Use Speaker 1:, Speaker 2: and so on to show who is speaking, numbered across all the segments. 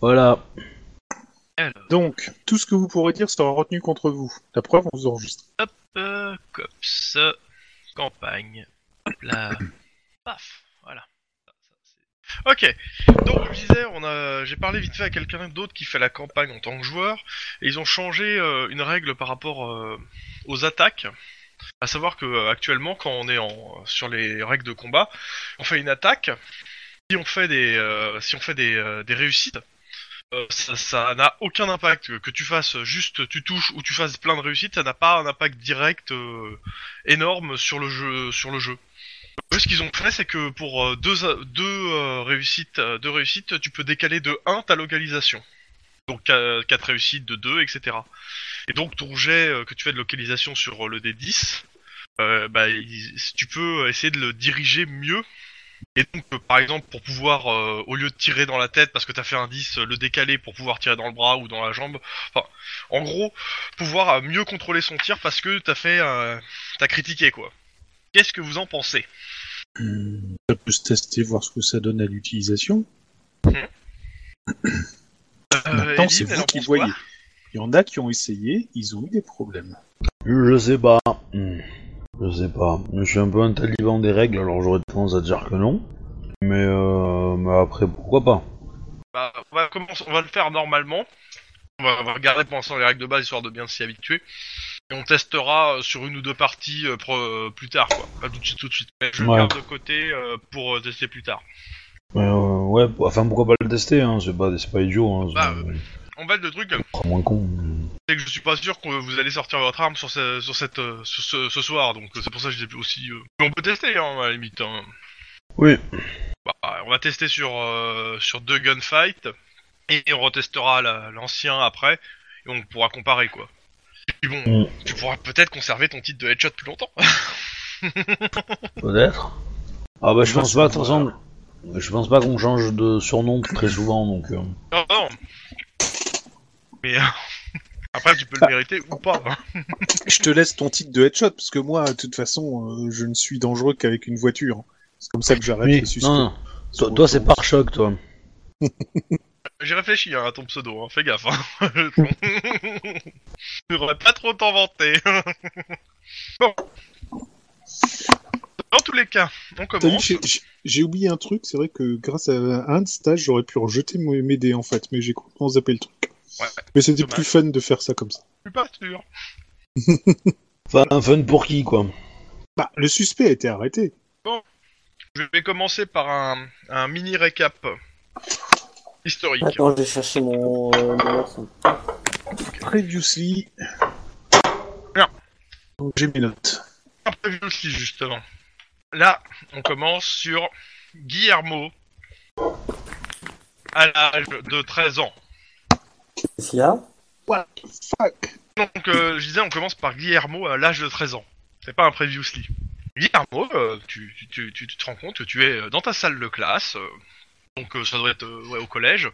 Speaker 1: Voilà.
Speaker 2: Alors,
Speaker 3: Donc, tout ce que vous pourrez dire sera retenu contre vous. La preuve, on vous enregistre.
Speaker 2: euh, cops, campagne. Hop là. Paf, voilà. Ça, ça, c'est- Ok, donc je disais, on a, j'ai parlé vite fait à quelqu'un d'autre qui fait la campagne en tant que joueur, et ils ont changé euh, une règle par rapport euh, aux attaques. À savoir que euh, actuellement, quand on est en, euh, sur les règles de combat, on fait une attaque. Si on fait des, euh, si on fait des, euh, des réussites, euh, ça- ça n'a aucun impact. Que- Que tu fasses juste tu touches ou tu fasses plein de réussites, ça n'a pas un impact direct euh, énorme sur le jeu. Sur le jeu. Eux, ce qu'ils ont fait, c'est que pour euh, deux, a- deux, euh, réussites, euh, deux réussites, tu peux décaler de 1 ta localisation. Donc euh, quatre réussites de 2, etc. Et donc ton jet euh, que tu fais de localisation sur euh, le D10, euh, bah, il- tu peux essayer de le diriger mieux et donc, euh, par exemple, pour pouvoir, euh, au lieu de tirer dans la tête parce que t'as fait un 10, euh, le décaler pour pouvoir tirer dans le bras ou dans la jambe. Enfin, en gros, pouvoir euh, mieux contrôler son tir parce que t'as fait, euh, t'as critiqué quoi. Qu'est-ce que vous en pensez
Speaker 3: Euh, Ça peut se tester, voir ce que ça donne à l'utilisation.
Speaker 2: Euh,
Speaker 3: Maintenant,
Speaker 2: Eline,
Speaker 3: c'est
Speaker 2: elle
Speaker 3: vous
Speaker 2: en
Speaker 3: qui
Speaker 2: pense quoi
Speaker 3: voyez. Il y en a qui ont essayé, ils ont eu des problèmes.
Speaker 1: Je sais pas. Hmm. Je sais pas. Je suis un peu un taliban des règles, alors j'aurais tendance à dire que non. Mais, euh, mais après, pourquoi pas
Speaker 2: Bah, on, va commencer- on va le faire normalement. On va, on va regarder pour l'instant les règles de base histoire de bien s'y habituer. Et on testera euh, sur une ou deux parties euh, pro- euh, plus tard, quoi. Pas tout de suite, tout de suite. Mais je le
Speaker 1: Ouais.
Speaker 2: garde de côté euh, pour euh, tester plus tard.
Speaker 1: Mais, euh, ouais, pour- enfin, pourquoi pas le tester hein C'est pas, c'est pas idiot. Hein, c'est-
Speaker 2: Bah, euh, En fait, le truc,
Speaker 1: c'est moins con. mais-
Speaker 2: C'est que je suis pas sûr que vous allez sortir votre arme sur, ce, sur cette, euh, sur ce, ce soir, donc euh, c'est pour ça que j'ai aussi. euh, mais on peut tester, hein, à la limite. hein.
Speaker 1: Oui.
Speaker 2: Bah, on va tester sur, euh, sur deux gunfights, et on retestera la- l'ancien après, et on pourra comparer quoi. Et puis bon,
Speaker 1: Mm.
Speaker 2: tu pourras peut-être conserver ton titre de headshot plus longtemps.
Speaker 1: Peut-être. Ah bah je
Speaker 3: On va
Speaker 1: pense
Speaker 3: se
Speaker 1: pas, de toute
Speaker 3: voir.
Speaker 1: façon, je pense pas qu'on change de surnom très souvent, donc... euh,
Speaker 2: non, non Mais euh, après, tu peux le mériter ou pas. hein.
Speaker 3: Je te laisse ton titre de headshot, parce que moi, de toute façon, euh, je ne suis dangereux qu'avec une voiture. C'est comme ça que j'arrête les suspects.
Speaker 1: non, non,
Speaker 3: Sur
Speaker 1: toi, toi,
Speaker 3: autre
Speaker 1: c'est
Speaker 3: chose.
Speaker 1: par choc, toi.
Speaker 2: J'ai réfléchi hein, à ton pseudo, hein, fais gaffe. Hein. Je devrais pas trop t'en vanter. bon. Dans tous les cas, on
Speaker 3: T'as vu,
Speaker 2: commence.
Speaker 3: j'ai- j'ai- j'ai oublié un truc, c'est vrai que grâce à un de stage, j'aurais pu rejeter mes mes dés en fait, mais j'ai complètement zappé le truc.
Speaker 2: Ouais.
Speaker 3: Mais c'était
Speaker 2: Dommage.
Speaker 3: plus fun de faire ça comme ça.
Speaker 2: Je suis pas sûr.
Speaker 1: Enfin, un fun pour qui, quoi
Speaker 3: Bah, le suspect a été arrêté.
Speaker 2: Je vais commencer par un, un mini récap historique.
Speaker 4: Attends, je vais chercher mon. euh, mon morceau.
Speaker 3: Previously.
Speaker 2: Bien.
Speaker 3: Donc, J'ai mes notes.
Speaker 2: Un preview aussi, justement. Là, on commence sur Guillermo à l'âge de 13 ans.
Speaker 4: Qu'est-ce qu'il y a
Speaker 3: What the fuck
Speaker 2: Donc, euh, je disais, on commence par Guillermo à l'âge de 13 ans. C'est pas un previously. Guillermo, euh, tu, tu- tu- tu- tu te rends compte que tu es euh, dans ta salle de classe, euh, donc euh, ça doit être euh, ouais, au collège,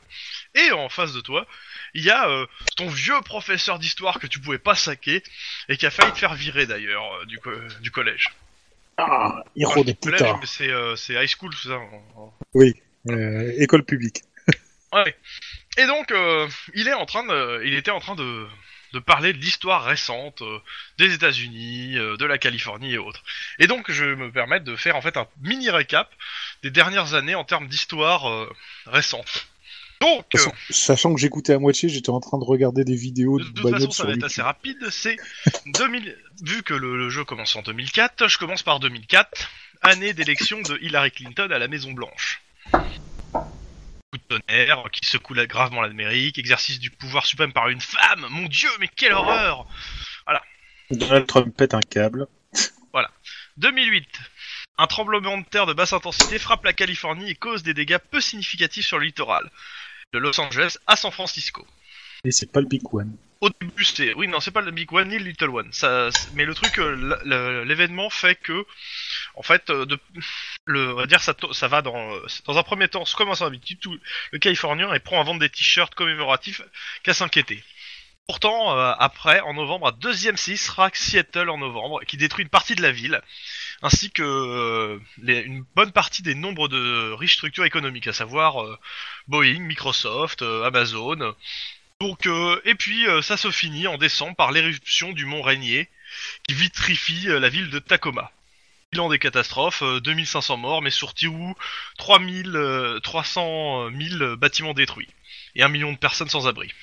Speaker 2: et en face de toi, il y a euh, ton vieux professeur d'histoire que tu pouvais pas saquer, et qui a failli te faire virer d'ailleurs euh, du, co- du collège.
Speaker 3: Ah,
Speaker 2: Enfin,
Speaker 3: héros
Speaker 2: je
Speaker 3: des
Speaker 2: dis collège,
Speaker 3: putains.
Speaker 2: mais c'est euh, c'est high school, tout ça. en- en-
Speaker 3: Euh, école publique.
Speaker 2: Et donc, euh, il est en train de, il était en train de, de parler de l'histoire récente euh, des États-Unis, euh, de la Californie et autres. Et donc, je vais me permettre de faire en fait un mini récap des dernières années en termes d'histoire euh, récente. Donc, euh,
Speaker 3: Sachant- Sachant que j'écoutais à moitié, j'étais en train de regarder des vidéos
Speaker 2: de
Speaker 3: de,
Speaker 2: toute
Speaker 3: bagnoles
Speaker 2: façon, ça
Speaker 3: sur
Speaker 2: va être
Speaker 3: YouTube.
Speaker 2: assez rapide. C'est 2000. Vu que le, le jeu commence en 2004, je commence par 2004, année d'élection de Hillary Clinton à la Maison Blanche. Coup de tonnerre qui secoue la- gravement l'Amérique, exercice du pouvoir suprême par une femme. Mon Dieu, mais quelle horreur
Speaker 3: Donald Trump pète un câble.
Speaker 2: 2008. Un tremblement de terre de basse intensité frappe la Californie et cause des dégâts peu significatifs sur le littoral, de Los Angeles à San Francisco.
Speaker 3: Et c'est pas le Big One.
Speaker 2: Au début, c'est. Oui, non, c'est pas le Big One ni le Little One. Ça, c'est- mais le truc, euh, l- le- l'événement fait que. En fait, euh, de, le, on va dire, ça, to- ça va dans. euh, Dans un premier temps, comme à son habitude, tout- le Californien et prend à vendre des t-shirts commémoratifs qu'à s'inquiéter. Pourtant, euh, après, en novembre, un deuxième séisme frappe Seattle en novembre, qui détruit une partie de la ville. ainsi que euh, les- une bonne partie des nombres de riches structures économiques, à savoir euh, Boeing, Microsoft, euh, Amazon. Donc, euh, et puis euh, ça se finit en décembre par l'éruption du mont Rainier qui vitrifie euh, la ville de Tacoma. Bilan des catastrophes, euh, 2500 morts, mais surtout 3000, euh, 300 000 bâtiments détruits et un million de personnes sans abri.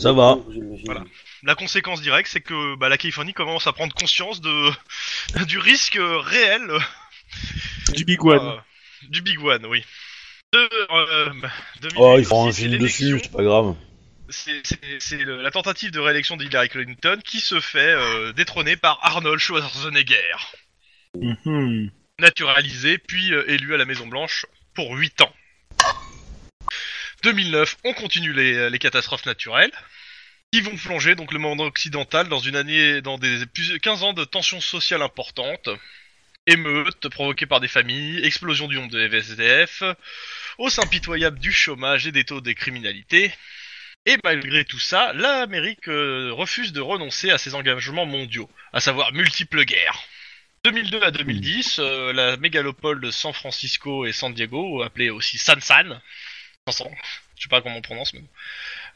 Speaker 1: Ça va.
Speaker 4: J'imagine.
Speaker 2: Voilà. La conséquence directe, c'est que bah, la Californie commence à prendre conscience de du risque euh, réel euh,
Speaker 3: Du Big One.
Speaker 5: Ah.
Speaker 2: du Big One, oui. De, euh, 2008,
Speaker 1: Oh, ils feront un
Speaker 2: c'est
Speaker 1: film
Speaker 2: l'élection-
Speaker 1: dessus, c'est pas grave.
Speaker 2: C'est c'est- c'est le- la tentative de réélection d'Hillary Clinton qui se fait euh, détrôner par Arnold Schwarzenegger,
Speaker 3: Mhm.
Speaker 2: naturalisé puis euh, élu à la Maison Blanche pour 8 ans. 2009, on continue les, les catastrophes naturelles qui vont plonger donc le monde occidental dans une année dans des plus- 15 ans de tensions sociales importantes, émeutes provoquées par des familles, explosion du nombre de SDF, hausse impitoyable du chômage et des taux de criminalité. Et malgré tout ça, l'Amérique euh, refuse de renoncer à ses engagements mondiaux, à savoir multiples guerres. 2002 à 2010, euh, la mégalopole de San Francisco et San Diego, appelée aussi San San, San San, je sais pas comment on prononce même,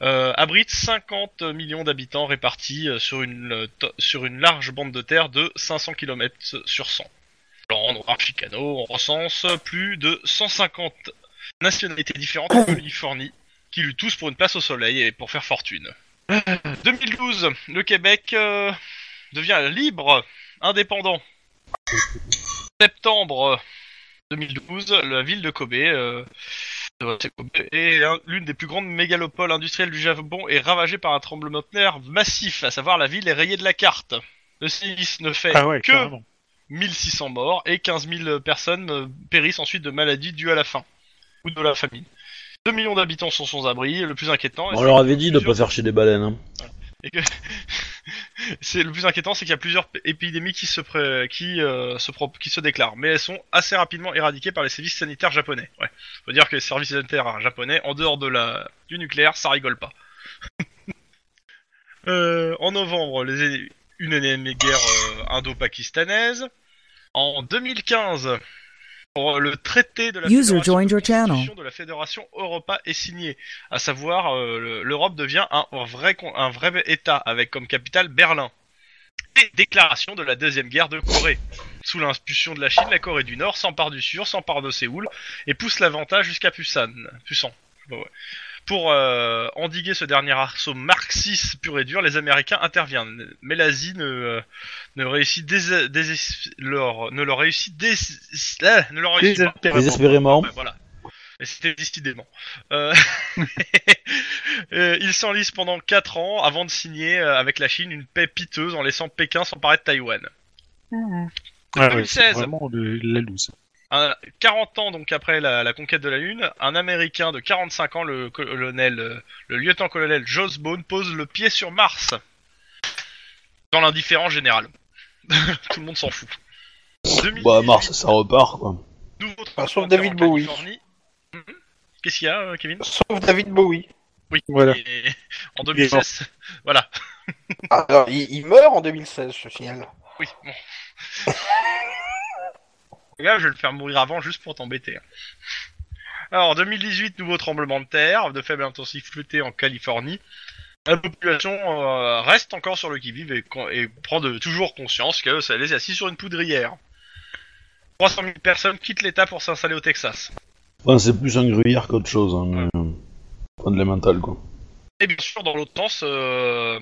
Speaker 2: euh, abrite 50 millions d'habitants répartis euh, sur une, euh, to- sur une large bande de terre de 500 km sur 100. En noir chicano, on recense plus de 150 nationalités différentes en Californie, qui luttent tous pour une place au soleil et pour faire fortune. 2012, le Québec euh, devient libre, indépendant. Septembre 2012, la ville de Kobe, euh, ouais, c'est Kobe, est un- l'une des plus grandes mégalopoles industrielles du Japon et ravagée par un tremblement de terre massif, à savoir la ville est rayée de la carte. Le séisme ne fait
Speaker 3: Ah ouais,
Speaker 2: Eh, que
Speaker 3: carrément.
Speaker 2: 1600 morts et 15 000 personnes euh, périssent ensuite de maladies dues à la faim ou de la famine. 2 millions d'habitants sont sans abri, le plus inquiétant.
Speaker 1: On leur avait dit de pas faire chez des baleines. Hein.
Speaker 2: et que- c'est le plus inquiétant, c'est qu'il y a plusieurs p- épidémies qui se pré- qui euh, se pro- qui se déclarent, mais elles sont assez rapidement éradiquées par les services sanitaires japonais. Ouais, faut dire que les services sanitaires japonais, en dehors de la du nucléaire, ça rigole pas. Euh, en novembre, les, une énième guerre euh, indo-pakistanaise. En 2015, pour le traité de la,
Speaker 6: User
Speaker 2: Fédération
Speaker 6: joined
Speaker 2: de
Speaker 6: your channel.
Speaker 2: Constitution de la Fédération Europa est signé, à savoir euh, le- l'Europe devient un, un vrai, con- un vrai État avec comme capitale Berlin. Et déclaration de la deuxième guerre de Corée. Sous l'impulsion de la Chine, la Corée du Nord s'empare du Sud, s'empare de Séoul et pousse l'avantage jusqu'à Pusan. Pusan. je sais pas, ouais. Pour euh, endiguer ce dernier assaut marxiste pur et dur, les Américains interviennent. Mais l'Asie ne, euh, ne réussit dés- dés- leur ne leur réussit dés- euh, ne leur réussit pas.
Speaker 1: Désespérément.
Speaker 3: Désespérément.
Speaker 2: Ouais, voilà. Et c'était décidément. Euh, euh, ils s'enlisent pendant 4 ans avant de signer euh, avec la Chine une paix piteuse en laissant Pékin s'emparer de Taïwan.
Speaker 3: Ah ouais,
Speaker 2: 2016.
Speaker 3: c'est vraiment de la loose.
Speaker 2: Un- 40 ans donc après la, la conquête de la Lune, un Américain de 45 ans, le colonel, euh, le lieutenant-colonel Joss Bone pose le pied sur Mars. Dans l'indifférence générale. Tout le monde s'en fout.
Speaker 1: Bah,
Speaker 2: 2018,
Speaker 1: Mars, ça repart quoi.
Speaker 2: nouveau
Speaker 5: Ah, sauf
Speaker 2: transfert
Speaker 5: David
Speaker 2: en
Speaker 5: Bowie.
Speaker 2: Californie. Mhm. Qu'est-ce qu'il y a, euh, Kevin
Speaker 5: Sauf David Bowie.
Speaker 3: Voilà.
Speaker 2: Et- en
Speaker 3: Il est mort.
Speaker 2: 2016. Voilà.
Speaker 5: Ah, alors, il, il meurt en 2016, je signale.
Speaker 2: Oui, bon. Regarde, je vais le faire mourir avant juste pour t'embêter. hein. Alors, en 2018, nouveau tremblement de terre de faible intensité en Californie. La population euh, reste encore sur le qui-vive et, con- et prend de, toujours conscience que ça les est assis sur une poudrière. 300 000 personnes quittent l'État pour s'installer au Texas.
Speaker 1: Enfin, c'est plus un gruyère qu'autre chose. Hein, mais, euh, fondamental quoi.
Speaker 2: Et bien sûr, dans l'autre sens, euh,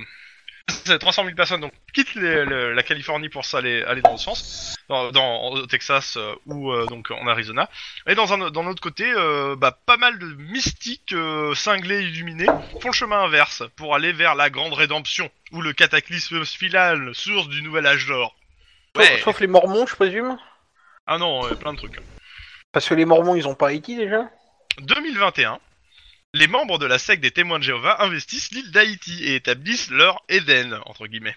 Speaker 2: c'est 300 000 personnes donc, quittent les- le- la Californie pour s'aller aller dans le sens, dans, dans- au Texas euh, ou euh, donc en Arizona. Et dans un dans l'autre côté, euh, bah, pas mal de mystiques euh, cinglés illuminés font le chemin inverse pour aller vers la grande rédemption ou le cataclysme final, source du nouvel âge d'or. Ouais.
Speaker 5: Sauf, sauf les Mormons, je présume.
Speaker 2: Ah non, euh, plein de trucs.
Speaker 5: Parce que les Mormons, ils ont pas Haïti déjà.
Speaker 2: 2021, les membres de la secte des témoins de Jéhovah investissent l'île d'Haïti et établissent leur Éden, entre guillemets.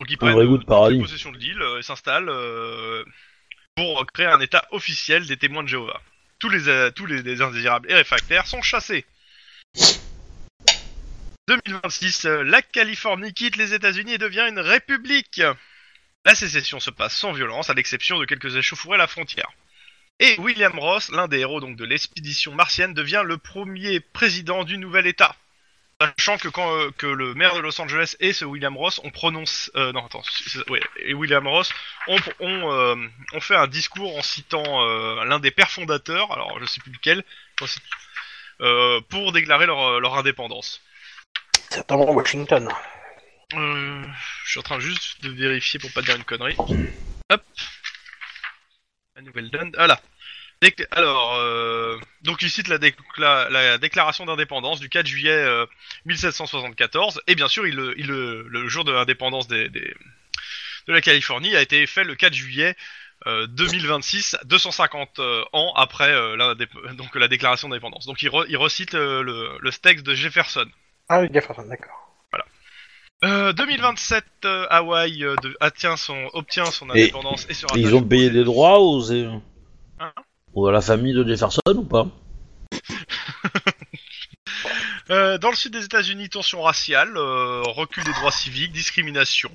Speaker 2: Donc ils
Speaker 1: Un
Speaker 2: prennent
Speaker 1: vrai goût de paradis.
Speaker 2: possession de l'île euh, et s'installent euh, pour créer un état officiel des témoins de Jéhovah. Tous les, euh, tous les, les indésirables et réfractaires sont chassés. 2026, euh, la Californie quitte les États-Unis et devient une république. La sécession se passe sans violence, à l'exception de quelques échauffourées à la frontière. Et William Ross, l'un des héros donc de l'expédition martienne, devient le premier président du nouvel État. Sachant que quand euh, que le maire de Los Angeles et ce William Ross, on prononce euh, non attends, c'est- c'est- ouais, et William Ross ont on, fait un discours en citant euh, l'un des pères fondateurs, alors je sais plus lequel, euh, pour déclarer leur, leur indépendance.
Speaker 5: Certainement Washington.
Speaker 2: Euh, je suis en train juste de vérifier pour pas dire une connerie. Hop. La nouvelle donne. Voilà. Déc- Alors, euh, donc il cite la, déc- la- la déclaration d'indépendance du 4 juillet euh, 1774, et bien sûr, il, le- il le- le jour de l'indépendance des- des- de la Californie a été fait le 4 juillet euh, 2026, 250 euh, ans après euh, l'indép- donc, la déclaration d'indépendance. Donc il, re- il recite euh, le, le texte de Jefferson.
Speaker 5: Ah oui, Jefferson, d'accord.
Speaker 2: Euh, 2027, euh, Hawaï euh, de- attient son, obtient son
Speaker 1: Et-
Speaker 2: indépendance et, sera.
Speaker 1: Et ils ont payé des droits aux... euh,
Speaker 2: Hein
Speaker 1: ou à la famille de Jefferson ou pas
Speaker 2: Euh, dans le sud des États-Unis, tension raciale, euh, recul des droits civiques, discrimination.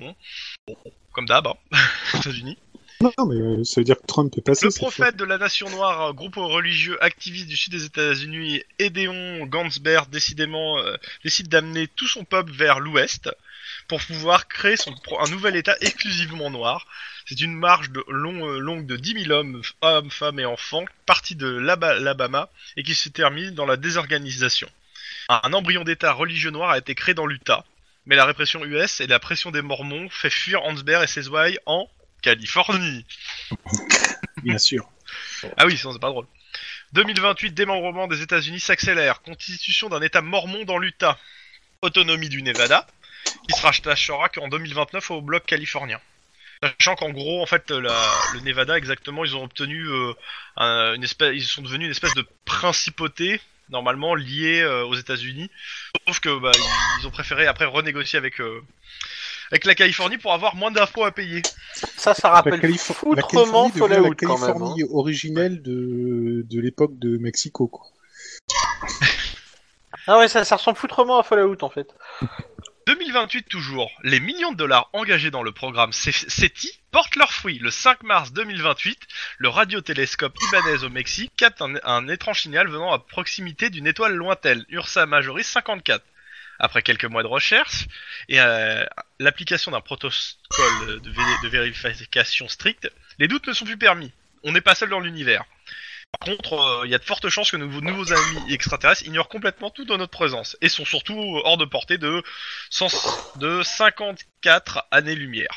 Speaker 2: Bon, comme d'hab, hein, aux États-Unis.
Speaker 3: Non, mais euh, ça veut dire que Trump est passé.
Speaker 2: Le
Speaker 3: cette fois.
Speaker 2: prophète de la Nation Noire, euh, groupe religieux activiste du sud des États-Unis, Edéon Gansbert, décidément, euh, décide d'amener tout son peuple vers l'ouest pour pouvoir créer son, pro- un nouvel État exclusivement noir. C'est une marche de long, euh, longue de 10 000 hommes, hommes, femmes et enfants, partie de l'Aba- l'Alabama et qui se termine dans la désorganisation. Un, un embryon d'État religieux noir a été créé dans l'Utah, mais la répression US et la pression des Mormons fait fuir Hansbert et ses ouailles en Californie.
Speaker 3: Bien sûr.
Speaker 2: Ah oui, sinon c'est pas drôle. 2028, démembrement des États-Unis s'accélère. Constitution d'un État mormon dans l'Utah. Autonomie du Nevada, qui se rattachera qu'en 2029 au bloc californien. Sachant qu'en gros, en fait, la- le Nevada, exactement, ils ont obtenu euh, un- une espèce, ils sont devenus une espèce de principauté normalement liée euh, aux États-Unis, sauf que bah, ils- ils ont préféré après renégocier avec euh, avec la Californie pour avoir moins d'impôts à payer.
Speaker 5: Ça, ça
Speaker 3: La,
Speaker 5: rappelle
Speaker 3: Calif- la
Speaker 5: foutrement
Speaker 3: Californie devient la
Speaker 5: Fallout quand même. hein.
Speaker 3: Californie originelle de, de l'époque de Mexico. Quoi.
Speaker 5: Ah ouais, ça, ça ressemble foutrement à Fallout en fait.
Speaker 2: 2028 toujours, les millions de dollars engagés dans le programme C- SETI portent leurs fruits. Le 5 mars 2028, le radiotélescope Ibanez au Mexique capte un, un étrange signal venant à proximité d'une étoile lointaine, Ursa Majoris 54. Après quelques mois de recherche et euh, l'application d'un protocole de, vé- de vérification stricte, les doutes ne sont plus permis. On n'est pas seul dans l'univers. Par contre, euh, il y a de fortes chances que nos nouveaux amis extraterrestres ignorent complètement tout de notre présence et sont surtout hors de portée de sans- de 54 années-lumière.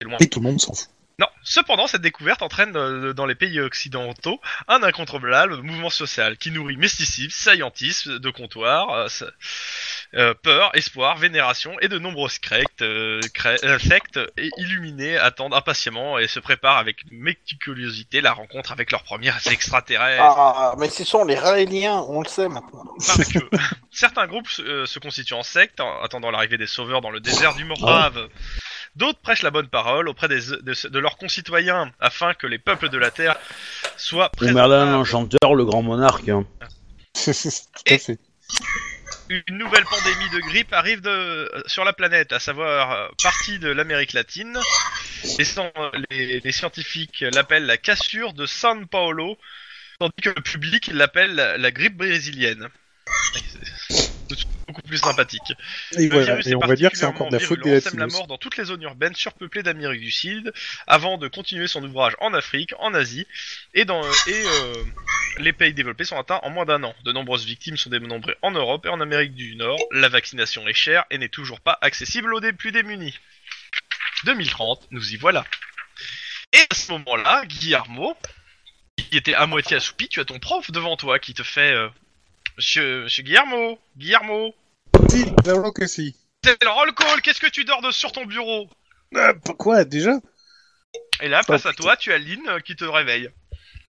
Speaker 2: C'est loin.
Speaker 3: Et tout le monde s'en fout.
Speaker 2: Non. Cependant, cette découverte entraîne euh, dans les pays occidentaux un incontrôlable mouvement social qui nourrit mysticisme, scientisme de comptoir, euh, s- euh, peur, espoir, vénération et de nombreuses sectes, euh, cré- euh, sectes et illuminés attendent impatiemment et se préparent avec méticulosité la rencontre avec leurs premiers extraterrestres.
Speaker 5: Ah, mais ce sont les Raéliens, on le sait maintenant.
Speaker 2: Parce que certains groupes euh, se constituent en secte, en attendant l'arrivée des sauveurs dans le désert du Morave. D'autres prêchent la bonne parole auprès des, de, de leurs concitoyens, afin que les peuples de la Terre soient
Speaker 1: Ou Merlin
Speaker 2: présentables.
Speaker 1: l'Enchanteur, le grand monarque. hein.
Speaker 3: tout à
Speaker 2: Et-
Speaker 3: fait.
Speaker 2: Une nouvelle pandémie de grippe arrive de, euh, sur la planète, à savoir euh, partie de l'Amérique latine. Les, cent- les- les scientifiques l'appellent la cassure de San Paolo, tandis que le public l'appelle la, la grippe brésilienne. C'est beaucoup plus sympathique.
Speaker 3: Et,
Speaker 2: Le
Speaker 3: voilà.
Speaker 2: virus
Speaker 3: Et
Speaker 2: est
Speaker 3: on va dire que c'est
Speaker 2: particulièrement
Speaker 3: encore de la faute des
Speaker 2: virulent, sème la
Speaker 3: latinos.
Speaker 2: mort dans toutes les zones urbaines surpeuplées d'Amérique du Sud, avant de continuer son ouvrage en Afrique, en Asie, et dans euh, et, euh, les pays développés sont atteints en moins d'un an. De nombreuses victimes sont dénombrées en Europe et en Amérique du Nord. La vaccination est chère et n'est toujours pas accessible aux dé- plus démunis. 2030, nous y voilà. Et à ce moment-là, Guillermo, qui était à moitié assoupi, tu as ton prof devant toi qui te fait euh, Monsieur, Monsieur Guillermo, Guillermo,
Speaker 3: Si, d'abord que si.
Speaker 2: c'est le roll call, qu'est-ce que tu dors de sur ton bureau
Speaker 3: Ah, pourquoi déjà
Speaker 2: Et là, face à
Speaker 3: Oh, putain.
Speaker 2: toi, tu as Lynn euh, qui te réveille.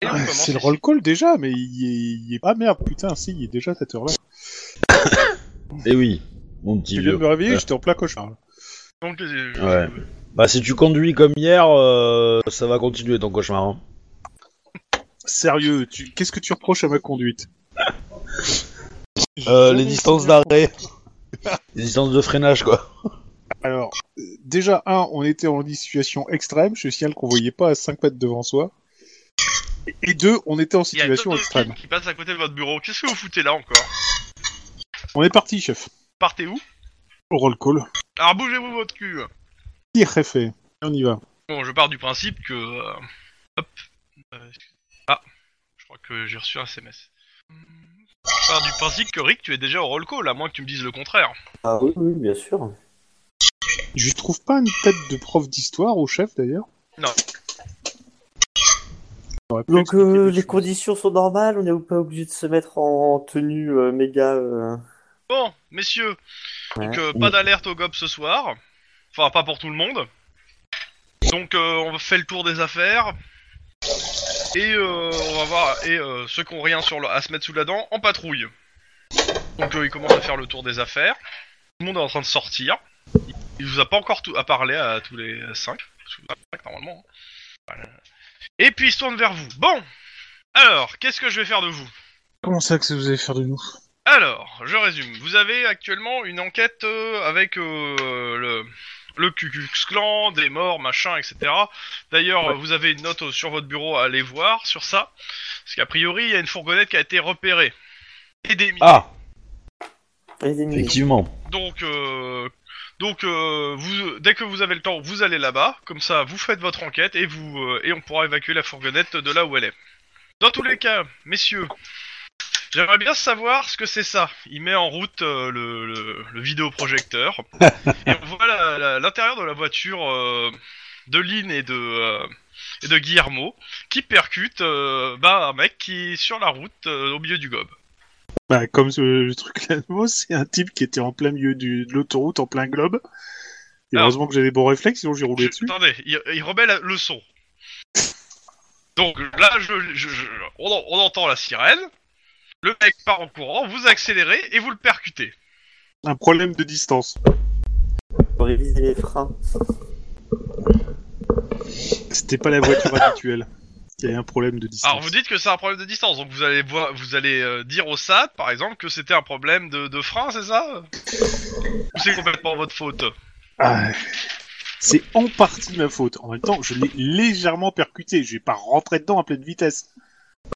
Speaker 2: Et on
Speaker 3: Ah,
Speaker 2: commence
Speaker 3: C'est le
Speaker 2: ici.
Speaker 3: roll call déjà, mais il est, il est- Ah merde, putain, si, il est déjà cette heure-là.
Speaker 1: Eh oui, mon petit
Speaker 3: Tu viens de
Speaker 1: vieux.
Speaker 3: me réveiller,
Speaker 1: Ouais.
Speaker 3: j'étais en plein cauchemar. là.
Speaker 2: Donc, euh,
Speaker 1: Ouais. Bah si tu conduis comme hier, euh, ça va continuer ton cauchemar. hein.
Speaker 3: Sérieux, tu... qu'est-ce que tu reproches à ma conduite
Speaker 1: Euh, les distances d'arrêt. Les distances de freinage quoi.
Speaker 3: Alors, euh, déjà, un, on était en situation extrême, je signale qu'on voyait pas à 5 mètres devant soi. Et- Et deux, on était en
Speaker 2: Il y a
Speaker 3: situation
Speaker 2: Toto
Speaker 3: extrême.
Speaker 2: qui- qui passe à côté de votre bureau. Qu'est-ce que vous foutez là encore
Speaker 3: On est parti, chef.
Speaker 2: Partez où
Speaker 3: Au roll call.
Speaker 2: Alors bougez-vous votre cul.
Speaker 3: Tire, chef. et On y va.
Speaker 2: Bon, je pars du principe que. euh, hop. Euh, excuse- ah, je crois que j'ai reçu un SMS. Je pars du principe que Rick, tu es déjà au roll call, à moins que tu me dises le contraire.
Speaker 4: Ah oui, oui, bien sûr.
Speaker 3: Je trouve pas une tête de prof d'histoire au chef, d'ailleurs.
Speaker 2: Non.
Speaker 3: Ça aurait pu
Speaker 4: Donc
Speaker 3: expliquer
Speaker 4: euh,
Speaker 3: des
Speaker 4: les
Speaker 3: choses.
Speaker 4: conditions sont normales, on n'est pas obligé de se mettre en tenue euh, méga. euh,
Speaker 2: Bon, messieurs, donc
Speaker 4: Ouais.
Speaker 2: euh, pas d'alerte au GOB ce soir. Enfin, pas pour tout le monde. Donc, euh, on fait le tour des affaires. Et euh, on va voir. Et euh, ceux qui ont rien sur le- à se mettre sous la dent, en patrouille. Donc, euh, ils commencent à faire le tour des affaires. Tout le monde est en train de sortir. Il- Il vous a pas encore tout à parler à tous les cinq. Tous les cinq, normalement. hein. Voilà. Et puis, ils se tournent vers vous. Bon, alors, qu'est-ce que je vais faire de vous
Speaker 3: Comment ça que vous allez faire de nous
Speaker 2: alors, je résume. Vous avez actuellement une enquête euh, avec euh, le le Ku Klux Klan, des morts, machin, etc. D'ailleurs, euh, vous avez une note euh, sur votre bureau à aller voir sur ça, parce qu'a priori, il y a une fourgonnette qui a été repérée et démise.
Speaker 1: Ah,
Speaker 4: et des nuits.
Speaker 1: effectivement.
Speaker 2: Donc, euh, donc, euh, vous, dès que vous avez le temps, vous allez là-bas. Comme ça, vous faites votre enquête et vous euh, et on pourra évacuer la fourgonnette de là où elle est. Dans tous les cas, messieurs, j'aimerais bien savoir ce que c'est ça. Il met en route euh, le, le- le vidéoprojecteur et on voit la- la- l'intérieur de la voiture euh, de Lynn et de euh, et de Guillermo qui percute euh, bah, un mec qui est sur la route euh, au milieu du gob.
Speaker 3: Bah, comme ce- le truc là, moi, c'est un type qui était en plein milieu du- de l'autoroute, en plein globe. Et
Speaker 2: Alors-
Speaker 3: heureusement que j'ai des bons réflexes, sinon j'ai roulé
Speaker 2: Je-
Speaker 3: dessus.
Speaker 2: Attendez, il, il remet la- le son. Donc là, je, je- je- on, en- on entend la sirène. Le mec part en courant, vous accélérez et vous le percutez.
Speaker 3: Un problème de distance.
Speaker 4: Faut réviser les freins.
Speaker 3: C'était pas la voiture habituelle. Il y a un problème de distance.
Speaker 2: Alors vous dites que c'est un problème de distance, donc vous allez voir- vous allez euh, dire au SAD par exemple que c'était un problème de, de frein, c'est ça Ou c'est complètement votre faute
Speaker 3: Ah, c'est en partie ma faute. En même temps, je l'ai légèrement percuté. Je vais pas rentrer dedans à pleine vitesse.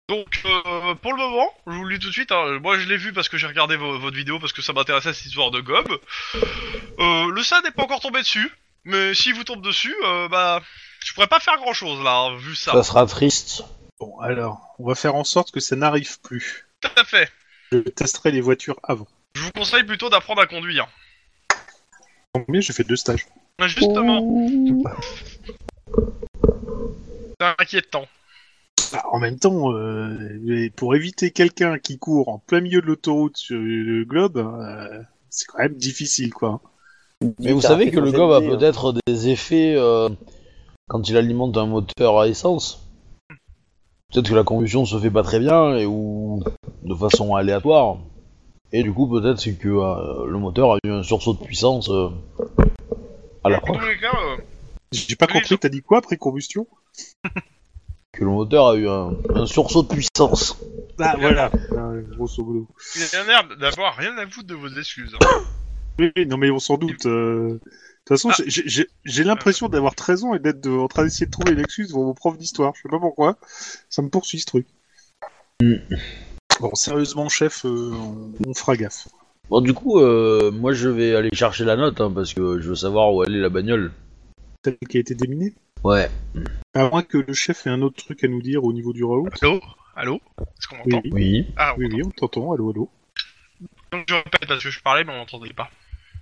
Speaker 2: Donc, euh, pour le moment, je vous le dis tout de suite, hein, moi je l'ai vu parce que j'ai regardé vo- votre vidéo parce que ça m'intéressait cette histoire de gob. Euh, le SAD n'est pas encore tombé dessus, mais s'il vous tombe dessus, euh, bah, je pourrais pas faire grand chose là, hein, vu ça.
Speaker 1: Ça sera triste.
Speaker 3: Bon, alors, on va faire en sorte que ça n'arrive plus.
Speaker 2: Tout à fait.
Speaker 3: Je testerai les voitures avant.
Speaker 2: Je vous conseille plutôt d'apprendre à conduire.
Speaker 3: Combien j'ai fait deux stages
Speaker 2: Mais Justement, c'est inquiétant.
Speaker 3: Bah, En même temps, euh, mais pour éviter quelqu'un qui court en plein milieu de l'autoroute sur le globe, euh, c'est quand même difficile, quoi.
Speaker 1: Mais vous savez que le gob a peut-être des hein. effets euh, quand il alimente un moteur à essence. Peut-être que la combustion se fait pas très bien et ou de façon aléatoire. Et du coup, peut-être c'est que euh, le moteur a eu un sursaut de puissance euh, à
Speaker 2: En
Speaker 1: l'approche.
Speaker 2: tous les cas, euh,
Speaker 3: J'ai pas
Speaker 2: Oui,
Speaker 3: compris,
Speaker 2: je-
Speaker 3: t'as dit quoi après combustion
Speaker 1: Que le moteur a eu un, un sursaut de puissance.
Speaker 3: Ah, voilà, Euh, grosso modo.
Speaker 2: il a l'air d'avoir rien à foutre de vos excuses. hein.
Speaker 3: Oui, oui, non mais on s'en doute. euh. De toute façon,
Speaker 2: Ah.
Speaker 3: j'ai- j'ai j'ai l'impression d'avoir 13 ans et d'être de- en train d'essayer de trouver une excuse pour mon prof d'histoire. Je sais pas pourquoi. Ça me poursuit ce truc.
Speaker 1: Mm.
Speaker 3: Bon, sérieusement, chef, euh, on, on fera gaffe.
Speaker 1: Bon, du coup, euh, moi je vais aller chercher la note hein, parce que je veux savoir où elle est la bagnole.
Speaker 3: Celle qui a été déminée
Speaker 1: Ouais.
Speaker 3: À moins que le chef ait un autre truc à nous dire au niveau du Raoult.
Speaker 2: Allô Allô Est-ce qu'on
Speaker 3: Oui,
Speaker 2: m'entend
Speaker 3: oui,
Speaker 1: Oui.
Speaker 2: Ah, on
Speaker 3: oui, oui, on t'entend. Allô, allô.
Speaker 2: Donc je répète parce que je parlais mais on n'entendait pas.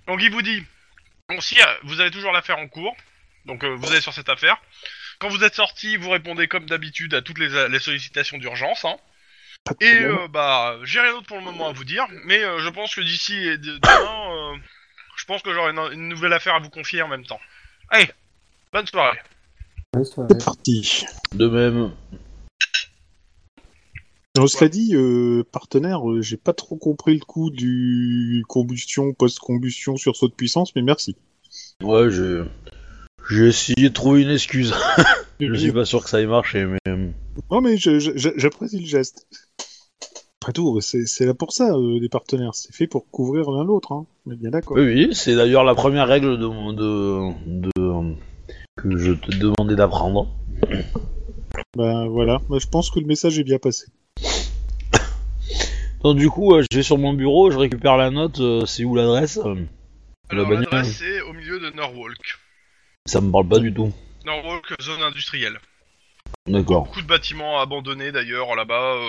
Speaker 2: Donc il vous dit, bon si euh, vous avez toujours l'affaire en cours, donc euh, vous allez sur cette affaire. Quand vous êtes sorti, vous répondez comme d'habitude à toutes les, les sollicitations d'urgence. Hein.
Speaker 3: Pas de
Speaker 2: Et
Speaker 3: problème.
Speaker 2: euh, bah j'ai rien d'autre pour le moment à vous dire, mais euh, je pense que d'ici et de- demain, euh, je pense que j'aurai une, une nouvelle affaire à vous confier en même temps. Allez, bonne soirée.
Speaker 3: C'est parti.
Speaker 1: De même.
Speaker 3: Non, cela dit, euh, partenaire, euh, j'ai pas trop compris le coup du combustion, post-combustion, sursaut de puissance, mais merci.
Speaker 1: Ouais, j'ai j'ai essayé de trouver une excuse. Je suis pas sûr que ça ait marché, mais. euh,
Speaker 3: Non, mais je- je- je- j'apprécie le geste. Après tout, c'est c'est là pour ça, euh, les partenaires. C'est fait pour couvrir l'un l'autre, hein. On est bien d'accord.
Speaker 1: Oui, oui, c'est d'ailleurs la première règle de, de, de- que je te demandais d'apprendre.
Speaker 3: Ben voilà, Moi, je pense que le message est bien passé.
Speaker 1: Donc du coup, euh, je vais sur mon bureau, je récupère la note, euh, c'est où l'adresse euh, La
Speaker 2: Alors,
Speaker 1: bagnole.
Speaker 2: l'adresse est au milieu de Norwalk.
Speaker 1: Ça me parle pas du tout.
Speaker 2: Norwalk, zone industrielle.
Speaker 1: D'accord.
Speaker 2: Beaucoup de bâtiments abandonnés d'ailleurs là-bas. euh,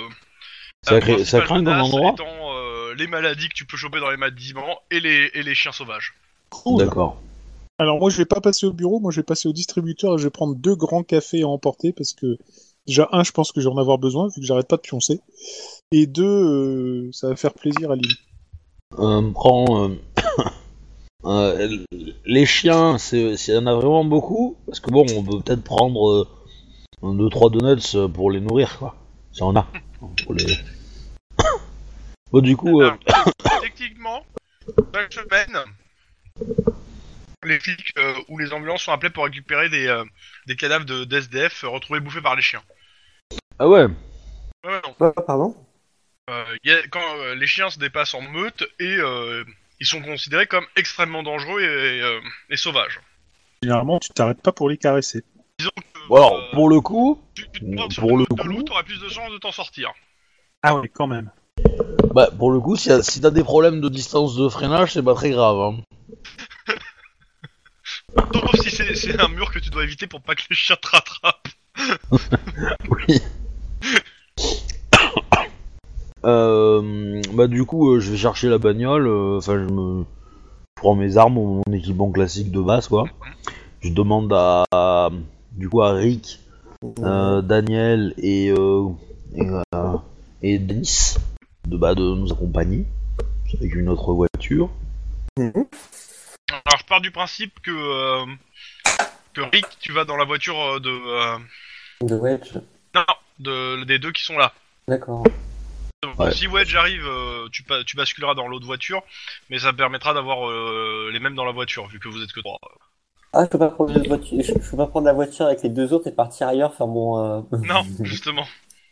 Speaker 1: Ça,
Speaker 2: la
Speaker 1: crée- ça
Speaker 2: principale
Speaker 1: craint comme
Speaker 2: menace
Speaker 1: endroit
Speaker 2: étant, euh, les maladies que tu peux choper dans les bâtiments et les, et les chiens sauvages.
Speaker 3: Cool.
Speaker 1: D'accord.
Speaker 3: Alors moi je vais pas passer au bureau, moi je vais passer au distributeur et je vais prendre deux grands cafés à emporter parce que déjà un je pense que je vais en avoir besoin vu que j'arrête pas de pioncer. Et deux, euh, ça va faire plaisir à Lille.
Speaker 1: Euh, prends... euh, euh, les chiens, c'est- s'il y en a vraiment beaucoup, parce que bon, on peut peut-être prendre euh, un, deux, trois donuts euh, pour les nourrir, quoi. Si on a. Pour les- bon, du coup... euh,
Speaker 2: Alors, techniquement, chaque semaine, les flics euh, ou les ambulances sont appelés pour récupérer des, euh, des cadavres de, d'SDF euh, retrouvés bouffés par les chiens.
Speaker 1: Ah ouais
Speaker 2: Ouais, ouais, non.
Speaker 4: Bah, pardon
Speaker 2: Euh, y a- quand euh, les chiens se dépassent en meute et euh, ils sont considérés comme extrêmement dangereux et, euh, et sauvages.
Speaker 3: Généralement tu t'arrêtes pas pour les caresser.
Speaker 2: Disons que
Speaker 1: Bon, Alors,
Speaker 2: euh,
Speaker 1: pour le coup,
Speaker 2: tu, tu te prends sur
Speaker 1: pour
Speaker 2: le
Speaker 1: le
Speaker 2: dos de
Speaker 1: coup-
Speaker 2: loup, t'aurais plus de chances de t'en sortir.
Speaker 3: Ah ouais, quand même.
Speaker 1: bah, pour le coup, si, si t'as des problèmes de distance de freinage, c'est pas très grave. Hein.
Speaker 2: Sauf si c'est- c'est un mur que tu dois éviter pour pas que les chiens te rattrapent.
Speaker 1: Oui. Euh, bah du coup, euh, je vais chercher la bagnole. euh, Enfin, je me je prends mes armes, mon équipement classique de base, quoi. Je demande à, à- du coup à Rick, euh, Daniel et euh, et, euh, et Denis de bah, de nous accompagner avec une autre voiture.
Speaker 2: Alors je pars du principe que, euh, que Rick, tu vas dans la voiture euh, de... euh,
Speaker 4: De Wedge.
Speaker 2: non, de, des deux qui sont là.
Speaker 4: D'accord.
Speaker 2: Donc,
Speaker 1: Ouais.
Speaker 2: Si Wedge arrive, euh, tu, pa- tu basculeras dans l'autre voiture, mais ça permettra d'avoir euh, les mêmes dans la voiture, vu que vous êtes que trois.
Speaker 4: Ah, je peux pas prendre la voiture, je, je peux pas prendre la voiture avec les deux autres et partir ailleurs faire mon. euh,
Speaker 2: Non, justement.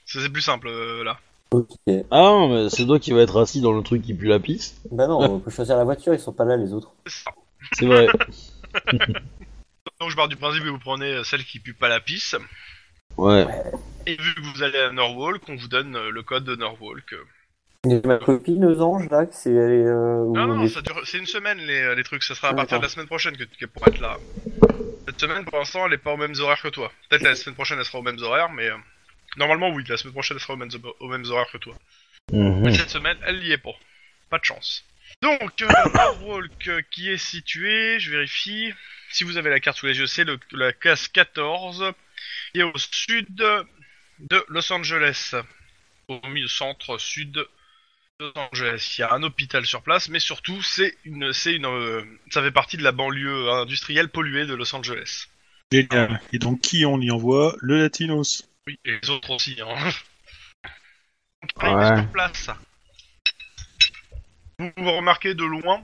Speaker 2: Ça, C'est plus simple, euh, là.
Speaker 4: ok.
Speaker 1: Ah, non, mais c'est toi qui va être assis dans le truc qui pue la piste.
Speaker 4: Bah non, on peut choisir la voiture, ils sont pas là les autres.
Speaker 2: C'est ça.
Speaker 1: C'est vrai.
Speaker 2: Donc je pars du principe que vous prenez euh, celle qui pue pas la pisse,
Speaker 1: Ouais.
Speaker 2: et vu que vous allez à Norwalk, on vous donne euh, le code de Norwalk. euh.
Speaker 4: Et ma copine aux anges là, que c'est elle est. euh, où
Speaker 2: Non,
Speaker 4: on
Speaker 2: non,
Speaker 4: est-
Speaker 2: ça dure, c'est une semaine les, euh, les trucs, ça sera à
Speaker 4: Ah,
Speaker 2: partir de la
Speaker 4: d'accord.
Speaker 2: semaine prochaine que tu pourras être là. Cette semaine, pour l'instant, elle est pas aux mêmes horaires que toi. Peut-être la semaine prochaine, elle sera aux mêmes horaires, mais. euh, Normalement, oui, la semaine prochaine, elle sera aux mêmes, aux mêmes horaires que toi.
Speaker 1: Mhm.
Speaker 2: Mais cette semaine, elle y est pas. Pas de chance. Donc, euh, Norwalk euh, qui est situé, je vérifie. Si vous avez la carte sous les yeux, c'est le- la case 14, qui est au sud de Los Angeles. Au milieu centre-sud de Los Angeles. Il y a un hôpital sur place, mais surtout, c'est une, c'est une, euh, ça fait partie de la banlieue industrielle polluée de Los Angeles.
Speaker 3: Génial. Et donc qui on y envoie Le Latinos.
Speaker 2: Oui, et les autres aussi. Hein. Donc,
Speaker 1: Ouais.
Speaker 2: arrivé sur place. Vous, vous remarquez de loin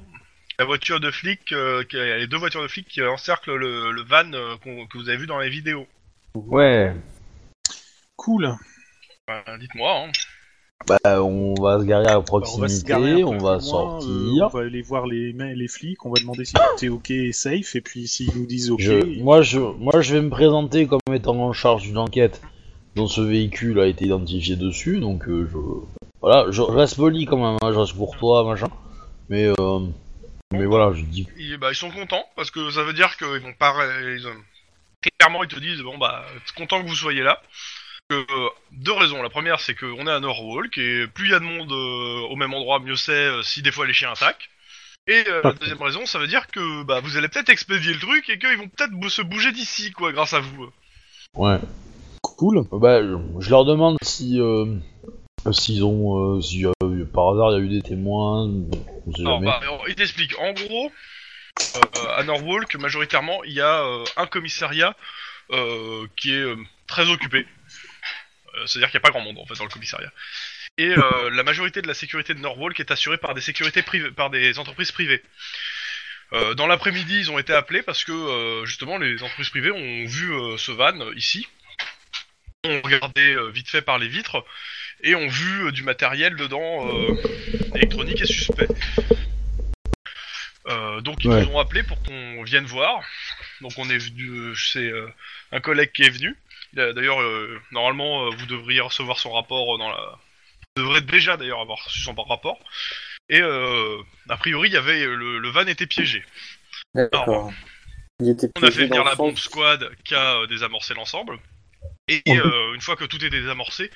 Speaker 2: la voiture de flic, euh, qui- les deux voitures de flic qui encerclent le, le van euh, qu'on- que vous avez vu dans les vidéos.
Speaker 1: Ouais.
Speaker 3: Cool.
Speaker 2: Enfin, Dites-moi. hein.
Speaker 1: Bah, on va se garer à
Speaker 3: Bah, on va se
Speaker 1: proximité,
Speaker 3: garer un peu
Speaker 1: on
Speaker 3: plus
Speaker 1: va
Speaker 3: loin,
Speaker 1: sortir.
Speaker 3: euh, on va aller voir les, ma- les flics, on va demander si t'es ok et safe, et puis s'ils nous disent ok.
Speaker 1: Je, moi, je, moi, je vais me présenter comme étant en charge d'une enquête dont ce véhicule a été identifié dessus, donc euh, je... Voilà, je reste poli quand même, hein, je reste courtois, machin. Mais, euh, mais voilà, je dis...
Speaker 2: Ils, bah, ils sont contents parce que ça veut dire qu'ils vont pas. euh, ils, euh, clairement, ils te disent bon bah content que vous soyez là. Que, euh, deux raisons. La première, c'est qu'on est à Norwalk et plus il y a de monde euh, au même endroit, mieux c'est euh, si des fois les chiens attaquent. Et euh, la
Speaker 3: Parfait.
Speaker 2: deuxième raison, ça veut dire que bah, vous allez peut-être expédier le truc et qu'ils vont peut-être bou- se bouger d'ici, quoi, grâce à vous.
Speaker 1: Ouais.
Speaker 3: Cool.
Speaker 1: Euh, Bah, je, je leur demande si... euh, S'ils ont... euh, si euh, par hasard il y a eu des témoins, on sait
Speaker 2: Alors,
Speaker 1: jamais.
Speaker 2: bah, alors, il t'explique. En gros, euh, à Norwalk, majoritairement, il y a euh, un commissariat euh, qui est euh, très occupé. Euh, C'est-à-dire qu'il n'y a pas grand monde en fait dans le commissariat. Et euh, la majorité de la sécurité de Norwalk est assurée par des sécurités privées, par des entreprises privées. Euh, dans l'après-midi, ils ont été appelés parce que euh, justement les entreprises privées ont vu euh, ce van euh, ici, ont regardé euh, vite fait par les vitres et ont vu euh, du matériel dedans euh, électronique et suspect. Euh, donc ils
Speaker 1: Ouais.
Speaker 2: nous ont appelé pour qu'on vienne voir. Donc on est venu, c'est euh, un collègue qui est venu. Il a- D'ailleurs, euh, normalement, euh, vous devriez recevoir son rapport euh, dans la. Vous devrez déjà d'ailleurs avoir reçu son rapport. Et euh, a priori, il y avait le, le van était piégé.
Speaker 4: D'accord. Il était
Speaker 2: On a
Speaker 4: piégé
Speaker 2: fait venir
Speaker 4: dans
Speaker 2: la
Speaker 4: le sens-
Speaker 2: bombe squad qui a euh, désamorcé l'ensemble. Et
Speaker 3: Mhm.
Speaker 2: euh, une fois que tout est désamorcé,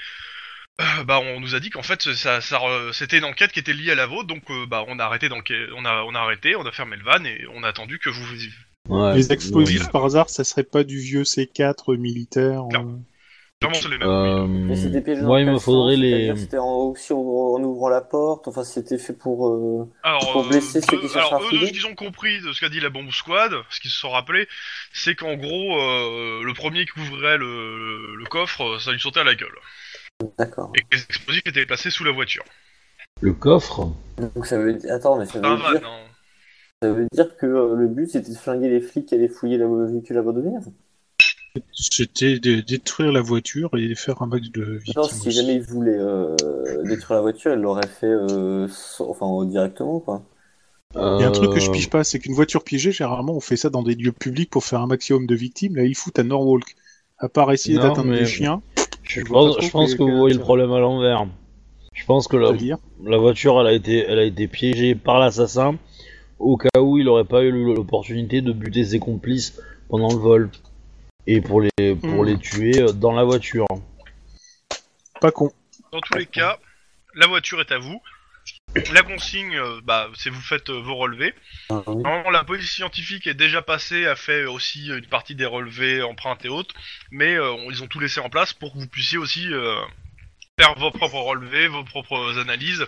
Speaker 2: euh, bah on nous a dit qu'en fait ça, ça re- c'était une enquête qui était liée à la vôtre, donc euh, bah on a arrêté d'enquê- on a on a arrêté, on a fermé le van et on a attendu que vous
Speaker 1: Ouais.
Speaker 3: Les explosifs,
Speaker 2: Oui.
Speaker 3: par hasard, ça serait pas du vieux C4 militaire euh,
Speaker 2: Clairement. Clairement, c'est les mêmes. oui.
Speaker 1: Euh,
Speaker 4: Mais c'était piégé dans
Speaker 1: moi, il
Speaker 4: quel
Speaker 1: me
Speaker 4: sens
Speaker 1: faudrait les.
Speaker 4: C'est-à-dire, C'était en- aussi en, en ouvrant la porte, enfin c'était fait pour... euh,
Speaker 2: Alors,
Speaker 4: Pour blesser ceux qui
Speaker 2: eux-
Speaker 4: cherchent
Speaker 2: alors,
Speaker 4: à
Speaker 2: eux, de
Speaker 4: fouiller.
Speaker 2: ce qu'ils ont compris de ce qu'a dit la bombe squad, ce qu'ils se sont rappelés, c'est qu'en gros, euh, le premier qui ouvrait le, le coffre, euh, ça lui sautait à la gueule.
Speaker 4: D'accord.
Speaker 2: Et que les explosifs étaient placés sous la voiture.
Speaker 1: Le coffre
Speaker 4: Donc ça veut dire... Attends, mais ça
Speaker 2: Pas un
Speaker 4: veut
Speaker 2: van,
Speaker 4: dire,
Speaker 2: hein.
Speaker 4: ça veut dire que euh, le but c'était de flinguer les flics et aller fouiller la- le véhicule abandonné
Speaker 3: C'était de détruire la voiture et faire un max de victimes.
Speaker 4: Non, si
Speaker 3: aussi.
Speaker 4: jamais ils voulaient euh, détruire la voiture, elle l'aurait fait euh, sans- enfin, directement, quoi.
Speaker 1: Euh,
Speaker 3: Il y a un truc que je pige pas, c'est qu'une voiture piégée, généralement, on fait ça dans des lieux publics pour faire un maximum de victimes. Là, ils foutent à Norwalk. À part essayer
Speaker 1: Non,
Speaker 3: d'atteindre
Speaker 1: mais-
Speaker 3: des chiens,
Speaker 1: Je
Speaker 3: Je vois
Speaker 1: pense,
Speaker 3: pas
Speaker 1: je
Speaker 3: trop
Speaker 1: pense que
Speaker 3: quel-
Speaker 1: vous voyez le
Speaker 3: quel-
Speaker 1: problème à l'envers. Je pense que la,
Speaker 3: c'est-à-dire.
Speaker 1: la voiture, elle a été, elle a été piégée par l'assassin au cas où il n'aurait pas eu l'opportunité de buter ses complices pendant le vol et pour les, pour
Speaker 3: Hmm.
Speaker 1: les tuer euh, dans la voiture.
Speaker 3: Pas con.
Speaker 2: Dans tous les cas, la voiture est à vous. La consigne, euh, bah, c'est vous faites euh, vos relevés.
Speaker 3: Ah
Speaker 2: Normalement, la police scientifique est déjà passée, a fait aussi une partie des relevés, empreintes et autres, mais euh, on- ils ont tout laissé en place pour que vous puissiez aussi euh, faire vos propres relevés, vos propres analyses,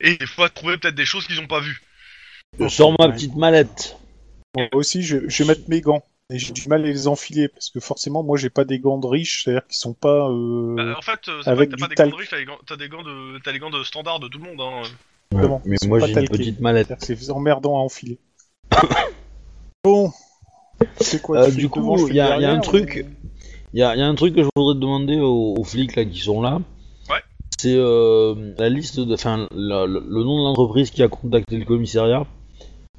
Speaker 2: et des fois trouver peut-être des choses qu'ils n'ont pas vues.
Speaker 1: Je sors ma
Speaker 3: Ouais.
Speaker 1: petite mallette.
Speaker 3: Moi aussi, je, je vais mettre mes gants. Et j'ai du mal à les enfiler parce que forcément, moi, j'ai pas des gants de riche, c'est-à-dire qu'ils sont pas. euh,
Speaker 2: Bah, en fait, euh, c'est
Speaker 3: Avec
Speaker 2: pas que t'as pas des
Speaker 3: du
Speaker 2: gants de
Speaker 3: talc.
Speaker 2: riche, t'as des gants- t'as des gants de, t'as des gants de standard de tout le monde. Hein.
Speaker 3: Exactement.
Speaker 1: Mais
Speaker 3: Ils sont
Speaker 1: moi,
Speaker 3: pas
Speaker 1: j'ai une
Speaker 3: talqués.
Speaker 1: petite mallette.
Speaker 3: C'est-à-dire que c'est emmerdant à enfiler. bon. C'est quoi
Speaker 1: Euh,
Speaker 3: tu fais
Speaker 1: du
Speaker 3: le devant,
Speaker 1: coup,
Speaker 3: je fais
Speaker 1: il y a-
Speaker 3: le
Speaker 1: il y a un
Speaker 3: derrière,
Speaker 1: truc-
Speaker 3: ou-
Speaker 1: Il y, a y a un truc que je voudrais te demander aux, aux flics là qui sont là.
Speaker 2: Ouais.
Speaker 1: C'est euh, la liste, de- enfin la- le, le nom de l'entreprise qui a contacté le commissariat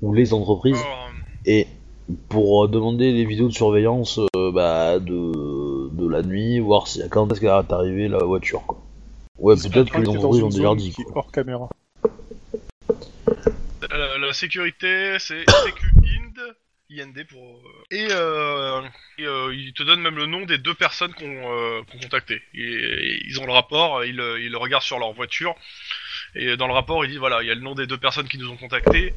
Speaker 1: ou les entreprises
Speaker 2: Alors, euh,
Speaker 1: et pour euh, demander des vidéos de surveillance euh, bah, de, de la nuit, voir si, quand est-ce qu'elle est arrivée la voiture. Quoi. Ouais,
Speaker 3: J'espère
Speaker 1: peut-être que
Speaker 3: pas
Speaker 1: les
Speaker 3: t'es dans
Speaker 1: entreprises
Speaker 3: une
Speaker 1: ont déjà
Speaker 3: zone
Speaker 1: dit.
Speaker 3: qui est
Speaker 1: quoi.
Speaker 3: Hors caméra.
Speaker 2: Euh, La, la sécurité, c'est CQIND, IND pour. euh, Et, euh, et, euh, il te donne même le nom des deux personnes qu'on euh, qu'on contacté. Et- et ils ont le rapport, ils, le- ils le regardent sur leur voiture. Et dans le rapport, ils disent voilà, il y a le nom des deux personnes qui nous ont contactés.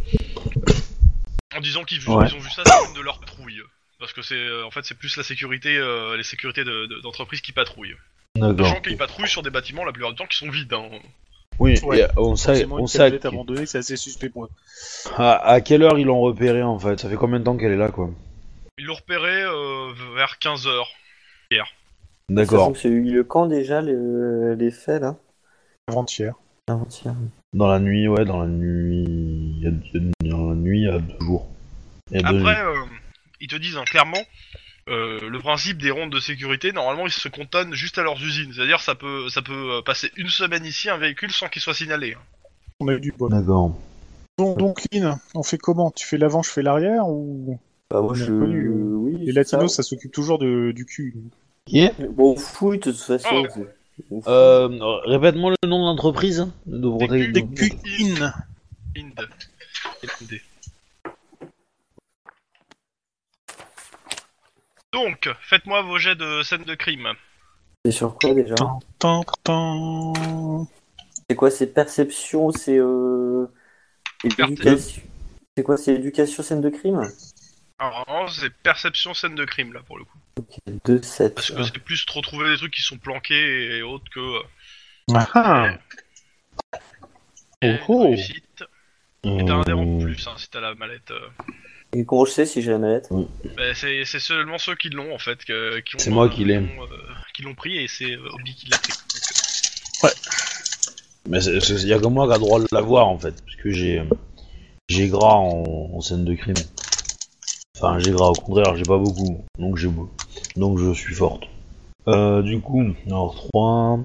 Speaker 2: En disant qu'ils
Speaker 3: Ouais.
Speaker 2: ils ont vu ça, c'est une de leurs patrouilles. Parce que c'est euh, en fait c'est plus la sécurité, euh, les sécurités de- de- d'entreprises qui patrouillent.
Speaker 1: D'accord.
Speaker 2: Sachant qu'ils patrouillent sur des bâtiments la plupart du temps qui sont vides. hein.
Speaker 1: Oui,
Speaker 3: Ouais.
Speaker 1: et euh, on sait,
Speaker 3: Forcément,
Speaker 1: on
Speaker 3: une
Speaker 1: sait
Speaker 3: camionnette abandonnée, c'est assez suspect pour eux.
Speaker 1: à, à quelle heure ils l'ont repérée en fait. Ça fait combien de temps qu'elle est là quoi
Speaker 2: Ils l'ont repéré euh, vers 15 h
Speaker 1: D'accord.
Speaker 4: Sachant que C'est eu le camp déjà, les, les faits, là
Speaker 3: Avant-hier.
Speaker 4: Avant-hier.
Speaker 1: Dans la nuit, ouais, dans la nuit. Il y a, il y a- dans la nuit, il y a deux jours. Il y a deux nuits.
Speaker 2: Après, euh, ils te disent hein, clairement euh, le principe des rondes de sécurité. Normalement, ils se cantonnent juste à leurs usines. C'est-à-dire, ça peut, ça peut euh, passer une semaine ici un véhicule sans qu'il soit signalé. hein.
Speaker 3: On a eu du bois.
Speaker 1: D'accord.
Speaker 3: Bon, donc, Lynn, on fait comment Tu fais l'avant, je fais l'arrière ou...
Speaker 4: Bah, moi,
Speaker 3: On a
Speaker 4: je...
Speaker 3: connu, euh,
Speaker 4: Oui,
Speaker 3: Les
Speaker 4: c'est
Speaker 3: latinos,
Speaker 4: ça.
Speaker 3: ça, s'occupe toujours de, du cul.
Speaker 1: Yeah.
Speaker 4: Bon, on fouille, de toute façon.
Speaker 2: Oh.
Speaker 4: c'est- on fouille.
Speaker 1: Euh, Répète-moi le nom de l'entreprise. De proté-
Speaker 2: Des
Speaker 1: de-
Speaker 2: culs. In. Ind. Ind. Donc, faites-moi vos jets de scène de crime.
Speaker 4: C'est sur quoi, déjà
Speaker 3: Tant, tant.
Speaker 4: C'est quoi C'est perception, c'est... Euh...
Speaker 2: Perception.
Speaker 4: Éducation... C'est quoi C'est éducation, scène de crime
Speaker 2: Alors, vraiment, c'est perception scène de crime là pour le coup.
Speaker 4: Ok, 2-7.
Speaker 2: Parce que c'est plus trop trouver des trucs qui sont planqués et autres que. euh,
Speaker 3: Ah, Oh, oh.
Speaker 2: réussite.
Speaker 1: Euh,
Speaker 2: Et t'as un dé en plus hein, si t'as la mallette. euh.
Speaker 4: Et comment je sais si j'ai la mallette
Speaker 2: Bah, c'est c'est seulement ceux qui l'ont en fait, que- qui ont.
Speaker 1: C'est moi
Speaker 2: euh,
Speaker 1: qui l'ai.
Speaker 2: ont, euh, qui l'ont pris et c'est euh, Obi qui l'a pris. Donc,
Speaker 1: Mais c'est- c'est- il y a que moi qui a le droit de l'avoir en fait, parce que j'ai j'ai gras en, en scène de crime. Enfin, j'ai gras, au contraire, j'ai pas beaucoup, donc j'ai beau- donc je suis forte. Euh, du coup, alors 3,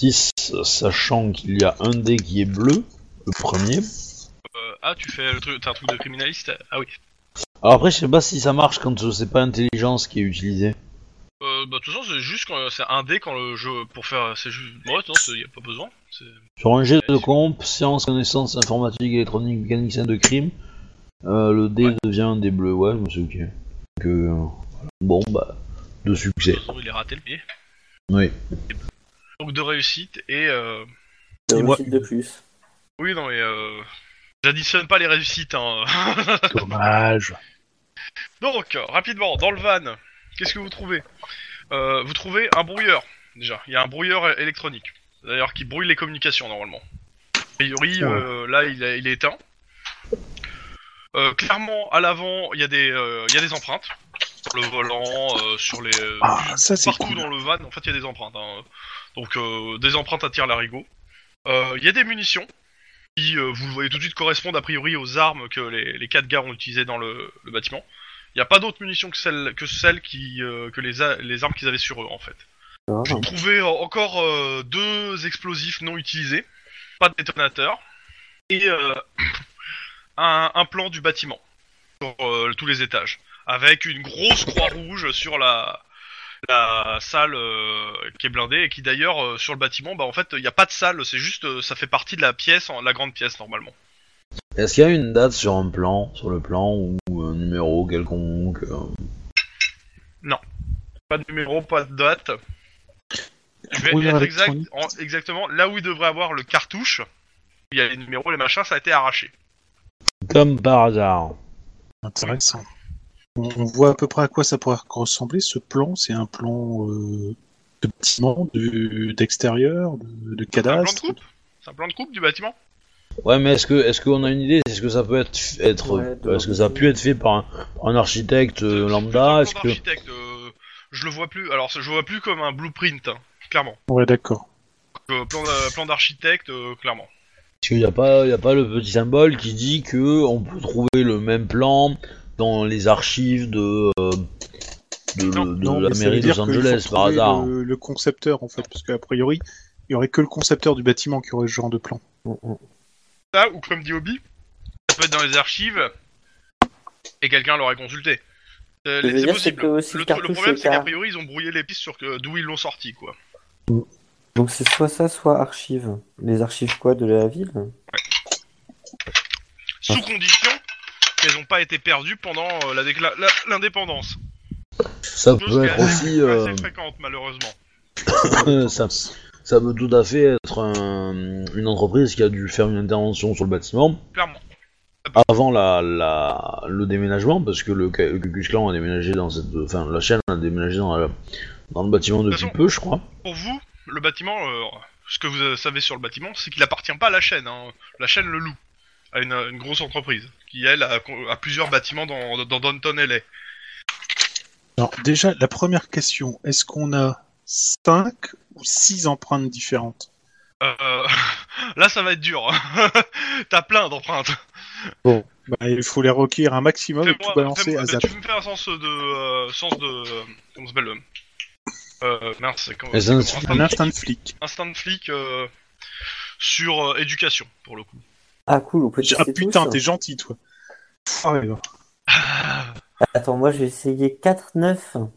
Speaker 1: 6, sachant qu'il y a un dé qui est bleu, le premier.
Speaker 2: Euh, ah, tu fais le truc, t'as un truc de criminaliste Ah oui.
Speaker 1: Alors après, je sais pas si ça marche quand c'est pas intelligence qui est utilisée.
Speaker 2: Euh, bah, de toute façon, c'est juste quand c'est un dé quand le jeu pour faire. C'est juste. Ouais, non, c'est- y a pas besoin. C'est-
Speaker 1: Sur un jet de comp, sciences, connaissances, informatique, électronique, mécanique, scène de crime, euh, le dé devient un dé bleu. Ouais, je me suis ok. Donc, euh, voilà. bon, bah, de
Speaker 2: De
Speaker 1: succès.
Speaker 2: toute façon, il est raté le pied.
Speaker 1: Oui.
Speaker 2: Donc, de réussite et. Euh...
Speaker 4: C'est
Speaker 1: moi-
Speaker 4: de plus.
Speaker 2: Oui, non, mais. Euh... J'additionne pas les réussites, hein.
Speaker 3: Dommage.
Speaker 2: Donc, euh, rapidement, dans le van, qu'est-ce que vous trouvez Euh, Vous trouvez un brouilleur, déjà. Il y a un brouilleur é- électronique, d'ailleurs, qui brouille les communications, normalement. A priori, euh, là, il, est- il est éteint. Euh, clairement, à l'avant, il y, a des, euh, il y a des empreintes. Sur Le volant, euh, sur les...
Speaker 3: Ah, ça c'est
Speaker 2: partout
Speaker 3: cool.
Speaker 2: dans le van, en fait, il y a des empreintes. hein. Donc, euh, des empreintes à tir larigot. Euh, Il y a des munitions, qui, euh, vous le voyez tout de suite, correspondent a priori aux armes que les, les quatre gars ont utilisées dans le, le bâtiment. Il n'y a pas d'autres munitions que celles, que, celles qui, euh, que les, a- les armes qu'ils avaient sur eux, en fait.
Speaker 4: Ah.
Speaker 2: Vous trouvez euh, encore euh, deux explosifs non utilisés, pas de détonateur, et euh, un, un plan du bâtiment sur euh, tous les étages, avec une grosse croix rouge sur la, la salle euh, qui est blindée et qui d'ailleurs euh, sur le bâtiment, bah en fait il n'y a pas de salle, c'est juste euh, ça fait partie de la pièce, en- la grande pièce normalement.
Speaker 1: Est-ce qu'il y a une date sur un plan, sur le plan, ou un numéro quelconque euh,
Speaker 2: Pas de numéro, pas de date. Je vais
Speaker 3: Brouilleur
Speaker 2: être exact,
Speaker 3: électronique.
Speaker 2: en- exactement là où il devrait avoir le cartouche. Il y a les numéros, les machins, ça a été arraché.
Speaker 1: Comme par hasard.
Speaker 3: Intéressant. On on voit à peu près à quoi ça pourrait ressembler ce plan. C'est un plan euh, de bâtiment, de- d'extérieur, de, de
Speaker 2: C'est un plan de
Speaker 3: cadastre.
Speaker 2: coupe C'est un plan de coupe du bâtiment
Speaker 1: Ouais, mais est-ce que est-ce qu'on a une idée Est-ce que ça peut être f- être
Speaker 4: Ouais, de
Speaker 1: est-ce que ça a pu être fait par un, un architecte euh, lambda
Speaker 2: C'est
Speaker 1: Est-ce
Speaker 2: plutôt un plan
Speaker 1: que
Speaker 2: d'architecte, euh, je le vois plus. Alors je le vois plus comme un blueprint, hein, clairement.
Speaker 3: Ouais, d'accord.
Speaker 2: Euh, plan d'a- plan d'architecte, euh, clairement.
Speaker 1: Parce qu'il n'y a, pas- y a pas le petit symbole qui dit que on peut trouver le même plan dans les archives de, euh, de,
Speaker 2: Non,
Speaker 1: de
Speaker 3: Non,
Speaker 1: la
Speaker 3: mais ça veut
Speaker 1: mairie de
Speaker 3: dire
Speaker 1: Los
Speaker 3: qu'il faut
Speaker 1: Angeles par
Speaker 3: retrouver
Speaker 1: hasard.
Speaker 3: Le, le concepteur en fait, parce qu'a priori, il y aurait que le concepteur du bâtiment qui aurait ce genre de plan.
Speaker 2: ça, ou comme dit Obi, ça peut être dans les archives et quelqu'un l'aurait consulté. Euh,
Speaker 4: Je veux
Speaker 2: C'est
Speaker 4: dire, c'est
Speaker 2: possible.
Speaker 4: que aussi
Speaker 2: Le,
Speaker 4: le
Speaker 2: tru- le
Speaker 4: cartouche
Speaker 2: problème,
Speaker 4: est
Speaker 2: c'est qu'a
Speaker 4: car-
Speaker 2: priori, ils ont brouillé les pistes sur que- d'où ils l'ont sorti, quoi.
Speaker 4: Donc c'est soit ça, soit archives. Les archives quoi de la ville
Speaker 2: Sous
Speaker 4: Ah.
Speaker 2: condition qu'elles n'ont pas été perdues pendant euh, la décla- la- l'indépendance.
Speaker 1: Ça
Speaker 2: Chose
Speaker 1: peut
Speaker 2: qui est
Speaker 1: être
Speaker 2: assez-
Speaker 1: aussi,
Speaker 2: assez fréquente, malheureusement.
Speaker 1: euh, ça, ça peut tout à fait être un- une entreprise qui a dû faire une intervention sur le bâtiment
Speaker 2: Clairement.
Speaker 1: avant la, la, le déménagement, parce que le, Ku- le Ku Klux Klan a déménagé dans cette, enfin la chaîne a déménagé dans, la- dans le bâtiment depuis
Speaker 2: façon-
Speaker 1: peu, je crois.
Speaker 2: Pour vous, le bâtiment, euh, ce que vous euh, savez sur le bâtiment, c'est qu'il appartient pas à la chaîne. hein. La chaîne le loue à une, une grosse entreprise qui, elle, a, a plusieurs bâtiments dans, dans Downton LA.
Speaker 3: Alors déjà, la première question, est-ce qu'on a cinq ou six empreintes différentes
Speaker 2: Euh, là, ça va être dur. T'as plein d'empreintes.
Speaker 3: Bah, Il faut les recueillir un maximum et tout
Speaker 2: Fais-moi-
Speaker 3: balancer
Speaker 2: fais-moi-
Speaker 3: à zap.
Speaker 2: Tu me fais un sens de. euh, sens de. euh, comment s'appelle euh, euh, Mince, c'est comment.
Speaker 1: Mais
Speaker 2: c'est
Speaker 1: ça,
Speaker 2: comment,
Speaker 1: c'est-
Speaker 3: Un
Speaker 2: instinct,
Speaker 3: instinct de flic.
Speaker 2: instinct de flic euh, sur euh, éducation, pour le coup.
Speaker 4: Ah cool, on peut
Speaker 3: Ah
Speaker 4: tester
Speaker 3: putain,
Speaker 4: tous.
Speaker 3: t'es gentil toi. Ah, ouais,
Speaker 4: Attends, moi je vais essayer 4-9.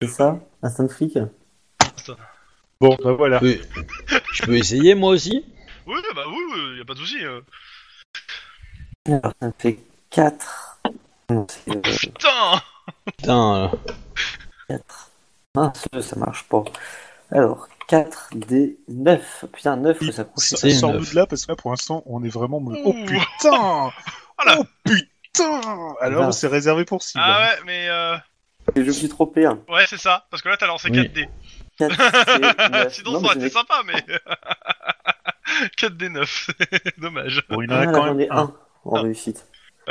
Speaker 4: C'est ça Instant flic
Speaker 3: Bon, bah voilà.
Speaker 1: Oui. Je peux essayer moi aussi
Speaker 2: Oui, bah oui, oui, y a pas de souci. euh.
Speaker 4: Alors, ça me fait 4. Non, c'est euh,
Speaker 2: Putain
Speaker 1: Putain. euh,
Speaker 4: 4. Mince, ça marche pas. Alors, 4 des 9. Putain, 9, faut s'accrocher.
Speaker 1: C'est une
Speaker 3: Sors-nous
Speaker 1: neuf.
Speaker 3: de là parce que là pour l'instant on est vraiment. mo- Oh
Speaker 2: Ouh.
Speaker 3: putain
Speaker 2: Voilà.
Speaker 3: Oh putain Alors
Speaker 4: Ah.
Speaker 3: c'est réservé pour cible.
Speaker 2: Ah ouais, mais. euh,
Speaker 4: Je suis hein. trop P1.
Speaker 2: ouais, c'est ça, parce que là, t'as lancé
Speaker 1: Oui.
Speaker 2: 4D.
Speaker 4: 4, c'est 9.
Speaker 2: Sinon, ça aurait été sympa, mais. 4D9, dommage.
Speaker 3: Bon, il en a
Speaker 4: Ah, là,
Speaker 3: quand
Speaker 4: j'en
Speaker 3: même
Speaker 4: ai
Speaker 3: un.
Speaker 4: 1 en réussite.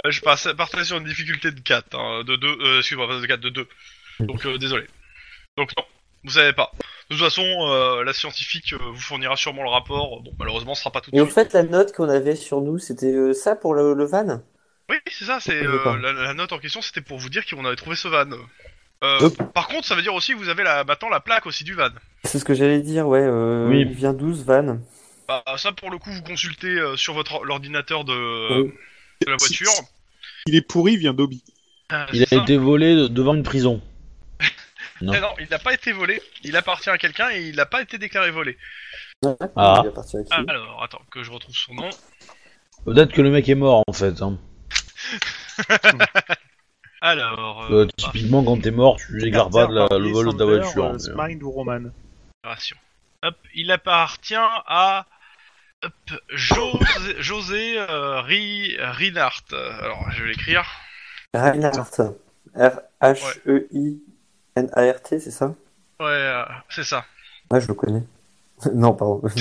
Speaker 2: Euh, je passais- partais sur une difficulté de 4, hein, de 2, euh, excuse-moi, pas de 4, de 2. Donc euh, désolé. Donc non, vous savez pas. De toute façon, euh, la scientifique euh, vous fournira sûrement le rapport. Bon, malheureusement, ce sera pas tout de
Speaker 4: Et au
Speaker 2: suite.
Speaker 4: fait, la note qu'on avait sur nous, c'était euh, ça pour le, le van
Speaker 2: Oui, c'est ça, c'est
Speaker 4: Je
Speaker 2: euh,
Speaker 4: sais pas.
Speaker 2: la, la note en question, c'était pour vous dire qu'on avait trouvé ce van. Euh,
Speaker 1: Hop.
Speaker 2: par contre, ça veut dire aussi que vous avez la, maintenant la plaque aussi du van.
Speaker 4: C'est ce que j'allais dire, ouais. euh,
Speaker 1: Oui.
Speaker 4: Il vient 12 Van.
Speaker 2: Bah, ça, pour le coup, vous consultez euh, sur votre or- l'ordinateur de,
Speaker 1: Oh.
Speaker 2: euh,
Speaker 3: Oui.
Speaker 2: de la voiture.
Speaker 3: Il est pourri, il vient d'Obi.
Speaker 2: Ah,
Speaker 1: Il
Speaker 2: c'est
Speaker 1: a
Speaker 2: ça.
Speaker 1: été volé de- devant une prison. non.
Speaker 2: Ah non, il n'a pas été volé. Il appartient à quelqu'un et il n'a pas été déclaré volé.
Speaker 1: Ah.
Speaker 4: Il est parti avec lui.
Speaker 2: Alors, attends, que je retrouve son nom.
Speaker 1: Peut-être que le mec est mort en fait. hein.
Speaker 4: Ah,
Speaker 2: Alors,
Speaker 4: bah,
Speaker 1: Euh,
Speaker 2: euh,
Speaker 1: typiquement, quand t'es mort, tu déclares pas de la- le vol de ta voiture. mais, euh,
Speaker 3: Smile ou Roman.
Speaker 2: Opération. Hop, il appartient à hop, José, José euh, Ri- Rinhart. Euh, Alors, je vais l'écrire.
Speaker 4: Reinhardt. E R-H-E-I-N-A-R-T, c'est ça
Speaker 2: Ouais, euh, c'est ça.
Speaker 4: Ouais, je le connais. non, pardon.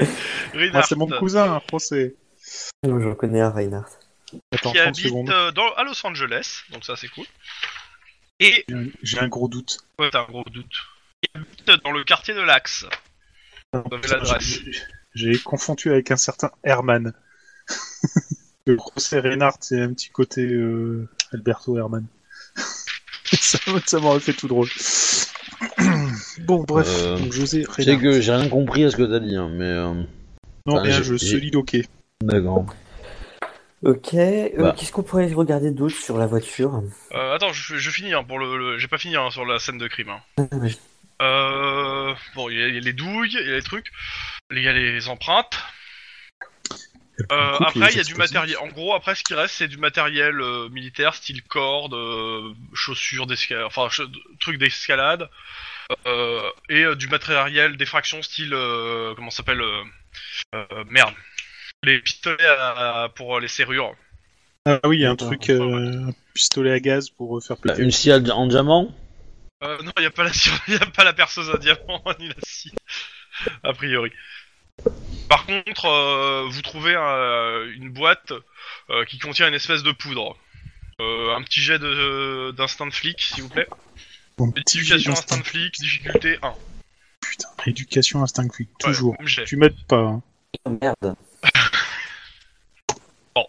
Speaker 3: Ah,
Speaker 2: Rinhart,
Speaker 3: c'est mon cousin, un français.
Speaker 4: Non, je le connais un Reinhardt.
Speaker 3: Attends,
Speaker 2: qui
Speaker 3: 30
Speaker 2: habite
Speaker 3: secondes.
Speaker 2: euh, dans, à Los Angeles, donc ça c'est cool. Et,
Speaker 3: J'ai un- J'ai un gros doute.
Speaker 2: ouais, t'as un gros doute, qui habite dans le quartier de l'Axe. Vous avez l'adresse.
Speaker 3: J'ai- J'ai confondu avec un certain Herman. le procès Reinhardt, c'est un petit côté euh, Alberto Herman. ça m'a- ça m'aurait fait tout drôle. bon, bref,
Speaker 1: Euh,
Speaker 3: donc José
Speaker 1: Tu sais
Speaker 3: Reinhardt.
Speaker 1: que j'ai rien compris à ce que t'as dit, hein, mais. euh,
Speaker 3: Non,
Speaker 1: Enfin,
Speaker 3: bien,
Speaker 1: j'ai-
Speaker 3: je
Speaker 1: j'ai-
Speaker 3: solide ok.
Speaker 1: D'accord.
Speaker 4: Ok, euh,
Speaker 1: Bah.
Speaker 4: qu'est-ce qu'on pourrait regarder d'autre sur la voiture
Speaker 2: Euh, attends, je, je finis hein, pour le, le- j'ai pas fini hein, sur la scène de crime. hein.
Speaker 4: oui.
Speaker 2: Euh, bon, il y, a- il y a les douilles, il y a les trucs, il y a les empreintes. Euh,
Speaker 3: Coupe les
Speaker 2: après, il y a du
Speaker 3: explosifs.
Speaker 2: matériel. En gros, après, ce qui reste, c'est du matériel euh, militaire, style corde, euh, chaussures d'escalade, enfin, ch- trucs d'escalade, euh, et euh, du matériel d'effraction, style euh, comment ça s'appelle euh, euh, Merde, les pistolets à- à- pour les serrures.
Speaker 3: Ah oui, il y a un
Speaker 4: D'accord.
Speaker 3: truc, euh, un pistolet à gaz pour euh, faire
Speaker 1: Bah,
Speaker 3: péter.
Speaker 1: Une scie à- en diamant
Speaker 2: Euh, non, il y a pas la sur- y a pas la perceuse à diamant ni la scie, a priori. Par contre, euh, vous trouvez euh, une boîte euh, qui contient une espèce de poudre. Euh, un petit jet de- d'instinct de, flic, s'il vous plaît.
Speaker 3: Mon petit
Speaker 2: Éducation
Speaker 3: instinct-
Speaker 2: instinct de flic, difficulté 1.
Speaker 3: Putain, éducation instinct flic, toujours.
Speaker 2: Ouais, même jet.
Speaker 3: Tu m'aides pas. hein.
Speaker 4: Oh, Merde.
Speaker 2: Bon,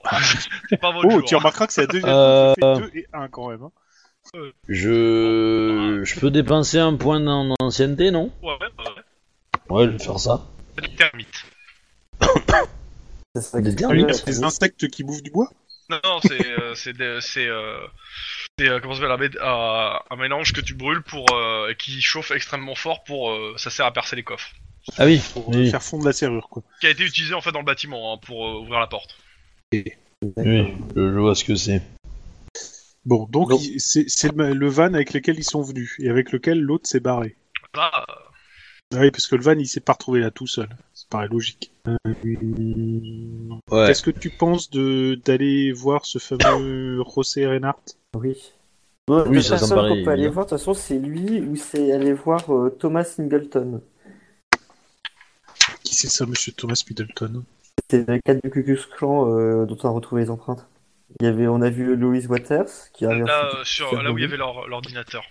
Speaker 2: c'est pas votre
Speaker 3: Oh,
Speaker 2: jour. hein.
Speaker 3: tu remarqueras que c'est la deuxième
Speaker 1: Euh,
Speaker 3: fois que je fais 2 et 1 quand même. hein.
Speaker 1: Je. Je peux dépenser un point d'an- d'ancienneté, non
Speaker 2: Ouais, ouais, ouais.
Speaker 1: Ouais, je vais faire ça.
Speaker 2: Pas de termites.
Speaker 4: C'est ça
Speaker 1: Des
Speaker 4: qui-
Speaker 1: termes,
Speaker 3: Ah oui,
Speaker 1: ouais,
Speaker 3: c'est des insectes qui bouffent du bois
Speaker 2: Non, non, c'est euh, c'est des- c'est euh, c'est, euh, comment ça s'appelle un, mé- un- un mélange que tu brûles pour euh, qui chauffe extrêmement fort pour euh, ça sert à percer les coffres.
Speaker 1: Ah oui,
Speaker 3: pour euh,
Speaker 1: oui.
Speaker 3: faire fondre la serrure, quoi.
Speaker 2: qui a été utilisé en fait dans le bâtiment hein, pour euh, ouvrir la porte.
Speaker 1: oui, je, je vois ce que c'est.
Speaker 3: Bon, donc
Speaker 4: Donc-
Speaker 3: il- c'est c'est le, le van avec lequel ils sont venus et avec lequel l'autre s'est barré.
Speaker 2: Ah, euh,
Speaker 3: Ah oui, parce que le van, il s'est pas retrouvé là tout seul. Ça paraît logique. Euh, hum,
Speaker 1: Ouais.
Speaker 3: Qu'est-ce que tu penses de d'aller voir ce fameux José Reinhardt
Speaker 4: Oui.
Speaker 1: Oui,
Speaker 4: La
Speaker 1: ça, ça me
Speaker 4: personne
Speaker 1: paraît
Speaker 4: qu'on peut aller
Speaker 1: évident.
Speaker 4: voir, de toute façon, c'est lui ou c'est aller voir euh, Thomas Singleton.
Speaker 3: Qui c'est ça, monsieur Thomas Middleton
Speaker 4: C'était le cadre du Cucus Clan euh, dont on a retrouvé les empreintes. Il y avait, on a vu Louise Waters qui avait
Speaker 2: là, euh, sur,
Speaker 4: faire
Speaker 2: là où il y
Speaker 4: brûler.
Speaker 2: avait leur- l'ordinateur.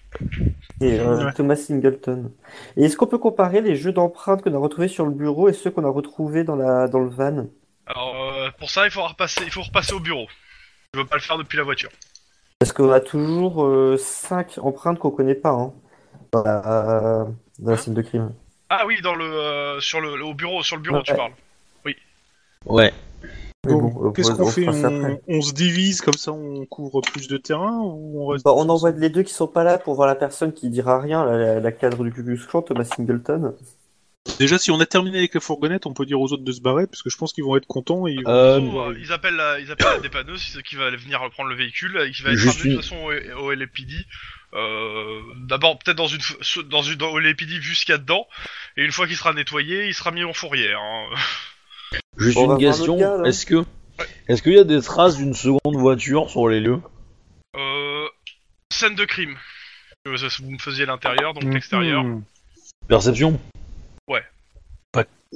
Speaker 4: et euh,
Speaker 3: Ouais.
Speaker 4: Thomas Singleton. Et est-ce qu'on peut comparer les jeux d'empreintes qu'on a retrouvés sur le bureau et ceux qu'on a retrouvés dans la dans le van
Speaker 2: Alors euh, pour ça, il faut repasser, il faut repasser au bureau. Je veux pas le faire depuis la voiture.
Speaker 4: Parce qu'on a toujours euh, cinq empreintes qu'on connaît pas hein, dans la,
Speaker 3: Hein
Speaker 4: dans la scène de crime.
Speaker 2: Ah oui, dans le euh, sur le au bureau, sur le bureau,
Speaker 4: Ouais.
Speaker 2: tu parles.
Speaker 1: Ouais.
Speaker 4: Mais
Speaker 3: Bon,
Speaker 4: bon, euh,
Speaker 3: qu'est-ce
Speaker 4: on-
Speaker 3: qu'on
Speaker 4: on
Speaker 3: fait
Speaker 4: fera ça
Speaker 3: on,
Speaker 4: après.
Speaker 3: on se divise, comme ça on couvre plus de terrain ou on reste
Speaker 4: Bah, on envoie les deux qui sont pas là pour voir la personne qui dira rien, la, la- la cadre du Cucus Clan, Thomas Singleton.
Speaker 3: Déjà, si on a terminé avec la fourgonnette, on peut dire aux autres de se barrer, parce que je pense qu'ils vont être contents. Et ils vont-
Speaker 1: Euh,
Speaker 2: Ou, euh, ils appellent la, ils appellent la dépanneuse c'est qui va venir prendre le véhicule, euh, qui va être
Speaker 1: Juste
Speaker 2: ramené de
Speaker 1: une-
Speaker 2: toute façon au, au LAPD. Euh, D'abord peut-être dans une f- dans une dans, au LAPD vu ce qu'il y a dedans, et une fois qu'il sera nettoyé, il sera mis en fourrière. hein.
Speaker 1: Juste
Speaker 4: On va
Speaker 1: une
Speaker 4: voir le gars,
Speaker 1: question.
Speaker 4: là.
Speaker 1: Est-ce que. Est-ce qu'il y a des traces d'une seconde voiture sur les lieux
Speaker 2: Euh, scène de crime. Euh, ça, Vous me faisiez l'intérieur, donc l'extérieur.
Speaker 3: Hmm.
Speaker 1: Perception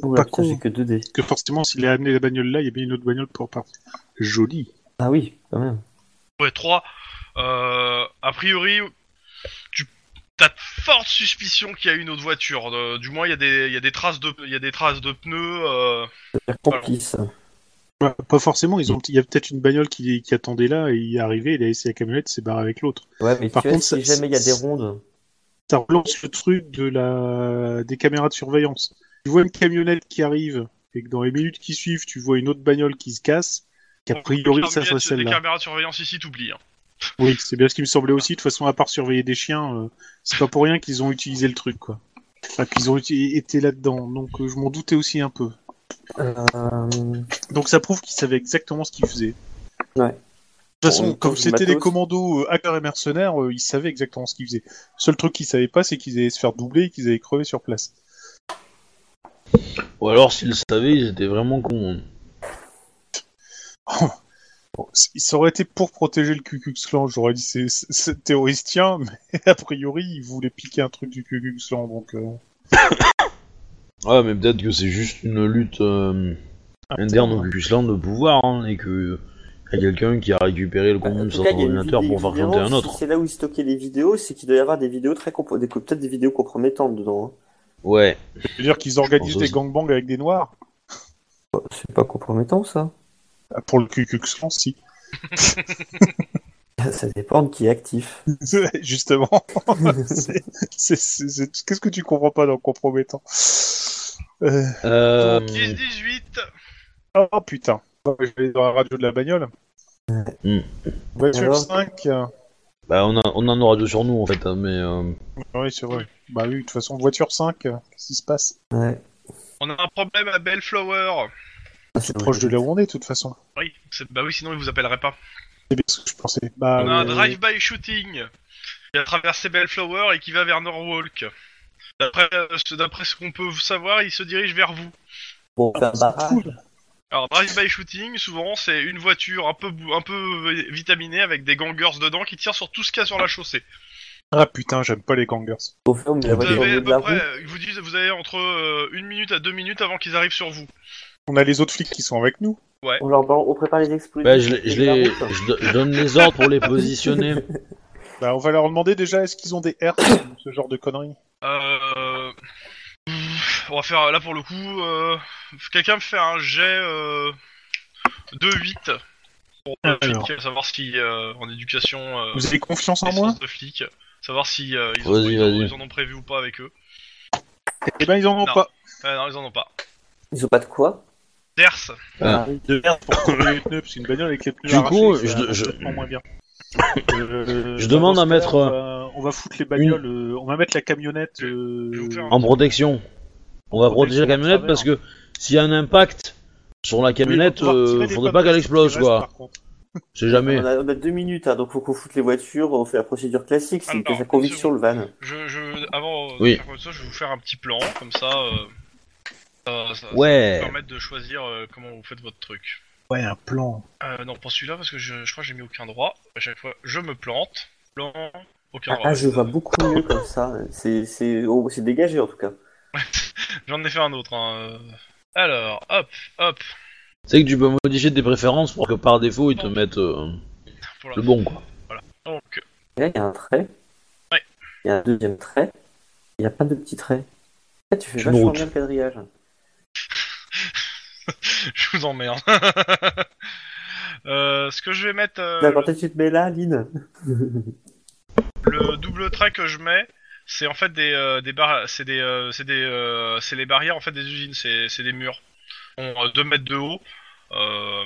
Speaker 4: Oula,
Speaker 3: Pas
Speaker 4: putain,
Speaker 3: con.
Speaker 4: j'ai que 2 dés.
Speaker 3: Que forcément, s'il a amené la bagnole là, il y a bien une autre bagnole pour partir. Joli.
Speaker 4: Ah oui, quand même.
Speaker 2: Ouais, 3. Euh, a priori, tu as de fortes suspicions qu'il y a une autre voiture. Euh, du moins, il y, a des- il y a des traces de, il y a des traces de pneus. euh,
Speaker 4: Complice.
Speaker 3: Bah, pas forcément, ils ont... il y a peut-être une bagnole qui, qui attendait là, et il est arrivé, il a essayé la camionnette, il s'est barré avec l'autre.
Speaker 4: Ouais, mais
Speaker 3: par
Speaker 4: tu vois,
Speaker 3: contre,
Speaker 4: si
Speaker 3: ça-
Speaker 4: jamais il y a des
Speaker 3: ça-
Speaker 4: rondes,
Speaker 3: ça relance le truc de la... des caméras de surveillance. Tu vois une camionnette qui arrive et que dans les minutes qui suivent, tu vois une autre bagnole qui se casse, qu'a priori ça serait
Speaker 2: Les
Speaker 3: celle-là.
Speaker 2: caméras de surveillance ici, t'oublies. hein.
Speaker 3: Oui, c'est bien ce qui me semblait aussi. De toute façon, à part surveiller des chiens, euh, c'est pas pour rien qu'ils ont utilisé le truc, quoi. Enfin, qu'ils ont uti- été là-dedans. Donc, euh, je m'en doutais aussi un peu.
Speaker 4: euh,
Speaker 3: Donc, ça prouve qu'ils savaient exactement ce qu'ils faisaient.
Speaker 4: Ouais.
Speaker 3: De toute façon,
Speaker 4: Bon,
Speaker 3: comme
Speaker 4: du
Speaker 3: c'était des
Speaker 4: matos.
Speaker 3: commandos euh, hackers et mercenaires, euh, ils savaient exactement ce qu'ils faisaient. Le seul truc qu'ils savaient pas, c'est qu'ils allaient se faire doubler et qu'ils allaient crever sur place.
Speaker 1: Ou alors, s'ils le savaient, ils étaient vraiment cons. hein.
Speaker 3: Bon, c- Ça aurait été pour protéger le Ku Klux Klan, j'aurais dit c'est c'est- c'est terroriste tien, mais a priori ils voulaient piquer un truc du Ku Klux Klan, donc euh,
Speaker 1: Ouais, mais peut-être que c'est juste une lutte euh, interne au Cucusland de pouvoir, hein, et que y a quelqu'un qui a récupéré le contenu
Speaker 4: Bah, en
Speaker 1: de
Speaker 4: tout
Speaker 1: son
Speaker 4: cas, il y a une
Speaker 1: ordinateur
Speaker 4: vidéo
Speaker 1: pour faire chanter un
Speaker 4: évidemment,
Speaker 1: autre.
Speaker 4: si C'est là où ils stockaient les vidéos, c'est qu'il doit y avoir des vidéos très compro- des- peut-être des vidéos compromettantes dedans. hein.
Speaker 1: Ouais.
Speaker 3: c'est-à-dire qu'ils
Speaker 1: Je
Speaker 3: organisent
Speaker 1: pense
Speaker 3: des
Speaker 1: aussi.
Speaker 3: gangbangs avec des noirs
Speaker 4: hein. C'est pas compromettant ça.
Speaker 3: Ah, Pour le Ku Klux Klan, si.
Speaker 4: Ça dépend de qui est actif.
Speaker 3: Justement, C'est- c'est- c'est- c'est- qu'est-ce que tu comprends pas dans compromettant Euh,
Speaker 1: Euh,
Speaker 2: 10-18
Speaker 3: Oh putain, Bon, je vais dans la radio de la bagnole.
Speaker 1: Hmm.
Speaker 3: Voiture
Speaker 4: Alors
Speaker 3: 5 euh,
Speaker 1: bah, on, a- on en aura deux sur nous, en fait, hein, mais... euh,
Speaker 3: Oui, c'est vrai. Bah oui, de toute façon, voiture 5, euh, qu'est-ce qui se passe
Speaker 4: Ouais. Ah,
Speaker 2: On a un problème à Bellflower.
Speaker 4: C'est
Speaker 3: Proche de là où on est, de toute façon.
Speaker 2: Oui, c'est- bah oui, sinon ils vous appelleraient pas.
Speaker 3: C'est bien ce que je pensais. Bah,
Speaker 2: On a un
Speaker 3: euh,
Speaker 2: drive-by shooting qui a traversé Bellflower et qui va vers Norwalk. D'après euh, ce, d'après ce qu'on peut savoir, il se dirige vers vous.
Speaker 4: Bon, on fait un barrage.
Speaker 3: cool.
Speaker 2: Alors drive-by shooting, souvent c'est une voiture un peu bou- un peu vitaminée avec des gangers dedans qui tirent sur tout ce qu'il y a sur la chaussée.
Speaker 3: Ah putain, j'aime pas les gangers.
Speaker 4: Au fur et à mesure,
Speaker 2: Vous
Speaker 4: la
Speaker 2: avez
Speaker 4: voiture au
Speaker 2: à
Speaker 4: milieu
Speaker 2: peu
Speaker 4: de la
Speaker 2: près,
Speaker 4: route.
Speaker 2: euh, ils vous disent vous avez entre euh, une minute à deux minutes avant qu'ils arrivent sur vous.
Speaker 3: On a les autres flics qui sont avec nous.
Speaker 4: On leur ban- on prépare les explosifs.
Speaker 1: Bah, je, les-
Speaker 4: au
Speaker 1: je,
Speaker 4: milieu de la
Speaker 1: les-
Speaker 4: route.
Speaker 1: je do- je donne les ordres pour les positionner.
Speaker 3: Bah, on va leur demander déjà est-ce qu'ils ont des R, ce genre de conneries.
Speaker 2: Euh... pff, On va faire là pour le coup. Euh... Quelqu'un me fait un jet euh... de 8 pour le
Speaker 3: Alors.
Speaker 2: flic, savoir si euh, en éducation, euh,
Speaker 3: Vous avez confiance en
Speaker 2: licence
Speaker 3: moi
Speaker 2: de flic, savoir si euh, ils, ont-
Speaker 1: Vas-y,
Speaker 2: ils ont-
Speaker 1: vas-y.
Speaker 2: ils en ont prévu ou pas avec eux.
Speaker 3: Eh ben, ils en ont
Speaker 2: Non.
Speaker 3: pas.
Speaker 2: Ah non, ils en ont pas.
Speaker 4: Ils ont pas de quoi
Speaker 2: Ders,
Speaker 1: Ah.
Speaker 3: De R pour trouver les pneus, parce qu'une bagnole avec les pneus
Speaker 1: Du
Speaker 3: arrachés,
Speaker 1: coup,
Speaker 3: ça
Speaker 1: je-
Speaker 3: va
Speaker 1: je-
Speaker 3: complètement moins bien. Euh,
Speaker 1: Je demande à mettre, euh,
Speaker 3: On va, on va foutre les bagnoles, euh, on va mettre la camionnette. euh,
Speaker 2: Je vais vous faire un-
Speaker 1: en protection. On va protéger la camionnette parce que s'il y a un impact sur la camionnette,
Speaker 3: on va pouvoir tirer
Speaker 1: euh,
Speaker 3: des
Speaker 1: faudrait pas
Speaker 3: bagnoles
Speaker 1: qu'elle
Speaker 3: qui
Speaker 1: explose,
Speaker 3: restent,
Speaker 1: quoi.
Speaker 3: par contre.
Speaker 1: C'est jamais.
Speaker 4: on a, on a deux minutes, hein, donc faut qu'on foute les voitures, on fait la procédure classique, c'est une
Speaker 2: Alors,
Speaker 4: caisse à conviction le van.
Speaker 2: je, je, avant euh, de
Speaker 1: Oui.
Speaker 2: faire ça, je vais vous faire un petit plan, comme ça, euh, ça, ça- ça va vous
Speaker 1: Ouais.
Speaker 2: permettre de choisir euh, comment vous faites votre truc.
Speaker 3: Ouais, un plan.
Speaker 2: Euh, non, pas celui-là parce que je, je crois que j'ai mis aucun droit. À chaque fois, je me plante. Plan, aucun
Speaker 4: Ah,
Speaker 2: droit.
Speaker 4: ah, je vois beaucoup mieux comme ça, c'est c'est- oh, c'est dégagé en tout cas.
Speaker 2: J'en ai fait un autre. hein, euh. Alors, hop, hop.
Speaker 1: C'est que tu peux modifier tes préférences pour que par défaut ils te mettent euh,
Speaker 2: Pour la-
Speaker 1: le bon, quoi.
Speaker 2: Donc,
Speaker 4: Et Là, il y a un trait.
Speaker 2: Ouais.
Speaker 4: Il y a un deuxième trait. Il y a plein de petits traits. Là, tu fais
Speaker 1: C'est une
Speaker 4: vachement
Speaker 1: route.
Speaker 4: bien le quadrillage.
Speaker 2: Euh, je vous emmerde. euh, ce que je vais mettre, euh,
Speaker 4: D'accord, peut-être tu te mets là, Lynn.
Speaker 2: le, le double trait que je mets, c'est en fait des, euh, des barres, c'est des, euh, c'est des, euh, c'est les barrières en fait des usines, c'est, c'est des murs. Bon, 2 mètres de haut. Euh,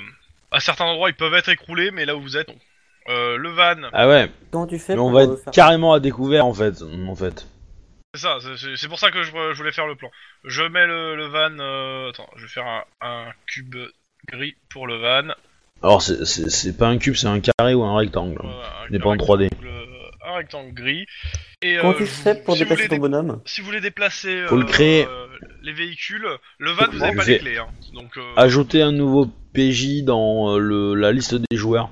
Speaker 2: à certains endroits, ils peuvent être écroulés, mais là où vous êtes, non. Euh, le van,
Speaker 1: Ah ouais,
Speaker 4: Comment tu fais
Speaker 1: mais
Speaker 4: pour
Speaker 1: on va
Speaker 4: euh,
Speaker 1: être
Speaker 4: faire-
Speaker 1: carrément à découvert en fait. En fait.
Speaker 2: C'est ça, c'est- c'est c'est pour ça que je, je voulais faire le plan. Je mets le, le van. euh, attends, je vais faire un, un cube gris pour le van.
Speaker 1: Alors c'est- c'est c'est pas un cube, c'est un carré ou un rectangle.
Speaker 2: euh, un-
Speaker 1: N'est pas
Speaker 2: un
Speaker 1: en 3D.
Speaker 2: rectangle- Un rectangle gris. Et,
Speaker 4: Comment
Speaker 2: euh,
Speaker 4: tu
Speaker 2: je vous-
Speaker 4: fais pour
Speaker 2: si vous
Speaker 4: déplacer
Speaker 2: voulez
Speaker 4: ton
Speaker 2: dé-
Speaker 4: bonhomme
Speaker 2: Si vous voulez déplacer
Speaker 1: Faut le
Speaker 2: euh,
Speaker 1: créer.
Speaker 2: euh, les véhicules, le van, vous
Speaker 1: Bon,
Speaker 2: avez pas
Speaker 1: j'ai-
Speaker 2: les clés. Hein. Donc, euh,
Speaker 1: Ajouter un nouveau PJ dans euh, le, la liste des joueurs.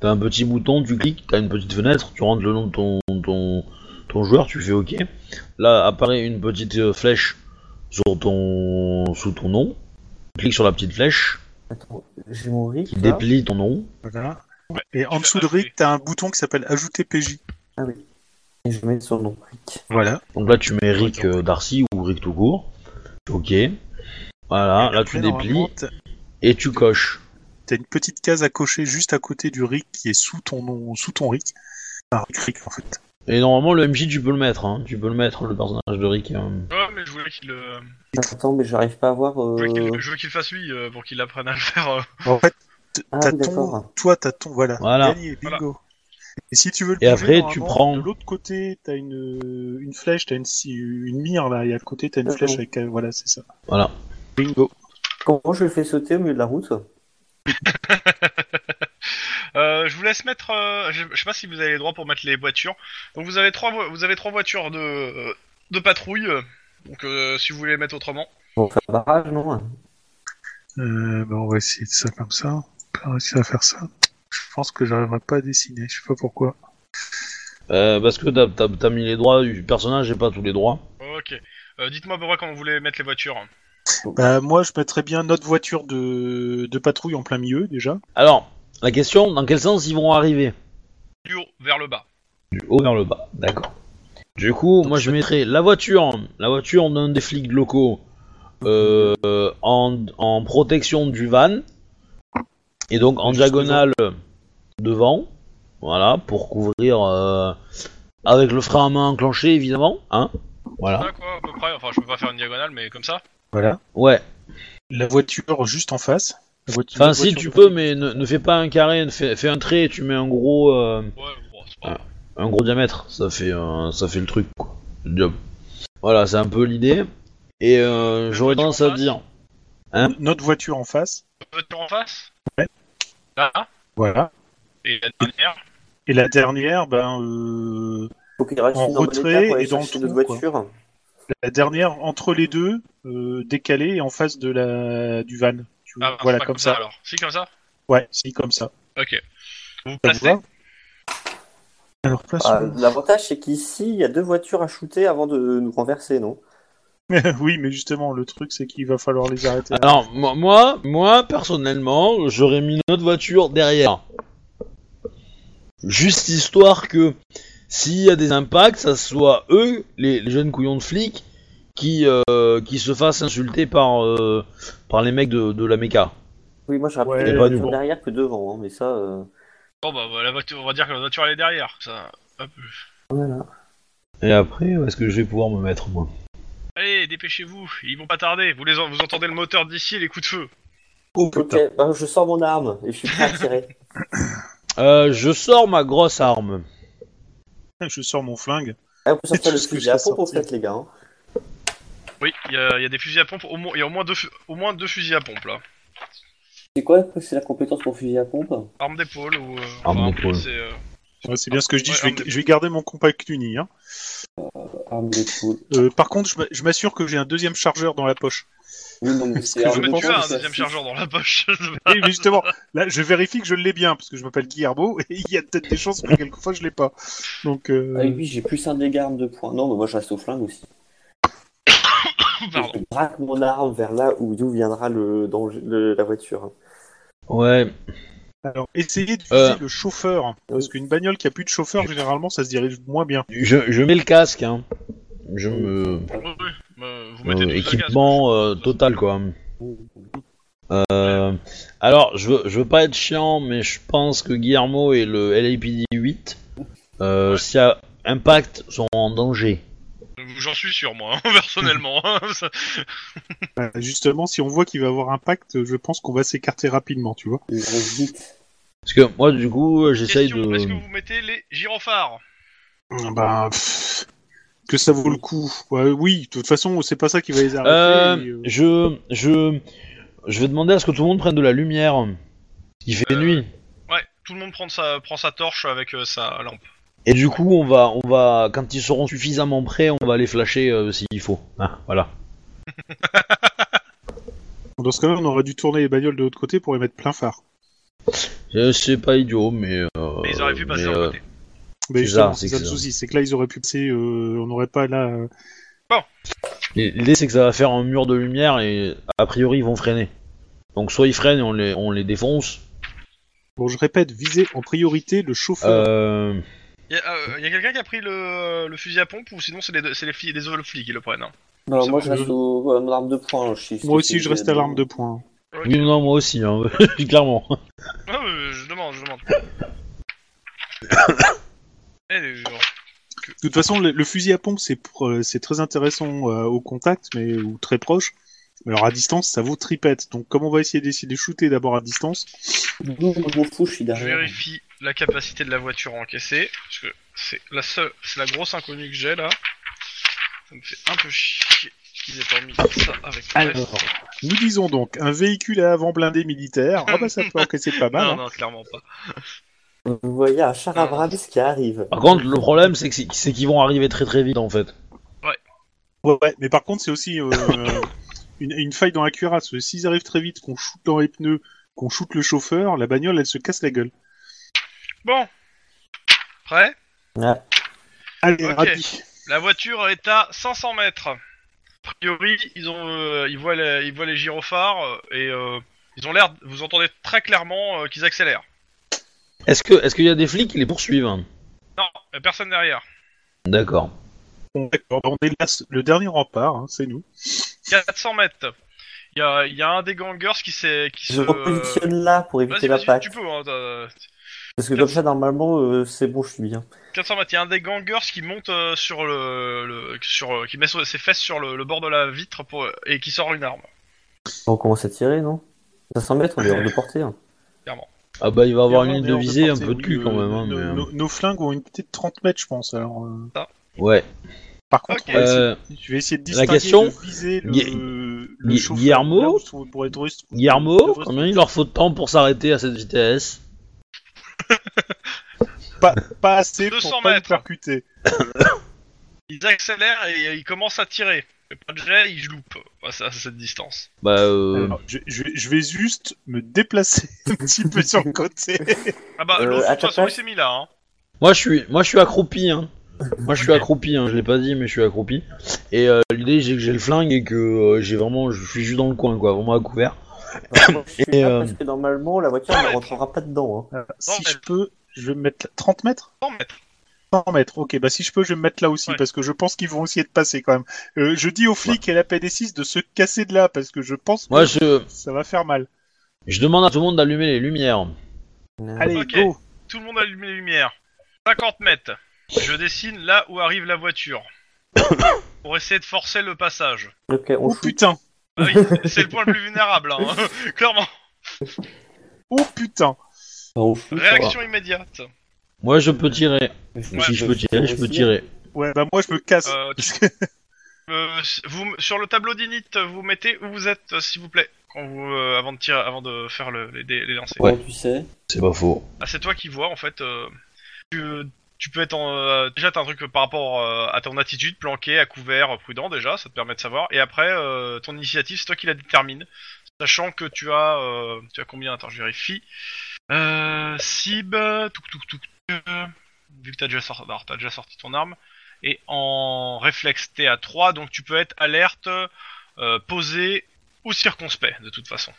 Speaker 1: T'as un petit bouton, tu cliques, t'as une petite fenêtre, tu rentres le nom de ton, ton, ton joueur, tu fais OK. Là apparaît une petite euh, flèche sur ton, sous ton nom. Tu cliques sur la petite flèche
Speaker 4: Attends, j'ai mon riz.
Speaker 1: qui déplie ton nom.
Speaker 3: Voilà. Et en
Speaker 2: tu
Speaker 3: dessous
Speaker 2: peux
Speaker 3: de Rick,
Speaker 2: ajouter.
Speaker 3: t'as un bouton qui s'appelle Ajouter PJ.
Speaker 4: Ah oui. Et je mets son nom. Rick.
Speaker 3: Voilà.
Speaker 1: Donc là, tu mets Rick euh, Darcy ou Rick tout court. Ok. Voilà, Ah, là tu
Speaker 3: Après, normalement,
Speaker 1: déplies
Speaker 3: t'as-
Speaker 1: et tu coches.
Speaker 3: t'as une petite case à cocher juste à côté du RIC qui est sous ton nom, sous ton RIC. Un RIC RIC en fait.
Speaker 1: Et normalement, le MJ, tu peux le mettre, hein. Tu peux le mettre, le personnage de Rick. hein.
Speaker 2: Ouais, mais je voulais qu'il euh,
Speaker 4: Attends, mais j'arrive pas à voir.
Speaker 2: je voulais
Speaker 4: Euh...
Speaker 2: qu'il- je voulais qu'il le fasse lui euh, pour qu'il apprenne à le faire. euh.
Speaker 3: En fait, t-
Speaker 4: Ah,
Speaker 3: t'as
Speaker 4: oui,
Speaker 3: ton,
Speaker 4: d'accord.
Speaker 3: toi t'as ton, voilà,
Speaker 1: Voilà.
Speaker 3: gagné, bingo. Et si tu veux le
Speaker 1: Et après,
Speaker 3: bouger,
Speaker 1: tu
Speaker 3: normalement,
Speaker 1: prends-
Speaker 3: De l'autre côté, t'as une, une flèche, t'as une, si- une mire là, et à côté t'as une
Speaker 4: D'accord.
Speaker 3: flèche avec, euh, voilà, c'est ça.
Speaker 1: Voilà.
Speaker 3: Bingo.
Speaker 4: Comment je le fais sauter au milieu de la route
Speaker 2: Euh, je vous laisse mettre. euh, je, je sais pas si vous avez les droits pour mettre les voitures. Donc vous avez trois, vo- vous avez trois voitures de, euh, de patrouille. euh, Donc euh, si vous voulez les mettre autrement.
Speaker 4: On fait un barrage, non
Speaker 3: Euh, bah, on va essayer de ça comme ça. On va réussir à faire ça. Je pense que j'arriverai pas à dessiner, je sais pas pourquoi.
Speaker 1: Euh, parce que t'as- t'as t'as mis les droits du personnage et pas tous les droits.
Speaker 2: Ok. Euh, Dites-moi à peu près quand vous voulez mettre les voitures. hein.
Speaker 3: Bah, moi, je mettrais bien notre voiture de, de patrouille en plein milieu, déjà.
Speaker 1: Alors, la question, dans quel sens ils vont arriver
Speaker 2: Du haut vers le bas.
Speaker 1: Du haut vers le bas, d'accord. Du coup, moi je mettrais la voiture, la voiture d'un des flics locaux euh, euh, en, en protection du van, et donc en
Speaker 3: Juste
Speaker 1: diagonale devant, voilà, pour couvrir euh, avec le frein à main enclenché évidemment, hein, voilà.
Speaker 2: Ça quoi à peu près. Enfin je peux pas faire une diagonale mais comme ça.
Speaker 3: Voilà.
Speaker 1: Ouais,
Speaker 3: La voiture juste en face. La voiture-
Speaker 1: enfin
Speaker 3: notre
Speaker 1: si
Speaker 3: voiture
Speaker 1: tu
Speaker 3: de
Speaker 1: peux,
Speaker 3: patrouille.
Speaker 1: mais ne, ne fais pas un carré, ne fais, fais un trait, et tu mets un gros, euh,
Speaker 2: Ouais bon c'est pas. grave.
Speaker 1: un gros diamètre, ça fait, un- ça fait le truc, quoi. Le job. Voilà, c'est un peu l'idée, et euh, j'aurais tendance à dire. hein
Speaker 3: Notre voiture en face.
Speaker 2: Voiture en face.
Speaker 3: Ouais.
Speaker 2: Là
Speaker 3: Voilà.
Speaker 2: et la dernière.
Speaker 3: Et la dernière, ben, euh,
Speaker 4: Faut qu'il reste
Speaker 3: En
Speaker 4: une emballée
Speaker 3: retrait
Speaker 4: de terre pour aller
Speaker 3: et dans le
Speaker 4: chercher
Speaker 3: trou,
Speaker 4: notre voiture.
Speaker 3: la dernière entre les deux, euh, décalée et en face de la, du van. Tu vois,
Speaker 2: Ah,
Speaker 3: voilà,
Speaker 2: c'est pas
Speaker 3: comme, ça.
Speaker 2: alors. Si comme ça.
Speaker 3: Ouais, si, comme ça.
Speaker 2: Ok. Vous vous
Speaker 3: Ça
Speaker 2: placez.
Speaker 3: vous va alors, place.
Speaker 4: Ah, L'avantage, c'est qu'ici, il y a deux voitures à shooter avant de nous renverser, non
Speaker 3: oui, mais justement, le truc, c'est qu'il va falloir les arrêter.
Speaker 1: Alors, moi, moi, moi, personnellement, j'aurais mis notre voiture derrière. Juste histoire que s'il y a des impacts, ça soit eux, les, les jeunes couillons de flics, qui, euh, qui se fassent insulter par, euh, par les mecs de, de la méca.
Speaker 4: Oui, moi, je rappelle
Speaker 3: Ouais,
Speaker 4: qu'il y a
Speaker 1: pas
Speaker 4: plus
Speaker 1: du bon.
Speaker 4: derrière que devant, hein, mais ça... euh,
Speaker 2: Bon bah, bah, la voiture on va dire que la voiture elle est derrière. Ça. Hop.
Speaker 4: Voilà.
Speaker 1: Et après, où est-ce que je vais pouvoir me mettre, moi
Speaker 2: Allez dépêchez-vous. Ils vont pas tarder. Vous les en- vous entendez le moteur d'ici et les coups de feu.
Speaker 3: Oh
Speaker 4: Ok,
Speaker 3: putain.
Speaker 4: ben, je sors mon arme et je suis prêt à tirer.
Speaker 1: euh, Je sors ma grosse arme.
Speaker 3: Je sors mon flingue.
Speaker 4: Ah, on peut sortir
Speaker 3: tout
Speaker 4: le
Speaker 3: ce que je
Speaker 4: fusil à
Speaker 3: fais
Speaker 4: pompe, en
Speaker 3: sortir.
Speaker 4: fait, les gars. hein.
Speaker 2: Oui, il y, a il y a des fusils à pompe, au moins, il y a au moins deux, fu- au moins deux fusils à pompe là.
Speaker 4: C'est quoi C'est la compétence pour fusil à pompe
Speaker 2: Arme d'épaule ou. euh,
Speaker 1: Arme
Speaker 2: enfin,
Speaker 1: d'épaule.
Speaker 2: c'est, euh,
Speaker 3: Ouais, c'est bien ce que je dis.
Speaker 2: Ouais,
Speaker 3: je, vais,
Speaker 2: un des-
Speaker 3: je vais garder mon compact uni. Hein.
Speaker 4: Arme d'épaule.
Speaker 3: Euh, par contre, je m'a- je m'assure que j'ai un deuxième chargeur dans la poche.
Speaker 4: Oui, non, mais
Speaker 3: que
Speaker 4: c'est
Speaker 3: je
Speaker 4: arme
Speaker 2: mais
Speaker 3: pense
Speaker 2: tu as
Speaker 4: d'épaule,
Speaker 2: un
Speaker 4: c'est
Speaker 2: deuxième
Speaker 4: assez-
Speaker 2: chargeur dans la poche.
Speaker 3: Oui, mais justement, là, je vérifie que je l'ai bien, parce que je m'appelle Guillermo, et il y a peut-être des chances que quelquefois je l'ai pas. Donc, euh,
Speaker 4: Ah oui, j'ai plus un dégât arme de poing. Non, mais moi, je reste au flingue aussi.
Speaker 2: Pardon.
Speaker 4: Je braque mon arme vers là où d'où viendra le danger, le- la voiture. hein.
Speaker 1: Ouais,
Speaker 3: alors, essayez de viser
Speaker 1: Euh.
Speaker 3: le chauffeur, parce qu'une bagnole qui a plus de chauffeur, généralement, ça se dirige moins bien.
Speaker 1: je, je mets le casque, hein. Je me...
Speaker 2: Oui, oui, mais bah, vous mettez
Speaker 1: euh,
Speaker 2: tous le casque.
Speaker 1: équipement euh, total, quoi. Euh, alors, je veux, je veux pas être chiant, mais je pense que Guillermo et le LAPD 8, euh, si à impact, sont en danger.
Speaker 2: Euh, J'en suis sûr moi, hein, personnellement. hein, ça-
Speaker 3: Euh, justement, si on voit qu'il va avoir impact, je pense qu'on va s'écarter rapidement, tu vois.
Speaker 4: Ils vont vite.
Speaker 1: Parce que moi, du coup, euh, j'essaye
Speaker 2: Question, est-ce que
Speaker 1: de.
Speaker 2: vous mettez les gyrophares
Speaker 3: Ben, pff, que ça vaut le coup. Ouais, oui, de toute façon, c'est pas ça qui va les arrêter.
Speaker 1: Euh,
Speaker 3: et, euh,
Speaker 1: je, je, je vais demander à ce que tout le monde prenne de la lumière. Il fait
Speaker 2: Euh.
Speaker 1: nuit.
Speaker 2: Ouais, tout le monde prend sa, prend sa torche avec euh, sa lampe.
Speaker 1: Et du coup, on va, on va, quand ils seront suffisamment prêts, on va les flasher euh, s'il faut. Ah, voilà.
Speaker 3: euh, Dans ce cas-là, on aurait dû tourner les bagnoles de l'autre côté pour les mettre plein phare.
Speaker 1: Euh, C'est pas idiot, mais. euh,
Speaker 2: Mais ils auraient pu passer
Speaker 1: mais,
Speaker 2: à
Speaker 1: euh,
Speaker 2: côté.
Speaker 3: Mais
Speaker 1: C'est
Speaker 3: justement,
Speaker 1: ça,
Speaker 3: c'est
Speaker 1: c'est
Speaker 3: ça le
Speaker 1: que ça.
Speaker 3: souci, c'est que là, ils auraient pu passer, euh, on n'aurait pas là. euh,
Speaker 1: L'idée c'est que ça va faire un mur de lumière et a priori ils vont freiner. Donc soit ils freinent et on les, on les défonce.
Speaker 3: Bon, je répète, viser en priorité le chauffeur.
Speaker 1: Euh,
Speaker 2: Il y a, euh, y a quelqu'un qui a pris le, le fusil à pompe ou sinon c'est les, deux- c'est les, filles, les autres filles qui le prennent. hein.
Speaker 4: Non,
Speaker 2: Ça
Speaker 4: moi,
Speaker 2: va,
Speaker 4: je reste
Speaker 3: je-
Speaker 1: Euh,
Speaker 4: au, à mon arme de poing. hein,
Speaker 3: Moi aussi, je reste à l'arme de poing.
Speaker 2: Ok.
Speaker 1: Oui, non, moi aussi, hein, clairement.
Speaker 2: Non, mais Ah je demande, je demande. Eh, les gens.
Speaker 3: De toute façon, le, le fusil à pompe, c'est pour, euh, c'est très intéressant euh, au contact, mais ou très proche. Alors à distance, ça vaut tripette. Donc comme on va essayer d'essayer de shooter d'abord à distance,
Speaker 4: Non, je m'en fous, je suis
Speaker 2: Je
Speaker 4: derrière.
Speaker 2: vérifie la capacité de la voiture à encaisser, parce que c'est la seule, c'est la grosse inconnue que j'ai là. Ça me fait un peu chier qu'ils aient pas mis ça avec le
Speaker 4: Alors,
Speaker 2: reste.
Speaker 3: nous disons donc un véhicule à avant blindé militaire. Ah bah ça peut encaisser pas mal.
Speaker 2: non,
Speaker 3: hein.
Speaker 2: non, clairement pas.
Speaker 4: Vous voyez un
Speaker 2: Ah.
Speaker 4: char à Brabus qui arrive.
Speaker 1: Par contre, le problème, c'est que c'est- c'est qu'ils vont arriver très très vite en fait.
Speaker 3: Ouais, ouais, mais par contre c'est aussi euh, une, une faille dans la cuirasse. S'ils arrivent très vite, qu'on shoot dans les pneus, qu'on shoot le chauffeur, la bagnole elle se casse la gueule.
Speaker 2: Bon. Prêt
Speaker 4: Ouais.
Speaker 3: Allez,
Speaker 2: Ok.
Speaker 3: rapi.
Speaker 2: La voiture est à 500 mètres. A priori, ils ont, euh, ils voient les, ils voient les gyrophares euh, et euh, ils ont l'air, vous entendez très clairement euh, qu'ils accélèrent.
Speaker 1: Est-ce que est-ce qu'il y a des flics qui les poursuivent hein
Speaker 2: Non, y a personne derrière.
Speaker 1: D'accord.
Speaker 3: Bon, d'accord, bah, on est là, le dernier rempart, hein, c'est nous.
Speaker 2: 400 mètres. Il y a, y a un des gangers qui s'est, qui
Speaker 4: Je
Speaker 2: se.
Speaker 4: repositionne là pour éviter
Speaker 2: Vas-y,
Speaker 4: la
Speaker 2: vas-y, tu
Speaker 4: patte.
Speaker 2: peux. Hein, t'as-
Speaker 4: Parce que comme ça, normalement, euh, c'est bon, je suis bien.
Speaker 2: 400 mètres, il y a un des gangers qui monte euh, sur le, le- sur, euh, qui met so- ses fesses sur le, le bord de la vitre pour, et qui sort une arme.
Speaker 4: On commence à tirer, non 500 mètres, on est hors de portée. hein.
Speaker 1: Ah bah il va avoir
Speaker 3: Et
Speaker 1: une
Speaker 3: avant,
Speaker 1: ligne
Speaker 3: on
Speaker 1: de
Speaker 3: est hors
Speaker 1: visée un
Speaker 3: portée,
Speaker 1: peu de
Speaker 3: oui,
Speaker 1: cul
Speaker 3: euh,
Speaker 1: quand même. hein,
Speaker 3: nos-
Speaker 1: mais, euh,
Speaker 3: nos, nos flingues ont une petite 30 mètres, je pense. Alors, euh,
Speaker 1: Ouais.
Speaker 3: Par contre,
Speaker 2: Ok.
Speaker 3: on va essayer-
Speaker 1: Euh,
Speaker 3: je vais essayer de
Speaker 1: la
Speaker 3: distinguer,
Speaker 1: question,
Speaker 3: de viser le,
Speaker 1: Gui-
Speaker 3: le
Speaker 1: Gui-
Speaker 3: chauffeur,
Speaker 1: Guillermo
Speaker 3: là où se trouve- pour être russe-
Speaker 1: Guillermo,
Speaker 3: pour être russe-
Speaker 1: combien il leur faut de temps pour s'arrêter à cette vitesse
Speaker 3: Pas assez
Speaker 2: 200
Speaker 3: pour pas le
Speaker 2: mètres.
Speaker 3: percuter.
Speaker 2: Ils accélèrent et euh, ils commencent à tirer. Et pas de jet, ils loupent à, à cette distance.
Speaker 1: Bah euh...
Speaker 3: Alors, je, je vais- je vais juste me déplacer un petit peu sur le côté.
Speaker 2: Ah bah,
Speaker 4: Euh,
Speaker 2: l'autre, de
Speaker 4: à
Speaker 2: toute
Speaker 4: ta
Speaker 2: façon, il
Speaker 4: place
Speaker 2: s'est mis là. Hein.
Speaker 1: moi je suis moi je suis accroupi hein. Moi je suis accroupi hein, je l'ai pas dit mais je suis accroupi. Et euh, l'idée c'est que j'ai le flingue et que euh, j'ai vraiment je suis juste dans le coin quoi, vraiment à couvert.
Speaker 4: Alors, moi, je suis
Speaker 1: Et,
Speaker 4: là
Speaker 1: euh,
Speaker 4: Parce que normalement, la voiture ne rentrera pas dedans. hein.
Speaker 3: Euh, si je
Speaker 2: mètres.
Speaker 3: peux, je vais me mettre là- 30 mètres
Speaker 2: 100 mètres.
Speaker 3: 100 mètres, ok, bah si je peux, je vais me mettre là aussi,
Speaker 2: Ouais.
Speaker 3: parce que je pense qu'ils vont essayer de passer quand même. Euh, je dis aux flics et à la PD6 de se casser de là, parce que je pense que
Speaker 1: Moi je
Speaker 3: ça va faire mal.
Speaker 1: je demande à tout le monde d'allumer les lumières.
Speaker 4: hein.
Speaker 3: Allez,
Speaker 2: Ok.
Speaker 3: go
Speaker 2: Tout le monde allume les lumières. 50 mètres. Je dessine là où arrive la voiture. Pour essayer de forcer le passage.
Speaker 4: Ok, on
Speaker 3: Oh
Speaker 4: shoot.
Speaker 3: putain
Speaker 2: Ah oui, c'est le point le plus vulnérable, hein, clairement.
Speaker 3: Oh putain
Speaker 4: On shoot,
Speaker 2: Réaction immédiate.
Speaker 1: Moi je peux tirer.
Speaker 4: on va.
Speaker 1: si bah, je peux tirer, je peux tirer.
Speaker 3: Ouais, bah moi je me casse.
Speaker 2: Euh, tu- Euh, vous, sur le tableau d'init, vous mettez où vous êtes, euh, s'il vous plaît, quand vous, euh, avant de tirer, avant de faire le, les, dé- les lancers.
Speaker 1: Ouais.
Speaker 4: Ouais, tu sais.
Speaker 1: C'est pas faux.
Speaker 2: Ah, c'est toi qui vois en fait. euh, tu, tu peux être en, euh, déjà t'as un truc par rapport euh, à ton attitude, planqué, à couvert, euh, prudent déjà, ça te permet de savoir. Et après, euh, ton initiative, c'est toi qui la détermine, sachant que tu as, euh, tu as combien Attends, je vérifie. Euh, Sib, touc, touc, touc, euh, vu que t'as déjà sorti, alors, t'as déjà sorti ton arme. Et en réflexe, t'es à 3, donc tu peux être alerte, euh, posé ou circonspect de toute façon.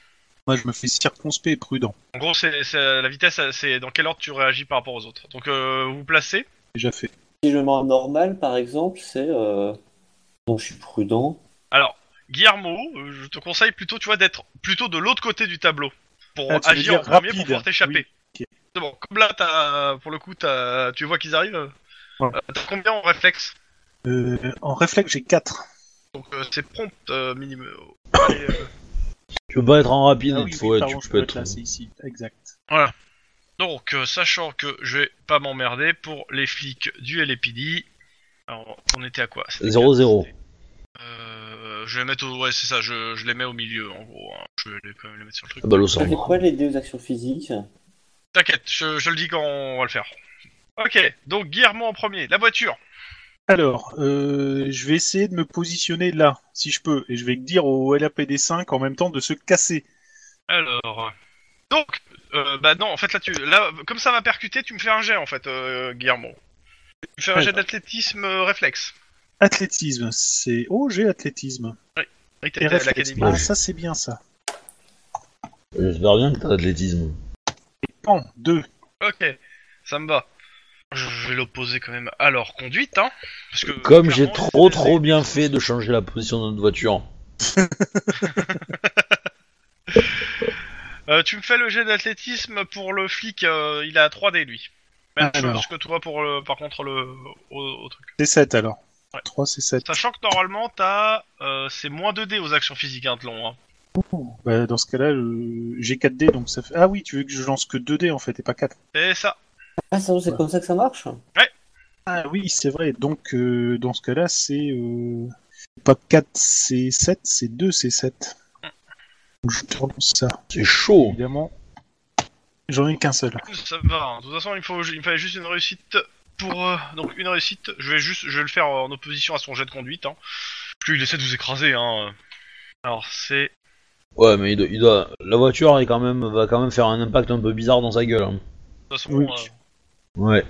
Speaker 3: Moi je me fais circonspect et prudent.
Speaker 2: En gros, c'est c'est- la vitesse, c'est dans quel ordre tu réagis par rapport aux autres. Donc, euh, vous vous placez.
Speaker 3: Déjà fait.
Speaker 4: Si je mets en normal, par exemple, c'est. Euh... Bon, je suis prudent.
Speaker 2: Alors, Guillermo, euh, je te conseille plutôt, tu vois, d'être plutôt de l'autre côté du tableau pour
Speaker 3: Ah, tu veux
Speaker 2: agir en
Speaker 3: dire
Speaker 2: premier
Speaker 3: rapide.
Speaker 2: pour pouvoir t'échapper.
Speaker 3: Oui,
Speaker 2: C'est bon. Comme là, t'as- pour le coup, t'as- tu vois qu'ils arrivent. euh,
Speaker 3: Ouais.
Speaker 2: euh, T'as combien en réflexe
Speaker 3: Euh, en réflexe, j'ai 4.
Speaker 2: Donc, euh, c'est prompt euh, minimum. Et, euh,
Speaker 1: Tu peux pas être en rapide, il faut être- Ah tu peux être.
Speaker 3: là, c'est ici. Exact.
Speaker 2: Donc, euh, sachant que je vais pas m'emmerder pour les flics du LPD. Alors, on était à quoi C'était
Speaker 1: Zéro,
Speaker 2: quatre,
Speaker 1: zéro.
Speaker 2: c'était- Euh, je vais mettre au... Ouais, c'est ça, je, je les mets au milieu, en gros. hein. Je vais les- quand même les mettre sur le truc.
Speaker 1: Ah bah le
Speaker 4: Ça
Speaker 1: sang.
Speaker 4: fait quoi les dés aux actions physiques
Speaker 2: T'inquiète, je, je le dis quand on va le faire. Ok, donc Guillermo en premier, la voiture.
Speaker 3: Alors, euh, je vais essayer de me positionner là, si je peux, et je vais dire au LAPD5 en même temps de se casser.
Speaker 2: Alors... Donc, euh, bah non, en fait, là, tu, là, comme ça va percuter, tu me fais un jet, en fait, euh, Guillermo. Tu me fais un jet d'athlétisme euh, réflexe.
Speaker 3: Athlétisme, c'est... Oh, j'ai athlétisme.
Speaker 2: Oui, t'as
Speaker 3: Et
Speaker 2: été à
Speaker 3: réflexe.
Speaker 2: l'académie.
Speaker 3: Ah, ça c'est bien ça.
Speaker 1: J'espère bien que t'as l'athlétisme.
Speaker 3: Pan, 2.
Speaker 2: Ok, ça me va. Je vais l'opposer quand même à leur conduite, hein. Parce que,
Speaker 1: Comme j'ai
Speaker 2: clairement,
Speaker 1: trop
Speaker 2: c'est-
Speaker 1: trop bien fait de changer la position de notre voiture.
Speaker 2: Euh, tu me fais le jet d'athlétisme pour le flic, euh, il a 3D lui. Même
Speaker 3: Ah,
Speaker 2: chose
Speaker 3: alors.
Speaker 2: que toi pour le, par contre le au, au truc.
Speaker 3: C'est 7 alors.
Speaker 2: Ouais.
Speaker 3: 3, c'est 7.
Speaker 2: Sachant que normalement t'as euh, c'est moins 2D aux actions physiques un long. Hein.
Speaker 3: Bah, dans ce cas-là, euh, j'ai 4D, donc ça fait... Ah oui, tu veux que je lance que 2D, en fait, et pas 4.
Speaker 2: C'est ça.
Speaker 4: Ah, sérieux, c'est comme ça que ça marche
Speaker 3: Ah oui, c'est vrai. Donc, euh, dans ce cas-là, c'est... euh, Pas 4, c'est 7, c'est 2, c'est 7. Donc, je te relance ça.
Speaker 1: C'est chaud.
Speaker 3: Évidemment, j'en ai qu'un seul.
Speaker 2: Ça va. hein. De toute façon il me faut il me fallait juste une réussite pour euh, donc une réussite. Je vais juste je vais le faire en opposition à son jet de conduite. Hein. Plus il essaie de vous écraser. Hein. Alors c'est
Speaker 1: Ouais, mais il doit, il doit- la voiture est quand même, va quand même faire un impact un peu bizarre dans sa gueule. hein.
Speaker 2: de toute façon.
Speaker 3: Oui.
Speaker 2: euh,
Speaker 1: Ouais.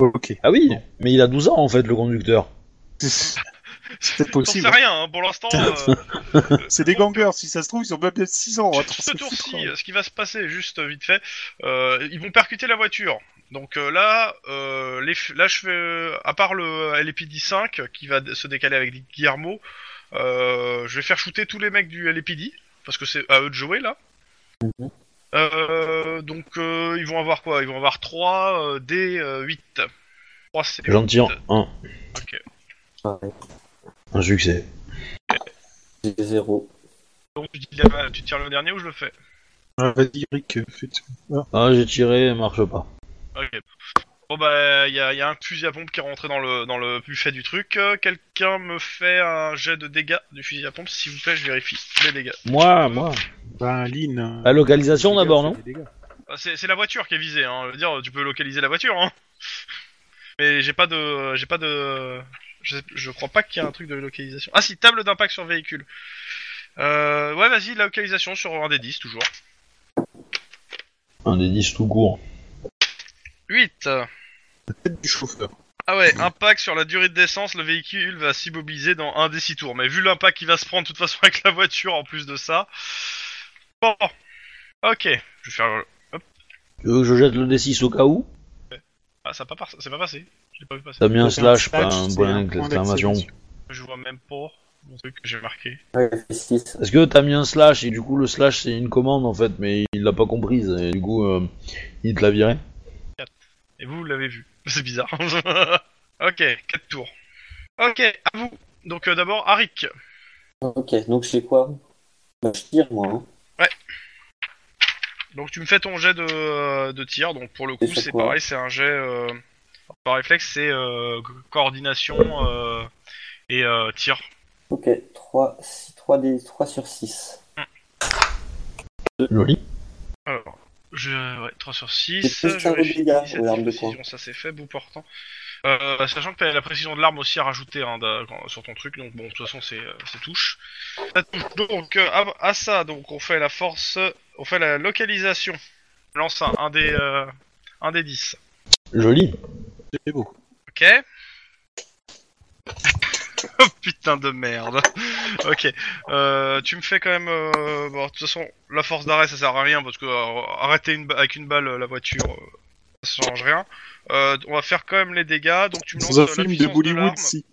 Speaker 3: Ok.
Speaker 1: Ah oui, mais il a 12 ans en fait, le conducteur.
Speaker 3: C'est
Speaker 2: T'en
Speaker 3: possible.
Speaker 2: sais rien, hein, pour l'instant. euh,
Speaker 3: C'est des gangers, si ça se trouve, ils ont même peut-être 6 ans. attends,
Speaker 2: ce
Speaker 3: c'est
Speaker 2: tour-ci,
Speaker 3: foutre, hein.
Speaker 2: euh, ce qui va se passer, juste euh, vite fait, euh, ils vont percuter la voiture. Donc euh, là, euh, les f- là, je fais, euh, à part le LPD 5 euh, qui va d- se décaler avec Guillermo, euh, je vais faire shooter tous les mecs du LPD parce que c'est à eux de jouer là.
Speaker 4: Mhm.
Speaker 2: Euh, donc euh, ils vont avoir quoi Ils vont avoir 3 D euh, 8. 3 C.
Speaker 1: J'en tire hein. un,
Speaker 2: Ok.
Speaker 4: Pareil.
Speaker 1: un succès.
Speaker 4: J'ai zéro.
Speaker 2: Donc tu, dis, euh, tu tires le dernier ou je le fais
Speaker 3: Ah, Vas-y, Rick, euh, fais tout.
Speaker 1: Ah, j'ai tiré, marche pas.
Speaker 2: Ok. Bon bah, il y, a- y a un fusil à pompe qui est rentré dans le, dans le buffet du truc. Euh, Quelqu'un me fait un jet de dégâts du fusil à pompe, s'il vous plaît, je vérifie les dégâts.
Speaker 1: Moi, moi.
Speaker 3: Ben, Lynn. euh,
Speaker 1: La localisation d'abord, non
Speaker 3: fait des dégâts.
Speaker 2: Ah, C'est c'est la voiture qui est visée, hein. Je veux dire, tu peux localiser la voiture, hein. Mais j'ai pas de... J'ai pas de... Je, je crois pas qu'il y a un truc de localisation. Ah si, table d'impact sur véhicule. Euh, ouais, vas-y, la localisation sur un des 10, toujours.
Speaker 1: Un des 10 tout court.
Speaker 2: 8
Speaker 3: Tête du chauffeur.
Speaker 2: Ah
Speaker 4: Mm.
Speaker 2: ouais, impact sur la durée de descente, le véhicule va s'immobiliser dans un des six tours. Mais vu l'impact qu'il va se prendre de toute façon avec la voiture en plus de ça. Bon, ok, je vais faire. le-
Speaker 1: Tu veux que je jette le D6 au cas où
Speaker 2: Ah, ça a pas par- c'est pas passé. Je l'ai pas vu passer.
Speaker 1: T'as mis un
Speaker 3: C'est
Speaker 1: slash, pas un
Speaker 3: c'est
Speaker 1: point
Speaker 3: point
Speaker 1: d'exclamation.
Speaker 3: d'accélération.
Speaker 2: Je vois même pas mon truc que j'ai marqué.
Speaker 4: Ouais, j'ai fait 6.
Speaker 1: Est-ce que t'as mis un slash et du coup le slash c'est une commande en fait, mais il l'a pas comprise et du coup euh, il te l'a viré
Speaker 2: Et vous, vous l'avez vu. C'est bizarre. ok, quatre tours. Ok, à vous. Donc euh, d'abord, Arik.
Speaker 4: Ok, donc j'ai quoi bah, Je tire moi. Hein.
Speaker 2: Donc tu me fais ton jet de, de tir. Donc pour le coup,
Speaker 4: Et sur
Speaker 2: c'est
Speaker 4: quoi
Speaker 2: pareil, c'est un jet. euh, Par réflexe, c'est euh, co- coordination euh, et euh, tir.
Speaker 4: Ok, 3, 3, des, 3 sur 6.
Speaker 1: Joli.
Speaker 2: Alors, je... ouais, 3 sur
Speaker 4: J'ai
Speaker 2: 6.
Speaker 4: plus
Speaker 2: je
Speaker 4: un
Speaker 2: vérifie
Speaker 4: dégât aux
Speaker 2: 17,
Speaker 4: larmes de
Speaker 2: précision, Ça c'est faible ou portant. Euh, sachant que t'as la précision de l'arme aussi à rajouter hein, d'un- quand- sur ton truc, donc bon, de toute façon c'est euh, c'est touche. Ça touche. Donc euh, à, à ça, donc on fait la force, on fait la localisation. On lance un, un des euh, un des 10.
Speaker 1: Joli.
Speaker 3: C'est beau.
Speaker 2: Ok. Oh, Putain de merde. ok. Euh, tu me fais quand même. euh, bon, de toute façon, la force d'arrêt ça sert à rien parce que euh, arrêter une ba- avec une balle euh, la voiture, euh, ça change rien. Euh, on va faire quand même les dégâts. Donc tu me lances
Speaker 3: Dans
Speaker 2: euh,
Speaker 3: un
Speaker 2: la
Speaker 3: film de
Speaker 2: puissance l'arme,
Speaker 3: Bollywood, si.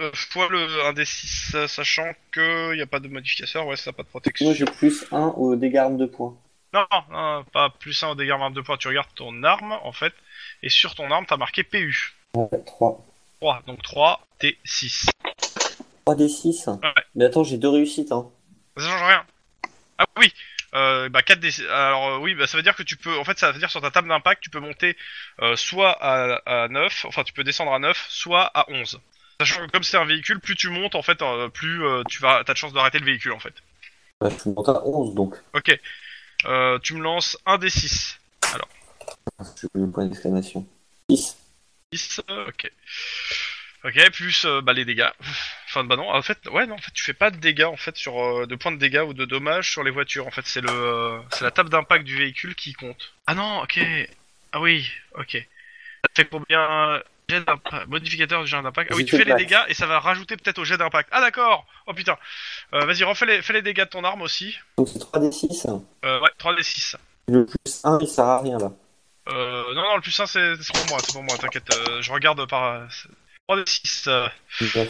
Speaker 2: euh, fois le 1 des 6, sachant que y a pas de modificateur. Ouais, ça a pas de protection.
Speaker 4: Moi j'ai plus 1 au dégât arme de poing.
Speaker 2: Non, non, non, pas plus 1 au dégât en arme de poids. Tu regardes ton arme en fait, et sur ton arme t'as marqué PU.
Speaker 4: Ouais, 3.
Speaker 2: 3, donc 3, T6.
Speaker 4: 3 des 6.
Speaker 2: Ouais.
Speaker 4: Mais attends, j'ai deux réussites. Hein.
Speaker 2: Ça change rien. Ah oui. Euh, bah 4 des... Alors euh, oui, bah, ça veut dire que tu peux... En fait, ça veut dire sur ta table d'impact, tu peux monter euh, soit à, à 9, enfin tu peux descendre à 9, soit à 11. Sachant que comme c'est un véhicule, plus tu montes, en fait, euh, plus euh, tu vas... as de chance d'arrêter le véhicule, en fait.
Speaker 4: Bah, je suis monté à 11 donc.
Speaker 2: Ok. Euh, tu me lances 1 des 6.
Speaker 4: J'ai plus le point d'exclamation. 6.
Speaker 2: 10, euh, ok. Ok, plus euh, bah, les dégâts. Enfin, bah non, en fait, ouais, non, en fait, tu fais pas de dégâts, en fait, sur euh, de points de dégâts ou de dommages sur les voitures. En fait, c'est le, euh, c'est la table d'impact du véhicule qui compte. Ah non, ok. Ah oui, ok. Ça te fait combien euh, jet d'impact- Modificateur du jet d'impact. Ah oui,
Speaker 4: J'ai
Speaker 2: tu
Speaker 4: fait
Speaker 2: fais les
Speaker 4: max.
Speaker 2: dégâts et ça va rajouter peut-être au jet d'impact. Ah d'accord Oh putain Euh, Vas-y, refais les, fais les dégâts de ton arme aussi.
Speaker 4: Donc c'est 3 des 6.
Speaker 2: Euh, ouais, 3d6.
Speaker 4: Le plus 1 il sert à rien là.
Speaker 2: Euh, non, non, le plus 1, c'est c'est pour moi, c'est pour moi, t'inquiète. euh, je regarde par... 3 de 6. euh,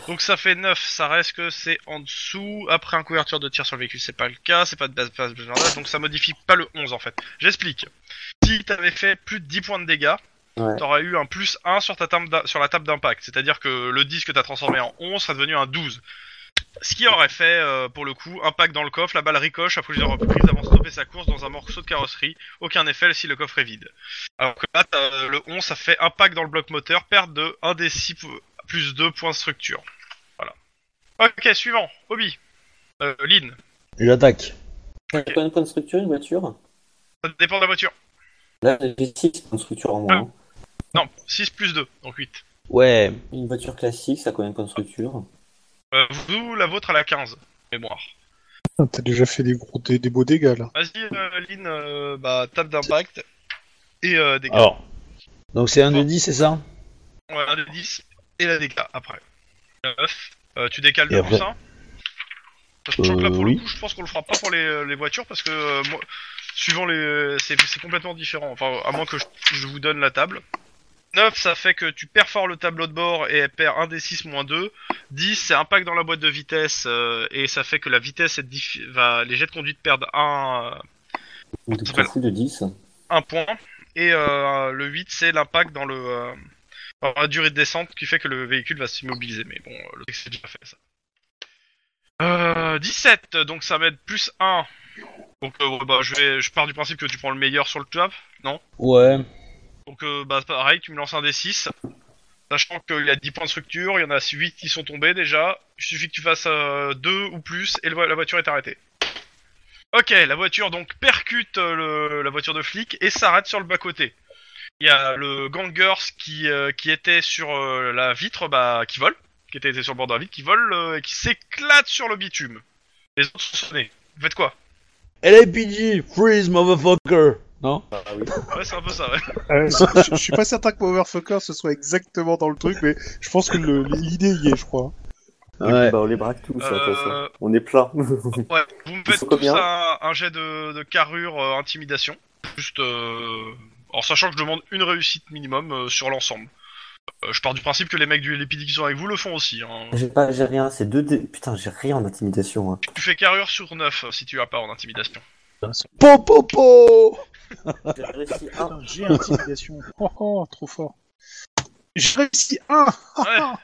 Speaker 2: donc ça fait 9, ça reste que c'est en dessous. Après un couverture de tir sur le véhicule, c'est pas le cas, c'est pas de base, base- base- base- donc ça modifie pas le 11 en fait. J'explique. Si t'avais fait plus de 10 points de dégâts,
Speaker 4: Ouais.
Speaker 2: t'aurais eu un plus 1 sur, ta table d'im- sur la table d'impact. C'est-à-dire que le 10 que t'as transformé en 11 serait devenu un 12. Ce qui aurait fait, euh, pour le coup, impact dans le coffre, la balle ricoche à plusieurs reprises avant de stopper sa course dans un morceau de carrosserie. Aucun effet si le coffre est vide. Alors que là, t'as- euh, le 11, ça fait impact dans le bloc moteur, perte de 1 des 6 plus 2 points structure. Voilà. Ok, suivant. Obi. Euh, Lynn.
Speaker 1: J'attaque.
Speaker 4: T'as pas une bonne structure, une voiture
Speaker 2: Ça dépend de la voiture.
Speaker 4: Là, j'ai 6 points de structure en moins. hein.
Speaker 2: Ah. Non, 6 plus 2, donc 8.
Speaker 1: Ouais.
Speaker 4: Une voiture classique, ça a combien de points de structure
Speaker 2: Euh, vous, la vôtre, elle a 15. Mémoire.
Speaker 3: Ah, T'as déjà fait des, gros, des, des beaux dégâts là.
Speaker 2: Vas-y, euh, Lynn, euh, bah, tape d'impact. Et euh, dégâts.
Speaker 1: Alors. Donc c'est un de 10, c'est ça
Speaker 2: Ouais, un de 10 et la dégâts après. 9. Euh, tu décales
Speaker 1: Et
Speaker 2: le
Speaker 1: après-
Speaker 2: plus 1. Sachant que là,
Speaker 1: Euh,
Speaker 2: pour
Speaker 1: oui.
Speaker 2: le coup, je pense qu'on le fera pas pour les, les voitures parce que, euh, moi, suivant les. C'est c'est complètement différent. Enfin, à moins que je, je vous donne la table. 9, ça fait que tu perfores le tableau de bord et elle perd 1 des 6 moins 2. 10, c'est impact dans la boîte de vitesse euh, et ça fait que la vitesse est diffi- va... les jets de conduite perdent 1,
Speaker 4: Ou de
Speaker 2: Ça
Speaker 4: t'en fous de 10
Speaker 2: un point. Et euh, le 8, c'est l'impact dans le euh, dans la durée de descente qui fait que le véhicule va s'immobiliser. Mais bon, euh, le texte c'est déjà fait ça. Euh, 17, donc ça va être plus 1. Donc euh, ouais, bah, je, vais, je pars du principe que tu prends le meilleur sur le top.
Speaker 1: Ouais.
Speaker 2: Donc euh, bah, c'est pareil, tu me lances un des 6. Sachant qu'il y a 10 points de structure, il y en a 8 qui sont tombés déjà. Il suffit que tu fasses 2 ou plus et le vo- la voiture est arrêtée. Ok, la voiture donc percute euh, le- la voiture de flic et s'arrête sur le bas-côté. Il y a le gangers qui, euh, qui était sur euh, la vitre, bah, qui vole, qui était, était sur le bord de la vitre, qui vole euh, et qui s'éclate sur le bitume. Les autres sont sonnés. Vous faites quoi
Speaker 1: LAPD, freeze motherfucker Non
Speaker 2: Ouais, c'est un peu ça, ouais.
Speaker 3: Euh, je, je- je suis pas certain que Motherfucker ce soit exactement dans le truc, mais je pense que le- l'idée y est, je crois.
Speaker 1: Ouais.
Speaker 4: Bah, on les braque tous,
Speaker 2: Euh,
Speaker 4: attention. On est plein.
Speaker 2: Ouais, vous me faites
Speaker 4: sont
Speaker 2: tous
Speaker 4: combien
Speaker 2: un, un jet de, de carrure euh, intimidation. Juste euh, en sachant que je demande une réussite minimum euh, sur l'ensemble. Euh, je pars du principe que les mecs du LPD qui sont avec vous le font aussi. hein.
Speaker 4: j'ai pas, j'ai rien, c'est 2 dé... Putain, j'ai rien en intimidation. hein.
Speaker 2: Tu fais carrure sur 9 euh, si tu as pas en intimidation.
Speaker 1: Po po po
Speaker 4: J'ai réussi un.
Speaker 3: j'ai intimidation. Oh, oh, trop fort. J'ai réussi un
Speaker 2: Ouais. Bon,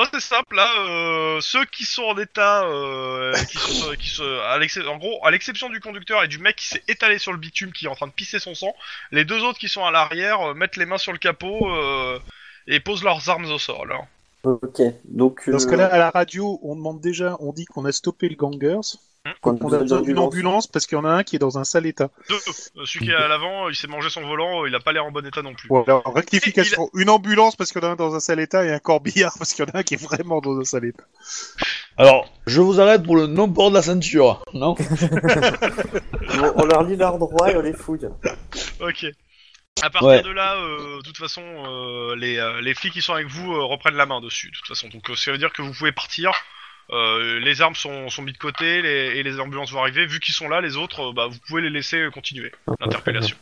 Speaker 2: Oh, c'est simple là, euh, ceux qui sont en état, euh, qui sont, qui se, à l'excep- en gros, à l'exception du conducteur et du mec qui s'est étalé sur le bitume qui est en train de pisser son sang, les deux autres qui sont à l'arrière euh, mettent les mains sur le capot euh, et posent leurs armes au sol. hein.
Speaker 4: Ok, donc.
Speaker 3: Dans ce
Speaker 4: euh,
Speaker 3: cas-là, à la radio, on demande déjà, on dit qu'on a stoppé le gangers,
Speaker 4: quand
Speaker 3: qu'on
Speaker 4: vous
Speaker 3: a
Speaker 4: avez
Speaker 3: besoin d'une
Speaker 4: l'ambulance-
Speaker 3: ambulance parce qu'il y en a un qui est dans un sale état.
Speaker 2: Deux. Euh, Celui qui est à l'avant, il s'est mangé son volant, euh, il a pas l'air en bon état non plus.
Speaker 3: Ou alors, rectification, une ambulance parce qu'il y en a un dans un sale état et un corbillard parce qu'il y en a un qui est vraiment dans un sale état.
Speaker 1: Alors, je vous arrête pour le non-port de la ceinture, non
Speaker 4: On, on leur lit leur droit et on les fouille.
Speaker 2: Ok. À partir
Speaker 1: Ouais.
Speaker 2: de là, euh, de toute façon, euh, les, euh, les flics qui sont avec vous euh, reprennent la main dessus, de toute façon. Donc euh, ça veut dire que vous pouvez partir. euh, les armes sont, sont mises de côté les- et les ambulances vont arriver. Vu qu'ils sont là, les autres, euh, bah, vous pouvez les laisser euh, continuer l'interpellation.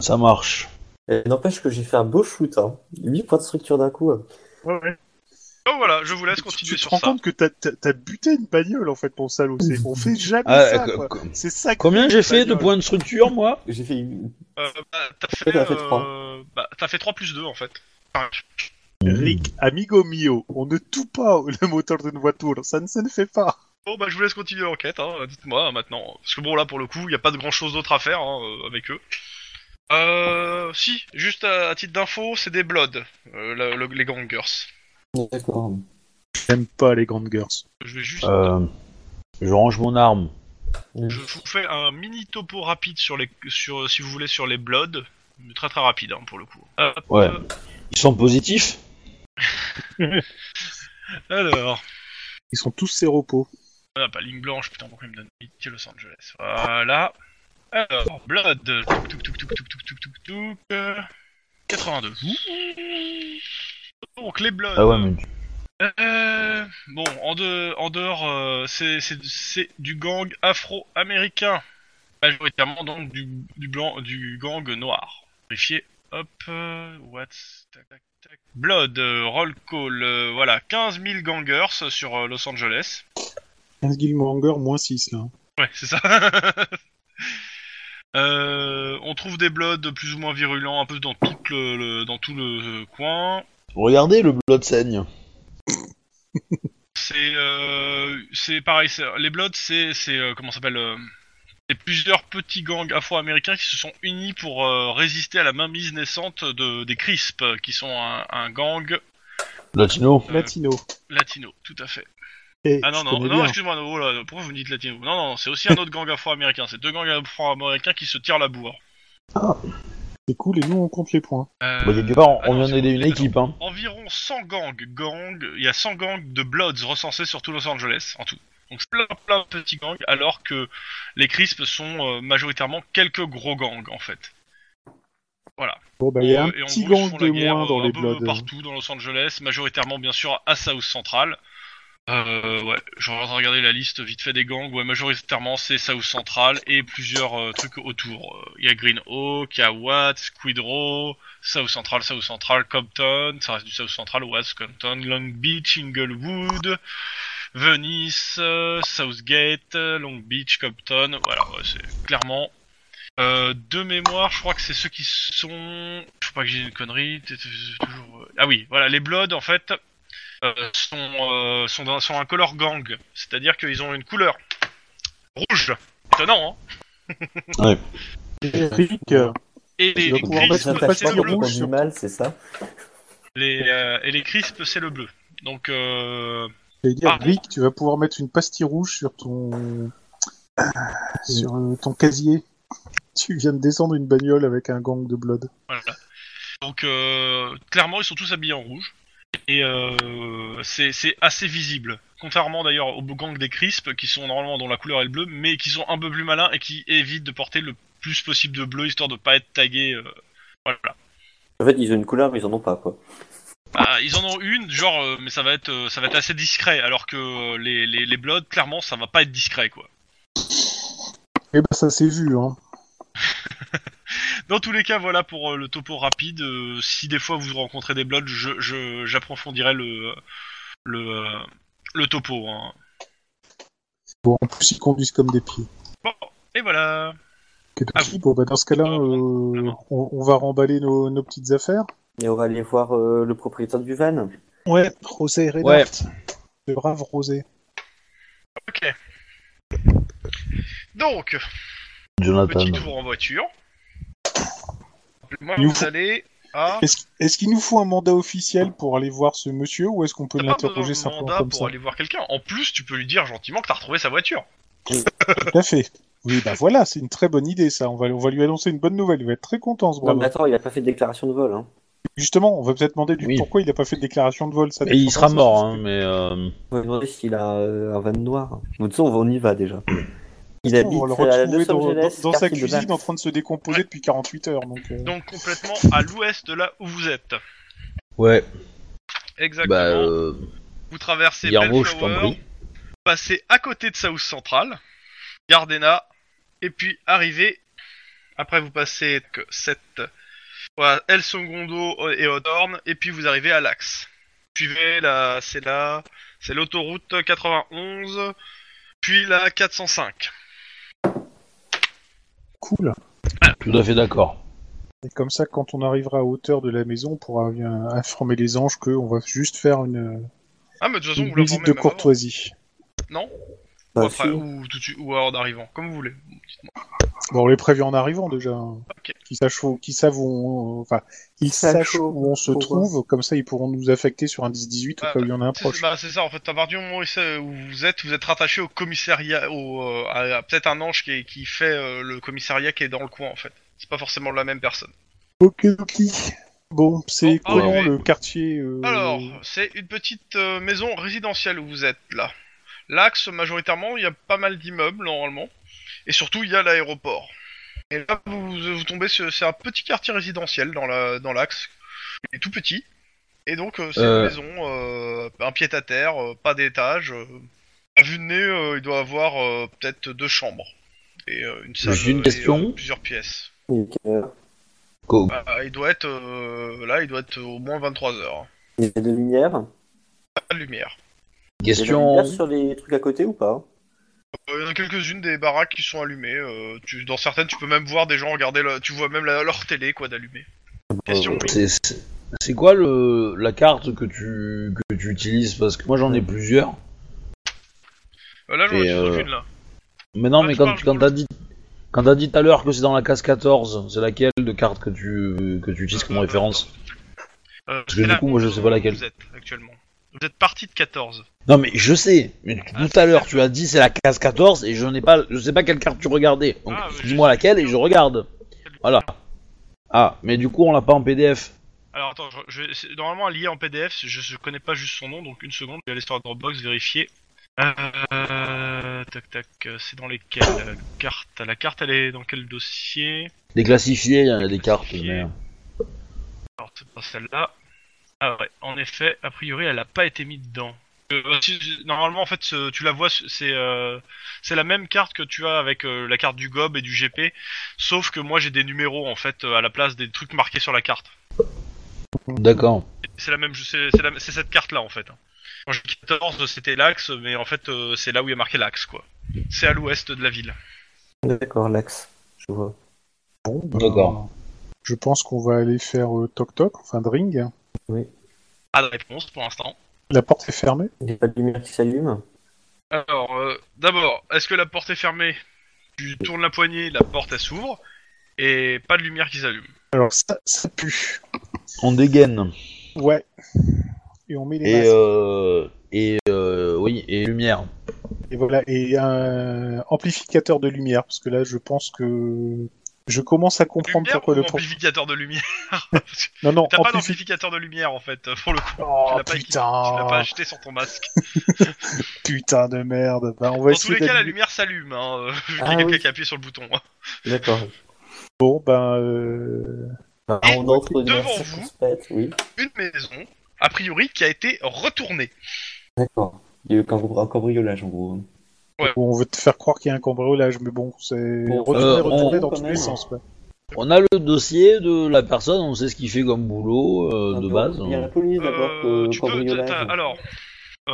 Speaker 1: Ça marche.
Speaker 4: Et N'empêche que j'ai fait un beau shoot. Hein. 8 points de structure d'un coup. hein.
Speaker 2: Donc voilà, je vous laisse
Speaker 3: tu
Speaker 2: continuer
Speaker 3: te
Speaker 2: sur
Speaker 3: rends
Speaker 2: ça.
Speaker 3: compte que t'as- t'as t'as buté une bagnole en fait, pour salaud. C'est- On fait jamais
Speaker 1: Ah,
Speaker 3: ça.
Speaker 1: co-
Speaker 3: quoi.
Speaker 1: co-
Speaker 3: C'est ça. que-
Speaker 1: combien j'ai fait de
Speaker 3: Bagnole.
Speaker 1: points de structure, moi
Speaker 4: J'ai fait. une-
Speaker 2: Euh, bah, t'as
Speaker 4: Ouais,
Speaker 2: fait,
Speaker 4: t'as fait
Speaker 2: euh, bah, t'as fait 3 plus 2 en fait.
Speaker 3: Rick, amigo mio, on ne tue pas le moteur d'une voiture. Ça ne se ne fait pas.
Speaker 2: Bon bah je vous laisse continuer l'enquête, hein. dites-moi hein, maintenant. Parce que bon là pour le coup, il n'y a pas de grand chose d'autre à faire hein, euh, avec eux. Euh, si, juste à, à titre d'info, c'est des Bloods, euh, la- le- les gangers.
Speaker 4: D'accord.
Speaker 3: J'aime pas les grandes girls.
Speaker 2: Je vais juste,
Speaker 1: Euh, Je range mon arme.
Speaker 2: je vous fais un mini topo rapide sur les, sur, si vous voulez, sur les Bloods, mais très très rapide hein, pour le coup. Hop,
Speaker 1: Ouais. Ils sont positifs
Speaker 2: Alors,
Speaker 3: Ils sont tous ses repos.
Speaker 2: ah, bah ligne blanche, putain pourquoi il me donne City Los Angeles. Voilà. Alors, Blood, euh, touk, touk, touk, touk, touk, touk, touk, touk, euh, 82. Donc les Bloods.
Speaker 1: Ah ouais, mais...
Speaker 2: Euh, bon, en, de- en dehors, euh, c'est- c'est c'est du gang afro-américain, majoritairement donc du, du blanc, du gang noir, vérifié Hop, euh, what's... Tac, tac, tac. Blood, euh, roll call, euh, voilà, 15 000 gangers sur euh, Los Angeles.
Speaker 3: 15 Gilmonger, moins 6, là.
Speaker 2: Ouais, c'est ça. Euh, on trouve des bloods plus ou moins virulents un peu dans tout le, le- dans tout le euh, coin.
Speaker 1: Regardez, le blood saigne.
Speaker 2: C'est euh, c'est pareil, c'est- les bloods c'est c'est euh, comment ça s'appelle euh, c'est plusieurs petits gangs afro-américains qui se sont unis pour euh, résister à la mainmise naissante de, des Crisp, euh, qui sont un, un gang
Speaker 1: Latino.
Speaker 3: Latino.
Speaker 2: latino, tout à fait.
Speaker 3: Eh,
Speaker 2: Euh. Ah non,
Speaker 3: je
Speaker 2: non,
Speaker 3: connais
Speaker 2: non,
Speaker 3: bien.
Speaker 2: excuse-moi, non, oh là, pourquoi vous me dites latino Non, non, c'est aussi un autre gang afro-américain, c'est deux gangs afro-américains qui se tirent la bourre.
Speaker 3: C'est cool, et nous, on compte les points.
Speaker 2: Euh,
Speaker 1: Bah, quelque part, on,
Speaker 2: ah non,
Speaker 1: vient
Speaker 2: c'est
Speaker 1: d'aider une
Speaker 2: compliqué,
Speaker 1: équipe, hein.
Speaker 2: environ 100 gangs, gangs, il y a 100 gangs de Bloods recensés sur tout Los Angeles en tout. Donc c'est plein plein de petits gangs, alors que les Crisps sont euh, majoritairement quelques gros gangs en fait.
Speaker 3: Bon, bah, il y a un
Speaker 2: Euh, et en
Speaker 3: petit
Speaker 2: gros, ils
Speaker 3: gang
Speaker 2: font
Speaker 3: de
Speaker 2: la guerre,
Speaker 3: moins dans
Speaker 2: euh,
Speaker 3: les
Speaker 2: un peu
Speaker 3: Bloods.
Speaker 2: Partout dans Los Angeles, majoritairement bien sûr à South Central. Euh, ouais, je vais regarder la liste vite fait des gangs. Ouais, majoritairement c'est South Central et plusieurs euh, trucs autour. Euh, Il y a Green Hawk, il y a Watts, Quidro, South Central, South Central, Compton, ça reste du South Central, Watts, Compton, Long Beach, Inglewood, Venice, euh, Southgate, euh, Long Beach, Compton. Voilà, ouais, c'est clairement euh, de mémoire, je crois que c'est ceux qui sont. Je crois pas que j'ai une connerie. t'es- t'es- t'es toujours- Ah oui, voilà, les Bloods en fait euh, sont euh, sont, dans- sont un color gang, c'est-à-dire qu'ils ont une couleur rouge. Étonnant, hein
Speaker 3: Logique, euh,
Speaker 2: Et les,
Speaker 3: dois
Speaker 2: les
Speaker 3: pouvoir
Speaker 2: crisps,
Speaker 3: mettre un
Speaker 2: c'est
Speaker 3: passeport
Speaker 2: le
Speaker 3: pour
Speaker 2: bleu.
Speaker 3: ton-
Speaker 4: c'est ça
Speaker 2: Les, euh, et les crisps, c'est le bleu. Donc euh,
Speaker 3: J'allais dire,
Speaker 2: Ah.
Speaker 3: Brick, tu vas pouvoir mettre une pastille rouge sur ton. Euh, sur euh, ton casier. Tu viens de descendre une bagnole avec un gang de blood.
Speaker 2: Voilà. Donc euh, clairement, ils sont tous habillés en rouge. Et euh, c'est c'est assez visible. Contrairement d'ailleurs aux gang des crisps, qui sont normalement dont la couleur est le bleu, mais qui sont un peu plus malins et qui évitent de porter le plus possible de bleu, histoire de pas être tagués. euh, voilà.
Speaker 4: En fait, ils ont une couleur, mais ils en ont pas, quoi.
Speaker 2: Ah, ils en ont une, genre, euh, mais ça va être euh, ça va être assez discret, alors que euh, les, les, les Bloods, clairement, ça va pas être discret, quoi.
Speaker 3: Eh ben, ça s'est vu, hein.
Speaker 2: Dans tous les cas, voilà pour euh, le topo rapide. Euh, si des fois vous rencontrez des bloods, je, je- j'approfondirai le, le, euh, le topo. hein.
Speaker 3: Bon, en plus, ils conduisent comme des pieds.
Speaker 2: Bon, et voilà.
Speaker 3: Que de
Speaker 2: Ah,
Speaker 3: qui Bon, bah, dans ce cas-là, euh, on, on va remballer nos, nos petites affaires.
Speaker 4: Et on va aller voir euh, le propriétaire du van.
Speaker 3: Ouais, Rosé
Speaker 1: Reinhardt.
Speaker 3: Le brave Rosé.
Speaker 2: Ok. Donc,
Speaker 1: Jonathan.
Speaker 2: petit tour en voiture. Moi,
Speaker 3: Nous-
Speaker 2: vous allez à.
Speaker 3: Est-ce est-ce qu'il nous faut un mandat officiel pour aller voir ce monsieur ou est-ce qu'on peut
Speaker 2: T'as pas besoin
Speaker 3: l'interroger
Speaker 2: de
Speaker 3: simplement
Speaker 2: mandat
Speaker 3: comme
Speaker 2: pour
Speaker 3: ça
Speaker 2: aller voir quelqu'un. En plus, tu peux lui dire gentiment que t'as retrouvé sa voiture.
Speaker 3: Tout à fait. Oui, bah voilà, c'est une très bonne idée ça. On va, on va lui annoncer une bonne nouvelle. Il va être très content ce
Speaker 4: Non,
Speaker 3: brave.
Speaker 4: mais attends, il a pas fait de déclaration de vol, hein.
Speaker 3: Justement, on va peut-être demander lui
Speaker 1: Oui.
Speaker 3: pourquoi il n'a pas fait de déclaration de vol. Ça
Speaker 1: Et il
Speaker 3: dépendra,
Speaker 1: sera
Speaker 3: ça,
Speaker 1: mort,
Speaker 3: parce
Speaker 1: hein,
Speaker 3: que-
Speaker 1: mais. euh,
Speaker 4: On va lui demander s'il a euh, un van noir. Bon, de toute façon, on va- on y va déjà. Il habite euh,
Speaker 3: On va le
Speaker 4: à
Speaker 3: retrouver
Speaker 4: Los
Speaker 3: dans,
Speaker 4: Angeles,
Speaker 3: dans- dans sa
Speaker 4: quartier de
Speaker 3: cuisine
Speaker 4: Max.
Speaker 3: en train de se décomposer depuis 48 heures. Donc, euh,
Speaker 2: Donc, complètement à l'ouest de là où vous êtes.
Speaker 1: Ouais,
Speaker 2: Exactement.
Speaker 1: bah. Euh...
Speaker 2: Vous traversez
Speaker 1: Guillermo, je t'en
Speaker 2: Bellflower,
Speaker 1: prie.
Speaker 2: passez à côté de South Central, Gardena, et puis arrivez. Après, vous passez que cette voilà, El Segundo et Odorn, et puis vous arrivez à l'axe. Suivez la, c'est la, c'est l'autoroute 91, puis la 405.
Speaker 3: cool.
Speaker 1: Tout à fait d'accord.
Speaker 3: Et comme ça, quand on arrivera à hauteur de la maison, on pourra bien informer les anges qu'on va juste faire une,
Speaker 2: Ah, mais de toute façon,
Speaker 3: une
Speaker 2: vous
Speaker 3: visite
Speaker 2: l'informez
Speaker 3: de
Speaker 2: même avant.
Speaker 3: courtoisie.
Speaker 2: Non
Speaker 4: Bah,
Speaker 2: ou, après,
Speaker 4: si.
Speaker 2: ou, tout de suite- ou en arrivant, comme vous voulez.
Speaker 3: Bon, on les prévient en arrivant déjà. hein.
Speaker 2: Ok.
Speaker 3: Qu'ils sachent où, qu'ils savent où on, enfin, ils
Speaker 4: Sachent
Speaker 3: sachent
Speaker 4: où-
Speaker 3: où on se
Speaker 4: où on-
Speaker 3: trouve, comme ça ils pourront nous affecter sur un 10-18 au
Speaker 2: Ah,
Speaker 3: cas où il y en a un
Speaker 2: C'est
Speaker 3: proche.
Speaker 2: bah, c'est ça, en fait, à partir du moment où c'est- où vous êtes, vous êtes rattaché au commissariat, au, euh, à, à peut-être un ange qui, est- qui fait euh, le commissariat qui est dans le coin, en fait. C'est pas forcément la même personne.
Speaker 3: Ok, ok. Bon, c'est
Speaker 2: Bon,
Speaker 3: comment
Speaker 2: arrivé.
Speaker 3: le quartier euh,
Speaker 2: Alors, c'est une petite euh, maison résidentielle où vous êtes, là. L'axe, majoritairement, il y a pas mal d'immeubles, normalement. Et surtout, il y a l'aéroport. Et là, vous, vous tombez sur... C'est un petit quartier résidentiel dans la dans l'axe. Il est tout petit. Et donc, euh, c'est
Speaker 1: Euh.
Speaker 2: une maison, euh, un pied-à-terre, euh, pas d'étage. euh. à vue de nez, euh, il doit avoir euh, peut-être deux chambres. Et euh, une salle
Speaker 1: J'ai une
Speaker 2: euh, et,
Speaker 1: question.
Speaker 2: euh, plusieurs pièces.
Speaker 4: Il est quelle heure
Speaker 1: Co-
Speaker 2: Ah, il doit être euh, là, il doit être au moins 23 heures.
Speaker 4: Il y a de lumière.
Speaker 2: Pas de lumière.
Speaker 4: Il y a de
Speaker 1: question.
Speaker 4: lumière sur les trucs à côté ou pas
Speaker 2: Euh, Il y en a quelques-unes des baraques qui sont allumées. euh, tu, dans certaines, tu peux même voir des gens regarder. la- tu vois même la- leur télé quoi d'allumer. Question.
Speaker 1: Euh,
Speaker 2: oui.
Speaker 1: c'est- c'est- C'est quoi le, la carte que tu, que tu utilises Parce que moi j'en ai plusieurs.
Speaker 2: Euh, là, j'en
Speaker 1: Et,
Speaker 2: utilise
Speaker 1: euh,
Speaker 2: aucune là.
Speaker 1: Mais non,
Speaker 2: Ah,
Speaker 1: mais
Speaker 2: tu
Speaker 1: quand,
Speaker 2: parles
Speaker 1: quand
Speaker 2: pour
Speaker 1: t'as dit quand t'as dit tout à l'heure que c'est dans la case 14, c'est laquelle de carte que tu que tu utilises comme
Speaker 2: Euh,
Speaker 1: référence
Speaker 2: Euh,
Speaker 1: Parce que
Speaker 2: c'est
Speaker 1: du
Speaker 2: la
Speaker 1: coup, moi, je
Speaker 2: même
Speaker 1: sais
Speaker 2: zone
Speaker 1: pas
Speaker 2: où
Speaker 1: laquelle.
Speaker 2: Vous êtes actuellement. Vous êtes parti de 14.
Speaker 1: Non mais je sais, mais
Speaker 2: Ah,
Speaker 1: tout à l'heure tu as dit c'est la case 14 et je n'ai pas je sais pas quelle carte tu regardais. Donc
Speaker 2: Ah, mais
Speaker 1: dis-moi
Speaker 2: je-
Speaker 1: laquelle et je regarde. Voilà. Ah, mais du coup on l'a pas en PDF.
Speaker 2: Alors attends, je, je vais- c'est- normalement lié en PDF, je, je connais pas juste son nom, donc une seconde, je vais aller sur la Dropbox vérifier. Euh, tac tac, euh, c'est dans lesquelles la carte La carte, elle est dans quel dossier
Speaker 1: Les classifiés, il y en a des cartes
Speaker 2: Classifiés.
Speaker 1: mais
Speaker 2: Alors c'est pas celle-là. Ah ouais, en effet, a priori, elle a pas été mise dedans. Euh, si- si- normalement, en fait, ce- tu la vois, c'est euh, c'est la même carte que tu as avec euh, la carte du GOB et du GP, sauf que moi j'ai des numéros en fait euh, à la place des trucs marqués sur la carte.
Speaker 1: d'accord.
Speaker 2: C'est la même, c'est c'est la- c'est cette carte là en fait. Quand j'ai dit 14, c'était l'axe, mais en fait euh, c'est là où il y a marqué l'axe quoi. C'est à l'ouest de la ville.
Speaker 4: D'accord, l'axe. Je vois.
Speaker 3: Bon, ben,
Speaker 1: D'accord.
Speaker 3: Je pense qu'on va aller faire euh, toc toc, enfin de ring.
Speaker 2: Pas de réponse pour l'instant.
Speaker 3: La porte est fermée.
Speaker 4: Il n'y a pas de lumière qui s'allume
Speaker 2: Alors, euh, d'abord, est-ce que la porte est fermée Tu tournes la poignée, la porte elle s'ouvre, et pas de lumière qui s'allume.
Speaker 3: Alors ça, ça pue.
Speaker 1: On dégaine.
Speaker 3: Ouais. Et on met les
Speaker 1: Et
Speaker 3: masques.
Speaker 1: euh, et euh, oui, et lumière.
Speaker 3: Et voilà, et un amplificateur de lumière, parce que là, je pense que je commence à comprendre
Speaker 2: Lumière
Speaker 3: pourquoi
Speaker 2: ou
Speaker 3: le pro-
Speaker 2: amplificateur de lumière Parce que
Speaker 3: Non, non,
Speaker 2: T'as pas
Speaker 3: amplifi-
Speaker 2: d'amplificateur de lumière en fait, euh, pour le coup.
Speaker 3: Oh
Speaker 2: tu l'as pas- Tu l'as pas
Speaker 3: putain,
Speaker 2: acheté sur ton masque.
Speaker 3: putain de merde. Bah, on va
Speaker 2: Dans tous
Speaker 3: essayer
Speaker 2: les cas, la
Speaker 3: d'allumer-
Speaker 2: lumière s'allume, hein, euh, vu qu'il y a
Speaker 4: Ah
Speaker 2: quelqu'un
Speaker 4: oui.
Speaker 2: qui appuie sur le bouton. hein.
Speaker 4: D'accord.
Speaker 3: Bon, ben, euh,
Speaker 4: Bah,
Speaker 2: Et
Speaker 4: on entre dans
Speaker 2: devant
Speaker 4: la
Speaker 2: vous.
Speaker 4: circonspecte, oui.
Speaker 2: Une maison, a priori, qui a été retournée.
Speaker 4: D'accord. Euh, Il y a eu cambr- un cambriolage en gros.
Speaker 3: on veut te faire croire qu'il y a un cambriolage, mais bon, c'est
Speaker 4: Bon,
Speaker 3: retourner,
Speaker 1: euh,
Speaker 3: retourner
Speaker 4: on-
Speaker 3: dans
Speaker 4: quand
Speaker 3: tous
Speaker 4: même.
Speaker 3: les sens. quoi.
Speaker 1: On a le dossier de la personne, on sait ce qu'il fait comme boulot euh, de
Speaker 4: Non,
Speaker 1: base.
Speaker 4: Ah, Il y a la police d'abord
Speaker 2: Euh,
Speaker 4: pour
Speaker 2: tu peux-
Speaker 4: cambriolage.
Speaker 2: t'as- t'as- alors, euh,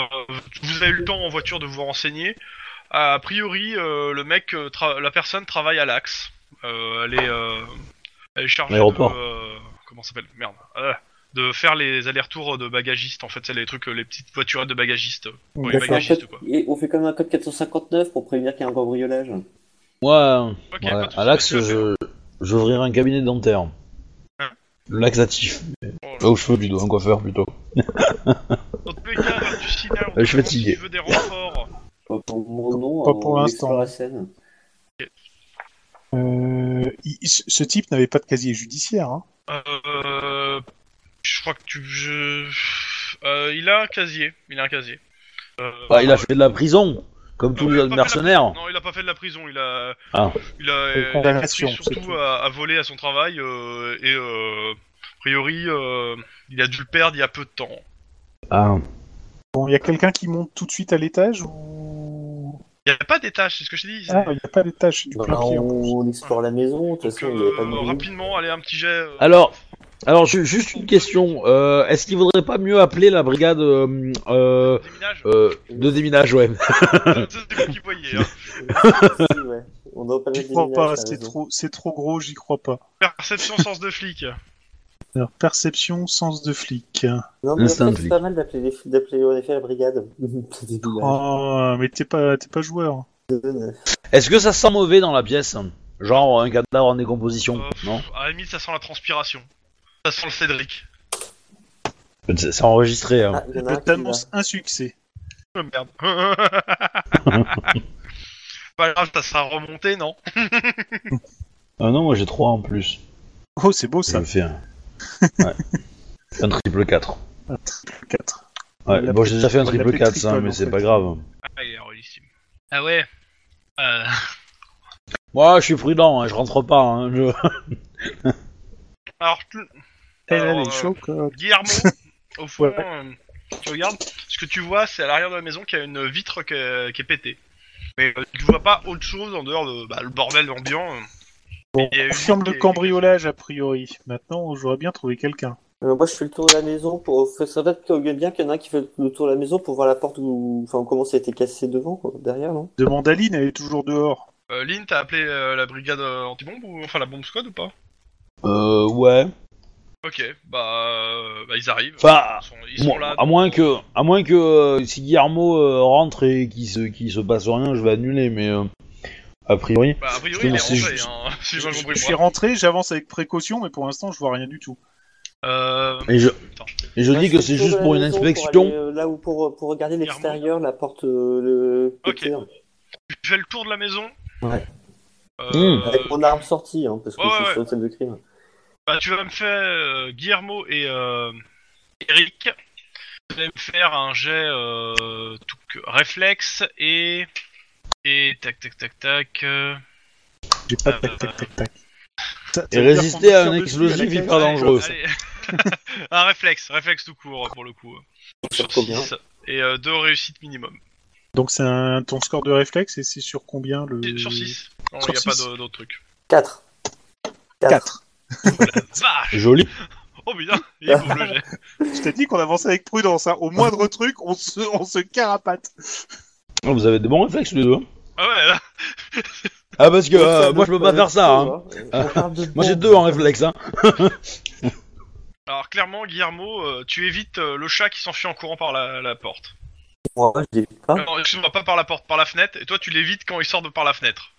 Speaker 2: vous avez eu le temps en voiture de vous renseigner. A priori, euh, le mec, euh, tra- la personne travaille à l'axe. Euh, elle est, euh, elle est chargée
Speaker 1: L'aéroport.
Speaker 2: de euh, comment ça s'appelle Merde. Euh, de faire les allers-retours de bagagistes. En fait, c'est les trucs, euh, les petites voitures de bagagistes.
Speaker 3: D'accord.
Speaker 2: Oui,
Speaker 4: On fait Bah, un
Speaker 2: bagagiste,
Speaker 4: code-
Speaker 2: quoi.
Speaker 4: et on fait comme un code 459 pour prévenir qu'il y a un cambriolage.
Speaker 1: Moi,
Speaker 2: Ok,
Speaker 1: ouais,
Speaker 2: pas de soucis,
Speaker 1: à l'axe,
Speaker 2: monsieur.
Speaker 1: je j'ouvrirai un cabinet dentaire.
Speaker 2: Hein
Speaker 1: Le laxatif.
Speaker 2: Oh là
Speaker 1: Pas aux cheveux plutôt, un coiffeur plutôt.
Speaker 2: Dans tous les cas, tu signales.
Speaker 1: Oh. Euh, Je suis
Speaker 2: vraiment
Speaker 1: fatigué.
Speaker 2: Si tu veux des renforts,
Speaker 4: Pas pour mon nom,
Speaker 3: Pas pour
Speaker 4: on
Speaker 3: l'instant.
Speaker 4: explore la scène.
Speaker 3: Euh, il- ce ce type n'avait pas de casier judiciaire. Hein.
Speaker 2: euh, je crois que tu. je- euh, il a un casier. Il a un casier. Euh,
Speaker 1: Ah, il a fait de la prison, comme tous
Speaker 2: Non,
Speaker 1: les
Speaker 2: il a
Speaker 1: autres
Speaker 2: Euh, pas fait la
Speaker 1: mercenaires.
Speaker 2: Non, il a pas fait de la prison, il a.
Speaker 1: Ah.
Speaker 2: Il a.
Speaker 3: Une
Speaker 2: il a
Speaker 3: condamnation,
Speaker 2: été pris
Speaker 3: c'est
Speaker 2: surtout
Speaker 3: tout.
Speaker 2: à, à voler à son travail, euh, et euh, a priori, euh, il a dû le perdre il y a peu de temps.
Speaker 1: Ah.
Speaker 3: Bon, il y a quelqu'un qui monte tout de suite à l'étage ou
Speaker 2: Il n'y a pas d'étage, c'est ce que je t'ai dit. c'est-
Speaker 3: Ah, il n'y a pas d'étage. c'est du
Speaker 4: Bah,
Speaker 3: plein pied, en plus.
Speaker 4: on, on explore la maison, de toute
Speaker 2: Donc,
Speaker 4: façon, il n'y avait pas
Speaker 2: euh,
Speaker 4: de bruit.
Speaker 2: rapidement, allez, un petit jet. euh,
Speaker 1: Alors, alors ju- juste une question. euh, Est-ce qu'il vaudrait pas mieux appeler la brigade euh, euh,
Speaker 2: déminage.
Speaker 1: euh, de déminage, ouais
Speaker 2: C'est ce que vous voyez. hein.
Speaker 4: Si, ouais. On doit pas
Speaker 3: J'y
Speaker 4: mettre des
Speaker 3: crois
Speaker 4: lumières,
Speaker 3: pas,
Speaker 4: t'as
Speaker 3: c'est
Speaker 4: raison.
Speaker 3: trop, c'est trop gros, j'y crois pas.
Speaker 2: Perception, sens de flic.
Speaker 3: Alors, perception, sens de flic.
Speaker 4: Non, mais en
Speaker 1: Instinct
Speaker 4: fait,
Speaker 1: de
Speaker 4: c'est
Speaker 1: flic.
Speaker 4: pas mal d'appeler les- d'appeler en effet la brigade. C'est des villages.
Speaker 3: Oh, mais t'es pas, t'es pas joueur.
Speaker 1: Est-ce que ça sent mauvais dans la pièce Genre un cadavre en décomposition,
Speaker 2: Euh, pff,
Speaker 1: non
Speaker 2: À la limite, ça sent la transpiration. Ça sent le Cédric.
Speaker 1: C'est c'est enregistré. hein.
Speaker 4: Ah, il y en a
Speaker 3: Je
Speaker 4: un qui
Speaker 3: t'annonce un succès.
Speaker 2: Oh, merde. pas grave, ça sera remonté, non
Speaker 1: Ah non, moi j'ai 3 en plus.
Speaker 3: Oh, c'est beau
Speaker 1: Ça
Speaker 3: ça.
Speaker 1: me fait un. Ouais. un triple 4.
Speaker 3: Un triple 4.
Speaker 1: Ouais,
Speaker 3: On l'a
Speaker 1: bon, j'ai déjà fait un
Speaker 3: on l'a
Speaker 1: triple
Speaker 3: fait
Speaker 1: 4, ça,
Speaker 3: triple,
Speaker 1: mais
Speaker 3: en
Speaker 1: c'est
Speaker 3: fait.
Speaker 1: pas grave.
Speaker 2: Ah, il est relissime. Ah ouais euh...
Speaker 1: Moi, je suis prudent, hein, je rentre pas. hein, je-
Speaker 2: Alors, tu-
Speaker 3: Eh,
Speaker 2: Alors,
Speaker 3: elle
Speaker 2: euh,
Speaker 3: est chaud, quoi.
Speaker 2: Guillermo, au fond,
Speaker 3: Ouais.
Speaker 2: euh, tu regardes, ce que tu vois, c'est à l'arrière de la maison qu'il y a une vitre qui est, qui est pétée. Mais euh, tu vois pas autre chose en dehors de bah, le bordel ambiant. euh.
Speaker 3: Bon,
Speaker 2: Il y a eu-
Speaker 3: confirme
Speaker 2: il y
Speaker 3: le
Speaker 2: a eu-
Speaker 3: cambriolage a priori. Maintenant, j'aurais bien trouvé quelqu'un.
Speaker 4: Euh, moi, je fais le tour de la maison pour. Ça serait peut-être qu'il y en a bien qu'il y en a un qui fait le tour de la maison pour voir la porte où. Enfin, comment ça a été cassé devant, quoi, derrière, non
Speaker 3: Demande à Lynn, elle est toujours dehors.
Speaker 2: Euh, Lynn, t'as appelé euh, la brigade euh, antibombe ou enfin la bombe squad ou pas
Speaker 1: Euh, ouais.
Speaker 2: Ok, bah, euh, bah, ils arrivent.
Speaker 1: Enfin,
Speaker 2: ils sont, ils sont
Speaker 1: Moi,
Speaker 2: là.
Speaker 1: à moins que, à moins que euh, si Guillermo euh, rentre et qu'il se, qu'il se passe rien, je vais annuler, mais euh, a priori.
Speaker 2: Bah, a priori,
Speaker 1: Je
Speaker 2: il est
Speaker 1: sais
Speaker 2: rentré,
Speaker 1: juste-
Speaker 2: hein, si
Speaker 3: Je,
Speaker 2: j'ai bien compris.
Speaker 3: je suis
Speaker 2: moi.
Speaker 3: rentré, j'avance avec précaution, mais pour l'instant, je vois rien du tout.
Speaker 2: Euh,
Speaker 1: Et je,
Speaker 2: attends.
Speaker 1: et je
Speaker 4: Moi,
Speaker 1: dis
Speaker 4: fais
Speaker 1: que
Speaker 4: le
Speaker 1: c'est
Speaker 4: tour de
Speaker 1: juste
Speaker 4: la
Speaker 1: pour une
Speaker 4: maison
Speaker 1: inspection.
Speaker 4: aller, euh, là où pour, pour regarder
Speaker 2: Clairement.
Speaker 4: l'extérieur, la porte. euh, le
Speaker 2: Ok.
Speaker 4: côté, hein.
Speaker 2: Tu fais le tour de la maison
Speaker 4: Ouais.
Speaker 2: Euh,
Speaker 1: Mmh.
Speaker 4: Avec mon arme sortie, hein, parce que
Speaker 2: ouais,
Speaker 4: c'est
Speaker 2: ouais.
Speaker 4: sur le scène de crime.
Speaker 2: Bah, tu vas me faire, euh, Guillermo et euh, Eric, vous allez me faire un jet euh, tout que- réflexe et. Et tac tac tac tac. euh,
Speaker 3: J'ai
Speaker 2: Ah,
Speaker 3: pas de tac tac tac tac. Ça- ça
Speaker 1: Et
Speaker 3: veut dire
Speaker 1: résister
Speaker 3: qu'on
Speaker 1: à un
Speaker 3: tire dessus
Speaker 1: explosif
Speaker 3: avec la
Speaker 1: hyper
Speaker 3: cage.
Speaker 1: dangereux.
Speaker 2: allez. un réflexe, réflexe tout court pour le coup. Sur
Speaker 4: combien
Speaker 2: 6. Et euh, deux réussites minimum.
Speaker 3: Donc c'est un ton score de réflexe et c'est sur combien le
Speaker 2: Sur 6. Non,
Speaker 3: Mmh. sur
Speaker 2: il n'y a pas
Speaker 3: six.
Speaker 2: de- d'autre truc.
Speaker 4: 4.
Speaker 3: 4.
Speaker 2: Vache
Speaker 1: Joli.
Speaker 2: Bah, Oh putain Il est beau le jet.
Speaker 3: Je t'ai dit qu'on avançait avec prudence. hein. Au moindre truc, on se, on se carapate.
Speaker 1: Oh, vous avez des bons réflexes tous les deux.
Speaker 2: Ah ouais, là
Speaker 1: Ah parce que euh, moi je peux pas faire ça. Hein.
Speaker 4: Euh,
Speaker 1: Moi j'ai deux en réflexe. Hein.
Speaker 2: Alors clairement, Guillermo, euh, tu évites euh, le chat qui s'enfuit en courant par la, la porte.
Speaker 4: Moi, je l'évite pas.
Speaker 2: Non, excuse-moi, pas par la porte, par la fenêtre. Et toi, tu l'évites quand il sort de par la fenêtre.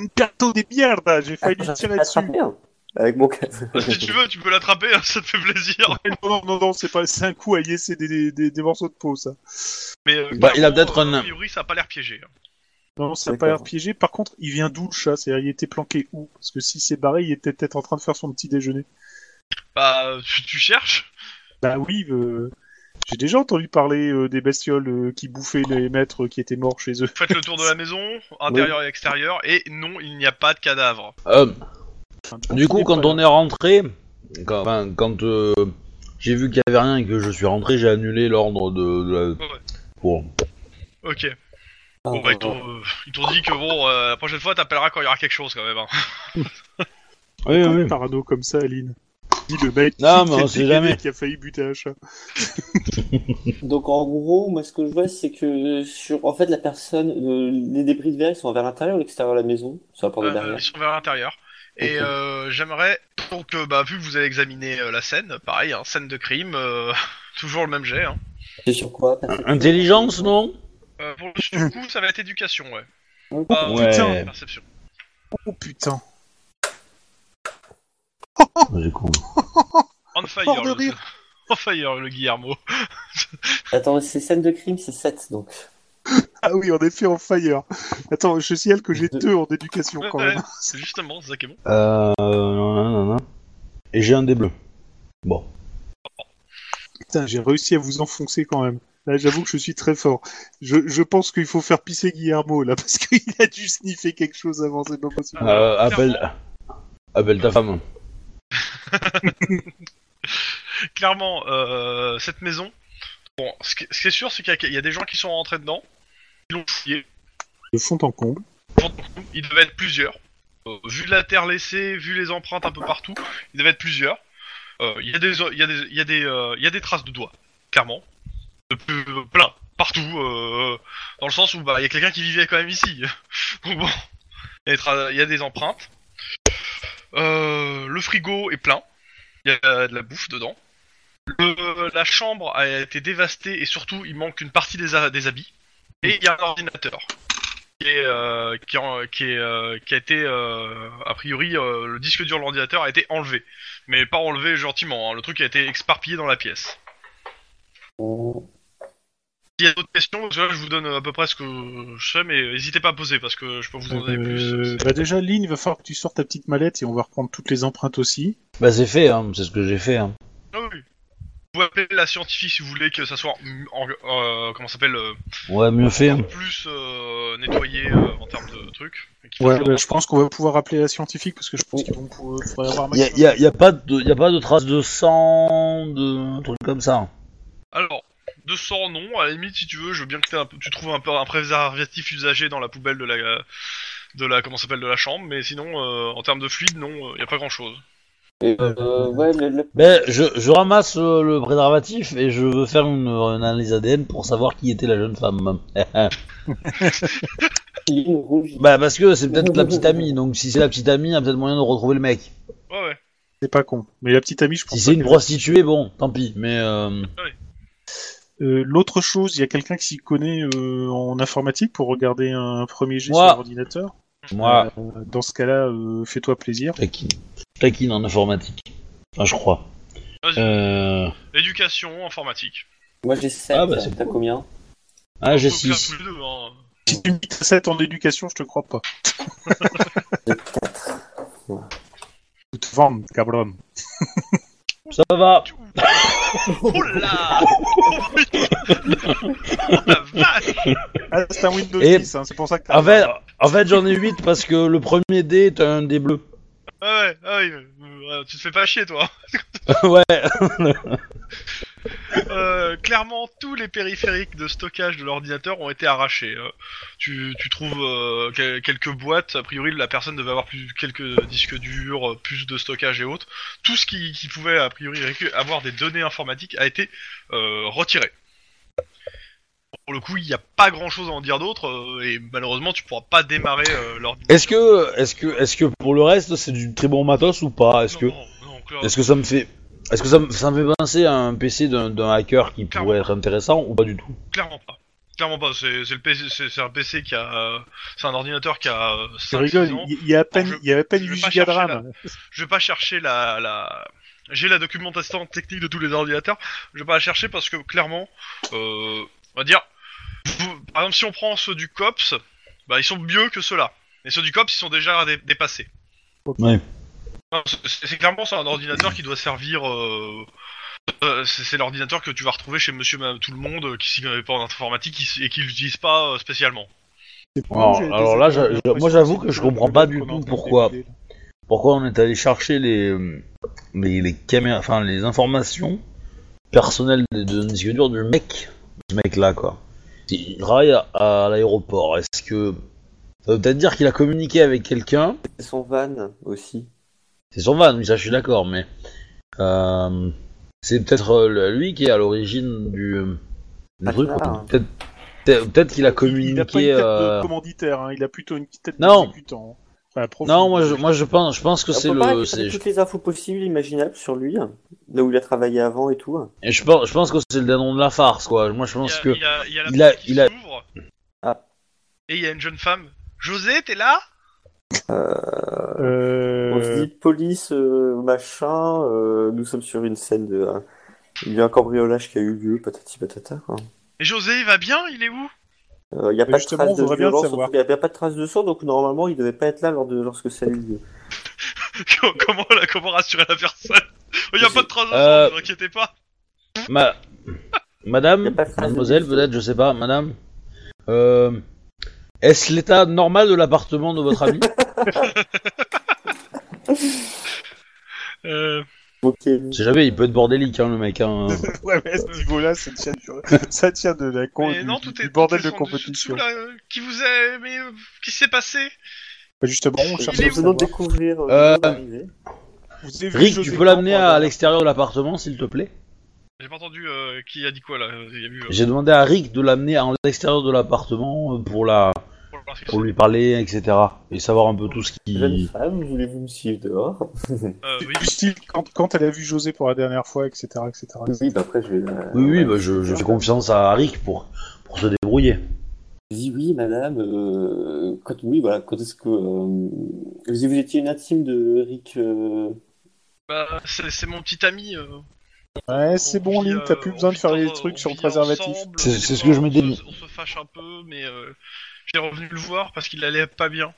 Speaker 3: Un carton des merde, hein. j'ai failli lui
Speaker 4: Attends,
Speaker 3: tirer
Speaker 4: j'ai
Speaker 3: dessus.
Speaker 4: attrapé, hein, Avec mon casque.
Speaker 2: si tu veux, tu peux l'attraper, hein, ça te fait plaisir.
Speaker 3: Non, non, non, non, c'est pas, c'est un coup à yesser des, des, des, des morceaux de peau, ça.
Speaker 2: Mais euh,
Speaker 1: Bah, il a
Speaker 2: clairement,
Speaker 1: peut-être
Speaker 2: euh,
Speaker 1: un-
Speaker 2: A priori, ça a pas l'air piégé. hein.
Speaker 3: Non, ça n'a
Speaker 4: D'accord.
Speaker 3: pas l'air piégé. Par contre, il vient d'où le chat C'est-à-dire, il était planqué où Parce que s'il s'est barré, il était peut-être en train de faire son petit déjeuner.
Speaker 2: Bah, tu, tu cherches
Speaker 3: Bah oui, euh, j'ai déjà entendu parler euh, des bestioles euh, qui bouffaient les maîtres qui étaient morts chez eux.
Speaker 2: Faites le tour de la maison, intérieur et extérieur. Et non, il n'y a pas de cadavre.
Speaker 1: Euh,
Speaker 3: Enfin,
Speaker 1: du coup
Speaker 3: il est
Speaker 1: quand
Speaker 3: pas-
Speaker 1: on est rentré, quand, enfin, quand euh, j'ai vu qu'il y avait rien et que je suis rentré, j'ai annulé l'ordre de, de la-
Speaker 2: Ouais.
Speaker 1: pour.
Speaker 2: Ok. Bon, bah, ils t'ont euh, ils t'ont dit que bon, euh, la prochaine fois, t'appelleras quand il y aura quelque chose quand même. hein.
Speaker 1: Oui
Speaker 3: Pas de
Speaker 1: oui.
Speaker 3: parano comme ça, Aline. Dis le mec
Speaker 1: Non,
Speaker 3: qui,
Speaker 1: mais
Speaker 3: qui a
Speaker 1: on sait
Speaker 3: dégainé,
Speaker 1: jamais.
Speaker 3: qui a failli buter un chat.
Speaker 4: Donc en gros, moi ce que je vois, c'est que sur en fait la personne, euh, les débris de verre, ils sont vers l'intérieur ou l'extérieur de la maison, sur la porte de
Speaker 2: Euh,
Speaker 4: derrière.
Speaker 2: ils sont vers l'intérieur. Et
Speaker 4: Ah, bah, Ok.
Speaker 2: euh, j'aimerais donc euh, bah vu que vous avez examiné euh, la scène, pareil, hein, scène de crime, euh, toujours le même jet. Hein.
Speaker 4: C'est sur quoi perception
Speaker 1: Intelligence non
Speaker 2: Euh, pour le du coup, ça va être éducation, ouais.
Speaker 4: Ok.
Speaker 2: Bah,
Speaker 1: Ouais.
Speaker 3: Euh,
Speaker 2: putain, perception.
Speaker 3: Oh putain.
Speaker 1: J'ai con.
Speaker 2: On fire,
Speaker 3: Mort de
Speaker 2: le...
Speaker 3: rire.
Speaker 2: on fire le Guillermo.
Speaker 4: Attends, c'est scène de crime, c'est 7 donc.
Speaker 3: Ah oui, en effet, en fire. Attends, je signale que j'ai
Speaker 4: Deux.
Speaker 3: deux en éducation quand
Speaker 2: Ouais,
Speaker 3: même.
Speaker 2: C'est justement c'est ça qui est bon.
Speaker 1: Euh, non, non, non, non. Et j'ai un des bleus. Bon.
Speaker 3: Putain, j'ai réussi à vous enfoncer quand même. Là, j'avoue que je suis très fort. Je, je pense qu'il faut faire pisser Guillermo, là, parce qu'il a dû sniffer quelque chose avant, c'est pas possible.
Speaker 2: Ah.
Speaker 1: Euh,
Speaker 2: clairement.
Speaker 1: appelle... appelle ta femme.
Speaker 2: Clairement, euh, cette maison. Bon, ce qui, ce qui est sûr, c'est qu'il y a- il y, a des gens qui sont rentrés dedans, ils l'ont fouillé.
Speaker 3: De fond en comble.
Speaker 2: Il devait être plusieurs. Euh, vu de la terre laissée, vu les empreintes un peu partout, il devait être plusieurs. Euh, Il y a des, il y a des, il y a des, euh, il y a des traces de doigts, clairement, de plus, euh, plein, partout, euh, dans le sens où bah, il y a quelqu'un qui vivait quand même ici. Donc bon, il y a des, tra- il y a des empreintes. Euh, le frigo est plein. Il y a de la bouffe dedans. Le- la chambre a été dévastée et surtout il manque une partie des, a- des habits. Et il y a un ordinateur qui est, euh, qui, en- qui est, euh, qui a été euh, a priori euh, le disque dur de l'ordinateur a été enlevé, mais pas enlevé gentiment. hein. Le truc a été exparpillé dans la pièce. S'il y a d'autres questions, parce que là, je vous donne à peu près ce que je sais, mais n'hésitez pas à poser parce que je peux vous en donner
Speaker 3: Euh,
Speaker 2: plus.
Speaker 3: bah déjà, Lynn, il va falloir que tu sortes ta petite mallette et on va reprendre toutes les empreintes aussi.
Speaker 1: Bah c'est fait, hein. c'est ce que j'ai fait. Hein.
Speaker 2: Ah oui. Vous appelez la scientifique si vous voulez que ça soit en- en- euh, comment ça s'appelle euh,
Speaker 1: Ouais, mieux fait. hein.
Speaker 2: plus euh, nettoyé euh, en termes de trucs. et qu'il
Speaker 3: Ouais,
Speaker 2: fasse-
Speaker 3: bah, je pense qu'on va pouvoir appeler la scientifique parce que je pense qu'ils vont pouvoir faudrait avoir un
Speaker 1: Oh.
Speaker 2: bah,
Speaker 1: Y a,
Speaker 3: maximum
Speaker 1: y a- y a pas de, y a pas de traces de sang, de trucs comme ça.
Speaker 2: Alors, 200 non, à la limite si tu veux, je veux bien que t'aies un peu- tu trouves un peu un préservatif usagé dans la poubelle de la de la comment ça s'appelle de la chambre, mais sinon euh, en termes de fluide, non, il y a pas grand chose.
Speaker 4: Et, euh, ouais, le- le-
Speaker 1: Ben, je, je ramasse euh, le préservatif et je veux faire une, euh, une analyse ADN pour savoir qui était la jeune femme.
Speaker 4: ligne rouge.
Speaker 1: bah, parce que c'est peut-être la petite amie, donc si c'est la petite amie, il y a peut-être moyen de retrouver le mec.
Speaker 2: Ouais ouais.
Speaker 3: C'est pas con. Mais la petite amie, je pense.
Speaker 1: Si c'est
Speaker 3: pas
Speaker 1: une
Speaker 3: que-
Speaker 1: prostituée, bon, tant pis, mais. euh,
Speaker 3: Euh, L'autre chose, il y a quelqu'un qui s'y connaît euh, en informatique pour regarder un premier jet
Speaker 1: Moi.
Speaker 3: sur l'ordinateur.
Speaker 1: Moi,
Speaker 3: Euh, dans ce cas-là, euh, fais-toi plaisir.
Speaker 1: taquine. Taquine en informatique. Enfin, je crois.
Speaker 2: Vas-y.
Speaker 1: Euh...
Speaker 2: Éducation, informatique.
Speaker 4: Moi j'ai 7,
Speaker 1: Ah, bah, c'est
Speaker 4: t'as combien
Speaker 1: Ah, j'ai
Speaker 2: On peut faire
Speaker 1: 6.
Speaker 2: tous les deux, hein.
Speaker 3: Si tu me dis 7 en éducation, je te crois pas. Tu te vends, cabron.
Speaker 1: Ça va
Speaker 2: Oh là Oh la vache
Speaker 3: Ah, c'est un Windows
Speaker 1: Et-
Speaker 3: 10, hein, c'est pour ça que t'as-
Speaker 1: En fait, en fait j'en ai 8 parce que le premier dé est un dé bleu.
Speaker 2: Ah ouais, ah ouais, euh, tu te fais pas chier toi.
Speaker 1: ouais.
Speaker 2: Euh, clairement, tous les périphériques de stockage de l'ordinateur ont été arrachés. Euh, tu, tu trouves euh, quel- quelques boîtes, a priori la personne devait avoir plus quelques disques durs, euh, plus de stockage et autres. Tout ce qui, qui pouvait a priori récu- avoir des données informatiques a été euh, retiré. Pour le coup, il n'y a pas grand chose à en dire d'autre euh, et malheureusement, tu pourras pas démarrer euh, l'ordinateur.
Speaker 1: Est-ce que, est-ce que, est-ce que pour le reste, c'est du très bon matos ou pas Est-ce que,
Speaker 2: Non, non, non, clairement-
Speaker 1: est-ce que ça me fait, est-ce que ça me, ça me fait penser à un PC d'un d'un hacker qui
Speaker 2: Clairement.
Speaker 1: pourrait être intéressant ou pas du tout
Speaker 2: Clairement pas. Clairement pas. C'est c'est le PC, c'est c'est un PC qui a, euh, c'est un ordinateur qui a. euh,
Speaker 3: Tu
Speaker 2: cinq,
Speaker 3: rigoles,
Speaker 2: six ans.
Speaker 3: il y, a à peine,
Speaker 2: je-
Speaker 3: il y a à peine
Speaker 2: je vais
Speaker 3: 8
Speaker 2: pas
Speaker 3: gigas de
Speaker 2: chercher
Speaker 3: RAM.
Speaker 2: Je vais pas chercher la, la... J'ai la documentation technique de tous les ordinateurs. Je vais pas la chercher parce que clairement, euh, on va dire, vous- par exemple si on prend ceux du COPS, bah ils sont mieux que ceux-là. Et ceux du COPS ils sont déjà dé- dépassés.
Speaker 1: Ouais.
Speaker 2: Non, C'est c'est clairement c'est un ordinateur qui doit servir. euh, euh, c'est c'est l'ordinateur que tu vas retrouver chez Monsieur Madame Tout le Monde euh, qui s'y connaît pas en informatique qui s- et qui l'utilise pas euh, spécialement.
Speaker 1: Alors- alors là, j'a- j'a- moi, j'avoue que je comprends pas du tout pourquoi. Pourquoi on est allé chercher les, euh, les, les caméras, enfin les informations personnelles de, de disque dur du mec, ce mec-là quoi. Il travaille à, à l'aéroport. Est-ce que ça veut peut-être dire qu'il a communiqué avec quelqu'un
Speaker 4: C'est son van aussi.
Speaker 1: C'est son van, oui, ça je suis d'accord, mais. euh, c'est peut-être euh, le- lui qui est à l'origine du, euh, du
Speaker 4: Ah,
Speaker 1: truc.
Speaker 4: là.
Speaker 1: quoi. Peut-être peut-être- peut-être qu'il a communiqué.
Speaker 3: Il a pas une tête
Speaker 1: euh,
Speaker 3: de commanditaire, hein, il a plutôt une tête
Speaker 1: Non.
Speaker 3: d'exécutant. hein. Enfin, prof-
Speaker 1: Non, moi je, moi je pense, je pense que
Speaker 4: On
Speaker 1: c'est
Speaker 4: peut pas
Speaker 1: le.
Speaker 4: récupérer
Speaker 1: c'est-
Speaker 4: toutes les infos possibles, imaginables sur lui, là où il a travaillé avant et tout.
Speaker 1: et je pense, je pense que c'est le danon de la farce, quoi. Moi je
Speaker 2: Il y
Speaker 1: pense
Speaker 2: a-
Speaker 1: que.
Speaker 2: il y a, il y a la
Speaker 1: il a-
Speaker 2: porte qui
Speaker 1: il a-
Speaker 2: s'ouvre.
Speaker 4: Ah.
Speaker 2: Et il y a une jeune femme. José, t'es là
Speaker 3: Euh,
Speaker 4: On se dit police, euh, machin, euh, nous sommes sur une scène de. euh, il y a un cambriolage qui a eu lieu, patati patata. quoi.
Speaker 2: Et José, il va bien Il est où
Speaker 4: Euh, Il n'y a
Speaker 3: Mais
Speaker 4: pas de
Speaker 3: justement,
Speaker 4: trace
Speaker 3: on
Speaker 4: de
Speaker 3: voudrait bien le
Speaker 4: violence,
Speaker 3: savoir.
Speaker 4: surtout qu'il y a, il y a pas de trace de sang, donc normalement il devait pas être là lors de, lorsque ça a eu lieu.
Speaker 2: comment, la- comment rassurer la personne Il n'y a
Speaker 4: Je-
Speaker 2: pas de traces
Speaker 1: Euh.
Speaker 2: ne vous inquiétez pas.
Speaker 1: Ma...
Speaker 4: Y a
Speaker 1: Madame,
Speaker 4: pas de phrase de
Speaker 1: mademoiselle,
Speaker 4: discours.
Speaker 1: peut-être, je sais pas, madame. Euh, Est-ce l'état normal de l'appartement de votre ami
Speaker 2: Euh,
Speaker 4: Ok.
Speaker 1: Je sais jamais, il peut être bordélique, hein, le mec. Hein.
Speaker 3: ouais, mais à ce niveau-là, ça tient, du- ça tient de la con...
Speaker 2: mais
Speaker 3: du,
Speaker 2: non,
Speaker 3: du-
Speaker 2: tout est
Speaker 3: du bordel
Speaker 2: tout
Speaker 3: de
Speaker 2: est descendu sous-
Speaker 3: compétition.
Speaker 2: sous la- euh, qui vous a... Mais euh, qu'est-ce qui s'est passé
Speaker 3: Bah, justement, on cherche
Speaker 2: Il est
Speaker 3: à
Speaker 4: Nous venons
Speaker 3: savoir.
Speaker 4: de découvrir. euh,
Speaker 1: Euh,
Speaker 4: nous venons d'arriver.
Speaker 3: Vous avez vu
Speaker 1: Rick,
Speaker 3: José
Speaker 1: tu peux l'amener
Speaker 3: Campo,
Speaker 1: à
Speaker 3: là
Speaker 1: l'extérieur de l'appartement, s'il te plaît
Speaker 2: J'ai pas entendu euh, qui a dit quoi là. Il y a eu, euh,
Speaker 1: J'ai demandé à Rick de l'amener à l'extérieur de l'appartement euh, pour la,
Speaker 2: pour
Speaker 1: pour
Speaker 2: l'inscription.
Speaker 1: lui parler, etc. Et savoir un peu tout ce
Speaker 4: Jeune
Speaker 1: qui.
Speaker 4: femme, voulez-vous me suivre dehors
Speaker 2: Euh, oui.
Speaker 3: Du style, quand, quand elle a vu José pour la dernière fois, etc. etc., etc.
Speaker 4: Oui, bah après je vais. la- Ah,
Speaker 1: Oui, oui, bah, je, je fais confiance à Rick pour, pour se débrouiller.
Speaker 4: Je dis oui, madame. euh, quand, oui, voilà, quand est-ce que. euh, vous vous étiez une intime de Rick. euh,
Speaker 2: Bah, c'est c'est mon petit ami. euh,
Speaker 3: Ouais, c'est
Speaker 2: on
Speaker 3: bon,
Speaker 2: vit,
Speaker 3: Lynn,
Speaker 2: euh,
Speaker 3: t'as plus
Speaker 2: on
Speaker 3: besoin de
Speaker 2: vit
Speaker 3: faire
Speaker 2: dans-
Speaker 3: les
Speaker 2: on
Speaker 3: trucs sur le
Speaker 2: vit
Speaker 3: préservatif.
Speaker 2: ensemble,
Speaker 1: C'est-
Speaker 2: des
Speaker 1: c'est ce
Speaker 2: fois,
Speaker 1: que je m'étais
Speaker 2: on
Speaker 1: dit.
Speaker 2: se- On se fâche un peu, mais euh, j'ai revenu le voir parce qu'il allait pas bien.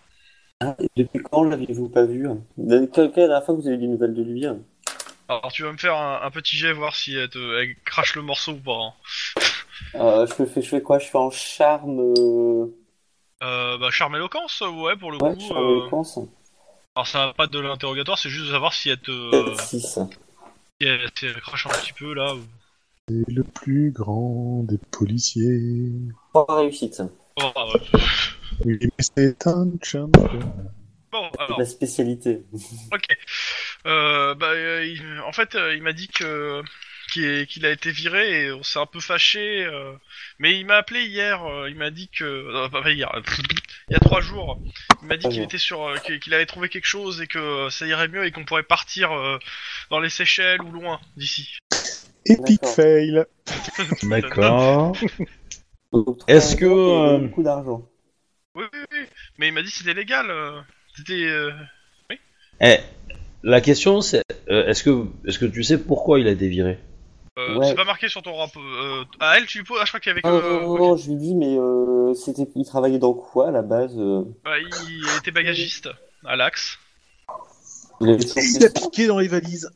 Speaker 4: Ah, et depuis quand l'avez-vous pas vu La- Quelle quelle est la dernière fois que vous avez eu des nouvelles de lui hein
Speaker 2: Alors tu vas me faire un, un petit jet voir si elle, te- elle crache le morceau ou pas. hein.
Speaker 4: Euh, je, fais, je fais quoi Je fais en charme. euh,
Speaker 2: Euh, bah charme éloquence, ouais pour le
Speaker 4: Ouais,
Speaker 2: coup.
Speaker 4: charme
Speaker 2: euh,
Speaker 4: éloquence.
Speaker 2: alors ça va pas être de l'interrogatoire, c'est juste de savoir si elle te, euh,
Speaker 4: 6.
Speaker 2: si elle, si elle crache un petit peu là. ou-
Speaker 3: C'est le plus grand des policiers.
Speaker 4: Trois réussites.
Speaker 2: Oh, ah, ouais.
Speaker 3: Oui, mais c'est un champion.
Speaker 2: Bon, alors,
Speaker 4: La spécialité.
Speaker 2: ok. Euh, bah, euh, il- en fait, euh, il m'a dit que qu'il est- qu'il a été viré et on s'est un peu fâché. euh, mais il m'a appelé hier. euh, il m'a dit que euh, pas pas hier, il y a trois jours, il m'a dit
Speaker 4: Trois
Speaker 2: qu'il
Speaker 4: jours.
Speaker 2: était sur euh, qu'il qu'il avait trouvé quelque chose et que euh, ça irait mieux et qu'on pourrait partir euh, dans les Seychelles ou loin d'ici.
Speaker 3: Epic
Speaker 4: D'accord.
Speaker 3: fail.
Speaker 1: D'accord.
Speaker 4: Donc,
Speaker 1: Est-ce
Speaker 4: trois
Speaker 1: que,
Speaker 4: jours et
Speaker 1: euh,
Speaker 4: beaucoup d'argent
Speaker 2: Oui, oui, oui. Mais il m'a dit que c'était légal. euh, c'était euh,
Speaker 1: Eh, la question c'est euh, est-ce que est-ce que tu sais pourquoi il a été viré
Speaker 2: euh,
Speaker 4: Ouais.
Speaker 2: c'est pas marqué sur ton rapport. Euh, à elle, tu lui poses. Ah, je crois qu'il y avait que.
Speaker 4: Ah, non, non, non,
Speaker 2: ok.
Speaker 3: Oh.
Speaker 4: non, je lui dis, mais euh, c'était, il travaillait dans quoi à la base euh
Speaker 2: Bah, il était bagagiste à l'axe.
Speaker 4: Il avait toujours
Speaker 3: Il a
Speaker 4: fait ça
Speaker 3: piqué dans les valises.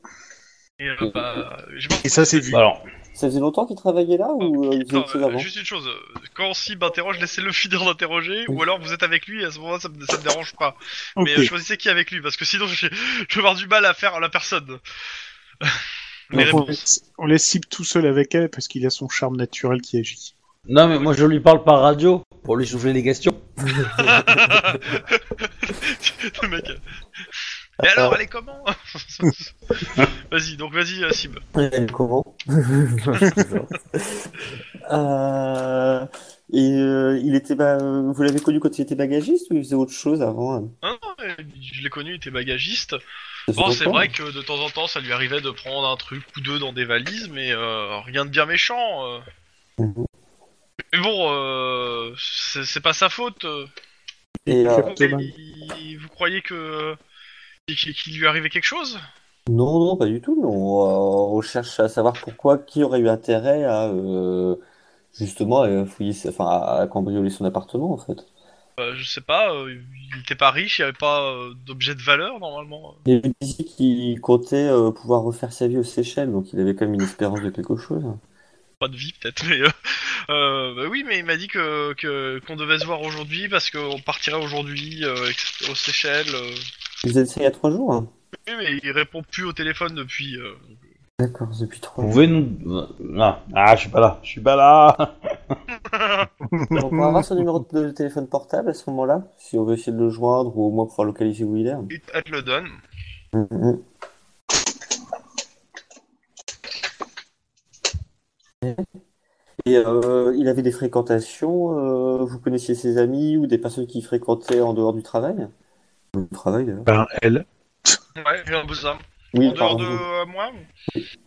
Speaker 2: Et, euh, bah, j'ai pas
Speaker 3: Et ça, c'est vu.
Speaker 1: Bah Alors,
Speaker 4: Ça faisait longtemps qu'il travaillait là ou euh, il faisait
Speaker 2: Non,
Speaker 4: autre chose
Speaker 2: euh,
Speaker 4: avant
Speaker 2: juste une chose, euh, quand Sib interroge, laissez-le finir d'interroger, ou alors vous êtes avec lui, et à ce moment-là, ça me, ça me dérange pas.
Speaker 3: Ok.
Speaker 2: Mais euh, choisissez qui est avec lui, parce que sinon, je, je vais avoir du mal à faire à la personne. Les
Speaker 3: Donc, on,
Speaker 2: réponses.
Speaker 3: laisse, on laisse Sip tout seul avec elle parce qu'il a son charme naturel qui agit.
Speaker 1: non mais moi je lui parle par radio pour lui souffler les questions.
Speaker 2: Le mec. Et
Speaker 3: Ah.
Speaker 2: alors, elle est comment Vas-y, donc vas-y, euh, Sib.
Speaker 4: Elle comment Euh, Et euh, il était, ba- euh, vous l'avez connu quand il était bagagiste ou il faisait autre chose avant hein
Speaker 2: Non, non, mais je l'ai connu, il était bagagiste.
Speaker 4: Ça fait
Speaker 2: Bon, c'est
Speaker 4: longtemps.
Speaker 2: vrai que de temps en temps, ça lui arrivait de prendre un truc ou deux dans des valises, mais euh, rien de bien méchant. euh.
Speaker 4: Mhm.
Speaker 2: Mais bon, euh, c'est c'est pas sa faute. euh.
Speaker 4: Et, euh,
Speaker 2: Ok,
Speaker 3: Thomas.
Speaker 2: il- Vous croyez que qu'il qu'il lui arrivait quelque chose
Speaker 4: non, non, pas du tout. non. On, euh, on cherche à savoir pourquoi, qui aurait eu intérêt à euh, justement à fouiller, sa- enfin à à cambrioler son appartement en fait.
Speaker 2: Euh, Je sais pas. euh, il était pas riche, il y avait pas euh, d'objet de valeur normalement.
Speaker 4: Il lui disait qu'il comptait euh, pouvoir refaire sa vie aux Seychelles, donc il avait quand même une espérance de quelque chose. hein.
Speaker 2: Pas de vie peut-être, mais euh, euh, bah oui, mais il m'a dit que que- qu'on devait se voir aujourd'hui parce qu'on partirait aujourd'hui euh, ex- aux Seychelles. euh.
Speaker 4: Vous êtes ça il y a trois jours hein
Speaker 2: Oui, mais il répond plus au téléphone depuis. euh,
Speaker 4: D'accord, depuis trois
Speaker 1: Vous
Speaker 4: jours.
Speaker 1: pouvez nous ah, ah, je suis pas là, je suis pas là.
Speaker 4: On pourra avoir son numéro de téléphone portable à ce moment-là, si on veut essayer de le joindre ou au moins pouvoir localiser où il est.
Speaker 2: Il elle te le donne.
Speaker 4: Mhm. Et euh, il avait des fréquentations, euh, vous connaissiez ses amis ou des personnes qui fréquentaient en dehors du travail Du travail d'ailleurs.
Speaker 3: Ben, elle.
Speaker 2: Ouais, j'ai un peu ça.
Speaker 4: Oui,
Speaker 2: en dehors
Speaker 4: pardon.
Speaker 2: de euh, moi.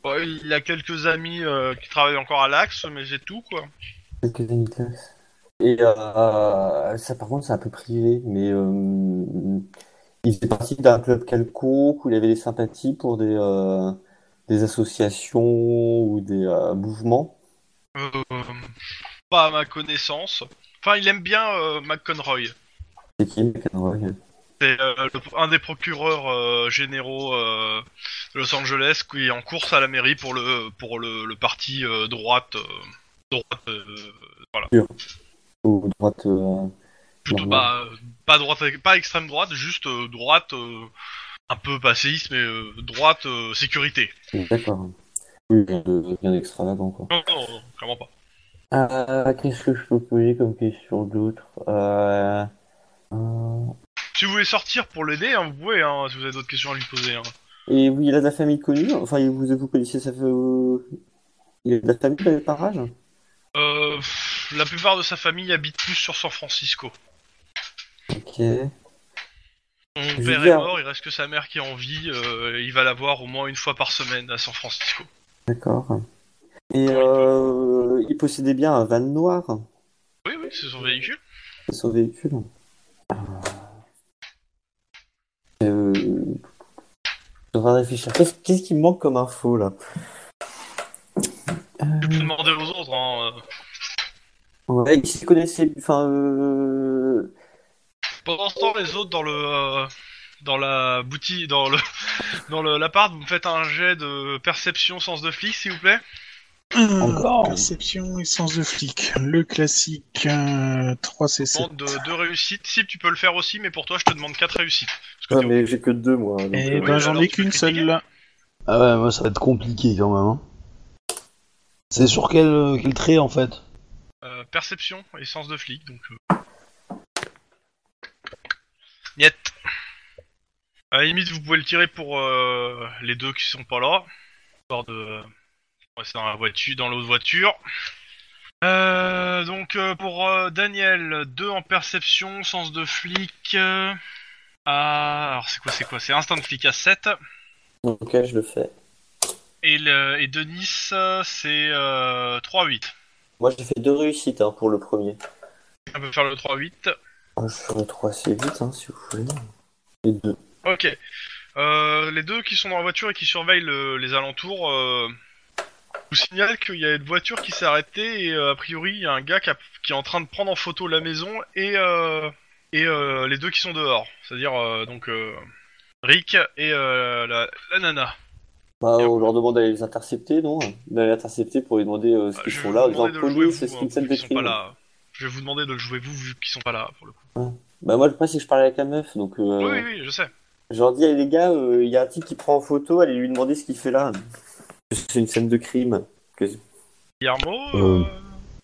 Speaker 2: Ouais, il a quelques amis euh, qui travaillent encore à l'axe, mais c'est tout quoi.
Speaker 4: Quelques années de classe. Et euh, ça, par contre, c'est un peu privé, mais euh, il faisait partie d'un club quelconque où il avait des sympathies pour des, euh, des associations ou des euh, mouvements.
Speaker 2: Euh, pas à ma connaissance. Enfin, il aime bien euh, McConroy.
Speaker 4: C'est qui, McEnroy
Speaker 2: C'est euh, le- un des procureurs euh, généraux euh, de Los Angeles qui est en course à la mairie pour le pour le, le parti euh, droite. euh, droite euh,
Speaker 4: Ou droite. euh,
Speaker 2: plutôt pas,
Speaker 4: Normal.
Speaker 2: pas droite pas extrême droite juste euh, droite euh, un peu passéiste mais euh, droite euh, sécurité
Speaker 4: D'accord. Oui, rien de- rien d'extravagant, quoi.
Speaker 2: non, non, non, clairement pas
Speaker 4: Euh, qu'est-ce que je peux poser comme question d'autre Euh, euh,
Speaker 2: si vous voulez sortir pour l'aider hein, vous pouvez hein, si vous avez d'autres questions à lui poser hein.
Speaker 4: Et oui, il a de la famille connue, enfin vous, vous connaissez sa famille. Il a de la famille euh, par âge
Speaker 2: Euh, pff, la plupart de sa famille habite plus sur San Francisco
Speaker 4: Ok.
Speaker 2: Son père
Speaker 4: Je veux
Speaker 2: est
Speaker 4: dire-
Speaker 2: mort, il reste que sa mère qui est en vie, euh, il va la voir au moins une fois par semaine à San Francisco.
Speaker 4: D'accord. Et euh, il possédait bien un van noir,
Speaker 2: Oui, oui, c'est son véhicule.
Speaker 4: c'est son véhicule. Euh... Je vais réfléchir. Qu'est-ce qu'est-ce qui me manque comme info là
Speaker 2: Tu peux demander aux autres, hein, euh.
Speaker 4: Ouais, il s'y connaissait. Enfin, euh...
Speaker 2: Pendant ce temps, les autres dans le... euh, dans la boutique, dans le... dans le- l'appart, vous me faites un jet de perception sens de flic, s'il vous plaît.
Speaker 1: Encore.
Speaker 3: Euh, Perception et sens de flic. Le classique euh, 3
Speaker 2: Je
Speaker 3: CC.
Speaker 2: demande de, deux réussites. Si tu peux le faire aussi, mais pour toi, je te demande quatre réussites. Parce que
Speaker 4: ouais,
Speaker 2: t'es-
Speaker 4: mais j'ai que deux moi. donc,
Speaker 3: Eh
Speaker 4: euh,
Speaker 3: ben,
Speaker 2: oui,
Speaker 3: j'en
Speaker 2: alors
Speaker 3: ai
Speaker 2: tu peux
Speaker 3: qu'une
Speaker 2: critiquer.
Speaker 3: seule là.
Speaker 1: Ah ouais, moi ça va être compliqué quand même. hein. C'est sur quel quel trait en fait
Speaker 2: euh, perception et sens de flic, donc... euh. Niet. À la limite, vous pouvez le tirer pour euh, les deux qui sont pas là. Histoire de euh, rester dans la voiture, dans l'autre voiture. Euh, donc euh, pour euh, Daniel, 2 en perception, sens de flic. euh, à... Alors c'est quoi, c'est quoi C'est instinct de flic à 7.
Speaker 4: Ok, euh, je le fais.
Speaker 2: Et, le... et Denis, euh, c'est euh, 3-8.
Speaker 4: Moi, j'ai fait deux réussites hein, pour le premier.
Speaker 2: On peut faire le 3-8.
Speaker 4: Ah, Je ferai trois assez vite, hein, si vous voulez. Et deux.
Speaker 2: Ok. Euh, les deux qui sont dans la voiture et qui surveillent le- les alentours euh, vous signalent qu'il y a une voiture qui s'est arrêtée et euh, a priori il y a un gars qui, a- qui est en train de prendre en photo la maison et, euh, et euh, les deux qui sont dehors. C'est-à-dire euh, donc euh, Rick et euh, la, la nana.
Speaker 4: Bah, on leur demande d'aller les intercepter, non hein. D'aller les intercepter pour lui demander euh, ce qu'ils
Speaker 2: Je vais
Speaker 4: font
Speaker 2: vous
Speaker 4: là, en disant
Speaker 2: demander de le jouer
Speaker 4: police,
Speaker 2: vous,
Speaker 4: est-ce qu'ils
Speaker 2: hein,
Speaker 4: savent
Speaker 2: vu
Speaker 4: des
Speaker 2: qu'ils sont pas
Speaker 4: crimes
Speaker 2: là. Je vais vous demander de le jouer vous vu qu'ils sont pas là pour le coup.
Speaker 4: Bah, moi, le problème, c'est que je parlais avec la meuf, donc. euh,
Speaker 2: Oui, oui, oui, je sais.
Speaker 4: Je leur dis, allez, les gars, euh, il y a un type qui prend en photo, allez lui demander ce qu'il fait là. C'est une scène de crime.
Speaker 2: Guillermo
Speaker 1: Euh.
Speaker 2: euh,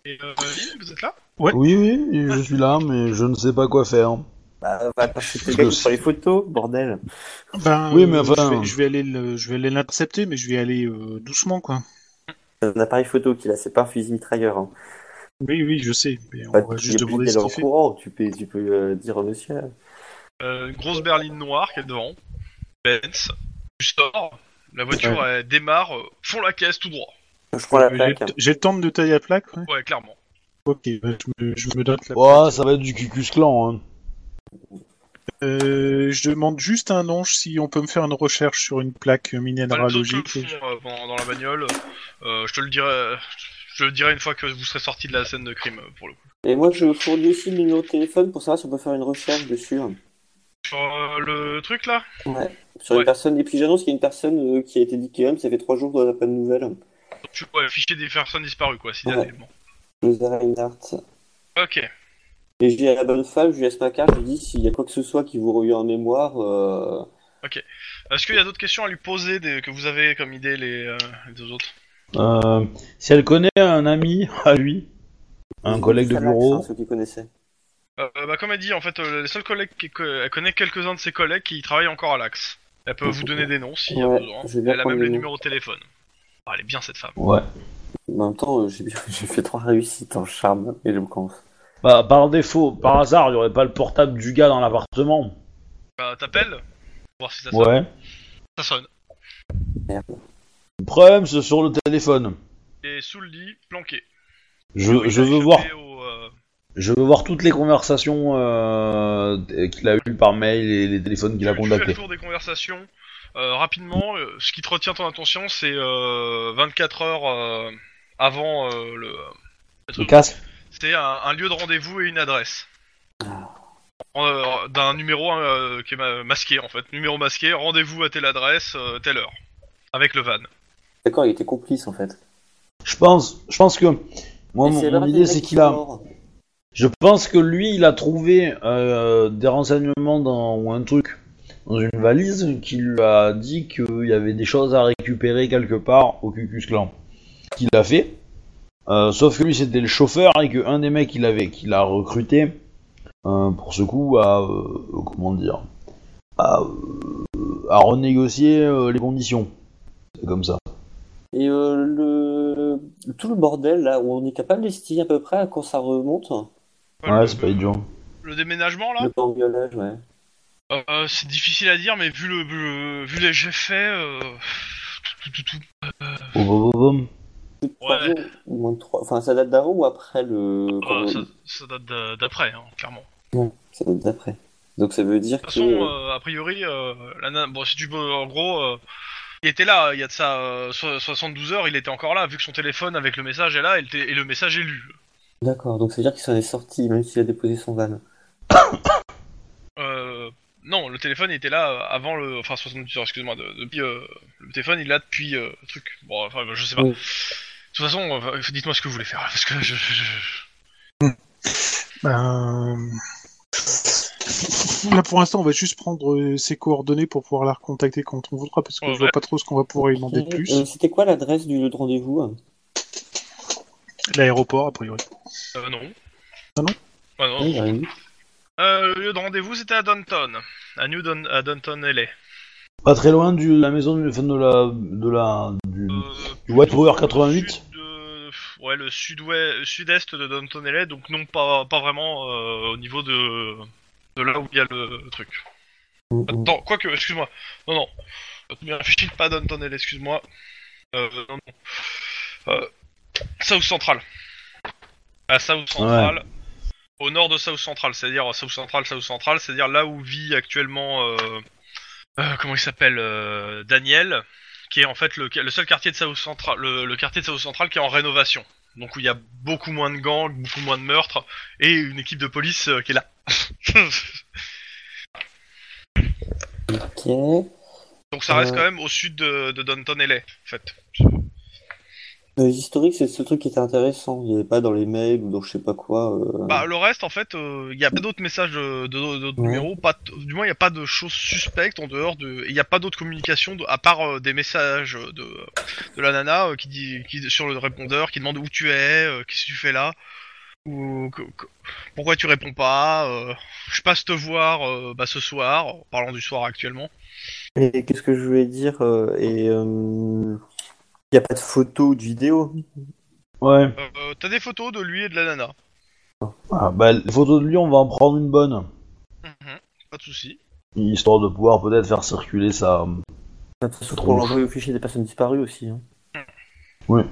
Speaker 2: et euh, Lynn, vous êtes là
Speaker 1: Oui, oui, je suis là, mais je ne sais pas quoi faire.
Speaker 4: Bah, va intercepter le
Speaker 1: Je
Speaker 4: gars
Speaker 1: le
Speaker 4: qui prend les photos, bordel.
Speaker 3: Ben,
Speaker 1: Oui,
Speaker 3: euh,
Speaker 1: mais enfin-
Speaker 3: je, vais, je vais aller le- je vais aller l'intercepter, mais je vais aller euh, doucement, quoi.
Speaker 4: C'est un appareil photo qu'il a, c'est pas un fusil mitrailleur. Hein.
Speaker 3: Oui, oui, je sais. Mais on
Speaker 4: Bah,
Speaker 3: va
Speaker 4: tu
Speaker 3: juste
Speaker 4: peux
Speaker 3: demander
Speaker 4: aller
Speaker 3: ce
Speaker 4: en
Speaker 3: qu'il fait.
Speaker 4: courant, tu peux, tu peux euh, dire au monsieur.
Speaker 2: Euh, une grosse berline noire qui est devant. Benz. Tu sors. La voiture elle démarre, euh, fond la caisse tout droit.
Speaker 4: Je prends la
Speaker 3: Euh, J'ai-
Speaker 4: plaque.
Speaker 3: J'ai le temps de tailler la plaque. ouais.
Speaker 2: Ouais, clairement.
Speaker 3: Ok, bah, je, me, je me note la
Speaker 1: Ouais, ça va être du cucus clan. Hein.
Speaker 3: Euh, je demande juste à un ange si on peut me faire une recherche sur une plaque
Speaker 2: Bah, les autres le
Speaker 3: minéralogique.
Speaker 2: font, euh, pendant- dans la bagnole. Euh, je te le dirai. Je le dirai une fois que vous serez sorti de la scène de crime euh, pour le coup.
Speaker 4: Et moi, je fournis aussi le numéro de téléphone pour savoir si on peut faire une recherche dessus. hein.
Speaker 2: Sur euh, le truc là
Speaker 4: Ouais. Sur
Speaker 2: Ouais.
Speaker 4: une personne. Et puis j'annonce qu'il y a une personne euh, qui a été dictée homme, ça fait trois jours qu'on n'a pas de nouvelles.
Speaker 2: Tu vois, fichier des personnes disparues quoi, si
Speaker 4: Ouais. Rosa Reinhardt.
Speaker 2: Ok.
Speaker 4: Et j'ai à la bonne femme, je lui laisse ma carte, je lui dis s'il y a quoi que ce soit qui vous revient en mémoire, euh,
Speaker 2: Est-ce qu'il y a d'autres questions à lui poser des- que vous avez comme idée les, euh, les deux autres
Speaker 1: Euh, si elle connaît un ami à lui, un
Speaker 4: ils
Speaker 1: collègue de
Speaker 4: connaissent Salax,
Speaker 1: bureau,
Speaker 4: hein, ceux qui connaissaient.
Speaker 2: Euh, bah, comme elle dit, en fait, euh, les seuls collègues qui- que- elle connaît quelques-uns de ses collègues qui travaillent encore à l'Axe. Elle peut vous donner des noms s'il y a
Speaker 4: Ouais,
Speaker 2: besoin.
Speaker 4: je vais bien
Speaker 2: Elle a
Speaker 4: prendre
Speaker 2: même
Speaker 4: les
Speaker 2: les
Speaker 4: noms.
Speaker 2: numéros de téléphone. Ah, elle est bien cette femme.
Speaker 1: ouais.
Speaker 4: En même temps, euh, j'ai bien- j'ai fait trois réussites en charme et éloquence.
Speaker 1: Bah, par défaut, par hasard, il y aurait pas le portable du gars dans l'appartement.
Speaker 2: Bah, t'appelles Voir si ça sonne.
Speaker 1: Ouais.
Speaker 2: Ça sonne.
Speaker 1: Le problème, c'est sur le téléphone.
Speaker 2: Elle est sous le lit, planquée.
Speaker 1: Je, je
Speaker 2: Il a
Speaker 1: veux
Speaker 2: échappé
Speaker 1: voir,
Speaker 2: au, euh,
Speaker 1: je veux voir toutes les conversations euh, qu'il a eues par mail et les téléphones qu'il a
Speaker 2: tu- tu fais le
Speaker 1: contactés.
Speaker 2: tour des conversations. Euh, rapidement, euh, ce qui te retient ton attention, c'est euh, 24 heures euh, avant euh, le. le
Speaker 1: Le
Speaker 2: truc.
Speaker 1: casque.
Speaker 2: C'est un, un lieu de rendez-vous et une adresse. Euh, D'un numéro euh, qui est ma- masqué en fait. Numéro masqué, rendez-vous à telle adresse, euh, telle heure. Avec le van.
Speaker 4: D'accord, il était complice en fait.
Speaker 1: Je pense, je pense que moi,
Speaker 4: Mais
Speaker 1: Oh, mon,
Speaker 4: là
Speaker 1: mon
Speaker 4: que le
Speaker 1: idée,
Speaker 4: mec
Speaker 1: c'est
Speaker 4: qui
Speaker 1: qu'il a.
Speaker 4: sort.
Speaker 1: Je pense que lui, il a trouvé euh, des renseignements dans, ou un truc dans une valise qui lui a dit qu'il y avait des choses à récupérer quelque part au Cucus Clan. Qu'il a fait. Euh, sauf que lui, c'était le chauffeur et qu'un des mecs qu'il avait, qu'il a recruté euh, pour ce coup, a euh, comment dire, a, euh, a renégocié euh, les conditions. C'est comme ça.
Speaker 4: Et euh, le... tout le bordel là, où on est capable d'estimer à peu près à quand ça remonte,
Speaker 1: Ouais,
Speaker 2: le,
Speaker 1: c'est pas idiot.
Speaker 2: le déménagement là,
Speaker 4: le cambriolage, ouais.
Speaker 2: euh, euh, c'est difficile à dire, mais vu le, le- vu les jets faits, euh, tout, tout, tout, tout.
Speaker 1: Boum, boum, boum.
Speaker 4: Plus de trois
Speaker 2: Ouais.
Speaker 4: jours, ou moins de trois. Enfin, ça date d'avant ou après le.
Speaker 1: Oh,
Speaker 2: Euh, ça,
Speaker 4: cambriolage
Speaker 2: ça date d'a- d'après, hein, clairement.
Speaker 4: Ça date d'après. Donc ça veut dire
Speaker 2: De toute
Speaker 4: que.
Speaker 2: façon, euh, a priori, euh, la nana- bon, si tu peux, en gros, euh, il était là, il y a de ça euh, so- 72 heures, il était encore là, vu que son téléphone avec le message est là et le, té- et le message est lu.
Speaker 4: D'accord, donc ça veut dire qu'il s'en est sorti, même s'il a déposé son van.
Speaker 2: Euh, non, le téléphone était là euh, avant le. Enfin, 72 heures, excuse-moi. de- depuis, euh, le téléphone, il l'a depuis euh, le truc. Bon, enfin, je sais pas.
Speaker 4: Oui.
Speaker 2: De toute façon, euh, dites-moi ce que vous voulez faire. Parce que je. je- je-
Speaker 3: Ben, Là pour l'instant, on va juste prendre euh, ses coordonnées pour pouvoir la recontacter quand on voudra, parce que
Speaker 2: Ouais.
Speaker 3: je vois pas trop ce qu'on va pouvoir lui demander de
Speaker 4: Euh,
Speaker 3: plus.
Speaker 4: C'était quoi l'adresse du lieu de rendez-vous hein
Speaker 3: L'aéroport, a priori.
Speaker 2: euh, non.
Speaker 3: Ah non
Speaker 2: Ah non,
Speaker 4: Oui, bah oui.
Speaker 2: Euh, le lieu de rendez-vous, c'était à Downton. À New Dun- à Downton LA.
Speaker 1: Pas très loin de la maison du- enfin, de la. de la. du.
Speaker 2: Euh,
Speaker 1: du White Tower
Speaker 2: le
Speaker 1: 88
Speaker 2: sud de- Ouais, le sud-ouest, sud-est de Downton LA, donc non pas, pas vraiment euh, au niveau de... de là où il y a le truc.
Speaker 4: Mm, mm.
Speaker 2: Attends, quoique, excuse-moi. Non, non. Bien, réfléchis pas Downton LA, excuse-moi. Euh, non, non. Euh, South Central. À South Central. Au nord de South Central, c'est-à-dire euh, South Central, South Central, c'est-à-dire là où vit actuellement. euh, euh, comment il s'appelle euh, Daniel, qui est en fait le, le seul quartier de South Central, le, le quartier de South Central qui est en rénovation. Donc où il y a beaucoup moins de gangs, beaucoup moins de meurtres, et une équipe de police euh, qui est là.
Speaker 4: mm, Ok.
Speaker 2: Donc ça reste
Speaker 4: Euh.
Speaker 2: quand même au sud de, de Downton LA, en fait.
Speaker 4: Le historique, c'est ce truc qui était intéressant. Il n'y avait pas dans les mails ou dans je sais pas quoi. euh,
Speaker 2: Bah, le reste, en fait, euh, il y a pas d'autres messages euh, de, de- d'autres
Speaker 4: Ouais.
Speaker 2: numéros, pas t- du moins il n'y a pas de choses suspectes en dehors de, il n'y a pas d'autres communications de- à part euh, des messages de, de la nana euh, qui dit, qui sur le répondeur, qui demande où tu es, euh, qu'est-ce que tu fais là, ou que- que- pourquoi tu réponds pas, euh, je passe te voir euh, bah, ce soir, en parlant du soir actuellement.
Speaker 4: Et qu'est-ce que je voulais dire euh, Et euh, il n'y a pas de photo ou de vidéo.
Speaker 1: Ouais.
Speaker 2: Euh, euh, T'as des photos de lui et de la nana.
Speaker 1: Ah, bah, les photos de lui, on va en prendre une bonne.
Speaker 2: Mhm. Pas de souci.
Speaker 1: Histoire de pouvoir peut-être faire circuler sa.
Speaker 4: De toute façon,
Speaker 1: Trop
Speaker 4: pour
Speaker 1: long.
Speaker 4: l'envoyer au fichier des personnes disparues aussi. hein.
Speaker 1: Ouais.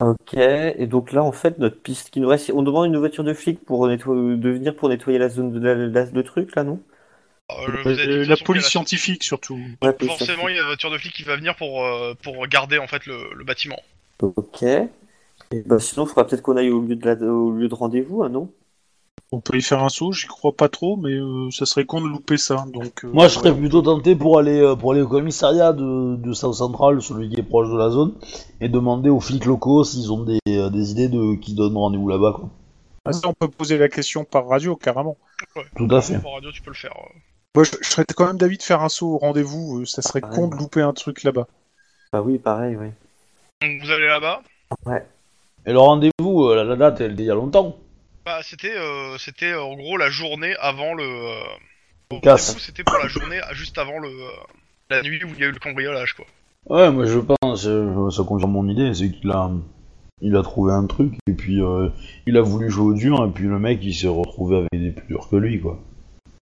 Speaker 4: Ok, et donc là, en fait, notre piste qui nous reste, on demande une voiture de flic pour nettoyer, de venir pour nettoyer la zone de, la, la- le truc, là, non
Speaker 2: Euh, je vous ai dit, de toute
Speaker 3: Euh, La
Speaker 2: façon, qu'il y a
Speaker 3: police scientifique, surtout.
Speaker 4: Ouais,
Speaker 2: la-
Speaker 4: police
Speaker 2: Forcément, il y a la voiture de flic qui va venir pour, euh, pour garder en fait le- le bâtiment.
Speaker 4: Ok. Et bah, sinon, il faudra peut-être qu'on aille au lieu de, la- au lieu de rendez-vous, hein, non
Speaker 3: On peut y faire un saut, j'y crois pas trop, mais euh, ça serait con de louper ça. Donc, euh,
Speaker 1: Moi, je serais
Speaker 3: ouais.
Speaker 1: plutôt tenté pour aller, euh, pour aller au commissariat de, de South Central, celui qui est proche de la zone, et demander aux flics locaux s'ils ont des, euh, des idées de qui donnent rendez-vous là-bas, quoi.
Speaker 3: Ah, ça, on peut poser la question par radio, carrément.
Speaker 1: Tout à fait.
Speaker 2: Par radio, tu peux le faire. euh.
Speaker 3: Moi, je, je serais quand même d'avis de faire un saut au rendez-vous, euh, ça serait
Speaker 4: Ah,
Speaker 3: con
Speaker 4: ouais.
Speaker 3: de louper un truc là-bas.
Speaker 4: Bah oui, pareil, oui.
Speaker 2: Donc vous allez là-bas.
Speaker 1: Et le rendez-vous, euh, la, la date, elle était il y a longtemps.
Speaker 2: Bah, c'était, euh, c'était euh, en gros la journée avant le. euh, au
Speaker 1: Casse.
Speaker 2: rendez-vous, C'était pour la journée euh, juste avant le. euh, la nuit où il y a eu le cambriolage, quoi.
Speaker 1: Ouais, moi je pense, euh, ça confirme mon idée, c'est qu'il a, il a trouvé un truc, et puis euh, il a voulu jouer au dur, et puis le mec il s'est retrouvé avec des plus durs que lui, quoi.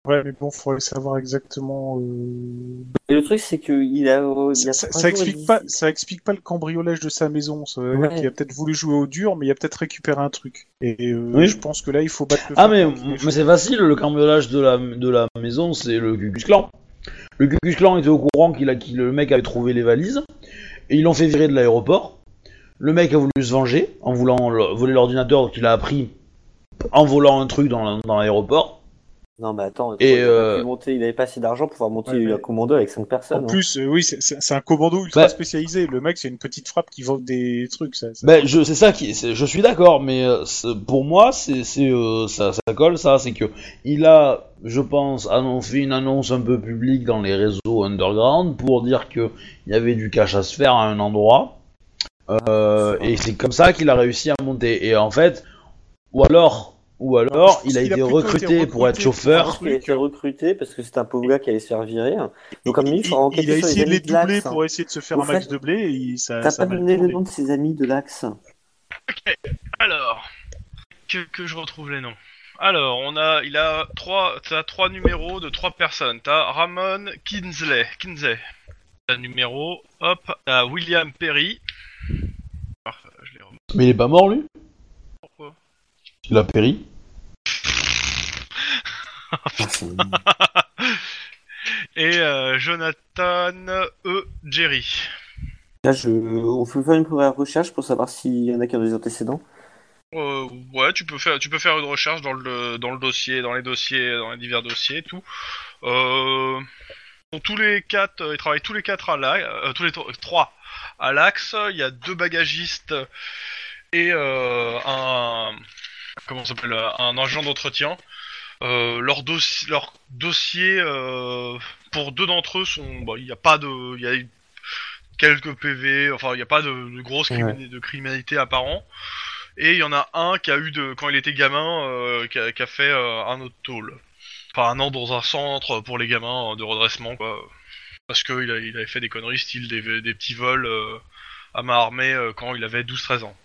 Speaker 3: Ouais, mais bon, faudrait savoir exactement. euh,
Speaker 4: Et le truc, c'est qu'il a. euh, il y a
Speaker 3: Ça, ça-
Speaker 4: trois
Speaker 3: ça
Speaker 4: jours,
Speaker 3: explique
Speaker 4: il-
Speaker 3: pas, ça explique pas le cambriolage de sa maison. Ça veut dire
Speaker 4: Ouais.
Speaker 3: qu'il a peut-être voulu jouer au dur, mais il a peut-être récupéré un truc. Et euh,
Speaker 1: Oui.
Speaker 3: je pense que là, il faut battre le.
Speaker 1: Ah
Speaker 3: fer
Speaker 1: mais,
Speaker 3: contre les
Speaker 1: mais c'est facile, le cambriolage de la, de la maison, c'est le Cucus Clan. Le Cucus Clan était au courant qu'il a, qu'il- le mec avait trouvé les valises, et ils l'ont fait virer de l'aéroport. Le mec a voulu se venger en voulant le- voler l'ordinateur qu'il a appris en volant un truc dans, la- dans l'aéroport.
Speaker 4: Non, mais attends,
Speaker 1: Et,
Speaker 4: il, a
Speaker 1: euh,
Speaker 4: pu monter, il avait pas assez d'argent pour pouvoir monter
Speaker 3: Ouais, mais-
Speaker 4: un commando avec 5 personnes.
Speaker 3: En
Speaker 4: hein.
Speaker 3: plus, euh, oui, c'est- c'est c'est un commando ultra
Speaker 1: Bah-
Speaker 3: spécialisé. Le mec, c'est une petite frappe qui vole des trucs. Ça, ça-
Speaker 1: Ben je, c'est ça qui, c'est- je suis d'accord, mais euh, c'est- pour moi c'est, c'est euh, ça, ça colle ça, c'est que il a, je pense, annon- fait une annonce un peu publique dans les réseaux underground pour dire que il y avait du cash à se faire à un endroit. Euh, et c'est comme ça qu'il a réussi à monter. Et en fait, ou alors, ou alors,
Speaker 3: je pense
Speaker 1: il a
Speaker 3: qu'il a
Speaker 1: été
Speaker 3: plutôt été
Speaker 1: recruté pour être
Speaker 3: recruté
Speaker 1: chauffeur.
Speaker 3: pour
Speaker 4: Il a été recruté parce que c'était un pauvre gars qui allait se faire virer. Donc, comme il
Speaker 3: il,
Speaker 4: faut enquêter
Speaker 3: il a
Speaker 4: sur les
Speaker 3: essayé de les
Speaker 4: amis de l'axe,
Speaker 3: doubler
Speaker 4: hein.
Speaker 3: pour essayer de se faire
Speaker 4: Au
Speaker 3: un max
Speaker 4: fait,
Speaker 3: de blé et il- ça.
Speaker 4: T'as
Speaker 3: ça
Speaker 4: pas
Speaker 3: a mal
Speaker 4: donné le
Speaker 3: tourné.
Speaker 4: nom de ses amis de l'axe.
Speaker 2: Alors. Que, que je retrouve les noms. Alors, on a, il a trois, t'as trois numéros de trois personnes. T'as Ramon Kinsley, Kinsley, t'as un numéro. Hop, t'as William Perry. Parfait, je l'ai remis.
Speaker 1: Mais il est pas mort lui
Speaker 2: Pourquoi
Speaker 1: Il a péri.
Speaker 3: Ah,
Speaker 2: Et euh, Jonathan E. Jerry.
Speaker 4: Là, je... on peut faire une première recherche pour savoir s'il y en a qui ont des antécédents.
Speaker 2: Euh, ouais, tu peux faire, tu peux faire une recherche dans le dans le dossier, dans les dossiers, dans les divers dossiers, et tout. Euh, pour tous les quatre, euh, ils travaillent tous les quatre à l'axe, euh, tous les tro- trois à l'axe. Il y a deux bagagistes et euh, un comment ça s'appelle euh, un agent d'entretien. Euh, leur, dossi- leur dossier euh, pour deux d'entre eux sont, bah, il n'y a pas de, il y a eu quelques PV, enfin il n'y a pas de, de grosse crimi- de criminalité apparente. Et il y en a un qui a eu de quand il était gamin, euh, qui, a, qui a fait euh, un autre tôle. Enfin, un an dans un centre pour les gamins euh, de redressement, quoi. Parce que il, a- il avait fait des conneries, style des, des petits vols euh, à main armée euh, quand il avait 12-13 ans.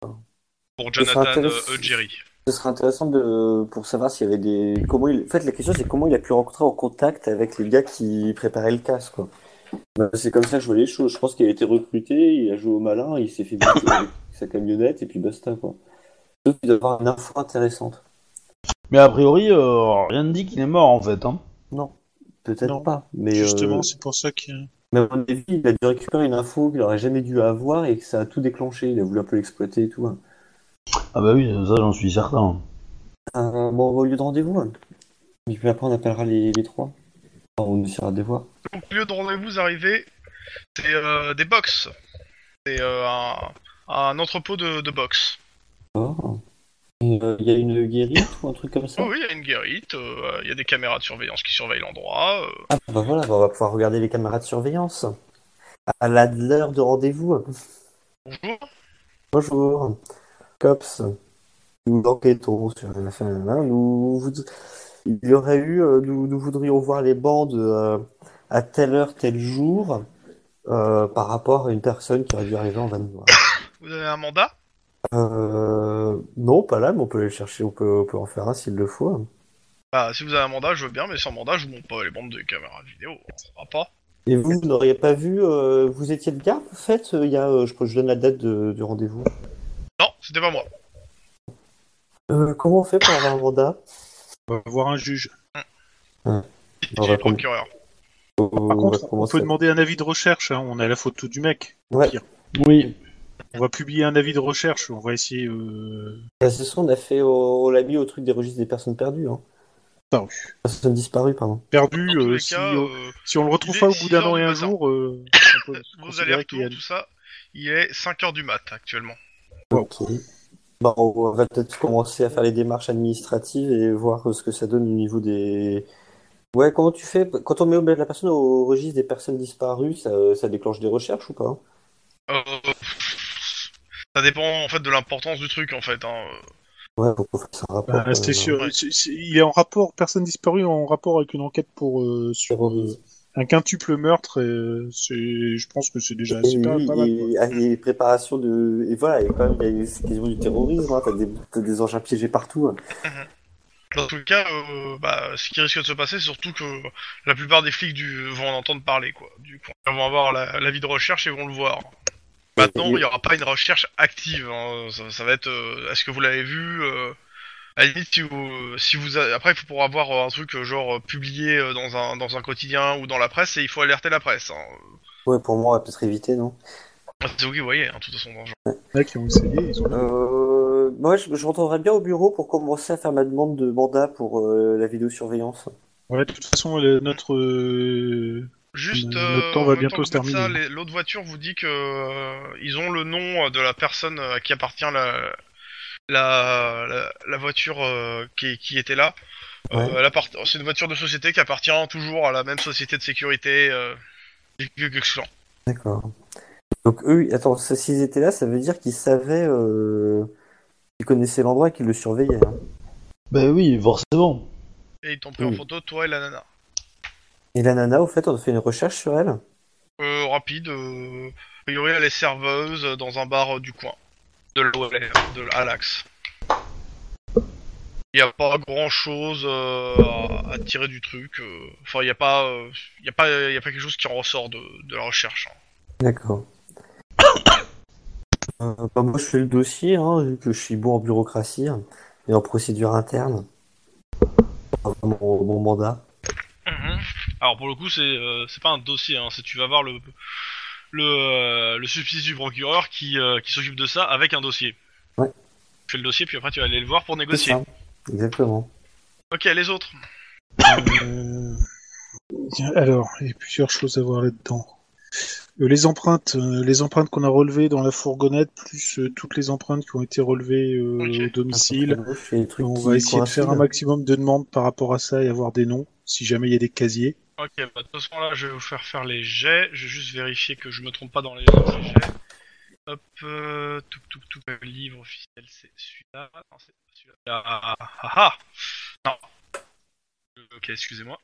Speaker 2: Pour
Speaker 4: Ça
Speaker 2: Jonathan
Speaker 4: intéresse-
Speaker 2: euh, Ujiri.
Speaker 4: Ce serait intéressant de, pour savoir s'il y avait des. Comment il... En fait, la question, c'est comment il a pu rentrer en contact avec les gars qui préparaient le casse, quoi. Ben, c'est comme ça que je vois les choses. Je pense qu'il a été recruté, il a joué au malin, il s'est fait buter avec sa camionnette, et puis basta, quoi. Sauf qu'il doit avoir une info intéressante.
Speaker 1: Mais a priori, euh, rien ne dit qu'il est mort en fait. Hein.
Speaker 4: Peut-être
Speaker 3: Non,
Speaker 4: pas, mais.
Speaker 3: Justement,
Speaker 4: euh,
Speaker 3: c'est pour ça qu'il y a-
Speaker 4: Mais à mon avis, il a dû récupérer une info qu'il aurait jamais dû avoir et que ça a tout déclenché. Il a voulu un peu l'exploiter et tout. hein.
Speaker 1: Ah bah oui, ça j'en suis certain.
Speaker 4: Euh, bon, au lieu de rendez-vous. hein. Et puis après, on appellera les, les trois. Enfin, on essaiera de les voir.
Speaker 2: Donc, lieu de rendez-vous arrivé, c'est euh, des box. C'est euh, un, un entrepôt de, de box.
Speaker 4: Oh. Et, euh, Il y a une guérite ou un truc comme
Speaker 3: Oh.
Speaker 4: ça
Speaker 2: oui, il y a une guérite, euh, il y a des caméras de surveillance qui surveillent l'endroit. euh.
Speaker 4: Ah, bah voilà, bah, on va pouvoir regarder les caméras de surveillance. À la- l'heure de rendez-vous. hein.
Speaker 2: Bonjour.
Speaker 4: Bonjour. Cops. Nous enquêtons sur la fin. hein. Nous, voud- Il y aurait eu, euh, nous, nous voudrions voir les bandes euh, à telle heure, tel jour, euh, par rapport à une personne qui aurait dû arriver en van noir.
Speaker 2: Vous avez un mandat
Speaker 4: Euh, non, pas là, mais on peut les chercher, on peut, on peut en faire un s'il le faut. hein.
Speaker 2: Bah, si vous avez un mandat, je veux bien, mais sans mandat, je vous montre pas les bandes de caméras vidéo. On saura pas.
Speaker 4: Et vous, vous n'auriez pas vu, euh, vous étiez de garde, en fait, euh, il y a, euh, je, je donne la date de- du rendez-vous.
Speaker 2: Non, c'était pas moi.
Speaker 4: Euh, comment on fait pour avoir un mandat?
Speaker 3: on va voir un juge.
Speaker 4: On
Speaker 2: J'ai
Speaker 4: va
Speaker 2: le procureur.
Speaker 3: Euh, Par
Speaker 4: on va
Speaker 3: contre, on
Speaker 4: commencer.
Speaker 3: peut demander un avis de recherche. hein. On a la photo du mec.
Speaker 4: Ouais.
Speaker 3: Pire.
Speaker 1: Oui.
Speaker 3: On va publier un avis de recherche. On va essayer. Euh...
Speaker 4: Bah, c'est ça, on a fait, au- on l'a mis au truc des registres des personnes perdues, hein.
Speaker 3: Disparu.
Speaker 4: Personnes disparues, pardon.
Speaker 3: Perdu.
Speaker 2: Dans tous
Speaker 3: euh,
Speaker 2: les
Speaker 3: si,
Speaker 2: cas,
Speaker 3: euh,
Speaker 2: euh,
Speaker 3: si on le retrouve
Speaker 2: il est
Speaker 3: pas au bout
Speaker 2: six
Speaker 3: d'un
Speaker 2: heures
Speaker 3: an et
Speaker 2: du
Speaker 3: un
Speaker 2: matin.
Speaker 3: jour, euh, on peut
Speaker 2: vos
Speaker 3: considérer qu'il y
Speaker 2: allers-retours,
Speaker 3: a
Speaker 2: tout ça, il est 5h du mat actuellement.
Speaker 4: Ok. Bon, on va peut-être commencer à faire les démarches administratives et voir euh, ce que ça donne au niveau des. Ouais, comment tu fais? Quand on met la personne au registre des personnes disparues, ça, ça déclenche des recherches ou pas?
Speaker 2: Euh, pff, ça dépend en fait de l'importance du truc en fait. hein.
Speaker 4: Ouais, faut qu'on fasse un rapport.
Speaker 3: Bah,
Speaker 4: euh,
Speaker 3: c'est sûr.
Speaker 2: ouais.
Speaker 3: C'est- c'est- il est en rapport, personne disparue, en rapport avec une enquête pour euh, sur euh, un quintuple meurtre. Et, euh, c'est- je pense que c'est déjà
Speaker 4: Et
Speaker 3: assez pas,
Speaker 4: oui,
Speaker 3: pas mal. quoi.
Speaker 4: et, ah, et préparation de. Et voilà, et quand même, il y a c'est quasiment du terrorisme, hein, t'as des, t'as des engins piégés partout. hein.
Speaker 2: Dans tout cas, euh, bah, ce qui risque de se passer, c'est surtout que la plupart des flics du... vont en entendre parler quoi. Du coup, ils vont avoir la- l'avis de recherche et vont le voir.
Speaker 4: Bah,
Speaker 2: Maintenant, Bah, il n'y aura pas une recherche active. hein. Ça, ça va être, euh, est-ce que vous l'avez vu euh, À la limite, si vous, si vous, a- après, il faut pour avoir euh, un truc euh, genre euh, publié euh, dans un dans un quotidien ou dans la presse, et il faut alerter la presse. hein.
Speaker 4: Ouais, pour moi, on va peut-être éviter, non?
Speaker 2: C'est vous qui voyez, hein, de toute façon. dans le genre.
Speaker 3: Il y en a qui ont essayé, ils ont
Speaker 4: Euh, moi, je, je rentrerai bien au bureau pour commencer à faire ma demande de mandat pour euh, la vidéosurveillance.
Speaker 3: Ouais, de toute façon, le- notre. euh,
Speaker 2: Juste,
Speaker 3: Notre
Speaker 2: euh,
Speaker 3: temps
Speaker 2: en
Speaker 3: va
Speaker 2: même
Speaker 3: bientôt
Speaker 2: que
Speaker 3: se
Speaker 2: vous faites ça,
Speaker 3: terminer.
Speaker 2: les- L'autre voiture vous dit que euh, ils ont le nom euh, de la personne à qui appartient la la, la, la voiture euh, qui, qui était là. Euh,
Speaker 4: Ouais.
Speaker 2: elle appart- C'est une voiture de société qui appartient toujours à la même société de sécurité. Euh, du Ku Klux Klan.
Speaker 4: D'accord. Donc eux, attends, ça, s'ils étaient là, ça veut dire qu'ils savaient, euh, qu'ils connaissaient l'endroit et qu'ils le surveillaient. hein.
Speaker 1: Bah oui, forcément.
Speaker 2: Et ils t'ont pris en
Speaker 4: Oui.
Speaker 2: photo, toi et la nana.
Speaker 4: Et la nana, au fait, on a fait une recherche sur elle.
Speaker 2: Euh, rapide, euh, a priori elle est serveuse dans un bar euh, du coin, de l'OLR, de l'Alax. Il n'y a pas grand chose à, à tirer du truc, euh, enfin il n'y a, pas, euh, y a, pas- y a pas quelque chose qui en ressort de, de la recherche. hein.
Speaker 4: D'accord. Euh, bah, moi, je fais le dossier, hein, vu que je suis bon en bureaucratie hein, et en procédure interne. Enfin, Mon, mon mandat.
Speaker 2: Mhm. Alors pour le coup, c'est euh, c'est pas un dossier, hein, c'est tu vas voir le le, euh, le substitut du procureur qui, euh, qui s'occupe de ça avec un dossier.
Speaker 4: Ouais.
Speaker 2: Tu fais le dossier, puis après tu vas aller le voir pour
Speaker 4: C'est
Speaker 2: négocier.
Speaker 4: ça. Exactement.
Speaker 2: Ok, les autres.
Speaker 3: Euh, Alors, il y a plusieurs choses à voir là-dedans. Euh, les empreintes, euh, les empreintes qu'on a relevées dans la fourgonnette, plus euh, toutes les empreintes qui ont été relevées euh,
Speaker 2: Ok.
Speaker 3: au domicile.
Speaker 4: Gauche, et les trucs
Speaker 3: On
Speaker 4: qui
Speaker 3: va essayer de faire un
Speaker 4: coïncident.
Speaker 3: maximum de demandes par rapport à ça et avoir des noms, si jamais il y a des casiers.
Speaker 2: Ok, bah, de toute façon là je vais vous faire faire les jets, je vais juste vérifier que je me trompe pas dans les dans les jets. Hop, euh, tout, tout, tout, euh, livre officiel c'est celui-là, non c'est pas celui-là. Ah, ah, ah, ah, ah. Non. ah. Ok, excusez-moi.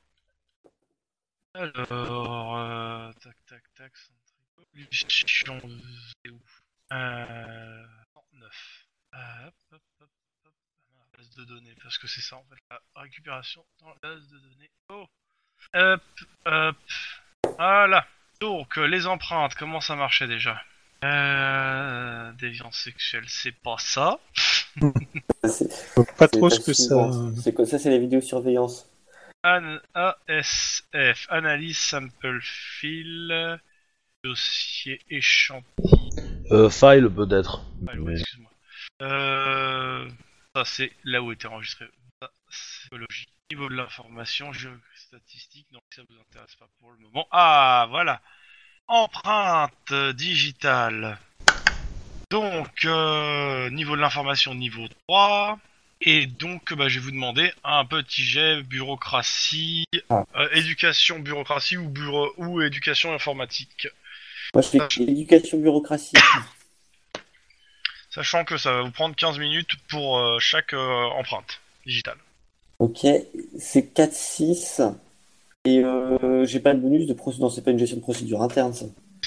Speaker 2: Alors, euh, tac, tac, tac, centré. C'est où Euh, 39. Euh, hop, hop, hop, hop. Dans la base de données, parce que c'est ça en fait, la récupération dans la base de données. Oh Hop, hop. Voilà. Donc, euh, les empreintes, comment ça marchait déjà euh, Déviance sexuelle, c'est pas ça.
Speaker 4: Bah, C'est-
Speaker 3: Pas
Speaker 4: c'est
Speaker 3: trop
Speaker 4: la
Speaker 3: ce que ça.
Speaker 4: suivante. C'est quoi ça C'est les vidéosurveillance.
Speaker 2: An ASF, analyse sample file, dossier échantillon.
Speaker 1: Euh, file peut-être.
Speaker 2: Ah, ouais, excuse-moi. Euh, ça, c'est là où était enregistré. Ça, c'est logique. Niveau de l'information, jeu statistique, non, ça vous intéresse pas pour le moment. Ah, voilà. Empreinte digitale. Donc, euh, niveau de l'information, niveau 3. Et donc, bah, je vais vous demander un petit jet bureaucratie,
Speaker 4: Ah.
Speaker 2: euh, éducation bureaucratie ou, bureau, ou éducation informatique.
Speaker 4: Moi, je
Speaker 2: Ah.
Speaker 4: fais éducation bureaucratie.
Speaker 2: Sachant que ça va vous prendre 15 minutes pour euh, chaque euh, empreinte digitale.
Speaker 4: Ok, c'est 4-6. Et euh, j'ai pas de bonus de procédure. Non, c'est pas une gestion de procédure interne, ça.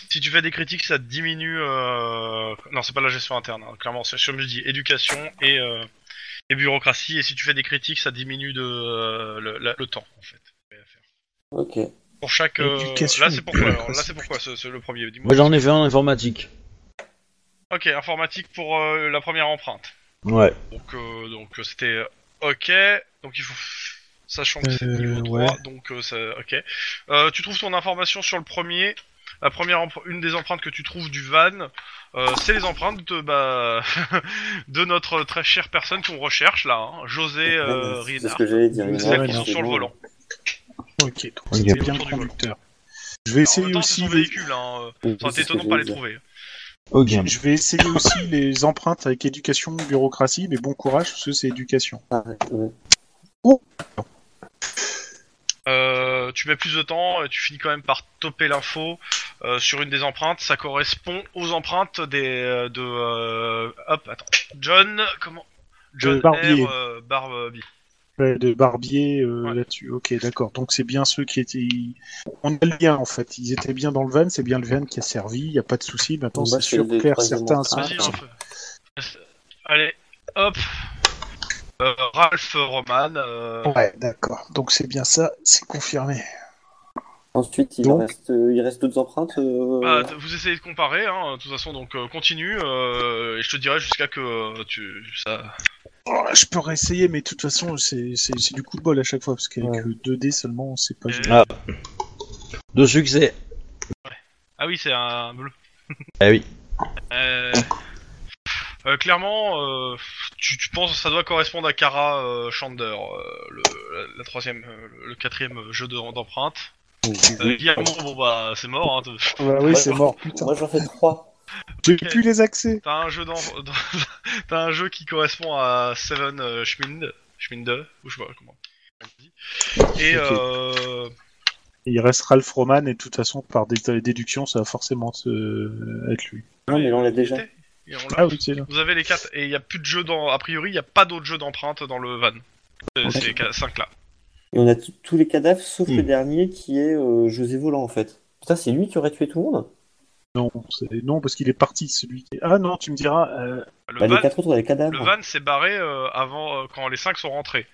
Speaker 2: Si tu fais des critiques, ça te diminue. euh, Non, c'est pas la gestion interne, hein, clairement. C'est comme je dis, éducation et, euh, et bureaucratie. Et si tu fais des critiques, ça diminue de, euh, le, la- le temps, en fait.
Speaker 4: Ok.
Speaker 2: Pour chaque. euh,
Speaker 3: Éducation
Speaker 2: Là, c'est pourquoi. alors, Là,
Speaker 3: bureaucratie,
Speaker 2: c'est pourquoi ce, ce- le premier. dis-moi.
Speaker 1: Moi j'en ai fait un en informatique.
Speaker 2: Ok, informatique pour euh, la première empreinte.
Speaker 1: Ouais.
Speaker 2: Donc, euh, donc euh, c'était euh, ok. Donc il faut, sachant que c'est
Speaker 3: Euh,
Speaker 2: niveau 3,
Speaker 3: ouais.
Speaker 2: donc euh, ça, ok. Euh, tu trouves ton information sur le premier. La première, empre- une des empreintes que tu trouves du van, euh, c'est les empreintes de, bah, de notre très chère personne qu'on recherche là, hein, José euh,
Speaker 4: Ouais, Ah, c'est
Speaker 2: Rienard.
Speaker 4: ce que j'allais dire.
Speaker 3: C'est
Speaker 2: C'est celle
Speaker 3: Ouais,
Speaker 2: qui
Speaker 3: non,
Speaker 2: sont sur le
Speaker 4: bon.
Speaker 2: volant.
Speaker 3: Ok, donc
Speaker 1: Ok.
Speaker 3: c'était
Speaker 2: Autour
Speaker 3: bien le
Speaker 2: du volant.
Speaker 3: conducteur. Je vais
Speaker 2: Alors, en
Speaker 3: essayer
Speaker 2: même temps, c'est
Speaker 3: aussi
Speaker 2: son
Speaker 3: les...
Speaker 2: véhicule, hein.
Speaker 4: Oui,
Speaker 2: ça aurait été
Speaker 4: c'est ce que
Speaker 2: étonnant de pas
Speaker 4: j'allais
Speaker 2: les
Speaker 4: dire.
Speaker 2: trouver.
Speaker 1: Ok.
Speaker 3: Je vais essayer aussi les empreintes avec éducation, bureaucratie, mais bon courage parce que c'est éducation.
Speaker 4: Ah, ouais.
Speaker 2: Euh, tu mets plus de temps, et tu finis quand même par toper l'info euh, sur une des empreintes. Ça correspond aux empreintes des euh, de euh, hop attends John comment John
Speaker 3: Barbier.
Speaker 2: R, euh, Barbier.
Speaker 3: Ouais, De Barbier euh,
Speaker 2: Ouais.
Speaker 3: là-dessus. Ok, d'accord. Donc c'est bien ceux qui étaient. On a le lien en fait. Ils étaient bien dans le van, c'est bien le van qui a servi, il n'y a pas de souci. Maintenant
Speaker 4: Moi,
Speaker 3: c'est
Speaker 4: bah, c'est
Speaker 3: sûr,
Speaker 4: les
Speaker 3: clair,
Speaker 4: troisièmes
Speaker 3: certains
Speaker 4: empreintes.
Speaker 2: Vas-y,
Speaker 3: sont.
Speaker 2: on fait. allez hop Euh, Ralph Roman euh,
Speaker 3: Ouais, d'accord. Donc c'est bien ça, c'est confirmé.
Speaker 4: Ensuite, il,
Speaker 3: Donc-
Speaker 4: reste, euh, il reste d'autres empreintes. euh,
Speaker 2: bah, t- vous essayez de comparer hein, de toute façon donc euh, continue euh, et je te dirai jusqu'à que euh, tu ça
Speaker 3: Oh, je peux réessayer, mais de toute façon, c'est c'est- c'est du coup de bol à chaque fois, parce qu'avec
Speaker 4: Ouais.
Speaker 3: euh, 2D seulement, c'est pas.
Speaker 2: Et-
Speaker 3: jouer.
Speaker 1: Ah. Deux succès.
Speaker 2: ah oui c'est un bleu
Speaker 1: Ah oui.
Speaker 2: Euh, euh, clairement, euh, tu, tu penses que ça doit correspondre à Kara euh, Chander, euh, le, la, la troisième, euh, le, le quatrième jeu de- d'empreinte. Euh, Guillermo, bon bah c'est mort, hein, te-
Speaker 3: Ah bah oui,
Speaker 4: Ouais,
Speaker 3: c'est
Speaker 4: ouais.
Speaker 3: mort, putain.
Speaker 4: Moi, j'en fais trois.
Speaker 3: J'ai plus les accès.
Speaker 2: t'as un jeu d'en- dans- t'as un jeu qui correspond à Seven euh, Schminde, Schminde, ou je sais pas comment. on dit. Et
Speaker 3: Ok.
Speaker 2: euh,
Speaker 3: Il reste Ralph Roman, et de toute façon, par dé- déduction, ça va forcément euh, être lui.
Speaker 2: Ah,
Speaker 4: Non, mais on l'a déjà.
Speaker 2: et on l'a-
Speaker 3: Ah oui, c'est là.
Speaker 2: Vous avez les quatre et il y a plus de jeu dans. A priori, il n'y a pas d'autres jeux d'empreinte dans le van. Euh, C'est-
Speaker 4: Ok.
Speaker 2: C'est les cinq là.
Speaker 4: Et on a t- tous les cadavres, sauf
Speaker 1: Hmm.
Speaker 4: le dernier qui est euh, José Volant, en fait. Putain, c'est lui qui aurait tué tout le monde
Speaker 3: Non, c'est- non, parce qu'il est parti, celui qui. Ah non, tu me diras. euh,
Speaker 2: Le
Speaker 4: bah,
Speaker 2: van,
Speaker 4: Les quatre autres, on a les cadavres.
Speaker 2: Le van s'est barré euh, avant euh, quand les 5 sont rentrés.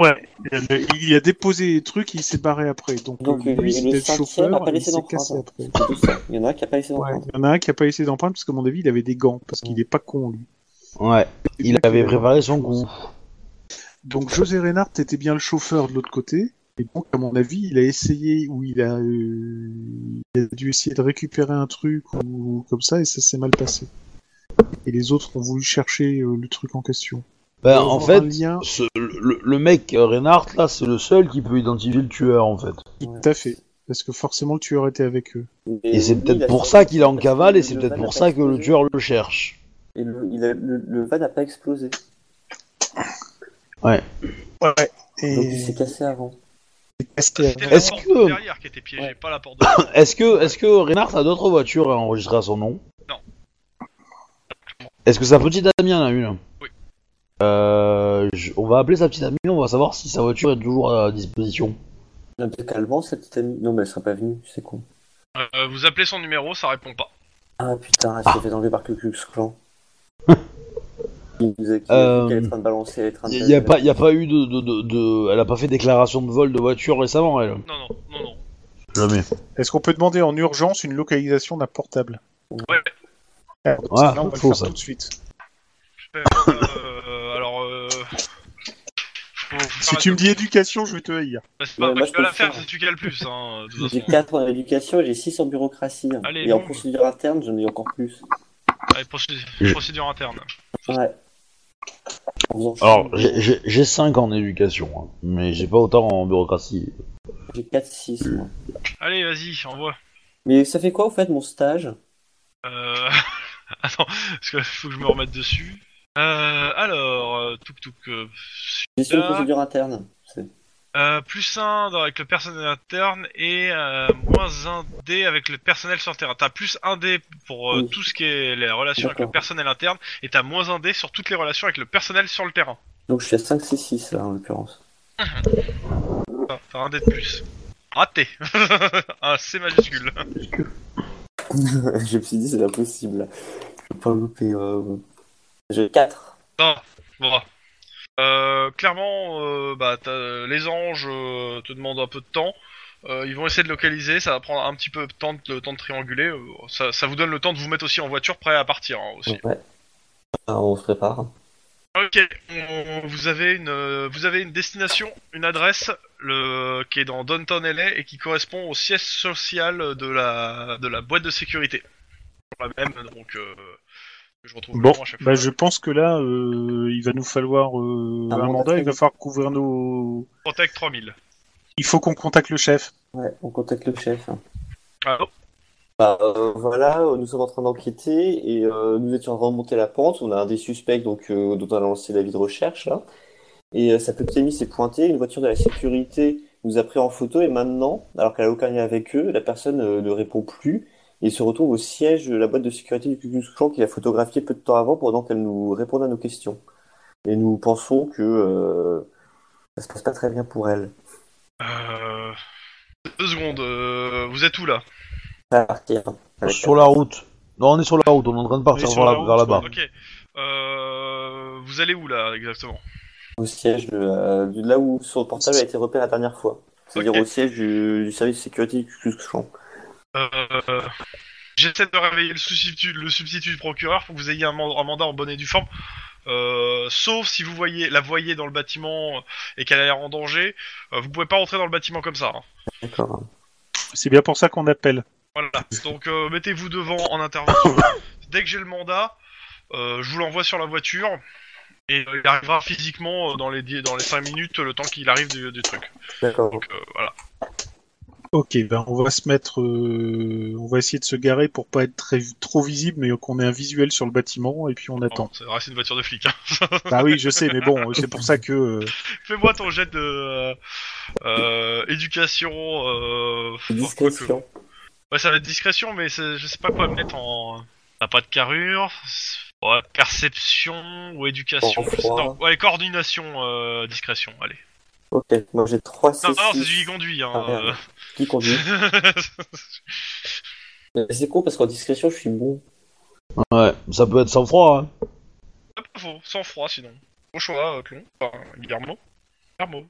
Speaker 3: Ouais, le- il a déposé les trucs, il s'est barré après. Donc,
Speaker 4: Donc,
Speaker 3: euh,
Speaker 4: le-
Speaker 3: lui, c'était
Speaker 4: le
Speaker 3: le
Speaker 4: cinquième a
Speaker 3: chauffeur,
Speaker 4: pas
Speaker 3: et il
Speaker 4: laissé
Speaker 3: s'est cassé
Speaker 4: d'empreinte.
Speaker 3: après.
Speaker 4: C'est tout ça. hein. Il y en a un qui a pas laissé
Speaker 3: Ouais,
Speaker 4: d'empreinte.
Speaker 3: il y en a un qui a pas laissé d'empreinte, parce qu'à mon avis, il avait des gants, parce qu'il est pas con, lui.
Speaker 1: Ouais. Il avait préparé son coup.
Speaker 3: Donc José Reynard était bien le chauffeur de l'autre côté, et donc à mon avis, il a essayé ou il a, euh, il a dû essayer de récupérer un truc ou comme ça, et ça s'est mal passé. Et les autres ont voulu chercher euh, le truc en question.
Speaker 1: Bah,
Speaker 3: Ils
Speaker 1: en
Speaker 3: ont
Speaker 1: fait,
Speaker 3: un lien,
Speaker 1: ce- le, le mec euh, Reinhardt là, c'est le seul qui peut identifier le tueur en fait.
Speaker 3: tout à fait, parce que forcément le tueur était avec eux.
Speaker 1: Et c'est
Speaker 4: lui, il
Speaker 1: peut-être
Speaker 4: a
Speaker 1: pour
Speaker 4: servi-
Speaker 1: ça qu'il est en
Speaker 4: parce
Speaker 1: cavale
Speaker 4: que
Speaker 1: et c'est
Speaker 4: le
Speaker 1: peut-être
Speaker 4: van a
Speaker 1: pour
Speaker 4: pas
Speaker 1: ça que le
Speaker 4: explosé.
Speaker 1: tueur le cherche.
Speaker 4: Et le, il a- le, le van n'a pas explosé.
Speaker 3: Ouais.
Speaker 4: Donc, il
Speaker 3: Et
Speaker 4: s'est cassé avant.
Speaker 3: c'était
Speaker 2: C'était la
Speaker 1: Est-ce
Speaker 2: porte
Speaker 1: que-
Speaker 2: de derrière qui était piégée, pas la porte de devant.
Speaker 1: Est-ce que est-ce que Reinhardt a d'autres voitures enregistrées à son nom
Speaker 2: Non.
Speaker 1: Est-ce que sa petite amie en a une
Speaker 2: Oui.
Speaker 1: Euh, je- on va appeler sa petite amie, on va savoir si sa voiture est toujours à disposition.
Speaker 4: Elle a peut-être qu'elle vend, cette petite amie. Non, mais elle sera pas venue, c'est con.
Speaker 2: Euh, vous appelez son numéro, ça répond pas.
Speaker 4: Ah putain, elle s'est fait enlever par le Klux Klan. Il nous a dit
Speaker 1: Euh,
Speaker 4: qu'elle est en train de balancer, elle est en train de...
Speaker 1: Il n'y a, pas- y a pas eu de, de, de, de- Elle a pas fait déclaration de vol de voiture récemment, elle.
Speaker 2: Non, non, non, non.
Speaker 1: Jamais.
Speaker 3: Est-ce qu'on peut demander en urgence une localisation d'un portable
Speaker 2: Ouais.
Speaker 3: Alors, donc,
Speaker 1: Ah,
Speaker 3: celle-là, on va le
Speaker 1: faut
Speaker 3: faire
Speaker 1: ça.
Speaker 3: tout de suite.
Speaker 2: Euh, euh, alors, euh... faut- faut
Speaker 3: Si
Speaker 2: faire
Speaker 3: tu
Speaker 2: la-
Speaker 3: me dis éducation, je vais te haïr.
Speaker 2: Bah, c'est pas
Speaker 4: Ouais,
Speaker 2: moi
Speaker 4: moi,
Speaker 2: qui
Speaker 4: je
Speaker 2: vais
Speaker 4: peux
Speaker 2: la
Speaker 4: le
Speaker 2: faire,
Speaker 4: faire.
Speaker 2: c'est tu qui as le plus. Hein, de toute
Speaker 4: J'ai
Speaker 2: façon.
Speaker 4: 4 en éducation et j'ai 6 en bureaucratie.
Speaker 2: Allez,
Speaker 4: et en
Speaker 2: boum.
Speaker 4: procédure interne, j'en ai encore plus.
Speaker 2: Allez, procédure,
Speaker 1: Je-
Speaker 2: procédure interne.
Speaker 4: Ouais. On vous enchaîne.
Speaker 1: Alors, j'ai- j'ai j'ai 5 en éducation, hein, mais j'ai pas autant en bureaucratie.
Speaker 4: j'ai 4, 6. Moi.
Speaker 2: Allez, vas-y, envoie.
Speaker 4: Mais ça fait quoi, au fait, mon stage
Speaker 2: Euh... Attends, parce que faut que je me remette dessus. Euh, alors, euh, touk touk, euh,
Speaker 4: Gestion de
Speaker 2: Ah.
Speaker 4: procédure interne. C'est-
Speaker 2: euh, plus 1 avec le personnel interne et euh, moins 1 D avec le personnel sur terrain. T'as plus 1 D pour euh,
Speaker 4: Oui.
Speaker 2: tout ce qui est les relations avec le
Speaker 4: D'accord.
Speaker 2: personnel interne et t'as moins 1 D sur toutes les relations avec le personnel sur le terrain.
Speaker 4: Donc je suis à 5, 6, 6, là, en l'occurrence.
Speaker 2: T'as- T'as un D de plus. Raté Un C majuscule.
Speaker 4: je me suis dit, c'est impossible. Je peux pas louper. Euh... J'ai 4.
Speaker 2: Non, bon. Euh, clairement, euh, bah, t'as- les anges euh, te demandent un peu de temps. Euh, ils vont essayer de localiser, ça va prendre un petit peu de temps de, le temps de trianguler. euh, Ça, ça vous donne le temps de vous mettre aussi en voiture prêt à partir hein, aussi.
Speaker 4: Ouais. Ah, on se prépare.
Speaker 2: Ok, on- on- vous avez une euh, vous avez une destination, une adresse le, qui est dans Downtown LA et qui correspond au siège social de la de la boîte de sécurité. La même donc euh, que je retrouve le
Speaker 3: Bon,
Speaker 2: nom à chaque
Speaker 3: bah,
Speaker 2: fois.
Speaker 3: je pense que là, euh, il va nous falloir euh,
Speaker 4: Un
Speaker 3: un
Speaker 4: mandat
Speaker 3: mandat, il
Speaker 4: très
Speaker 3: va falloir couvrir nos...
Speaker 2: Protect 3000.
Speaker 3: Il faut qu'on contacte le chef.
Speaker 4: Ouais, on contacte le chef.
Speaker 2: Allô
Speaker 4: Bah, euh, voilà, euh, nous sommes en train d'enquêter et euh, nous étions en train de remonter la pente. On a un des suspects donc, euh, dont on a lancé l'avis de recherche là. Et euh, sa petite amie s'est pointée. Une voiture de la sécurité nous a pris en photo et maintenant, alors qu'elle a aucun lien avec eux, la personne euh, ne répond plus et se retrouve au siège de la boîte de sécurité du Cucus Clan qu'il a photographié peu de temps avant pendant qu'elle nous répondait à nos questions. Et nous pensons que euh, ça se passe pas très bien pour elle.
Speaker 2: Euh... Deux secondes, euh, vous êtes où là
Speaker 4: Ça va partir. Avec
Speaker 1: Sur la route. Non, on est sur la route, on est en train de partir
Speaker 3: On est
Speaker 1: vers
Speaker 3: sur la
Speaker 1: la-
Speaker 3: route,
Speaker 1: vers là-bas.
Speaker 3: ouais.
Speaker 2: Ok, euh, vous allez où là exactement
Speaker 4: Au siège de, la- de là où son portable a été repéré la dernière fois. C'est-à-dire
Speaker 2: Ok.
Speaker 4: au siège du, du service de sécurité du Ku Klux Klan.
Speaker 2: euh, J'essaie de réveiller le substitut, le substitut du procureur pour que vous ayez un, man- un mandat en bonne et due forme. Euh, sauf si vous voyez la voyez dans le bâtiment euh, et qu'elle a l'air en danger, euh, vous pouvez pas rentrer dans le bâtiment comme ça. hein.
Speaker 4: D'accord.
Speaker 3: C'est bien pour ça qu'on appelle.
Speaker 2: Voilà. Donc euh, mettez-vous devant en intervention. Dès que j'ai le mandat, euh, je vous l'envoie sur la voiture et euh, il arrivera physiquement euh, dans les dix- dans les 5 minutes euh, le temps qu'il arrive du, du truc.
Speaker 4: D'accord.
Speaker 2: Donc euh, voilà.
Speaker 3: Ok, ben on va se mettre, euh, on va essayer de se garer pour pas être très, trop visible, mais qu'on ait un visuel sur le bâtiment et puis on attend.
Speaker 2: Bon, ça reste une voiture de flic. hein.
Speaker 3: bah oui, je sais, mais bon, c'est pour ça que euh,
Speaker 2: Fais-moi ton jet de euh, euh, éducation. Euh,
Speaker 4: Discrétion.
Speaker 2: Ouais, ça va être discrétion, mais c'est- je sais pas quoi me mettre en. T'as pas de carrure c'est- ouais, Perception ou éducation
Speaker 4: Sang froid.
Speaker 2: Non, ouais, coordination, euh, discrétion, allez.
Speaker 4: Ok. Moi j'ai 3 C6
Speaker 2: Non, non, c'est celui qui conduit, hein.
Speaker 4: Ah, merde.
Speaker 2: euh.
Speaker 4: qui conduit. Mais C'est con parce qu'en discrétion je suis bon.
Speaker 1: Ouais, ça peut être sans froid. Hein.
Speaker 2: Ah, pas faux, sans froid sinon. Bon choix, euh, Clon. Enfin, Guillermo. Guillermo.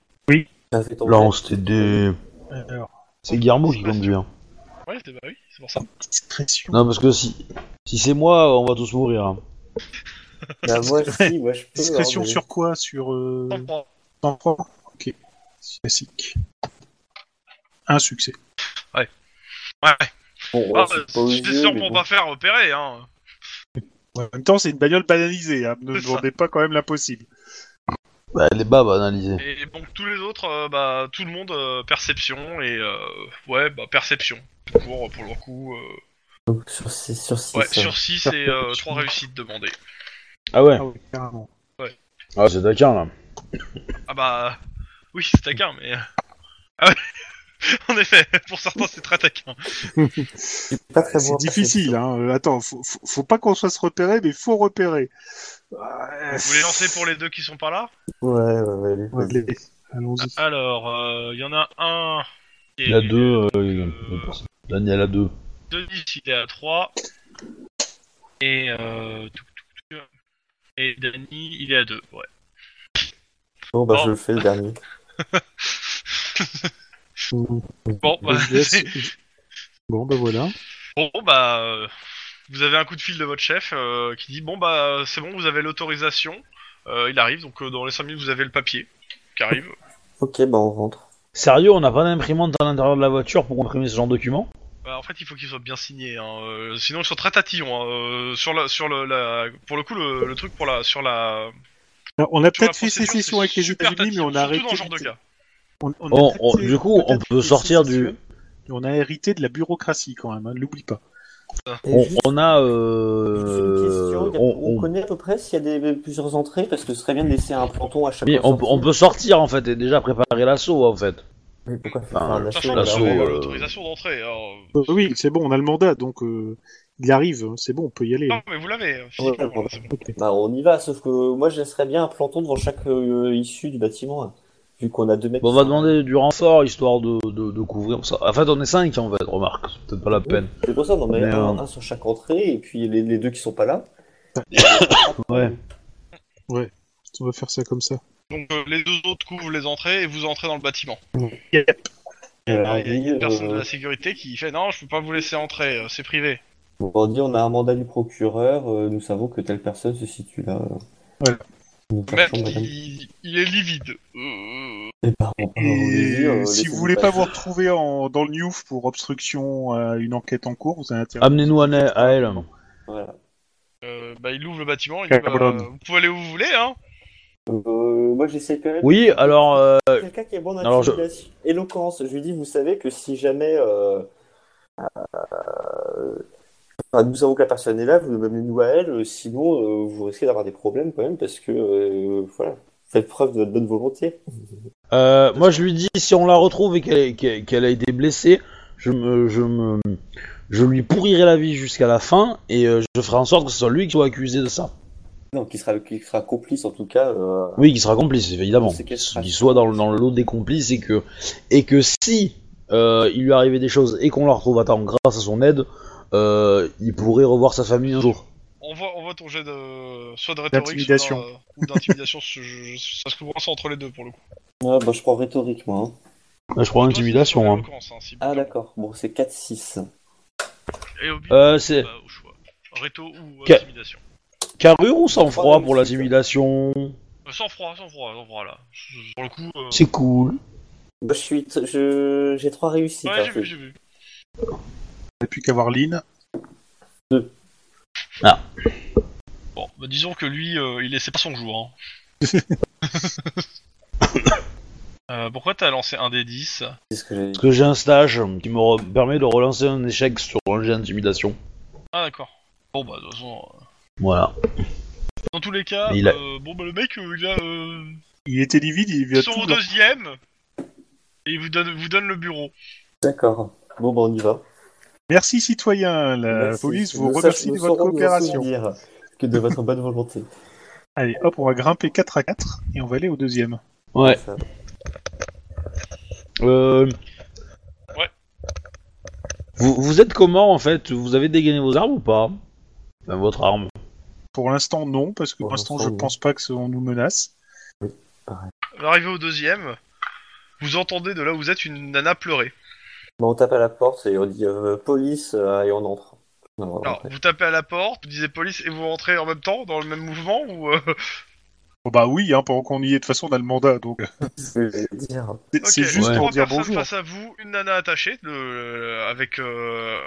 Speaker 4: Ça fait tomber.
Speaker 1: Là, c'était des.
Speaker 3: alors,
Speaker 1: C'est Guillermo qui conduit. Hein.
Speaker 2: Ouais, c'est bah oui, c'est pour ça.
Speaker 3: discrétion.
Speaker 1: Non, parce que si, si c'est moi, on va tous mourir. hein.
Speaker 4: Bah, moi si, moi je peux.
Speaker 3: Discrétion
Speaker 4: hein, mais-
Speaker 3: sur quoi Sur euh,
Speaker 2: Sans froid.
Speaker 3: sans froid Ok, classique. Un succès.
Speaker 2: Ouais,
Speaker 4: Bon,
Speaker 2: Ah,
Speaker 4: ouais, c'est pas
Speaker 2: euh,
Speaker 4: aux
Speaker 2: j'étais
Speaker 4: yeux,
Speaker 2: sûr
Speaker 4: mais
Speaker 2: pour
Speaker 4: bon.
Speaker 2: pas faire repérer, hein.
Speaker 3: Ouais, en même temps, c'est une bagnole banalisée. Hein. Ne me
Speaker 2: C'est ça.
Speaker 3: demandez pas quand même l'impossible.
Speaker 1: Bah, elle est pas banalisée.
Speaker 2: Et donc tous les autres, euh, bah tout le monde euh, perception et euh, ouais bah perception. Tout court pour le coup. euh,
Speaker 4: Donc, sur six- hein. sur 6.
Speaker 2: ouais sur 6 et euh,
Speaker 3: Perception.
Speaker 2: 3 réussites demandées.
Speaker 1: Ah ouais
Speaker 3: Ah oui, carrément.
Speaker 1: Ah, c'est taquin là.
Speaker 2: Ah bah oui c'est taquin mais. Ah ouais. En effet, pour certains c'est très taquin.
Speaker 4: Pas très
Speaker 3: C'est
Speaker 4: bon.
Speaker 3: difficile. Hein. Euh, Attends, faut, faut, faut pas qu'on soit se repérer, mais faut repérer. Ouais,
Speaker 2: Vous voulez lancer pour les deux qui sont pas là
Speaker 4: Ouais, ouais, ouais, allez,
Speaker 3: Ouais,
Speaker 4: vas-y.
Speaker 3: allez, Allons-y.
Speaker 2: Alors, euh, il y en a un. qui est-
Speaker 1: Il y a deux. Euh, il y a deux personnes. Daniel a deux.
Speaker 2: Denis, il est à 3. Et, euh, touc, touc, touc. et Danny, il est à 2. Ouais.
Speaker 4: Bon, bah,
Speaker 2: Bon.
Speaker 4: je le fais le dernier.
Speaker 2: Bon, bah,
Speaker 3: Je laisse- Bon, bah voilà.
Speaker 2: bon, bah, euh, vous avez un coup de fil de votre chef euh, qui dit Bon, bah, c'est bon, vous avez l'autorisation. Euh, il arrive, donc euh, dans les 5 minutes, vous avez le papier qui arrive.
Speaker 4: Ok, bah, on rentre.
Speaker 1: Sérieux, on n'a pas d'imprimante à l'intérieur de la voiture pour imprimer ce genre de document
Speaker 2: Bah, en fait, il faut qu'il soit bien signé. hein, euh, sinon, ils sont très tatillons. hein, euh, sur la, sur le, la, pour le coup, le, le truc pour la, sur la.
Speaker 3: Alors,
Speaker 2: sur la
Speaker 3: on a peut-être fait
Speaker 2: procédure,
Speaker 3: sécession
Speaker 2: c'est
Speaker 3: avec les
Speaker 2: super
Speaker 3: États-Unis, mais
Speaker 2: tatillon,
Speaker 3: on a
Speaker 2: surtout
Speaker 3: arrêté.
Speaker 2: dans ce genre de cas.
Speaker 3: On- on a
Speaker 1: Bon,
Speaker 3: peut-être
Speaker 1: on-
Speaker 3: fait-
Speaker 1: du coup, on
Speaker 3: peut-être
Speaker 1: peut
Speaker 3: fait
Speaker 1: sortir
Speaker 3: sécession,
Speaker 1: du-
Speaker 3: et On a hérité de la bureaucratie quand même, hein, l'oublie pas.
Speaker 4: Et
Speaker 1: on,
Speaker 4: juste,
Speaker 1: on a.
Speaker 4: juste une question,
Speaker 1: Euh,
Speaker 4: y a-
Speaker 1: on-
Speaker 4: on,
Speaker 1: on-
Speaker 4: connaît à peu près s'il y a des, plusieurs entrées, parce que ce serait bien de laisser un planton à chaque
Speaker 1: oui, on,
Speaker 4: sortie.
Speaker 1: on peut sortir en fait et déjà préparer l'assaut en fait.
Speaker 4: Mais pourquoi faire
Speaker 1: Enfin,
Speaker 4: un
Speaker 1: de
Speaker 2: De toute façon,
Speaker 4: assaut
Speaker 2: vous
Speaker 1: l'assaut,
Speaker 2: avez
Speaker 1: euh,
Speaker 2: l'autorisation d'entrée. alors,
Speaker 3: Euh, oui, c'est bon, on a le mandat, donc euh, il arrive, hein, c'est bon, on peut y aller.
Speaker 2: Non, mais vous l'avez. hein,
Speaker 4: Ouais,
Speaker 2: physiquement,
Speaker 4: ouais.
Speaker 2: c'est bon.
Speaker 3: Ok.
Speaker 4: Bah, on y va, sauf que moi, je laisserais bien un planton devant chaque euh, issue du bâtiment, hein, vu qu'on a deux mètres.
Speaker 1: Bon, on va demander du renfort histoire de, de, de couvrir ça. En fait, on est 5 en fait, remarque. C'est peut-être pas la peine.
Speaker 4: C'est pour ça, non, mais
Speaker 1: Mais, euh,
Speaker 4: un, un sur chaque entrée, et puis les, les deux qui sont pas là.
Speaker 1: Ouais.
Speaker 3: On va faire ça comme ça.
Speaker 2: Donc euh, les deux autres couvrent les entrées et vous entrez dans le bâtiment.
Speaker 4: Alors,
Speaker 2: Il y a une
Speaker 4: euh,
Speaker 2: personne de la sécurité qui fait non, je peux pas vous laisser entrer, euh, c'est privé.
Speaker 4: On dit on a un mandat du procureur, euh, nous savons que telle personne se situe là. euh.
Speaker 3: Voilà.
Speaker 4: Nous
Speaker 2: Le Mec,
Speaker 4: cherchons, madame.
Speaker 2: il, il est livide. Euh,
Speaker 4: Eh ben, on- on les dit,
Speaker 3: Et
Speaker 4: euh,
Speaker 3: si
Speaker 4: laissez-nous
Speaker 3: vous voulez pas
Speaker 4: passer.
Speaker 3: vous retrouver en, dans le Newf pour obstruction à une enquête en cours, vous avez intérêt.
Speaker 1: Amenez-nous à, ne- à elle.
Speaker 4: Voilà.
Speaker 2: euh, bah, il ouvre le bâtiment. Il dit, bah,
Speaker 3: Cabron.
Speaker 2: vous pouvez aller où vous voulez, hein.
Speaker 4: Euh, moi j'essaie quand même.
Speaker 1: Oui, alors euh,
Speaker 4: Quelqu'un qui est bon en
Speaker 1: Alors, je-
Speaker 4: articulation, éloquence. Je lui dis, vous savez que si jamais. euh, euh, enfin, nous savons que la personne est là, vous nous nous à elle, euh, sinon euh, vous risquez d'avoir des problèmes quand même parce que. euh, voilà. Faites preuve de votre bonne volonté.
Speaker 1: Euh, moi je lui dis si on la retrouve et qu'elle est- qu'elle qu'elle a été blessée, je me, je me, je lui pourrirai la vie jusqu'à la fin et euh, je ferai en sorte que ce soit lui qui soit accusé de ça.
Speaker 4: Non, qui sera, qui sera complice en tout cas. euh,
Speaker 1: Oui, qui sera complice évidemment,
Speaker 4: C'est qu'elle sera-
Speaker 1: qu'il soit dans, le- dans le lot des complices et que et que si euh, il lui arrivait des choses et qu'on la retrouve à temps grâce à son aide, euh, il pourrait revoir sa famille un jour.
Speaker 2: On voit, on voit ton jet de soit de rhétorique, soit
Speaker 3: D'intimidation.
Speaker 2: d'un- ou d'intimidation. je- je- je- ça se couvre entre les deux pour le coup.
Speaker 4: ah, bah, je prends rhétorique moi. hein.
Speaker 1: Bah, je prends
Speaker 2: Toi, c'est sur
Speaker 1: intimidation. Hein.
Speaker 2: l'éloquence, hein, si-
Speaker 4: Ah d'accord, bon c'est 4-6.
Speaker 2: Et au but,
Speaker 1: Euh, c'est
Speaker 2: bah, au choix. Rhéto ou euh,
Speaker 1: Que-
Speaker 2: intimidation.
Speaker 1: carrure ou sang froid pour l'intimidation
Speaker 2: Euh, sans froid, sans froid, sans froid là. Pour le coup. euh,
Speaker 1: C'est cool.
Speaker 4: Bah, je suis t- je j'ai trois réussites.
Speaker 2: Ouais,
Speaker 4: hein,
Speaker 2: j'ai
Speaker 4: c'est-
Speaker 2: vu, j'ai vu.
Speaker 3: Il n'y a plus qu'à voir Lynn.
Speaker 2: Bon, bah disons que lui, euh, il laissait pas son jour. hein. Euh, pourquoi t'as lancé un des 10
Speaker 4: c'est ce que j'ai
Speaker 1: Parce que j'ai un stage qui me re- permet de relancer un échec sur un jet d'intimidation.
Speaker 2: Ah d'accord. Bon bah de toute façon, euh,
Speaker 1: Voilà.
Speaker 2: dans tous les cas,
Speaker 1: Mais il a-
Speaker 2: euh, bon bah le mec, euh, il a euh,
Speaker 3: Il était livide, il vient
Speaker 2: son
Speaker 3: tout. blanc.
Speaker 2: deuxième et il vous donne, vous donne le bureau.
Speaker 4: D'accord. Bon bah on y va.
Speaker 3: Merci citoyens, la
Speaker 4: Merci.
Speaker 3: Euh, police vous
Speaker 4: Nous
Speaker 3: remercie
Speaker 4: sach-
Speaker 3: de
Speaker 4: nous
Speaker 3: votre
Speaker 4: saurons nous en
Speaker 3: coopération.
Speaker 4: souvenir que de votre bonne volonté.
Speaker 3: Allez, hop, on va grimper 4 à 4 et on va aller au deuxième.
Speaker 1: Ouais.
Speaker 4: Ça.
Speaker 1: Euh...
Speaker 2: Ouais.
Speaker 1: Vous, vous êtes comment en fait Vous avez dégainé vos armes ou pas Enfin, votre arme.
Speaker 3: Pour l'instant, non, parce que
Speaker 4: Pour
Speaker 3: pour l'instant,
Speaker 4: l'instant,
Speaker 3: je
Speaker 4: oui.
Speaker 3: pense pas que ce- on nous menace.
Speaker 2: Arrivé au deuxième, vous entendez de là où vous êtes une nana pleurer.
Speaker 4: Bon, Bah, on tape à la porte et on dit euh, police euh, et on entre. Non, on
Speaker 2: Alors
Speaker 4: rentre.
Speaker 2: vous tapez à la porte, vous disiez police et vous rentrez en même temps dans le même mouvement ou euh,
Speaker 3: Bon, bah oui, hein, pendant qu'on y est, de toute façon, on a le mandat, donc euh,
Speaker 4: Qu'est-ce que je vais dire
Speaker 3: c'est
Speaker 2: Ok,
Speaker 3: c'est juste
Speaker 1: Ouais.
Speaker 2: trois
Speaker 3: pour dire
Speaker 2: personnes
Speaker 3: bonjour.
Speaker 2: face à vous, une nana attachée, le- euh, avec euh,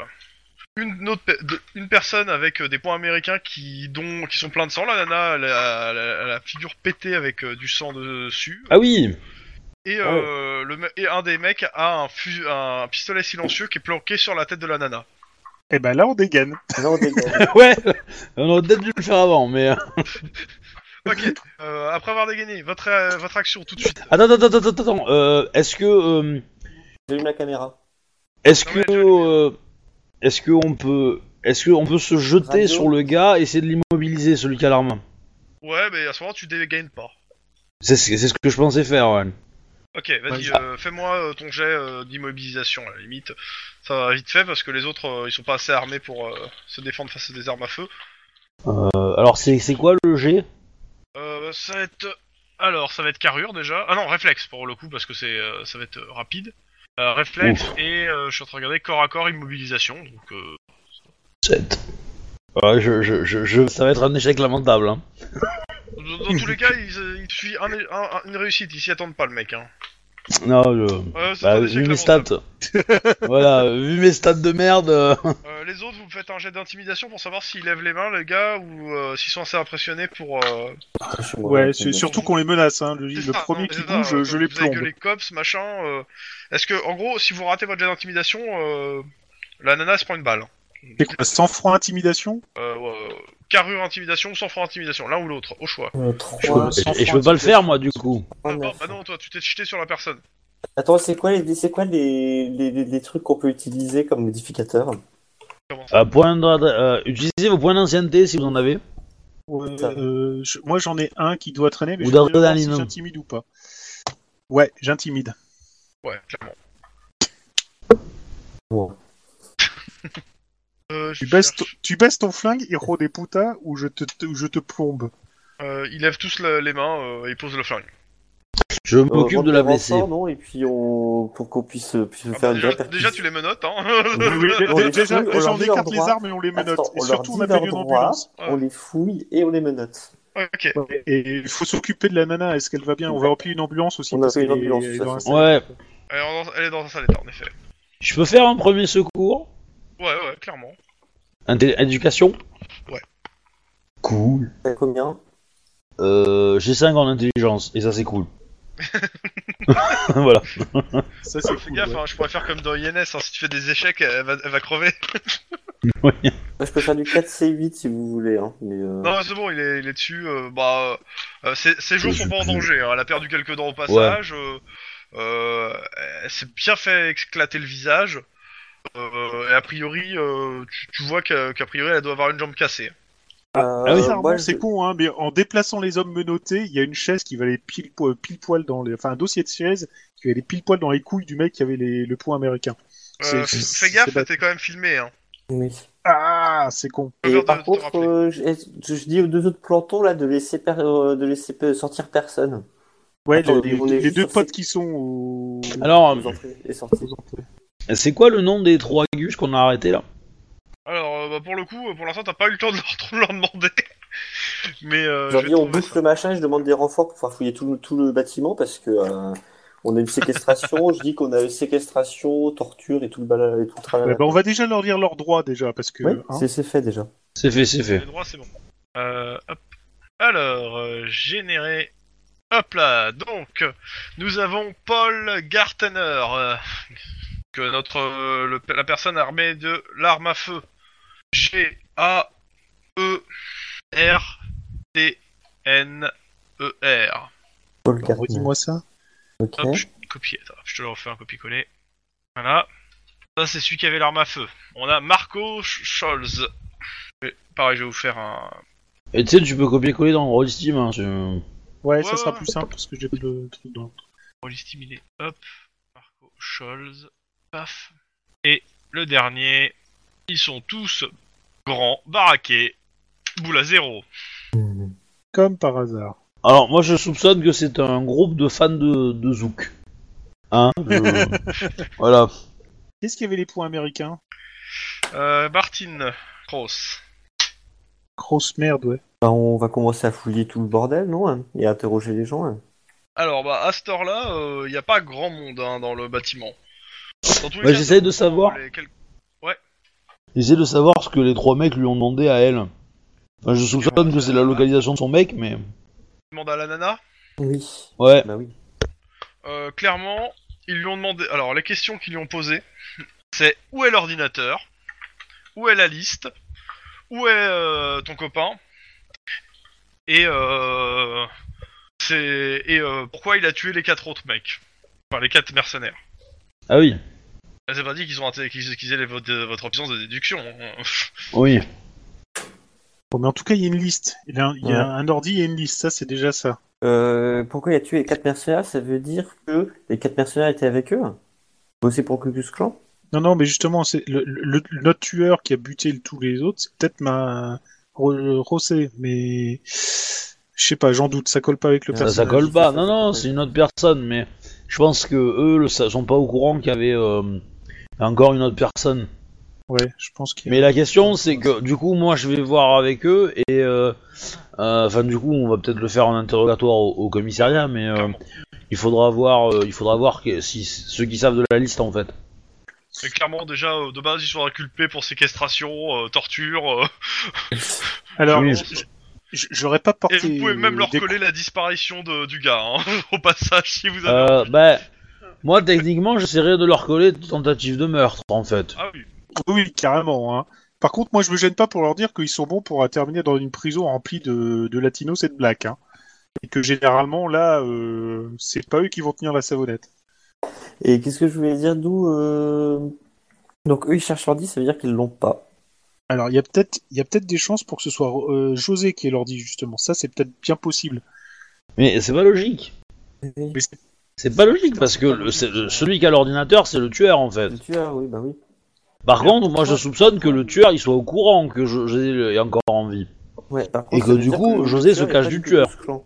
Speaker 2: une autre, pe- de- une personne avec euh, des points américains qui dont qui sont pleins de sang. La nana, elle a elle a- elle a la figure pétée avec euh, du sang dessus.
Speaker 1: Ah oui
Speaker 2: Et euh, le me- et un des mecs a un fu- un pistolet silencieux qui est planqué sur la tête de la nana.
Speaker 3: Et ben là, on dégaine.
Speaker 4: Là, on dégage.
Speaker 1: Ouais On aurait peut-être dû le faire avant, mais. euh,
Speaker 2: Ok. euh, après avoir dégainé, votre euh, votre action tout de suite.
Speaker 1: Attends, attends, attends, attends, attends. Euh, est-ce que. euh,
Speaker 4: J'allume la caméra.
Speaker 1: Est-ce
Speaker 2: Non,
Speaker 1: que.
Speaker 2: mais tu vas
Speaker 1: euh, Est-ce que on peut. Est-ce qu'on peut se jeter
Speaker 4: Radio.
Speaker 1: sur le gars et essayer de l'immobiliser, celui qui a l'arme
Speaker 2: Ouais, Ouais, mais à ce moment, tu dégagnes pas.
Speaker 1: C'est ce c'est ce que je pensais faire, ouais.
Speaker 2: Ok, vas-y,
Speaker 3: Ouais.
Speaker 2: euh, fais-moi euh, ton jet euh, d'immobilisation, à la limite. Ça va vite fait, parce que les autres, euh, ils sont pas assez armés pour euh, se défendre face à des armes à feu.
Speaker 1: Euh, alors, c'est c'est quoi le G
Speaker 2: Euh, ça va être... Alors, ça va être carrure, déjà. Ah non, réflexe, pour le coup, parce que c'est, euh, ça va être euh, rapide. Euh, réflexe, et euh, je suis en train de regarder corps à corps, immobilisation, donc... euh,
Speaker 1: 7. Ouais, je, je, je, je- ça va être un échec lamentable. Hein.
Speaker 2: Dans, dans tous les cas, il, euh, il suffit un- un- une réussite, ils s'y attendent pas, le mec. Hein.
Speaker 1: Non, je-
Speaker 2: Ouais, c'est
Speaker 1: bah,
Speaker 2: un échec
Speaker 1: vu mes
Speaker 2: lamentable.
Speaker 1: stats. voilà, vu mes stats de merde. euh,
Speaker 2: Euh, les autres, vous me faites un jet d'intimidation pour savoir s'ils lèvent les mains, les gars, ou euh, s'ils sont assez impressionnés pour. euh,
Speaker 3: Ouais, c'est surtout qu'on les menace. Hein. Le,
Speaker 2: c'est
Speaker 3: le
Speaker 2: ça,
Speaker 3: premier
Speaker 2: non,
Speaker 3: qui
Speaker 2: c'est ça,
Speaker 3: bouge,
Speaker 2: euh,
Speaker 3: je les
Speaker 2: vous avez
Speaker 3: plombe.
Speaker 2: gueulé cops, machin. euh, Est-ce que, en gros, si vous ratez votre jet d'intimidation, euh, la nana se prend une balle. hein.
Speaker 3: C'est quoi Sans franc intimidation
Speaker 2: Euh, ouais, euh, carrure intimidation ou sans franc intimidation, l'un ou l'autre, au choix.
Speaker 3: Euh, Ouais, sans
Speaker 1: et, et je
Speaker 3: franc
Speaker 1: peux pas le faire, moi, du coup.
Speaker 4: Oh,
Speaker 2: Ah, bah, bah non, toi, tu t'es jeté sur la personne.
Speaker 4: Attends, c'est quoi les, c'est quoi les, les, les- les trucs qu'on peut utiliser comme modificateur
Speaker 2: Comment ça
Speaker 1: Euh, point d'ad- euh, utilisez vos points d'ancienneté si vous en avez.
Speaker 3: Ouais,
Speaker 4: Ça.
Speaker 3: euh, je- moi j'en ai un qui doit traîner, mais
Speaker 1: Ou
Speaker 3: je voudrais voir si
Speaker 1: d'adrénaline.
Speaker 3: j'intimide ou pas. Ouais, j'intimide.
Speaker 2: Ouais, clairement.
Speaker 4: Ouais.
Speaker 2: Euh, je
Speaker 3: Tu baisses,
Speaker 2: cherche.
Speaker 3: ton- tu baisses ton flingue, héros des putas, ou je te, te- ou je te plombe.
Speaker 2: Euh, ils lèvent tous la- les mains euh, et ils posent le flingue.
Speaker 1: Je m'occupe de la blessée.
Speaker 4: non Et puis on... pour qu'on puisse, euh, puisse
Speaker 2: Ah,
Speaker 4: faire
Speaker 2: bah,
Speaker 4: une
Speaker 2: déjà,
Speaker 4: vraie
Speaker 2: déjà, tu les menottes, hein
Speaker 3: Dé-
Speaker 4: on les
Speaker 3: déjà,
Speaker 4: fout, on
Speaker 3: déjà,
Speaker 4: leur
Speaker 3: on
Speaker 4: dit
Speaker 3: écarte
Speaker 4: leur
Speaker 3: les
Speaker 4: droit.
Speaker 3: armes et on les menotte.
Speaker 4: Attends,
Speaker 3: et
Speaker 4: on leur
Speaker 3: surtout, on
Speaker 4: dit
Speaker 3: appelle
Speaker 4: leur
Speaker 3: une
Speaker 4: droit,
Speaker 3: ambulance.
Speaker 2: Ouais.
Speaker 4: on les fouille et on les menote.
Speaker 2: Ok.
Speaker 3: Et il faut s'occuper de la nana, est-ce qu'elle va bien On va appeler une ambulance aussi.
Speaker 4: On
Speaker 3: parce
Speaker 4: appelle
Speaker 3: qu'elle
Speaker 4: une
Speaker 3: est-
Speaker 4: ambulance,
Speaker 3: elle est
Speaker 4: ça,
Speaker 3: dans un
Speaker 4: ça.
Speaker 3: salon.
Speaker 1: Ouais.
Speaker 2: Elle est, dans, elle est dans un sale état, en effet.
Speaker 1: Je peux faire un premier secours
Speaker 2: Ouais, ouais, clairement.
Speaker 1: Inté- Éducation
Speaker 2: Ouais.
Speaker 1: Cool.
Speaker 4: T'as combien
Speaker 1: Euh, j'ai 5 en intelligence, et ça c'est cool. voilà.
Speaker 3: Ça, c'est
Speaker 2: Fais
Speaker 3: cool.
Speaker 2: gaffe,
Speaker 3: ouais.
Speaker 2: hein, je pourrais faire comme dans INS, hein, si tu fais des échecs, elle va, elle va crever.
Speaker 4: Bah, Je peux faire du 4C8 si vous voulez. Hein, mais, euh,
Speaker 2: Non, mais c'est bon, il est, il est dessus. euh, bah, euh, ses, ses jours
Speaker 1: Je
Speaker 2: sont
Speaker 1: sais
Speaker 2: pas en
Speaker 1: plus.
Speaker 2: danger. hein, elle a perdu quelques dents au passage. euh, euh, elle s'est bien fait éclater le visage. euh, et a priori, euh, tu, tu vois qu'a qu'a priori, elle doit avoir une jambe cassée.
Speaker 4: euh,
Speaker 1: ah oui,
Speaker 3: Bizarrement,
Speaker 4: moi,
Speaker 3: c'est
Speaker 4: je-
Speaker 3: con, hein, mais en déplaçant les hommes menottés, il y a une chaise qui va les pile, po- pile poil dans les. Enfin, un dossier de chaise qui va les pile poil dans les couilles du mec qui avait les- le poing américain.
Speaker 2: Euh,
Speaker 3: C'est-
Speaker 2: f-
Speaker 3: c'est-
Speaker 2: fais
Speaker 3: c'est
Speaker 2: gaffe,
Speaker 3: pas-
Speaker 2: t'es quand même filmé. Hein.
Speaker 4: oui.
Speaker 3: Ah, c'est con.
Speaker 2: Pas
Speaker 4: Et
Speaker 2: peur de
Speaker 4: par
Speaker 2: te
Speaker 4: contre,
Speaker 2: rappeler.
Speaker 4: euh, je, est-ce- je- je dis aux deux autres plantons là, de laisser, per- euh, de laisser pe- sortir personne.
Speaker 3: Ouais,
Speaker 4: Attends,
Speaker 3: les, les-
Speaker 4: on est
Speaker 3: les
Speaker 4: juste
Speaker 3: deux
Speaker 4: sur
Speaker 3: potes
Speaker 4: ces-
Speaker 3: qui sont au.
Speaker 1: Alors,
Speaker 4: Aux entrées et sorties.
Speaker 3: euh,
Speaker 1: c'est quoi le nom des trois gus qu'on a arrêtés là
Speaker 2: Alors, euh, bah, pour le coup, euh, pour l'instant, t'as pas eu le temps de leur, de leur demander. Mais euh,
Speaker 4: Je leur
Speaker 2: je vais
Speaker 4: dis, on
Speaker 2: trouver
Speaker 4: bouffe le machin, je demande des renforts pour pouvoir fouiller tout, le- tout le bâtiment parce que euh, on a une séquestration. je dis qu'on a une séquestration, torture et tout le bala- et tout
Speaker 3: Ouais,
Speaker 4: le travail.
Speaker 3: bah, on va déjà leur dire leurs droits déjà, parce que.
Speaker 4: Oui,
Speaker 3: hein,
Speaker 4: c'est- c'est fait déjà.
Speaker 1: C'est fait, c'est
Speaker 2: Les
Speaker 1: fait.
Speaker 2: droits, c'est bon. Euh, hop. Alors, euh, générer. Hop là. Donc, nous avons Paul Gartener, euh, que notre euh, le- la personne armée de l'arme à feu. G A E R T N E R.
Speaker 4: Paul
Speaker 3: alors,
Speaker 4: Gardner.
Speaker 3: Redis-moi Ah, ça.
Speaker 4: Ok.
Speaker 2: Hop, je copie. Attends, je te le refais un copier-coller. Voilà. Ça, c'est celui qui avait l'arme à feu. On a Marco Sch- Scholz. Je vais- Pareil, je vais vous faire un,
Speaker 1: Et tu sais, tu peux copier-coller dans Roll Steam. Hein, tu-
Speaker 3: Ouais,
Speaker 2: Ouais,
Speaker 3: ça
Speaker 2: ouais,
Speaker 3: sera
Speaker 2: ouais.
Speaker 3: plus simple parce que j'ai plus le truc dans.
Speaker 2: pour les stimuler. Hop, Marco Scholz, paf. Et le dernier, ils sont tous grands, baraqués, boule à zéro.
Speaker 4: Mhm.
Speaker 3: Comme par hasard.
Speaker 1: Alors, moi je soupçonne que c'est un groupe de fans de, de Zouk. Hein je- Voilà.
Speaker 3: Qu'est-ce qu'il y avait les points américains
Speaker 2: Euh, Martine Cross.
Speaker 3: Grosse merde, ouais.
Speaker 4: Bah, on va commencer à fouiller tout le bordel, non hein Et à interroger les gens. hein.
Speaker 2: Alors, bah, à cette heure-là, il n'y a pas grand monde hein, dans le bâtiment. Dans tous les
Speaker 1: Bah,
Speaker 2: cas,
Speaker 1: j'essaye de
Speaker 2: dans- dans
Speaker 1: savoir.
Speaker 2: les quel-
Speaker 1: J'essaie de savoir ce que les trois mecs lui ont demandé à elle. Enfin, je soupçonne que c'est la localisation de son mec, mais.
Speaker 2: Demande à la nana.
Speaker 4: Oui.
Speaker 1: Ouais.
Speaker 4: Bah oui.
Speaker 2: Euh, clairement, ils lui ont demandé. Alors, les questions qu'ils lui ont posées, c'est où est l'ordinateur Où est la liste Où est euh, ton copain Et, euh, c'est- et euh, pourquoi il a tué les quatre autres mecs Enfin, les quatre mercenaires.
Speaker 1: Ah oui.
Speaker 2: Ah, C'est pas dit qu'ils ont inté- qu'ils qu'ils aient les- votre, votre puissance de déduction. hein.
Speaker 1: Oui.
Speaker 3: Bon, mais en tout cas, il y a une liste. Il y a, il y a un ordi et une liste. Ça, c'est déjà ça.
Speaker 4: Euh, pourquoi il a tué les quatre mercenaires Ça veut dire que les quatre mercenaires étaient avec eux Bosser pour Cucus Clan
Speaker 3: Non, non, mais justement, c'est le, le- le- notre tueur qui a buté le- tous les autres, c'est peut-être ma Ro- Rosé, mais je sais pas, j'en doute. Ça colle pas avec le
Speaker 4: Ça,
Speaker 1: Ça,
Speaker 3: personnage.
Speaker 1: Bah, ça colle pas. Non, non,
Speaker 4: ça-
Speaker 1: c'est une autre personne, mais je pense que eux le, sa- sont pas au courant qu'il y avait euh, encore une autre personne.
Speaker 3: Ouais, je pense qu'il. y a-
Speaker 1: Mais la question, c'est que du coup, moi, je vais voir avec eux et, euh, euh, enfin, du coup, on va peut-être le faire en interrogatoire au, au commissariat, mais euh, il faudra voir, euh, il faudra voir que- si ceux qui savent de la liste en fait.
Speaker 2: Mais clairement, déjà, euh, de base, ils sont inculpés pour séquestration, euh, torture. euh,
Speaker 3: Alors,
Speaker 1: Oui,
Speaker 3: j- j- j'aurais pas porté.
Speaker 2: et vous pouvez même leur
Speaker 3: des-
Speaker 2: coller la disparition de, du gars, hein, au passage, si vous avez.
Speaker 1: Euh, bah, moi, techniquement, j'essaierai de leur coller tentative de meurtre en fait.
Speaker 2: Ah oui.
Speaker 3: Oui, carrément. Hein. Par contre, moi, je me gêne pas pour leur dire qu'ils sont bons pour euh, terminer dans une prison remplie de, de latinos et de blacks. Hein. Et que généralement, là, euh, c'est pas eux qui vont tenir la savonnette.
Speaker 4: Et qu'est-ce que je voulais dire d'où euh, Donc eux ils cherchent l'ordi, ça veut dire qu'ils l'ont pas.
Speaker 3: Alors, il y a peut-être, il y a peut-être des chances pour que ce soit euh, José qui est l'ordi justement. Ça, c'est peut-être bien possible.
Speaker 1: Mais c'est pas logique.
Speaker 3: Mais c'est-
Speaker 1: C'est pas logique parce que le- c'est- le- celui qui a l'ordinateur, c'est le tueur en fait.
Speaker 4: Le tueur, oui, bah oui.
Speaker 1: Par contre, moi je soupçonne que le tueur il soit au courant que Jo- José est encore en vie.
Speaker 4: Ouais, par
Speaker 1: Et
Speaker 4: contre,
Speaker 1: que
Speaker 4: ça veut
Speaker 1: du
Speaker 4: dire
Speaker 1: coup,
Speaker 4: le
Speaker 1: José se
Speaker 4: tueur est
Speaker 1: cache
Speaker 4: pas
Speaker 1: du
Speaker 4: Ku
Speaker 1: tueur.
Speaker 4: Klux Klan.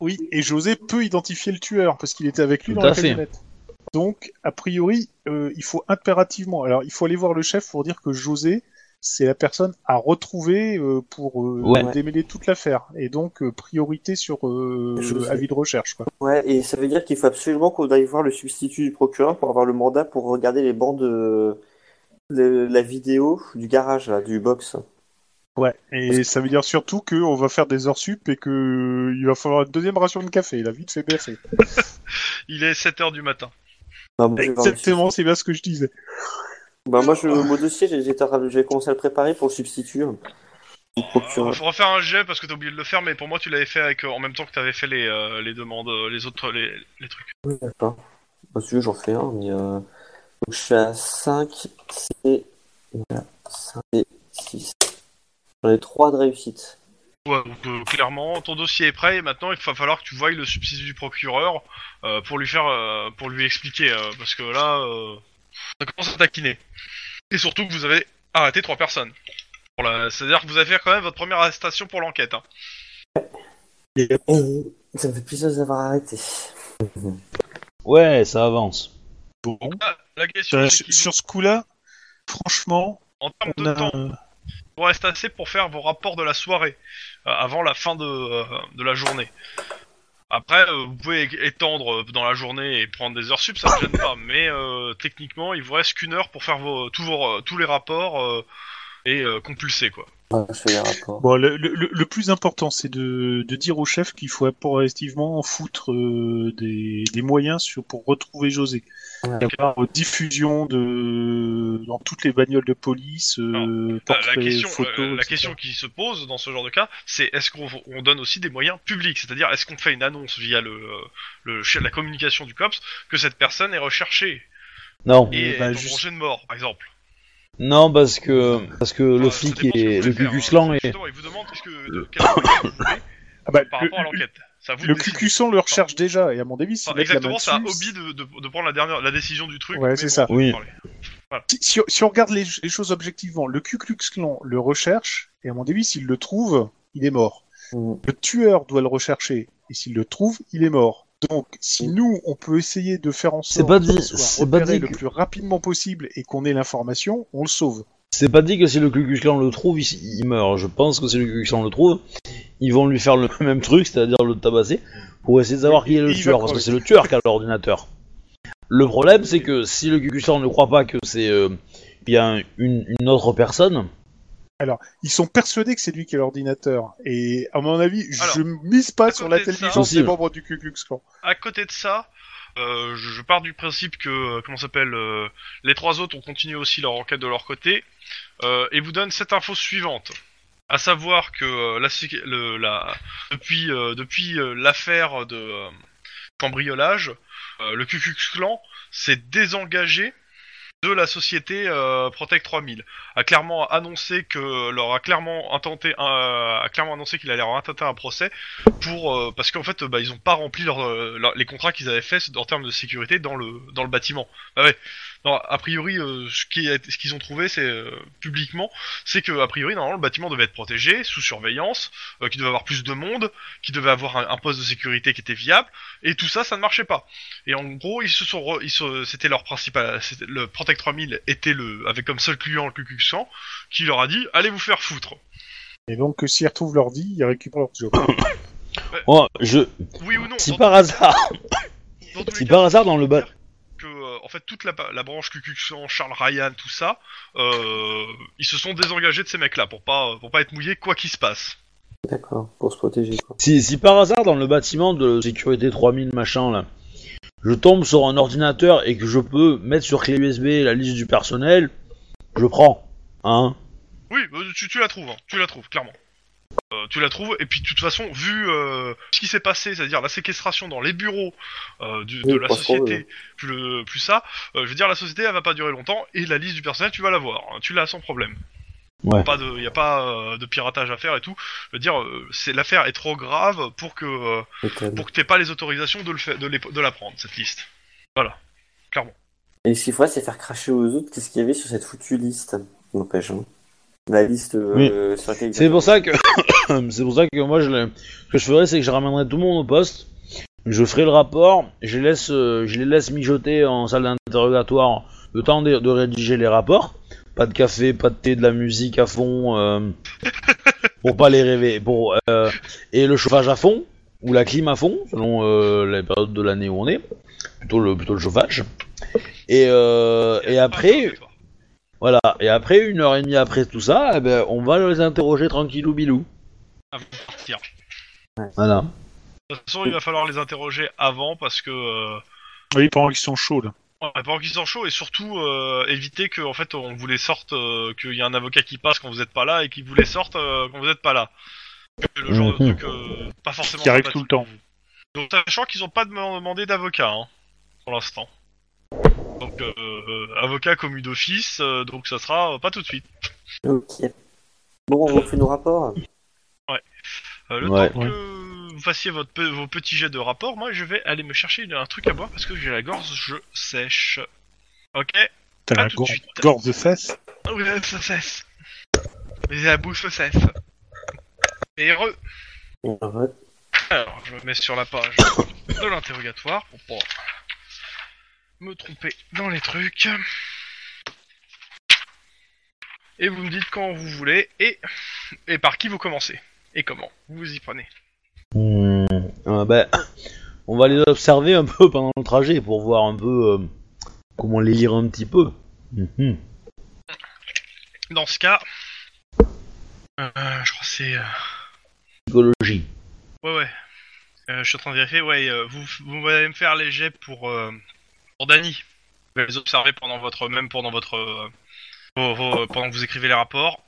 Speaker 3: Oui, et José peut identifier le tueur parce qu'il était avec lui
Speaker 1: Tout
Speaker 3: dans la
Speaker 1: à fait.
Speaker 3: camionnette. Donc, a priori, euh, il faut impérativement. Alors, il faut aller voir le chef pour dire que José, c'est la personne à retrouver euh, pour euh,
Speaker 1: Ouais.
Speaker 3: démêler toute l'affaire. Et donc, euh, priorité sur euh,
Speaker 4: José.
Speaker 3: avis de recherche. Quoi.
Speaker 4: Ouais, et ça veut dire qu'il faut absolument qu'on aille voir le substitut du procureur pour avoir le mandat pour regarder les bandes de le- la vidéo du garage, là, du box.
Speaker 3: Ouais. Et ça veut dire surtout qu'on va faire des heures sup et que euh, il va falloir une deuxième ration de café. Il a vite fait BFC.
Speaker 2: Il est 7h du matin.
Speaker 4: Non, mais Bah, je vais voir le
Speaker 3: Exactement, c'est bien ce que je disais.
Speaker 4: substitut. Bah moi, je, mon dossier, j'ai j'étais en train de- j'ai commencé à le préparer pour le substitut hein, du
Speaker 2: Euh,
Speaker 4: procureur.
Speaker 2: faut refaire un jet parce que t'as oublié de le faire, mais pour moi, tu l'avais fait avec, euh, en même temps que t'avais fait les, euh, les demandes, euh, les autres, les, les trucs.
Speaker 4: Oui, D'accord. Bah, si tu veux, j'en fais un, mais. euh, Donc, je suis à 5, c'est. Voilà, 5 et 6. J'en ai 3 de réussite.
Speaker 2: Ouais, donc, euh, clairement, ton dossier est prêt et maintenant il va falloir que tu voyes le substitut du procureur euh, pour lui faire, euh, pour lui expliquer, euh, parce que là, euh, ça commence à taquiner. Et surtout que vous avez arrêté trois personnes. Pour la- C'est-à-dire que vous avez fait quand même votre première arrestation pour l'enquête. Hein.
Speaker 4: Et ça me fait plaisir de les avoir arrêtés.
Speaker 1: Ouais, ça avance.
Speaker 3: Bon.
Speaker 2: Donc là, la question,
Speaker 3: Euh,
Speaker 2: c'est
Speaker 3: sur,
Speaker 2: qu'ils
Speaker 3: sur ce coup-là, franchement,
Speaker 2: ont- en termes
Speaker 3: on
Speaker 2: de temps,
Speaker 3: a. euh,
Speaker 2: il vous reste assez pour faire vos rapports de la soirée, euh, avant la fin de, euh, de la journée. Après, euh, vous pouvez é- étendre euh, dans la journée et prendre des heures sup, ça ne gêne pas, mais euh, techniquement, il vous reste qu'une heure pour faire vos, tous, vos, tous les rapports euh, et euh, compulser, quoi.
Speaker 4: Voilà, je fais les rapports.
Speaker 3: Bon, le, le- le- le plus important, c'est de, de dire au chef qu'il faut impérativement foutre euh, des, des moyens sur, pour retrouver José.
Speaker 4: Ouais.
Speaker 3: Il y a une diffusion de, dans toutes les bagnoles de police, euh,
Speaker 2: Euh,
Speaker 3: portraits,
Speaker 2: la question,
Speaker 3: photos.
Speaker 2: euh, la
Speaker 3: etc.
Speaker 2: question qui se pose dans ce genre de cas, c'est est-ce qu'on on donne aussi des moyens publics C'est-à-dire, est-ce qu'on fait une annonce via le, euh, le, la communication du COPS que cette personne est recherchée
Speaker 1: Non,
Speaker 2: et
Speaker 3: bah,
Speaker 2: est en
Speaker 3: juste-
Speaker 2: danger de mort, par exemple
Speaker 1: non parce que parce que le
Speaker 2: Euh,
Speaker 1: flic
Speaker 2: ça dépend ce que
Speaker 1: et
Speaker 2: vous
Speaker 1: le
Speaker 2: voulez faire,
Speaker 1: cucus
Speaker 2: hein.
Speaker 1: clan est.
Speaker 2: Justement, il vous demande qu'est-ce que, de- quel moyen vous voulez
Speaker 3: Ah bah,
Speaker 2: par
Speaker 3: le,
Speaker 2: rapport à l'enquête. Ça vous
Speaker 3: le
Speaker 2: de décider.
Speaker 3: Cucusson le recherche déjà, et à mon avis, s'il
Speaker 2: Enfin,
Speaker 3: met la main
Speaker 2: exactement, ça a
Speaker 3: dessus,
Speaker 2: hobby de, de- de prendre la dernière, la décision du truc.
Speaker 3: Ouais,
Speaker 2: mais
Speaker 3: c'est
Speaker 2: bon,
Speaker 3: ça.
Speaker 2: on va en
Speaker 1: Oui.
Speaker 2: parler.
Speaker 3: si, si on- si on regarde les, les choses objectivement, le Ku Klux Klan le recherche, et à mon avis, s'il le trouve, il est mort.
Speaker 4: Mm.
Speaker 3: Le tueur doit le rechercher, et s'il le trouve, il est mort. Donc, si nous, on peut essayer de faire en
Speaker 1: C'est
Speaker 3: sorte
Speaker 1: pas dit,
Speaker 3: qu'il soit
Speaker 1: c'est pas
Speaker 3: repéré
Speaker 1: dit
Speaker 3: le
Speaker 1: que-
Speaker 3: plus rapidement possible et qu'on ait l'information, on le sauve.
Speaker 1: C'est pas dit que si le cucus clan le trouve, il, il meurt. Je pense que si le cucus clan le trouve, ils vont lui faire le même truc, c'est-à-dire le tabasser, pour essayer de savoir qui est
Speaker 3: Et
Speaker 1: le
Speaker 3: il va
Speaker 1: tueur, parce que
Speaker 3: crever.
Speaker 1: c'est le tueur qui a l'ordinateur. Le problème, c'est que si le cucus clan ne croit pas que c'est euh, qu'il y a un- une, une autre personne,
Speaker 3: Ils sont persuadés que c'est lui qui est l'ordinateur, et à mon avis,
Speaker 2: Alors,
Speaker 3: je mise
Speaker 2: à
Speaker 3: pas sur
Speaker 2: côté de ça-
Speaker 3: l'intelligence des
Speaker 1: Possible.
Speaker 3: membres du Ku Klux Klan.
Speaker 2: À côté de ça, euh, je, je pars du principe que euh, comment ça s'appelle euh, les trois autres ont continué aussi leur enquête de leur côté euh, et vous donne cette info suivante, à savoir que euh, la, sé- le- la- depuis euh, depuis euh, l'affaire de euh, cambriolage, euh, le Ku Klux Klan s'est désengagé de la société euh, Protect 3000 a clairement annoncé que leur a clairement intenté un- a clairement annoncé qu'il allait leur intenter un procès pour euh, parce qu'en fait euh, bah, ils ont pas rempli leur, euh, leur- les contrats qu'ils avaient faits en termes de sécurité dans le dans le bâtiment. Bah ouais. Non, a priori euh, ce qui a été- ce qu'ils ont trouvé c'est euh, publiquement c'est que a priori normalement le bâtiment devait être protégé sous surveillance, euh, qu'il devait avoir plus de monde, qu'il devait avoir un- un poste de sécurité qui était viable et tout ça ça ne marchait pas. Et en gros, ils se sont, re- ils se- c'était leur principal, c'était- le Protect 3000 était le, avec comme seul client le QQ100, qui leur a dit, allez vous faire foutre.
Speaker 3: Et donc, que s'ils retrouvent leur vie, ils récupèrent leur job.
Speaker 1: Oh, je...
Speaker 2: Oui ou non
Speaker 1: Si
Speaker 2: dans-
Speaker 1: par hasard,
Speaker 2: dans tous les
Speaker 1: si
Speaker 2: cas,
Speaker 1: par hasard dans le bas...
Speaker 2: dire Que, euh, en fait, toute la, la branche QQ100, Charles Ryan, tout ça, euh, ils se sont désengagés de ces mecs-là pour pas, euh, pour pas être mouillés quoi qu'il se passe.
Speaker 4: D'accord, pour se protéger. Quoi.
Speaker 1: Si, si par hasard dans le bâtiment de sécurité 3000 machin là, je tombe sur un ordinateur et que je peux mettre sur clé USB la liste du personnel, je prends. Hein
Speaker 2: Oui, euh, tu, tu la trouves, hein, tu la trouves, clairement. Euh, tu la trouves, et puis de toute façon, vu euh, ce qui s'est passé, c'est-à-dire la séquestration dans les bureaux euh, du- de
Speaker 4: Oui,
Speaker 2: la
Speaker 4: pas trop,
Speaker 2: société, plus, le- plus ça, euh, je veux dire, la société, elle va pas durer longtemps, et la liste du personnel, tu vas la voir, hein, tu l'as sans problème.
Speaker 1: Ouais.
Speaker 2: Pas de, y a pas euh, de piratage à faire et tout. Je veux dire, euh, c'est l'affaire est trop grave pour que euh,
Speaker 4: Étonne.
Speaker 2: pour que t'aies pas les autorisations de le fa- de, les- de la prendre cette liste. Voilà.
Speaker 4: Et ce qu'il faudrait, c'est faire cracher aux autres qu'est-ce qu'il y avait sur cette foutue liste. N'empêche. hein. La liste euh, sur laquelle.
Speaker 1: C'est pour ça que c'est pour ça que moi je l'ai- ce que je ferais c'est que je ramènerais tout le monde au poste, je ferai le rapport, je les laisse euh, je les laisse mijoter en salle d'interrogatoire le temps de, de rédiger les rapports, pas de café, pas de thé, de la musique à fond euh, pour pas les rêver pour euh, et le chauffage à fond ou la clim à fond selon euh, les périodes de l'année où on est, plutôt le plutôt le chauffage. Et euh, et
Speaker 2: Ah,
Speaker 1: après voilà, et après, une heure et demie après tout ça, eh ben, on va les interroger tranquillou bilou.
Speaker 2: Avant de partir.
Speaker 1: Voilà.
Speaker 2: De toute façon, il va falloir les interroger avant parce que euh,
Speaker 3: Oui, pendant qu'ils sont chauds, là.
Speaker 2: Ouais, pendant qu'ils sont chauds et surtout euh, éviter que en fait on vous les sorte, euh, qu'il y a un avocat qui passe quand vous êtes pas là et qu'il vous les sorte euh, quand vous êtes pas là. C'est le genre de
Speaker 1: Mhm.
Speaker 2: truc euh, pas forcément.
Speaker 3: Qui arrive
Speaker 2: sympathique
Speaker 3: tout le temps.
Speaker 2: pour vous. Donc sachant qu'ils ont pas dem- demandé d'avocat hein, pour l'instant. Donc euh, euh, avocat commu d'office, euh, donc ça sera euh, pas tout de suite.
Speaker 4: Ok. Bon, on fait nos rapports.
Speaker 2: Euh, le
Speaker 1: Ouais.
Speaker 2: temps que vous fassiez votre pe- vos petits jets de rapport, moi je vais aller me chercher une- un truc à boire parce que j'ai la gorge sèche. Ok.
Speaker 3: T'as
Speaker 2: Ah,
Speaker 3: la
Speaker 2: tout de
Speaker 3: gorge,
Speaker 2: suite.
Speaker 3: gorge de fesse.
Speaker 2: Oui, la saucesse. Mais la bouffe saucesse. Et re...
Speaker 4: Heureux.
Speaker 2: Alors, je me mets sur la page de l'interrogatoire pour pas me tromper dans les trucs. Et vous me dites quand vous voulez et, et par qui vous commencez. Et comment vous vous y prenez.
Speaker 1: Hmm, euh, ben, on va les observer un peu pendant le trajet pour voir un peu euh, comment les lire un petit peu. Mhm.
Speaker 2: Dans ce cas... euh, je crois que c'est... euh,
Speaker 1: Psychologie.
Speaker 2: Ouais, ouais. Euh, je suis en train de vérifier. Ouais, euh, vous, vous allez me faire les jets pour, euh, pour Dany. Vous allez les observer pendant votre, même pendant votre, euh, vos- vos- euh, pendant que vous écrivez les rapports.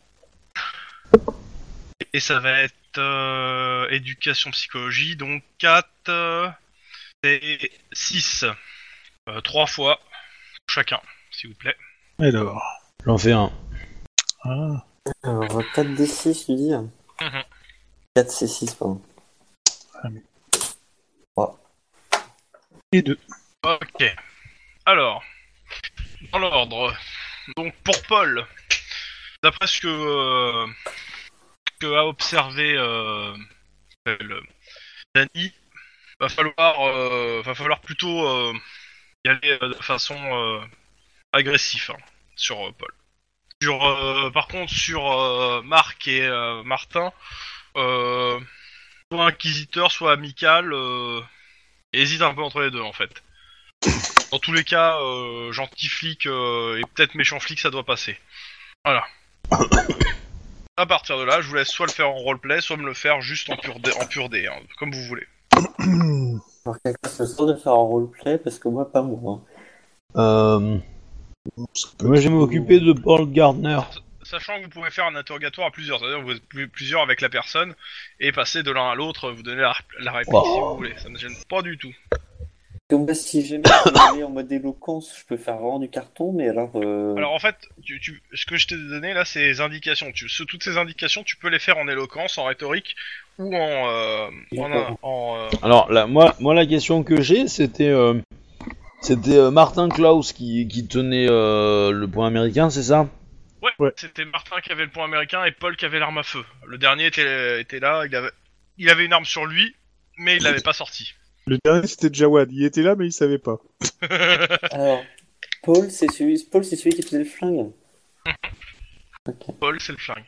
Speaker 2: Et ça va être euh, éducation psychologie, donc 4 euh, et 6. Euh, 3 fois chacun, s'il vous plaît.
Speaker 3: Alors.
Speaker 1: J'en fais un.
Speaker 3: Ah.
Speaker 4: Alors, 4D6, tu dis hein.
Speaker 2: Mhm.
Speaker 4: 4C6, pardon.
Speaker 3: Et deux.
Speaker 2: Ok. Alors, dans l'ordre. Donc pour Paul, d'après ce que, euh, que a observé euh, le- Danny, va falloir, euh, va falloir plutôt euh, y aller euh, de façon euh, agressive hein, sur euh, Paul. Sur, euh, par contre, sur euh, Marc et euh, Martin, euh, soit inquisiteur, soit amical, euh, hésite un peu entre les deux en fait. Dans tous les cas, euh, gentil flic euh, et peut-être méchant flic, ça doit passer. Voilà. à partir de là, je vous laisse soit le faire en roleplay, soit me le faire juste en pur dé, en pur dé, hein, comme vous voulez.
Speaker 4: Alors, quelqu'un se sent de faire un roleplay parce que moi, pas moi. hein.
Speaker 1: Euh, moi, je vais m'occuper de Paul Gardner.
Speaker 2: Sachant que vous pouvez faire un interrogatoire à plusieurs, c'est-à-dire vous êtes plus- plusieurs avec la personne et passer de l'un à l'autre, vous donner la, la réplique si
Speaker 1: Oh.
Speaker 2: vous voulez. Ça ne gêne pas du tout.
Speaker 4: Comme ça, si jamais je vais en mode éloquence, je peux faire vraiment du carton, mais alors. euh,
Speaker 2: Alors en fait, tu, tu- ce que je t'ai donné là, c'est les indications. Tu, ce- toutes ces indications, tu peux les faire en éloquence, en rhétorique ou en. euh, en, un- en, euh,
Speaker 1: Alors, là, moi, moi, la question que j'ai, c'était. euh, c'était euh, Martin Klaus qui, qui tenait euh, le point américain, c'est ça
Speaker 2: Ouais,
Speaker 3: Ouais.
Speaker 2: c'était Martin qui avait le point américain et Paul qui avait l'arme à feu. Le dernier était, était là, il avait, il avait une arme sur lui, mais il l'avait pas sortie.
Speaker 3: Le dernier, c'était Jawad. Il était là, mais il savait pas.
Speaker 4: Alors, Paul, c'est celui... Paul, c'est celui qui faisait le flingue.
Speaker 2: Paul, c'est le flingue.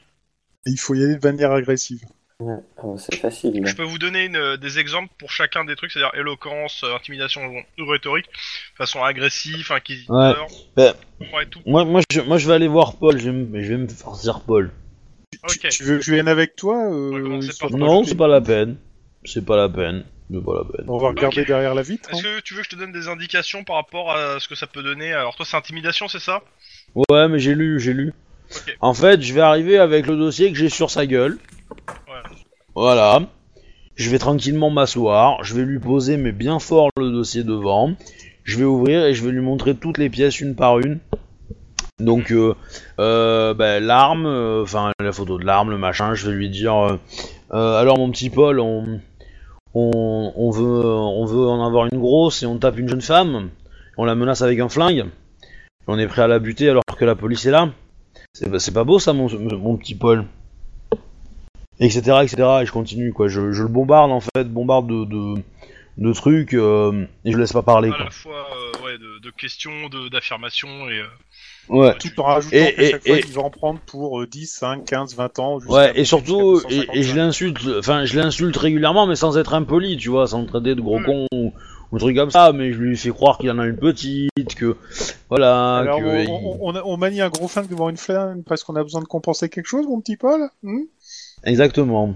Speaker 3: Et il faut y aller de manière agressive.
Speaker 4: Ouais, alors, c'est facile. là.
Speaker 2: Je peux vous donner une- des exemples pour chacun des trucs, c'est-à-dire éloquence, euh, intimidation ou- ou rhétorique, façon agressive, inquisiteur,
Speaker 1: Ouais.
Speaker 3: Ben,
Speaker 2: ouais, tout.
Speaker 1: moi, moi, je, moi, je vais aller voir Paul, je vais me, je vais me farcir Paul.
Speaker 2: Ok.
Speaker 3: Tu, tu veux que je vienne avec toi
Speaker 2: On va
Speaker 3: euh,
Speaker 2: commencer
Speaker 3: histoire
Speaker 2: par-
Speaker 3: de
Speaker 1: Non,
Speaker 3: rajouter-
Speaker 1: c'est pas la peine. C'est pas la peine. C'est pas la peine.
Speaker 3: On va regarder
Speaker 2: Ok.
Speaker 3: derrière la vitre. hein.
Speaker 2: Est-ce que tu veux que je te donne des indications par rapport à ce que ça peut donner Alors toi, c'est intimidation, c'est ça
Speaker 1: Ouais, mais j'ai lu, j'ai lu.
Speaker 2: Ok.
Speaker 1: En fait, je vais arriver avec le dossier que j'ai sur sa gueule.
Speaker 2: Ouais.
Speaker 1: Voilà. Je vais tranquillement m'asseoir, je vais lui poser mais bien fort le dossier devant. Je vais ouvrir et je vais lui montrer toutes les pièces une par une. Donc euh, euh, bah, l'arme, euh, enfin la photo de l'arme, le machin, je vais lui dire euh, Euh, alors mon petit Paul, on, on, on veut, on veut en avoir une grosse et on tape une jeune femme, on la menace avec un flingue, on est prêt à la buter alors que la police est là. C'est pas- c'est pas beau ça mon, mon petit Paul. Etc. etc. Et je continue quoi, je, je le bombarde en fait, bombarde de, de, de trucs euh, et je le laisse pas parler
Speaker 2: À
Speaker 1: quoi.
Speaker 2: la fois euh, ouais, de, de questions, de- d'affirmations et. euh,
Speaker 1: Ouais.
Speaker 2: tu-
Speaker 3: hein. Tout en rajoutant
Speaker 1: Et-
Speaker 3: qu'à
Speaker 1: et-
Speaker 3: chaque fois,
Speaker 1: et-
Speaker 3: il va en prendre pour euh, 10, 5, 15, 20 ans. jusqu'à-
Speaker 1: Ouais, et surtout,
Speaker 3: jusqu'à
Speaker 1: et, et je
Speaker 3: 255.
Speaker 1: l'insulte, enfin, je l'insulte régulièrement, mais sans être impoli, tu vois, sans le traiter de gros
Speaker 3: Mm.
Speaker 1: con ou, ou truc comme ça, mais je lui fais croire qu'il en a une petite, que. Voilà,
Speaker 3: Alors,
Speaker 1: que.
Speaker 3: on,
Speaker 1: il-
Speaker 3: on- on a- on manie un gros flingue devant une flingue parce qu'on a besoin de compenser quelque chose, mon petit Paul Hmm
Speaker 1: Exactement.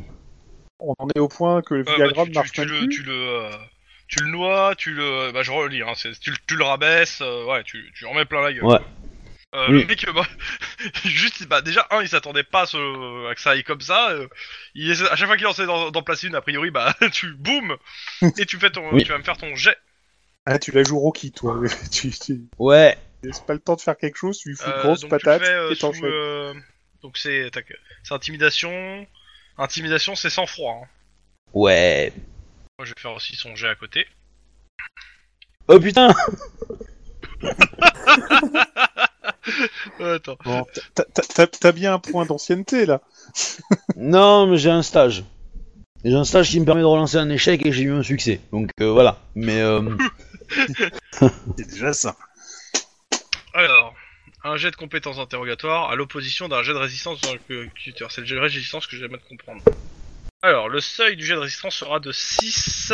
Speaker 3: On en est au point que le
Speaker 2: Ouais, bah,
Speaker 3: Viagra
Speaker 2: tu,
Speaker 3: ne
Speaker 2: tu-
Speaker 3: marche
Speaker 2: tu
Speaker 3: même
Speaker 2: le,
Speaker 3: plus.
Speaker 2: tu le, euh, tu le noies, tu le, bah je relis, hein, c'est- tu, le- tu le rabaisses, euh, ouais, tu, tu en mets plein la gueule.
Speaker 1: Ouais.
Speaker 2: Euh,
Speaker 1: Oui.
Speaker 2: Le mec, euh, bah, juste, bah, déjà un, il s'attendait pas à, ce- à que ça aille comme ça. euh, il essaie- à chaque fois qu'il en sait d'en d'en placer une, a priori, bah, tu boum et tu fais ton,
Speaker 1: Oui.
Speaker 2: tu vas me faire ton jet.
Speaker 3: Ah, tu la joues Rocky, toi. tu, tu
Speaker 1: Ouais,
Speaker 3: tu laisses pas le temps de faire quelque chose, tu lui fous
Speaker 2: Euh,
Speaker 3: une grosse
Speaker 2: donc
Speaker 3: patate
Speaker 2: tu fais, euh,
Speaker 3: et t'enchaînes.
Speaker 2: sous, euh, donc c'est, tac, c'est intimidation, intimidation, c'est sang froid. hein.
Speaker 1: ouais.
Speaker 2: Moi, je vais faire aussi son jet à côté.
Speaker 1: Oh putain
Speaker 2: Euh, Attends.
Speaker 3: Bon, t'as- t'as- t'as- T'as bien un point d'ancienneté, là.
Speaker 1: Non, mais j'ai un stage. J'ai un stage qui me permet de relancer un échec et j'ai eu un succès. Donc euh, voilà. Mais euh,
Speaker 3: C'est déjà ça.
Speaker 2: Alors, un jet de compétence interrogatoire à l'opposition d'un jet de résistance dans le tuteur. C'est le jet de résistance que j'ai jamais de comprendre. Alors, le seuil du jet de résistance sera de 6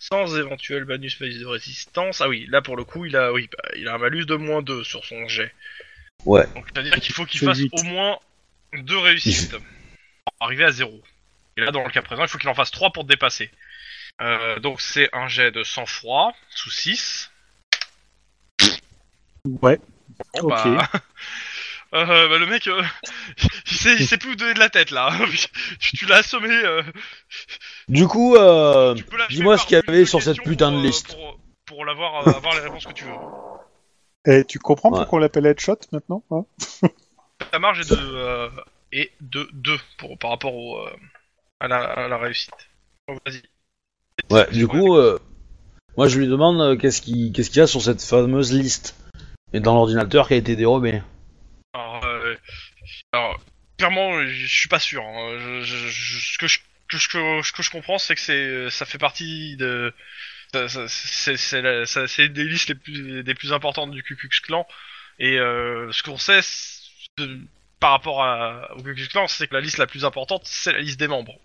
Speaker 2: sans éventuel bonus malus de résistance. Ah oui, là pour le coup, il a, oui, bah, il a un malus de moins 2 sur son jet.
Speaker 1: Ouais.
Speaker 2: Donc c'est-à-dire qu'il faut qu'il
Speaker 3: C'est
Speaker 2: fasse
Speaker 3: huit.
Speaker 2: au moins deux réussites pour arriver à 0. Et là, dans le cas présent, il faut qu'il en fasse 3 pour te dépasser. Euh, donc c'est un jet de sang-froid sous 6.
Speaker 3: Ouais.
Speaker 2: Bon, bah,
Speaker 3: Ok.
Speaker 2: euh, bah, le mec, euh, il, sait, il sait plus où donner de la tête là. tu, tu l'as assommé. euh,
Speaker 1: du coup, euh,
Speaker 2: tu peux lâcher
Speaker 1: dis-moi
Speaker 2: par
Speaker 1: ce qu'il y
Speaker 2: une,
Speaker 1: avait
Speaker 2: deux
Speaker 1: sur cette
Speaker 2: questions
Speaker 1: putain de
Speaker 2: pour, euh,
Speaker 1: liste.
Speaker 2: Pour, pour l'avoir, euh, avoir les réponses que tu veux.
Speaker 3: Et tu comprends
Speaker 1: Ouais.
Speaker 3: pourquoi on l'appelle Headshot, maintenant hein
Speaker 2: Ta marge est de, euh, est de 2 pour, par rapport au, euh, à, la, à la réussite. Bon, vas-y.
Speaker 1: ouais, du coup, euh, moi je lui demande euh, qu'est-ce qu'il qu'est-ce qu'il y a sur cette fameuse liste et dans l'ordinateur qui a été dérobé.
Speaker 2: Alors, euh, alors, clairement, euh, je suis pas sûr. hein. Je- je- je- ce que je, que je- que je- que je comprends, c'est que c'est, ça fait partie de, ça- ça- c'est c'est la- ça- c'est des listes les plus, des plus importantes du Ku Klux Klan. Et euh, ce qu'on sait c'est- par rapport à, au Ku Klux Klan, c'est que la liste la plus importante, c'est la liste des membres.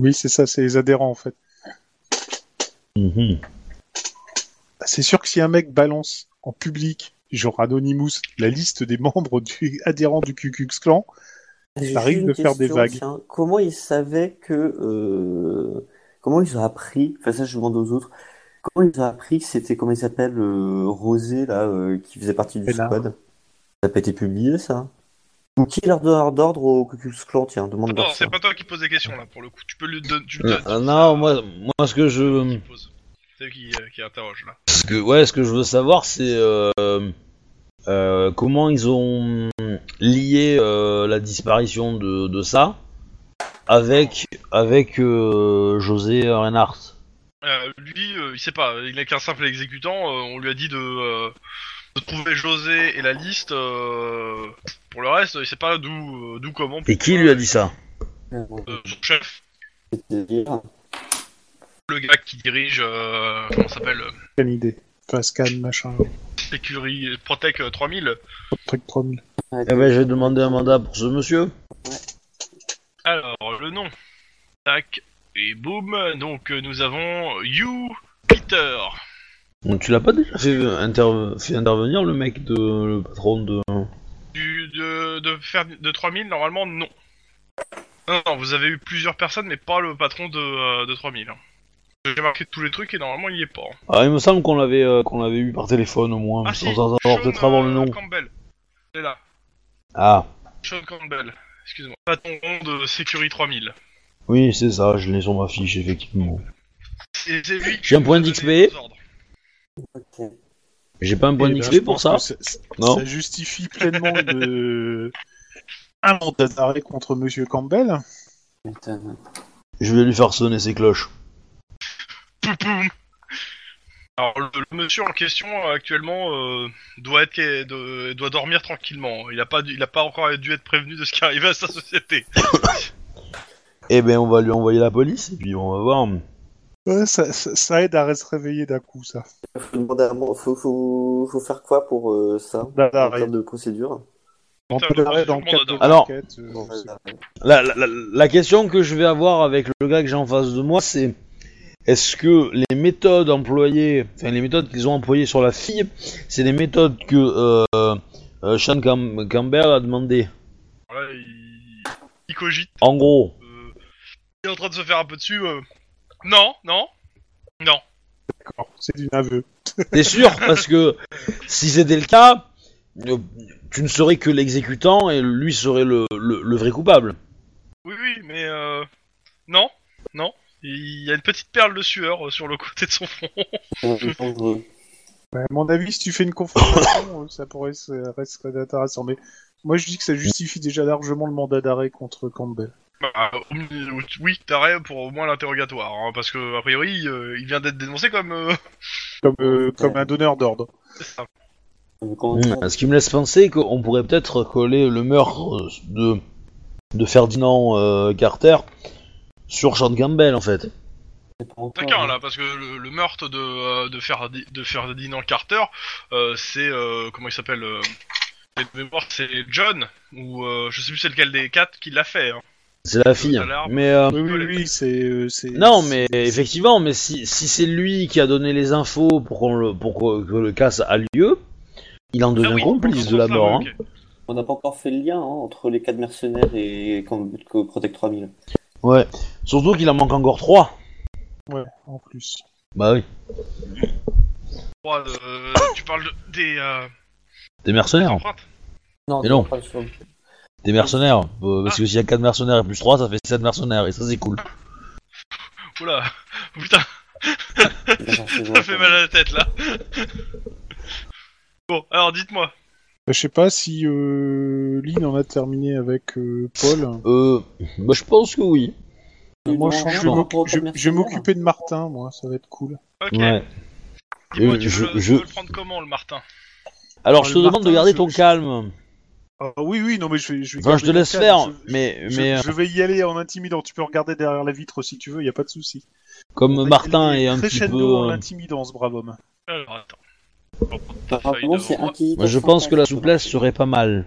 Speaker 3: Oui, c'est ça, c'est les adhérents, en fait.
Speaker 1: Mhm.
Speaker 3: C'est sûr que si un mec balance en public, genre Anonymous, la liste des membres du adhérents du Ku Klux Klan,
Speaker 4: J'ai
Speaker 3: Ça arrive
Speaker 4: juste une
Speaker 3: de faire des
Speaker 4: question,
Speaker 3: vagues.
Speaker 4: tiens. Comment ils savaient que. euh, Comment ils ont appris. Enfin, ça, je demande aux autres. Comment ils ont appris que c'était, comment il s'appelle, euh, Rosé, là, euh, qui faisait partie du
Speaker 3: Pénard.
Speaker 4: squad Ça n'a pas été publié, ça Ou qui leur donne d'ordre au Ku Klux Klan Tiens, demande
Speaker 2: Non,
Speaker 4: leur ça.
Speaker 2: c'est pas toi qui poses des questions là pour le coup. Tu peux lui donner.
Speaker 1: Euh, non, moi, moi ce que je.
Speaker 2: C'est lui qui, euh, qui interroge là.
Speaker 1: Ce que, ouais, ce que je veux savoir, c'est euh, euh, comment ils ont lié euh, la disparition de, de ça avec, avec euh, José Reinhardt.
Speaker 2: Euh, lui, euh, il sait pas, il n'est qu'un simple exécutant, euh, on lui a dit de, euh, de trouver José et la liste. euh, pour le reste, il sait pas d'où, euh, d'où comment.
Speaker 1: Et qui lui a dit ça
Speaker 2: Euh, Son chef,
Speaker 4: C'est-à-dire,
Speaker 2: le gars qui dirige, euh, comment ça s'appelle euh,
Speaker 3: Scan idée. Enfin, scan, machin,
Speaker 2: Sécurité Protec euh, 3000.
Speaker 3: truc 3000.
Speaker 1: Eh ben, j'ai demandé un mandat pour ce monsieur.
Speaker 2: Alors, le nom. Tac, et boum. Donc, euh, nous avons You Peter.
Speaker 1: Donc, tu l'as pas déjà fait, inter- fait intervenir le mec de le patron de.
Speaker 2: Du, de, de faire de 3000, normalement, non. Non, non, vous avez eu plusieurs personnes, mais pas le patron de, euh, de 3000. hein. J'ai marqué tous les trucs et normalement, il y est pas. hein.
Speaker 1: Ah, il me semble qu'on l'avait euh, qu'on l'avait eu par téléphone au moins,
Speaker 2: Ah
Speaker 1: mais
Speaker 2: si,
Speaker 1: sans avoir
Speaker 2: Sean,
Speaker 1: peut-être avoir le
Speaker 2: euh,
Speaker 1: nom.
Speaker 2: Campbell. C'est là.
Speaker 1: Ah,
Speaker 2: Sean Campbell. Excuse-moi. Patron de Security 3000.
Speaker 1: oui, c'est ça, je l'ai sur ma fiche effectivement.
Speaker 2: C'est c'est lui qui
Speaker 1: J'ai un
Speaker 2: nous
Speaker 1: point
Speaker 2: a donné
Speaker 1: d'XP.
Speaker 2: les ordres.
Speaker 4: ok.
Speaker 1: J'ai pas un point
Speaker 3: Eh ben, je
Speaker 1: d'XP pour
Speaker 3: pense
Speaker 1: ça
Speaker 3: que c'est- c'est-
Speaker 1: Non.
Speaker 3: Ça justifie pleinement de... un mandat d'arrêt contre Monsieur Campbell.
Speaker 4: Putain.
Speaker 1: Je vais lui faire sonner ses cloches.
Speaker 2: Poupoum. Alors, le, le monsieur en question euh, actuellement euh, doit être de- doit dormir tranquillement. Il a pas dû- il a pas encore dû être prévenu de ce qui arrivait à sa société.
Speaker 1: Eh ben, on va lui envoyer la police et puis on va voir.
Speaker 3: Ouais, ça, ça- ça aide à rester réveillé d'un coup, ça.
Speaker 4: Faut, demander à mon- faut, faut- faut faire quoi pour euh, ça
Speaker 3: Mandat
Speaker 4: En
Speaker 3: d'arrêt.
Speaker 4: termes de procédure
Speaker 3: Mandat d'arrêt dans le
Speaker 2: Mandat
Speaker 3: cadre de
Speaker 2: d'arrêt.
Speaker 1: Alors-
Speaker 3: l'enquête, euh, c'est-
Speaker 1: La, la- la- la question que je vais avoir avec le gars que j'ai en face de moi, c'est est-ce que les méthodes employées, enfin les méthodes qu'ils ont employées sur la fille, c'est les méthodes que euh, euh, Sean Cam- Campbell a demandé
Speaker 2: Alors là, il, il cogite.
Speaker 1: En gros,
Speaker 2: euh, il est en train de se faire un peu dessus. euh, Non, non, non.
Speaker 3: D'accord, c'est du aveu.
Speaker 1: t'es sûr Parce que si c'était le cas, euh, tu ne serais que l'exécutant et lui serait le- le- le vrai coupable.
Speaker 2: Oui, oui, mais euh, non, non. Il y a une petite perle de sueur euh, sur le côté de son front.
Speaker 4: euh,
Speaker 3: Ouais, à mon avis, si tu fais une confrontation, euh, ça pourrait se- rester intéressant. Mais moi, je dis que ça justifie déjà largement le mandat d'arrêt contre Campbell.
Speaker 2: Bah, euh, oui, t'arrêtes pour au moins l'interrogatoire, hein, parce que a priori, euh, il vient d'être dénoncé comme. euh,
Speaker 3: Comme, euh, comme un donneur d'ordre.
Speaker 4: Mm.
Speaker 1: Hmm, Ce qui me laisse penser qu'on pourrait peut-être coller le meurtre euh, de, de Ferdinand euh, Carter sur Sean Campbell en fait.
Speaker 4: hein.
Speaker 2: Taquin là, parce que le, le meurtre de, euh, de, Ferdi- de Ferdinand Carter, euh, c'est euh, comment il s'appelle euh, c'est de mémoire, c'est John ou euh, je sais plus c'est lequel des quatre qui l'a fait. hein.
Speaker 1: C'est la fille.
Speaker 2: Ça a l'air-
Speaker 1: Mais euh,
Speaker 3: Oui, oui, oui, c'est. euh, c'est-
Speaker 1: non, mais
Speaker 3: c'est-
Speaker 1: effectivement, mais si, si c'est lui qui a donné les infos pour qu'on le pour que, que le casse a lieu, il en devient
Speaker 2: Ah oui,
Speaker 1: complice
Speaker 2: dans
Speaker 1: de
Speaker 2: ce
Speaker 1: la
Speaker 2: sens-là,
Speaker 1: mort.
Speaker 2: oui,
Speaker 1: hein.
Speaker 2: ok.
Speaker 4: On n'a pas encore fait le lien hein, entre les cas de mercenaires et Cam- que Protect 3000.
Speaker 1: Ouais. Surtout qu'il en manque encore trois.
Speaker 3: Ouais, en plus.
Speaker 1: Bah oui.
Speaker 2: Trois, euh, tu parles de- des euh,
Speaker 1: Des mercenaires.
Speaker 2: empreintes.
Speaker 4: Non,
Speaker 1: Mais non.
Speaker 4: pas sur-
Speaker 1: Des mercenaires. Euh, parce que s'il y a quatre mercenaires et plus trois, ça fait sept mercenaires. Et ça c'est cool.
Speaker 2: Oula, putain, ça fait mal à la tête là. bon, alors dites-moi.
Speaker 3: Bah, Je sais pas si euh, Lynn en a terminé avec euh, Paul.
Speaker 1: Euh, bah, je pense que oui.
Speaker 3: Moi, je,
Speaker 4: Non,
Speaker 3: je
Speaker 4: non,
Speaker 3: m'occu-
Speaker 4: non,
Speaker 3: je- je vais
Speaker 4: pas de mercenaires.
Speaker 3: m'occuper de Martin, moi, ça va être cool.
Speaker 2: Ok.
Speaker 1: Ouais.
Speaker 2: Dis-moi,
Speaker 1: Euh,
Speaker 2: tu, veux
Speaker 1: je-
Speaker 2: le- tu
Speaker 1: je-
Speaker 2: veux le prendre comment le Martin
Speaker 1: Alors je te
Speaker 3: Le
Speaker 1: demande de
Speaker 3: Martin,
Speaker 1: garder
Speaker 3: je-
Speaker 1: ton
Speaker 3: je-
Speaker 1: calme.
Speaker 3: Ah, oui, oui, non, mais je vais. Je, vais
Speaker 1: Enfin, je te
Speaker 3: garder
Speaker 1: laisse
Speaker 3: mon
Speaker 1: faire,
Speaker 3: calme. Je-
Speaker 1: mais,
Speaker 3: je-
Speaker 1: mais euh,
Speaker 3: je, vais y aller en intimidant. Tu peux regarder derrière la vitre si tu veux, y a pas de souci.
Speaker 1: comme Martin
Speaker 3: Il
Speaker 1: est un petit
Speaker 3: crescendo en
Speaker 1: peu. euh,
Speaker 3: l'intimidant, ce brave homme.
Speaker 2: Alors attends.
Speaker 4: Apparemment, c'est
Speaker 2: Feuille de-
Speaker 4: inquisiteur
Speaker 1: moi, je pense que la
Speaker 4: fantasme.
Speaker 1: souplesse serait pas mal.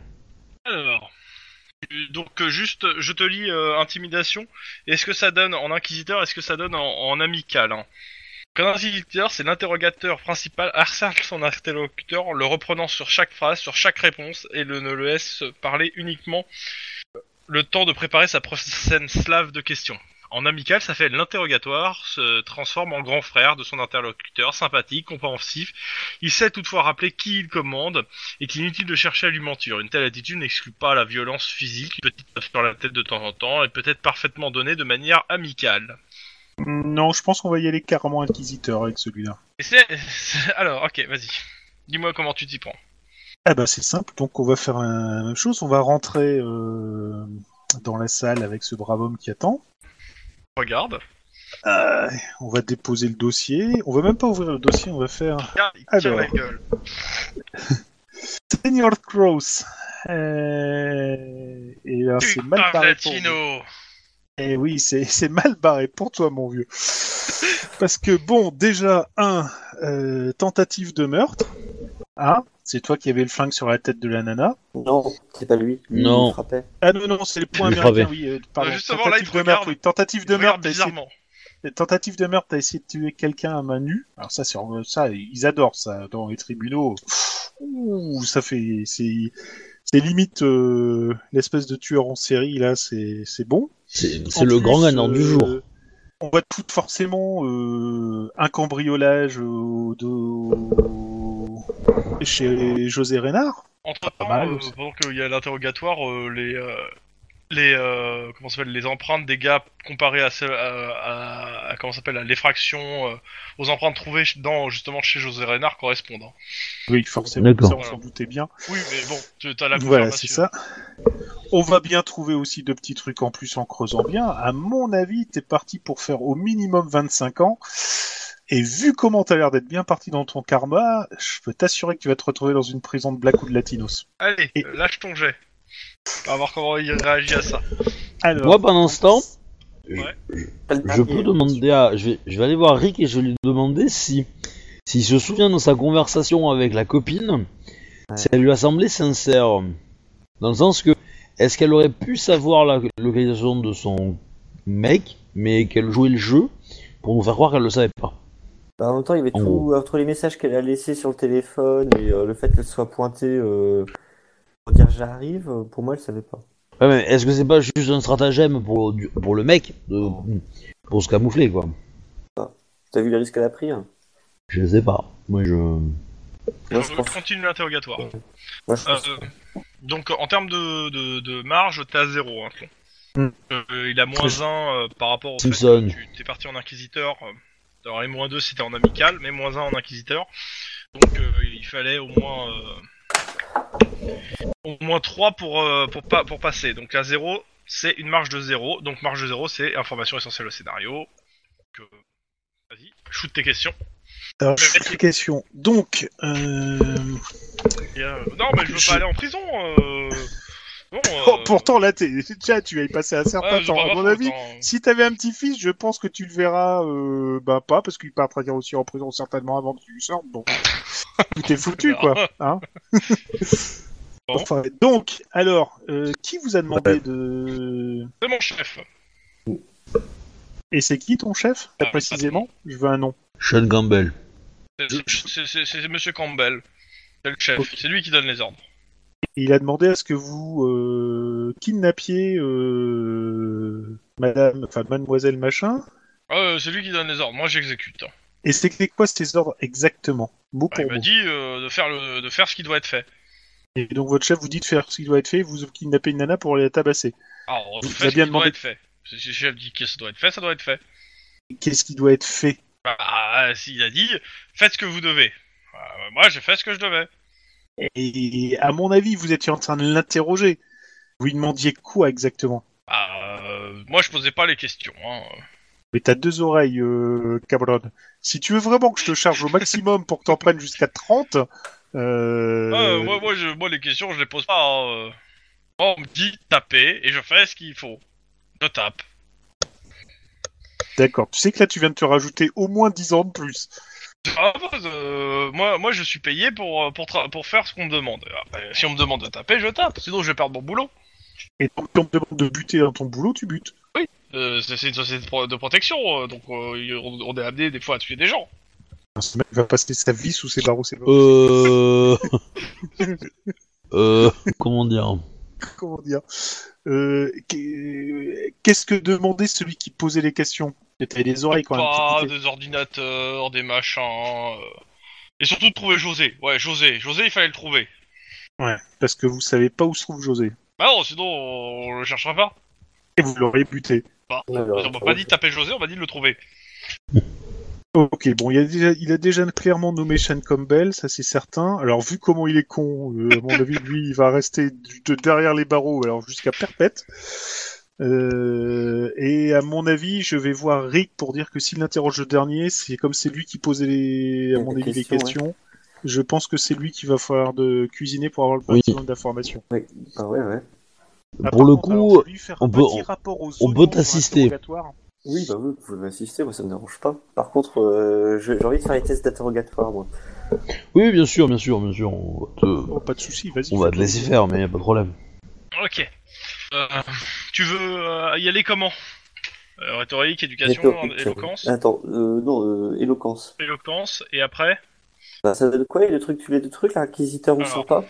Speaker 2: Alors, euh, donc euh, juste, je te lis euh, intimidation. Est-ce que ça donne en inquisiteur Est-ce que ça donne en, en amical hein Qu'un inquisiteur, c'est l'interrogateur principal harcèle son interlocuteur, en le reprenant sur chaque phrase, sur chaque réponse, et le, ne le laisse parler uniquement euh, le temps de préparer sa prochaine slave de questions. En amical, ça fait l'interrogatoire se transforme en grand frère de son interlocuteur, sympathique, compréhensif. Il sait toutefois rappeler qui il commande, et qu'il est inutile de chercher à lui mentir. Une telle attitude n'exclut pas la violence physique, une petite tape sur la tête de temps en temps, et peut être parfaitement donnée de manière amicale.
Speaker 3: Non, je pense qu'on va y aller carrément inquisiteur avec celui-là.
Speaker 2: Et c'est... Alors, ok, vas-y. Dis-moi comment tu t'y prends.
Speaker 3: Ah bah c'est simple, donc on va faire un- la même chose, on va rentrer euh, dans la salle avec ce brave homme qui attend,
Speaker 2: Regarde.
Speaker 3: Euh, on va déposer le dossier, on va même pas ouvrir le dossier, on va faire...
Speaker 2: Regarde, il tire
Speaker 3: Alors.
Speaker 2: la gueule.
Speaker 3: Senior Cross Euh, Et là c'est mal
Speaker 2: Putain,
Speaker 3: barré pour vous.
Speaker 2: Latino
Speaker 3: Eh oui, c'est c'est mal barré pour toi, mon vieux. Parce que, bon, déjà, un, euh, tentative de meurtre. Ah, c'est toi qui avais le flingue sur la tête de la nana.
Speaker 4: Non, c'est pas lui. Lui,
Speaker 1: Non.
Speaker 4: Il frappait.
Speaker 3: Ah non, non, c'est le point
Speaker 1: Je l'ai
Speaker 3: américain, oui. euh, pardon.
Speaker 2: Euh, justement, là, il
Speaker 3: tentative
Speaker 2: te
Speaker 3: de
Speaker 2: regarde.
Speaker 3: meurtre, oui. Tentative de meurtre,
Speaker 2: Regarde
Speaker 3: t'as essayé,
Speaker 2: bizarrement.
Speaker 3: tentative de meurtre, t'as essayé de tuer quelqu'un à main nue. Alors ça, c'est ça, ils adorent ça, dans les tribunaux. Ouh, ça fait... C'est c'est limite euh, l'espèce de tueur en série, là, c'est c'est bon.
Speaker 1: C'est
Speaker 3: En
Speaker 1: c'est le
Speaker 3: plus,
Speaker 1: grand gagnant du
Speaker 3: euh,
Speaker 1: jour.
Speaker 3: On voit tout forcément euh, un cambriolage euh, de... chez José Reynard.
Speaker 2: Entre temps,
Speaker 3: mal, aussi.
Speaker 2: pendant qu'il y a l'interrogatoire, euh, les euh, les euh, comment ça s'appelle les empreintes des gars comparées à celles- à, à- à- comment ça s'appelle à l'effraction euh, aux empreintes trouvées ch- dans justement chez José Reynard correspondent. hein.
Speaker 3: Oui, forcément,
Speaker 1: D'accord.
Speaker 3: ça, on s'en doutait bien.
Speaker 2: Oui, mais bon, tu as la
Speaker 3: Voilà,
Speaker 2: confirmation.
Speaker 3: c'est ça. On va bien trouver aussi deux petits trucs en plus en creusant bien. À mon avis, t'es parti pour faire au minimum 25 ans. Et vu comment t'as l'air d'être bien parti dans ton karma, je peux t'assurer que tu vas te retrouver dans une prison de black ou de latinos.
Speaker 2: Allez,
Speaker 3: Et-
Speaker 2: euh, lâche ton jet. On va voir comment il réagit à ça.
Speaker 3: Alors,
Speaker 1: Moi, pendant ce temps,
Speaker 4: Pas le
Speaker 1: je
Speaker 4: dernier.
Speaker 1: peux demander à. Je vais, je vais aller voir Rick et je vais lui demander si. S'il se souvient de sa conversation avec la copine, si elle lui a semblé sincère. Dans le sens que. Est-ce qu'elle aurait pu savoir la localisation de son mec, mais qu'elle jouait le jeu pour nous faire croire qu'elle le savait pas
Speaker 4: Bah, en même temps, il y avait
Speaker 1: En
Speaker 4: tout
Speaker 1: gros.
Speaker 4: entre les messages qu'elle a laissés sur le téléphone et euh, le fait qu'elle soit pointée euh, pour dire j'arrive, euh, pour moi, elle savait pas.
Speaker 1: Ouais, mais est-ce que c'est pas juste un stratagème pour, du- pour le mec de- Pour se camoufler, quoi
Speaker 4: T'as vu les risques qu'elle a pris hein
Speaker 1: Je sais pas. Moi, je.
Speaker 4: Moi,
Speaker 2: Euh,
Speaker 4: je pense.
Speaker 2: Continue l'interrogatoire.
Speaker 4: Moi, je pense-
Speaker 2: Euh, donc en termes de, de, de marge, t'es à zéro. Hein, Tlon.
Speaker 3: Hmm.
Speaker 2: Euh, il a moins 1 par rapport au fait
Speaker 1: Simpson.
Speaker 2: que tu t'es parti en inquisiteur. euh, Alors les moins 2 c'était en amical, mais moins 1 en inquisiteur. Donc euh, il fallait au moins euh, au moins 3 pour, euh, pour, pas, pour passer. Donc à 0 c'est une marge de 0. Donc marge de 0 c'est information essentielle au scénario. Donc, euh, vas-y, shoot tes questions.
Speaker 3: alors, je fais une question. Donc, euh,
Speaker 2: Et, euh, non mais je veux
Speaker 3: Je-
Speaker 2: pas aller en prison. euh, Non,
Speaker 3: oh,
Speaker 2: euh,
Speaker 3: pourtant là, t'es- déjà, tu vas y passer un certain
Speaker 2: ouais, je
Speaker 3: temps.
Speaker 2: vois
Speaker 3: À
Speaker 2: pas
Speaker 3: mon
Speaker 2: trop,
Speaker 3: avis,
Speaker 2: attends.
Speaker 3: Si t'avais un petit fils, je pense que tu le verras, euh, bah pas, parce qu'il partira aussi en prison certainement avant que tu sortes. Donc, tout est foutu, quoi. Hein
Speaker 2: Bon.
Speaker 3: Enfin, donc, alors, euh, qui vous a demandé de
Speaker 2: C'est mon chef.
Speaker 3: Et c'est qui ton chef
Speaker 2: Ah,
Speaker 3: Très précisément Je veux un nom.
Speaker 1: Sean Campbell.
Speaker 2: C'est- C'est c'est- c'est Monsieur Campbell. C'est le chef.
Speaker 3: Ok.
Speaker 2: C'est lui qui donne les ordres.
Speaker 3: Et il a demandé à ce que vous euh, kidnappiez euh, Madame, enfin Mademoiselle machin.
Speaker 2: Euh, c'est lui qui donne les ordres. Moi, j'exécute. hein.
Speaker 3: Et c'était quoi ces ordres exactement Mot
Speaker 2: Bah,
Speaker 3: pour
Speaker 2: il m'a
Speaker 3: mot.
Speaker 2: dit euh, de faire le, de faire ce qui doit être fait.
Speaker 3: Et donc votre chef vous dit de faire ce qui doit être fait, vous kidnappez une nana pour aller la tabasser.
Speaker 2: Alors,
Speaker 3: Vous
Speaker 2: fais
Speaker 3: avez
Speaker 2: ce
Speaker 3: bien
Speaker 2: qui doit
Speaker 3: demandé-
Speaker 2: être Ah, fait. Si si le chef dit que ça doit être fait, ça doit être fait.
Speaker 3: Qu'est-ce qui doit être fait
Speaker 2: Bah, ah, s'il a dit, faites ce que vous devez. Bah, moi, j'ai fait ce que je devais.
Speaker 3: Et à mon avis, vous étiez en train de l'interroger. Vous lui demandiez quoi exactement
Speaker 2: Bah, euh, moi, je posais pas les questions. Hein.
Speaker 3: Mais t'as deux oreilles, euh, cabron. Si tu veux vraiment que je te charge au maximum pour que t'en prennes jusqu'à 30, euh...
Speaker 2: Euh, moi, moi, je, moi, les questions, je les pose pas. hein, euh. Moi, on me dit de taper et je fais ce qu'il faut. Je tape.
Speaker 3: d'accord. Tu sais que là, tu viens de te rajouter au moins 10 ans de plus.
Speaker 2: Ah, bah, euh, moi, moi, je suis payé pour, euh, pour, tra- pour faire ce qu'on me demande. Ah, bah, si on me demande de taper, je tape, sinon je vais perdre mon boulot.
Speaker 3: Et donc, si on te demande de buter dans ton boulot, tu butes.
Speaker 2: Euh, c'est c'est une société de, pro- de protection, euh, donc euh, y- on, on est amené des fois à tuer des gens.
Speaker 3: Ce mec va passer sa vie sous ses barreaux. c'est pas-
Speaker 1: Euh. euh. Comment dire
Speaker 3: Comment dire Euh, qu'est- Qu'est-ce que demandait celui qui posait les questions T'avais des oreilles quand même.
Speaker 2: Pas
Speaker 3: t'écoutais.
Speaker 2: des ordinateurs, des machins. euh. Et surtout de trouver José. Ouais, José. José, il fallait le trouver.
Speaker 3: Ouais, parce que vous savez pas où se trouve José.
Speaker 2: Bah non, sinon on, on le cherchera pas.
Speaker 3: Et vous l'auriez buté.
Speaker 2: Pas.
Speaker 4: Alors,
Speaker 2: On m'a pas dit de taper José, on m'a dit de le trouver.
Speaker 3: Ok, bon, il a déjà, il a déjà clairement nommé Sean Campbell, ça c'est certain. Alors, vu comment il est con, euh, à mon avis, lui, il va rester du- de derrière les barreaux, alors jusqu'à perpète. Euh, et à mon avis, je vais voir Rick pour dire que s'il interroge le dernier, c'est comme c'est lui qui posait les, à
Speaker 4: Les
Speaker 3: mon avis, les
Speaker 4: questions, ouais.
Speaker 3: questions. Je pense que c'est lui qui va falloir de cuisiner pour avoir le
Speaker 1: Oui.
Speaker 3: maximum d'informations.
Speaker 4: Ah ouais, ouais.
Speaker 3: Ah,
Speaker 1: Pour
Speaker 3: par
Speaker 1: le
Speaker 3: contre, alors,
Speaker 1: coup,
Speaker 3: je vais lui faire
Speaker 1: on
Speaker 3: un
Speaker 1: peut-
Speaker 3: petit
Speaker 1: on-
Speaker 3: rapport aux
Speaker 1: on
Speaker 3: oignons
Speaker 1: peut
Speaker 3: sur
Speaker 1: t'assister.
Speaker 3: l'interrogatoire.
Speaker 4: Oui, bah oui, vous pouvez m'assister, moi ça me dérange pas. Par contre, euh, je- j'ai envie de faire les tests d'interrogatoire, moi.
Speaker 1: Oui, bien sûr, bien sûr, bien sûr. On va te,
Speaker 3: Oh, pas de souci, vas-y.
Speaker 1: on va
Speaker 3: fais-le.
Speaker 1: te laisser faire, mais y a pas de problème.
Speaker 2: Ok. Euh, tu veux euh, y aller comment Euh, Rhétorique, éducation,
Speaker 4: Rhétorique.
Speaker 2: éloquence,
Speaker 4: Attends, euh, non, euh, éloquence.
Speaker 2: éloquence, et après
Speaker 4: Bah, ça donne quoi, les deux trucs, tous les deux trucs, l'inquisiteur ou
Speaker 2: Alors.
Speaker 4: sympa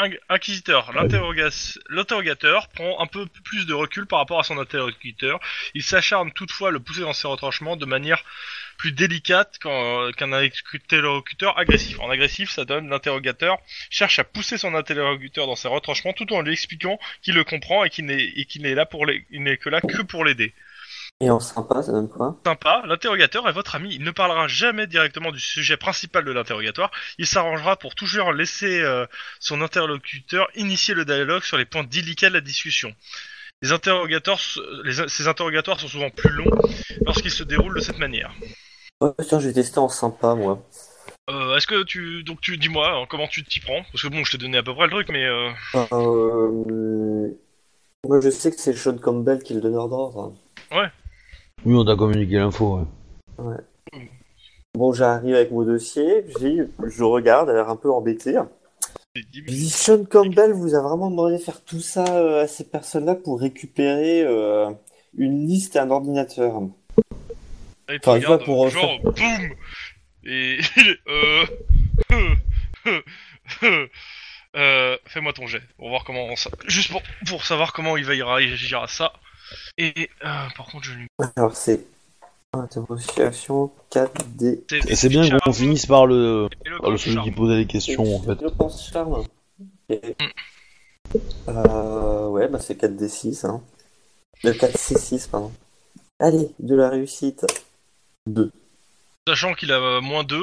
Speaker 2: Inq- Inquisiteur, l'interroga- l'interrogateur prend un peu plus de recul par rapport à son interlocuteur. Il s'acharne toutefois à le pousser dans ses retranchements de manière plus délicate qu'en- qu'un interlocuteur agressif. En agressif, ça donne l'interrogateur cherche à pousser son interlocuteur dans ses retranchements tout en lui expliquant qu'il le comprend et qu'il n'est et qu'il n'est là pour les- il n'est que là que pour l'aider.
Speaker 4: Et en sympa, ça donne quoi
Speaker 2: Sympa, l'interrogateur est votre ami. Il ne parlera jamais directement du sujet principal de l'interrogatoire. Il s'arrangera pour toujours laisser euh, son interlocuteur initier le dialogue sur les points délicats de la discussion. Les interrogateurs, s- les- ces interrogatoires sont souvent plus longs lorsqu'ils se déroulent de cette manière.
Speaker 4: Oh, tiens, je vais tester en sympa, moi.
Speaker 2: Euh, Est-ce que tu, donc tu dis-moi hein, comment tu t'y prends Parce que bon, je t'ai donné à peu près le truc, mais euh,
Speaker 4: Euh, Moi, je sais que c'est Sean Campbell qui est le donneur d'ordre.
Speaker 1: Oui, on t'a communiqué l'info. ouais.
Speaker 4: Bon, j'arrive avec mon dossier, je dis- je regarde, elle a l'air un peu embêtée.
Speaker 2: j'ai dit-
Speaker 4: Je dis, Sean Campbell vous a vraiment demandé de faire tout ça euh, à ces personnes-là pour récupérer euh, une liste et un ordinateur.
Speaker 2: Et tu
Speaker 4: Enfin, je vois
Speaker 2: regardes,
Speaker 4: pour, euh,
Speaker 2: genre, boum Et il est, euh... euh, Fais-moi ton jet, pour voir comment on ça... Juste pour, pour savoir comment il va y réagir à ça. Et euh, par contre, je lui...
Speaker 4: Alors, c'est interrogation 4D.
Speaker 1: Et c'est bien qu'on finisse par le,
Speaker 2: Et le
Speaker 1: par le celui qui
Speaker 2: charme.
Speaker 1: posait les questions, en fait.
Speaker 4: Je pense charme. Et- Euh, ouais, bah c'est 4D6. Hein. Le 4C6, pardon. Allez, de la réussite. 2.
Speaker 2: Sachant qu'il a euh, moins 2.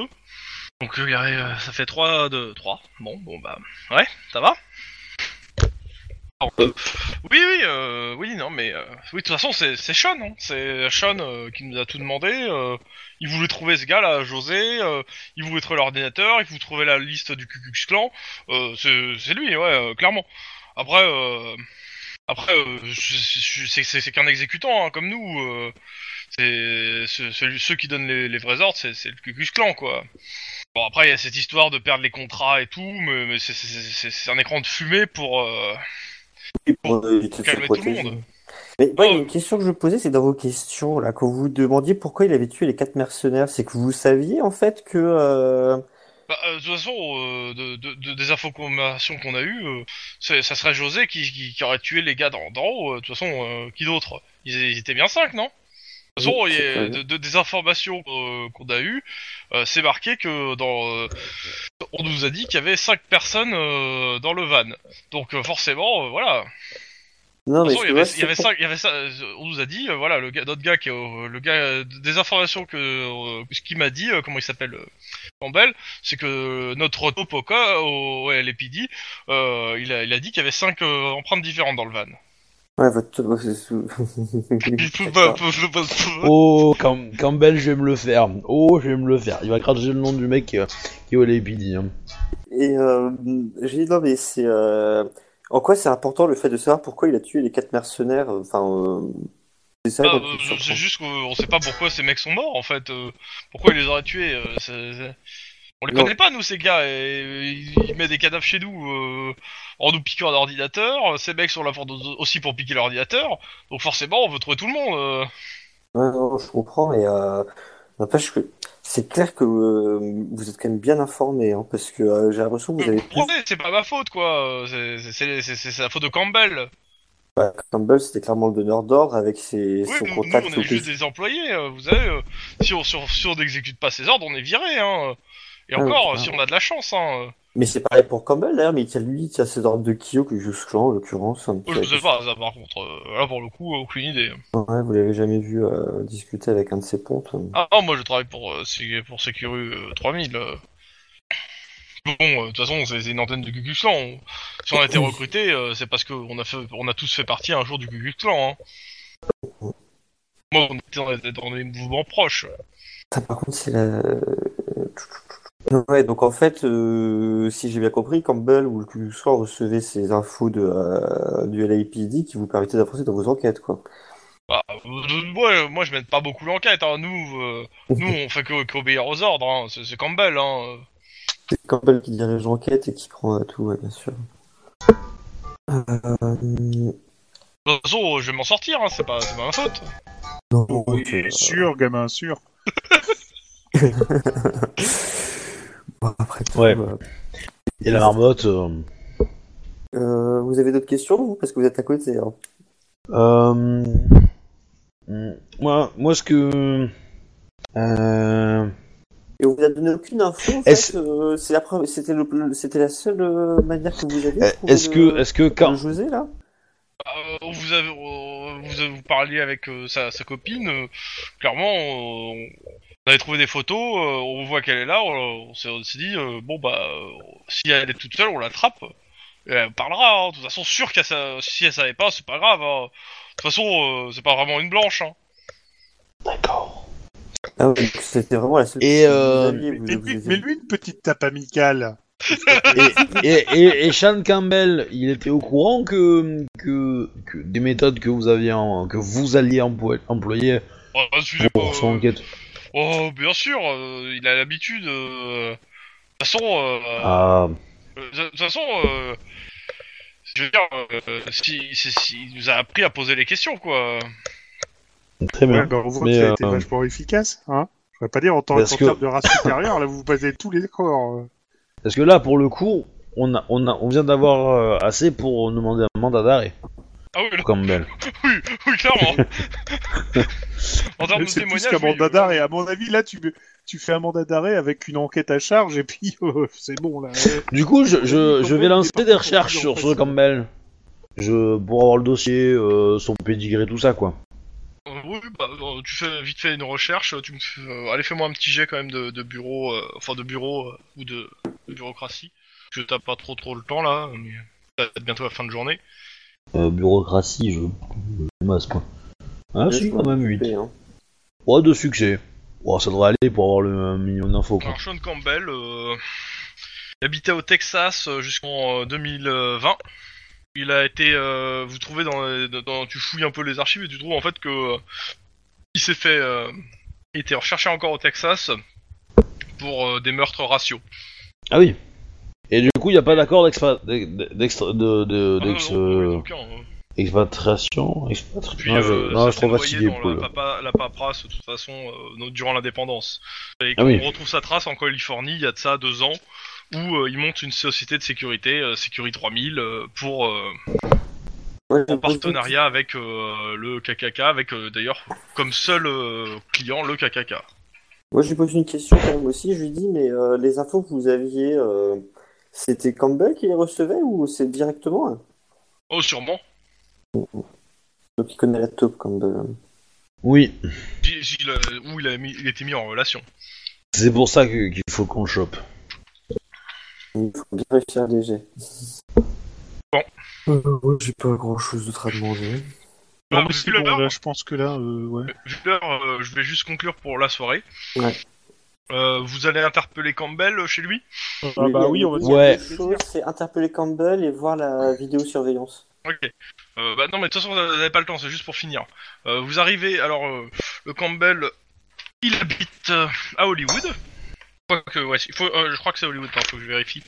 Speaker 2: Donc euh, il arrive, euh, ça fait 3 de 3. Bon, bon bah... Ouais, ça va Alors, euh, oui, oui, euh, oui, non, mais euh, oui, de toute façon, c'est c'est Sean, hein. c'est Sean euh, qui nous a tout demandé. euh, il voulait trouver ce gars-là, José. euh, il voulait trouver l'ordinateur. Il voulait trouver la liste du Ku Klux Klan. euh, c'est c'est lui, ouais, euh, clairement. Après, euh, après, euh, c'est- c'est c'est- c'est- c'est qu'un exécutant, hein, comme nous. euh, c'est ce- celui- ceux qui donnent les, les vrais ordres, c'est c'est le Ku Klux Klan, quoi. Bon, après, il y a cette histoire de perdre les contrats et tout, mais, mais c'est- c'est- c'est c'est un écran de fumée pour. euh,
Speaker 4: Pour euh, éviter de se
Speaker 2: calmer tout le
Speaker 4: protéger.
Speaker 2: monde.
Speaker 4: Mais moi, il y a
Speaker 2: Oh.
Speaker 4: une question que je posais, c'est dans vos questions, là, quand vous vous demandiez pourquoi il avait tué les quatre mercenaires, c'est que vous saviez, en fait, que... euh,
Speaker 2: Bah, euh, de toute façon, euh, de, de- de- des informations qu'on a eues, euh, c'est- ça serait José qui, qui, qui aurait tué les gars d'en d'en haut. euh, De toute façon, euh, qui d'autre ils, ils étaient bien cinq, non De toute façon,
Speaker 4: Oui,
Speaker 2: il y a-
Speaker 4: c'est
Speaker 2: de- de- des informations euh, qu'on a eues, euh, c'est marqué que dans, euh, on nous a dit qu'il y avait cinq personnes euh, dans le van. Donc euh, forcément, euh, voilà.
Speaker 4: Non,
Speaker 2: De
Speaker 4: mais
Speaker 2: toute façon,
Speaker 4: je
Speaker 2: il y
Speaker 4: vois,
Speaker 2: avait- il
Speaker 4: c'est
Speaker 2: y avait
Speaker 4: pour-
Speaker 2: ça, il y avait ça, euh, on nous a dit, euh, voilà, le gars, notre gars qui est au- le gars, euh, des informations que, euh, ce qu'il m'a dit, euh, comment il s'appelle, euh, Campbell, c'est que notre top au cas- au ouais, LAPD, euh, il a, il a dit qu'il y avait cinq euh, empreintes différentes dans le van.
Speaker 4: Ouais, votre... c'est sous- D'accord.
Speaker 1: Oh, Cam- Campbell, je vais me le faire. Oh, je vais me le faire. Il va cracher le nom du mec euh, qui est au LAPD. hein.
Speaker 4: Et euh, j'ai dit, non, mais c'est... euh, En quoi c'est important le fait de savoir pourquoi il a tué les quatre mercenaires Enfin, euh, c'est ça
Speaker 2: Ah,
Speaker 4: dont
Speaker 2: euh,
Speaker 4: tu me
Speaker 2: c'est
Speaker 4: surprends.
Speaker 2: juste qu'on sait pas pourquoi ces mecs sont morts en fait, euh, pourquoi ils les auraient tués. euh, c'est- c'est- On les
Speaker 4: Non.
Speaker 2: connaît pas nous ces gars, et, euh, ils, ils mettent des cadavres chez nous euh, en nous piquant un ordinateur, ces mecs sont là pour- aussi pour piquer l'ordinateur, donc forcément on veut trouver tout le monde. euh.
Speaker 4: Ouais, non, je comprends, et euh, n'empêche que c'est clair que euh, vous êtes quand même bien informé, hein, parce que euh, j'ai l'impression que
Speaker 2: Mm.
Speaker 4: vous avez plus...
Speaker 2: Comprenez, c'est pas ma faute quoi, euh, c'est- c'est c'est- c'est- c'est la faute de Campbell.
Speaker 4: Bah, Campbell, c'était clairement le donneur d'ordre avec ses,
Speaker 2: Oui,
Speaker 4: son
Speaker 2: nous, nous,
Speaker 4: contact
Speaker 2: on est
Speaker 4: au
Speaker 2: juste des employés, euh, vous savez, euh, si on si on- si on n'exécute pas ses ordres on est viré. Hein. Et
Speaker 4: Ah,
Speaker 2: encore,
Speaker 4: putain.
Speaker 2: si on a de la chance, hein. euh,
Speaker 4: Mais c'est pareil pour Campbell d'ailleurs, mais il tient lui, il tient ses ordres de Kyo que je sens en l'occurrence. hein,
Speaker 2: Je sais pas, ça, par contre, euh, là pour le coup, aucune idée. hein.
Speaker 4: Ouais, vous l'avez jamais vu euh, discuter avec un de ses hein. pontes.
Speaker 2: Ah non, moi je travaille pour, euh, Sé- pour Securu euh, 3000. euh. Bon, euh, de toute façon, c'est c'est une antenne du Cucus Clan. On- Si on a été recruté, euh, c'est parce qu'on a, fait- on a tous fait partie un jour du Cucus Clan. hein. Moi, on était dans, les- dans des mouvements proches.
Speaker 4: Ça, par contre, c'est la. Ouais, donc en fait, euh, si j'ai bien compris, Campbell ou le Ku Klux Klan recevait ces infos de, euh, du LAPD qui vous permettaient d'avancer dans vos enquêtes, quoi.
Speaker 2: Bah, euh, moi, euh, moi, je mène pas beaucoup l'enquête. hein. Nous, euh, nous, on fait que- qu'obéir aux ordres. hein. C'est c'est Campbell. Hein.
Speaker 4: C'est Campbell qui dirige l'enquête et qui prend euh, tout, ouais, bien sûr. Euh,
Speaker 2: De toute façon, je vais m'en sortir. hein. C'est pas, c'est pas ma faute.
Speaker 4: non,
Speaker 3: Oui, sûr, gamin, sûr.
Speaker 4: bon, après tout,
Speaker 1: Ouais.
Speaker 4: euh,
Speaker 1: Et la marmotte. euh,
Speaker 4: euh, vous avez d'autres questions, vous Parce que vous êtes à côté. hein.
Speaker 1: Euh... mm, Moi, moi, ce que. Euh...
Speaker 4: Et on vous a donné aucune info, en
Speaker 1: Est-ce-
Speaker 4: fait, euh, c'est la preuve- c'était le- le- c'était la seule euh, manière que vous aviez pour
Speaker 1: Eh, Est-ce
Speaker 4: le-
Speaker 1: que, est-ce que
Speaker 4: le
Speaker 1: quand.
Speaker 4: José, là
Speaker 2: Euh, vous, avez, euh, vous, avez- vous parliez avec euh, sa, sa copine, euh, clairement, euh, on avait trouvé des photos, euh, on voit qu'elle est là, on, on s'est on s'est dit, euh, bon bah, euh, si elle est toute seule, on l'attrape, et elle parlera, hein. de toute façon, sûr qu'elle sa- si elle savait pas, c'est pas grave, hein. de toute façon, euh, c'est pas vraiment une blanche. Hein.
Speaker 1: D'accord.
Speaker 4: Ah oui, donc c'était vraiment la seule
Speaker 1: Et,
Speaker 4: chose que vous
Speaker 1: euh,
Speaker 4: aviez, vous-
Speaker 3: Mais
Speaker 4: vous
Speaker 3: lui,
Speaker 4: les
Speaker 3: mais
Speaker 4: avez-
Speaker 3: lui, une petite tape amicale.
Speaker 1: Et, et, et, et Sean Campbell, il était au courant que, que, que des méthodes que vous aviez, en- que vous alliez empo- employer
Speaker 2: Oh, excusez-moi,
Speaker 1: pour son
Speaker 2: euh,
Speaker 1: enquête.
Speaker 2: oh, bien sûr, euh, il a l'habitude, euh, de toute façon, euh,
Speaker 1: Ah,
Speaker 2: Euh, De de toute façon, euh, je veux dire, euh, si, si- si- il nous a appris à poser les questions, quoi.
Speaker 1: très bien.
Speaker 3: Ouais, bah, on voit
Speaker 1: mais,
Speaker 3: qu'il a
Speaker 1: euh,
Speaker 3: été vachement efficace. Hein je ne pas dire en tant
Speaker 1: Parce
Speaker 3: en
Speaker 1: que-
Speaker 3: termes de race supérieure, là, vous vous basez tous les corps. euh.
Speaker 1: Parce que là, pour le coup, on, a, on, a, on vient d'avoir euh, assez pour nous demander un mandat d'arrêt
Speaker 2: Ah oui, là-
Speaker 1: pour Campbell.
Speaker 2: oui, oui, clairement. en termes de
Speaker 3: C'est plus
Speaker 2: témoignage,
Speaker 3: qu'un
Speaker 2: oui,
Speaker 3: mandat
Speaker 2: euh,
Speaker 3: d'arrêt. À mon avis, là, tu, tu fais un mandat d'arrêt avec une enquête à charge, et puis euh, c'est bon, là. ouais.
Speaker 1: Du coup, je, je, je vais lancer des recherches sur
Speaker 3: Campbell,
Speaker 1: ce Campbell. Je, pour avoir le dossier, euh, son pédigré, tout ça, quoi.
Speaker 2: euh, oui, bah, euh, tu fais vite fait une recherche. Tu me fais- euh, allez, fais-moi un petit jet quand même de, de bureau, euh, enfin de bureau euh, ou de, de bureaucratie. Je t'as pas trop trop le temps là, mais ça va être bientôt la fin de journée.
Speaker 1: Euh, bureaucratie, je... je masse, quoi. Ah,
Speaker 4: Je
Speaker 1: si, quand même, 8.
Speaker 4: hein.
Speaker 1: Ouais, de succès. Ouais, ça devrait aller pour avoir le euh, million d'infos, quoi.
Speaker 2: Alors Sean Campbell, euh, il habitait au Texas euh, jusqu'en euh, 2020. Il a été, euh, vous trouvez dans, les- dans- tu fouilles un peu les archives et tu trouves en fait que euh, il s'est fait, euh, il était recherché encore au Texas pour euh, des meurtres ratios.
Speaker 1: Ah oui Et du coup, il n'y a pas d'accord d'expa- d'ex- d'extra- de- de-
Speaker 2: Ah,
Speaker 1: d'ex-
Speaker 2: non, non,
Speaker 1: euh,
Speaker 2: non, aucun, hein.
Speaker 1: expatriation expatri-
Speaker 2: Puis,
Speaker 1: Non, je,
Speaker 2: euh,
Speaker 1: non, je
Speaker 2: ça
Speaker 1: suis
Speaker 2: s'est
Speaker 1: trop
Speaker 2: noyé
Speaker 1: fatigué
Speaker 2: dans
Speaker 1: pour
Speaker 2: la,
Speaker 1: le...
Speaker 2: papa- la paperasse de toute façon euh, no- durant l'indépendance. Et
Speaker 1: Ah
Speaker 2: qu'on
Speaker 1: oui.
Speaker 2: retrouve sa trace en Californie il y a de ça deux ans où euh, il monte une société de sécurité, euh, Security 3000, euh, pour euh,
Speaker 4: Ouais, je
Speaker 2: en
Speaker 4: me pose une
Speaker 2: partenariat avec euh, le KKK, avec euh, d'ailleurs comme seul euh, client le KKK.
Speaker 4: petite- Moi, je lui pose une question quand même aussi. Je lui dis, mais euh, les infos que vous aviez, euh, c'était Campbell qui les recevait ou c'est directement hein
Speaker 2: Oh sûrement.
Speaker 4: Donc, il connaît la taupe, Campbell. hein.
Speaker 1: Oui,
Speaker 2: J- j- il a- où il, a mis- il était mis en relation.
Speaker 1: c'est pour ça que- qu'il faut qu'on chope.
Speaker 4: Il faut bien réussir à léger.
Speaker 2: Bon.
Speaker 4: j'ai pas grand chose d'autre à demander.
Speaker 2: Euh,
Speaker 3: Non, mais
Speaker 2: vu
Speaker 3: c'est
Speaker 2: l'heure-
Speaker 3: bon, là, je pense que là, euh, ouais.
Speaker 2: vu l'heure, euh, je vais juste conclure pour la soirée.
Speaker 4: Ouais.
Speaker 2: Euh, vous allez interpeller Campbell euh, chez lui
Speaker 3: Ah, bah oui, on va
Speaker 4: Il
Speaker 3: dire.
Speaker 4: y a
Speaker 1: Ouais.
Speaker 4: deux choses, C'est interpeller Campbell et voir la vidéosurveillance.
Speaker 2: Ok. Euh, bah non, mais de toute façon, vous n'avez pas le temps, c'est juste pour finir. Euh, vous arrivez, alors, euh, le Campbell, il habite euh, à Hollywood. Quoique, ouais, il faut, euh, je crois que c'est Hollywood, il faut que je vérifie.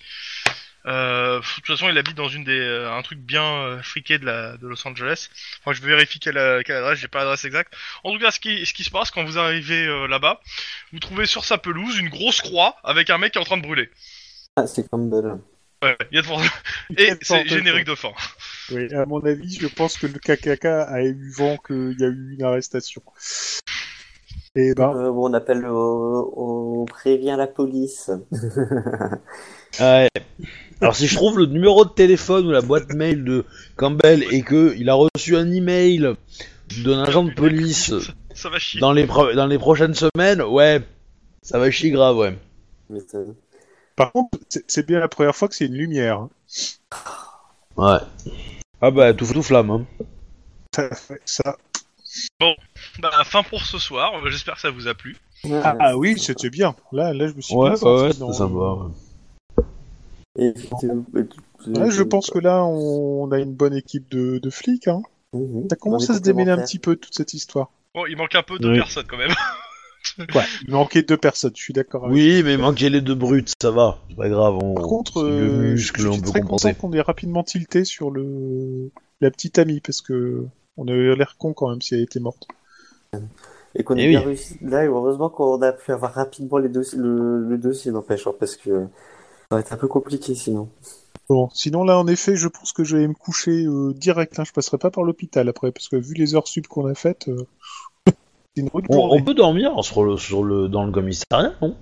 Speaker 2: Euh, de toute façon, il habite dans une des, euh, un truc bien euh, friqué de, la, de Los Angeles. Enfin, je vérifie quelle, euh, quelle adresse, j'ai pas l'adresse exacte. En tout cas, ce qui, ce qui se passe quand vous arrivez euh, là-bas, vous trouvez sur sa pelouse une grosse croix avec un mec qui est en train de brûler.
Speaker 4: Ah, c'est Campbell.
Speaker 2: Ouais, il y a de Et c'est générique de fin.
Speaker 3: Oui, à mon avis, je pense que le KKK a eu vent qu'il y a eu une arrestation. Et ben,
Speaker 4: Euh, bon, on appelle, le- on prévient la police.
Speaker 1: Ouais. Alors si je trouve le numéro de téléphone ou la boîte mail de Campbell et que il a reçu un email d'un agent de police
Speaker 2: Ça, ça va chier.
Speaker 1: dans les, pro- dans les prochaines semaines, ouais, ça va chier grave, ouais.
Speaker 4: Mais ça-
Speaker 3: par contre, c'est c'est bien la première fois que c'est une lumière. hein.
Speaker 1: Ouais. Ah bah tout, tout flamme. Hein.
Speaker 3: Ça, fait ça.
Speaker 2: Bah, fin pour ce soir. Euh, J'espère que ça vous a plu.
Speaker 3: Ah, ah oui, c'était bien. Là, là, je me suis bien senti dans-
Speaker 4: Et puis, tu- tu-
Speaker 3: Là, je
Speaker 4: tu-
Speaker 3: pense que là, on a une bonne équipe de, de flics. Hein.
Speaker 4: Mhm.
Speaker 3: Ça commence
Speaker 4: Dans
Speaker 3: à
Speaker 4: les
Speaker 3: se démêler un
Speaker 4: commentaires.
Speaker 3: petit peu toute cette histoire.
Speaker 2: Bon, il manque un peu de
Speaker 1: Oui.
Speaker 2: personnes quand même.
Speaker 3: Ouais. Il manquait deux personnes. Je suis d'accord. avec
Speaker 1: Oui, mais manquer les deux brutes, ça va. C'est pas grave. On...
Speaker 3: Par contre,
Speaker 1: c'est
Speaker 3: euh,
Speaker 1: le
Speaker 3: je
Speaker 1: muscle,
Speaker 3: je
Speaker 1: on
Speaker 3: suis
Speaker 1: peut
Speaker 3: très content
Speaker 1: compenser.
Speaker 3: qu'on ait rapidement tilté sur le la petite amie parce que on avait l'air con quand même si elle était morte.
Speaker 4: Et qu'on
Speaker 1: Eh
Speaker 4: ait bien
Speaker 1: oui.
Speaker 4: réussi. Là, et heureusement qu'on a pu avoir rapidement les dossi- le, le dossier, n'empêche, hein, parce que ça va être un peu compliqué sinon.
Speaker 3: Bon, sinon là, en effet, je pense que je vais me coucher euh, direct. Hein. Je passerai pas par l'hôpital après parce que vu les heures sub qu'on a faites, euh, c'est une route
Speaker 1: On,
Speaker 3: bourrée.
Speaker 1: on peut dormir sur le, sur le, dans le commissariat, non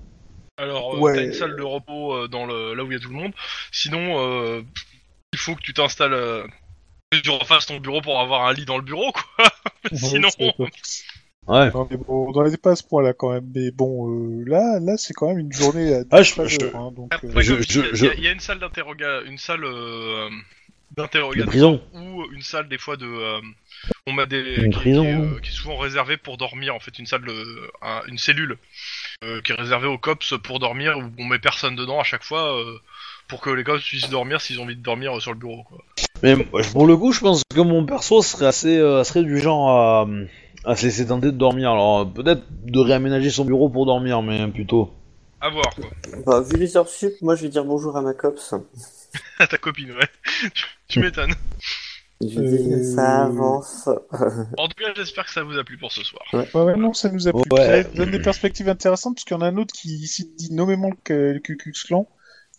Speaker 2: Alors, euh,
Speaker 3: Ouais.
Speaker 2: t'as une salle de repos euh, dans le, là où il y a tout le monde. Sinon, euh, il faut que tu t'installes. euh, que tu refasses ton bureau pour avoir un lit dans le bureau, quoi. Sinon,
Speaker 3: Ouais, c'est-
Speaker 1: Ouais.
Speaker 3: Non, mais bon, on n'en pas à ce point là quand même. Mais bon, euh, là, là, c'est quand même une journée. À
Speaker 1: Ah, je-
Speaker 3: faveur,
Speaker 1: je-
Speaker 3: hein, donc, euh,
Speaker 2: Après,
Speaker 1: Je-
Speaker 2: comme je
Speaker 1: je-
Speaker 2: dis, il y, a-
Speaker 1: je-
Speaker 2: il y a une salle d'interrogation, une salle euh,
Speaker 1: De
Speaker 2: d'interrogatoire
Speaker 1: prison.
Speaker 2: ou une salle des fois de. euh, on m'a des
Speaker 1: Une
Speaker 2: qui,
Speaker 1: prison,
Speaker 2: qui, est,
Speaker 1: hein.
Speaker 2: euh, qui est souvent réservée pour dormir en fait une salle de un- une cellule euh, qui est réservée aux cops pour dormir où on met personne dedans à chaque fois euh, pour que les cops puissent dormir s'ils ont envie de dormir euh, sur le bureau quoi.
Speaker 1: Mais moi, pour le coup, je pense que mon perso serait assez euh, serait du genre à, à se laisser tenter de dormir. Alors euh, peut-être de réaménager son bureau pour dormir, mais plutôt.
Speaker 2: À voir quoi.
Speaker 4: Bah, vu les heures sup, moi je vais dire bonjour à ma copse.
Speaker 2: À ta copine ouais. Tu- tu m'étonnes.
Speaker 4: Je vais dire,
Speaker 3: Euh,
Speaker 4: ça avance.
Speaker 2: En tout cas j'espère que ça vous a plu pour ce soir.
Speaker 3: Ouais, ouais, non, ça nous a plu.
Speaker 1: Ouais.
Speaker 3: Ça donne des perspectives intéressantes, parce qu'il y en a un autre qui ici dit nommément le, K- le Ku Klux Klan.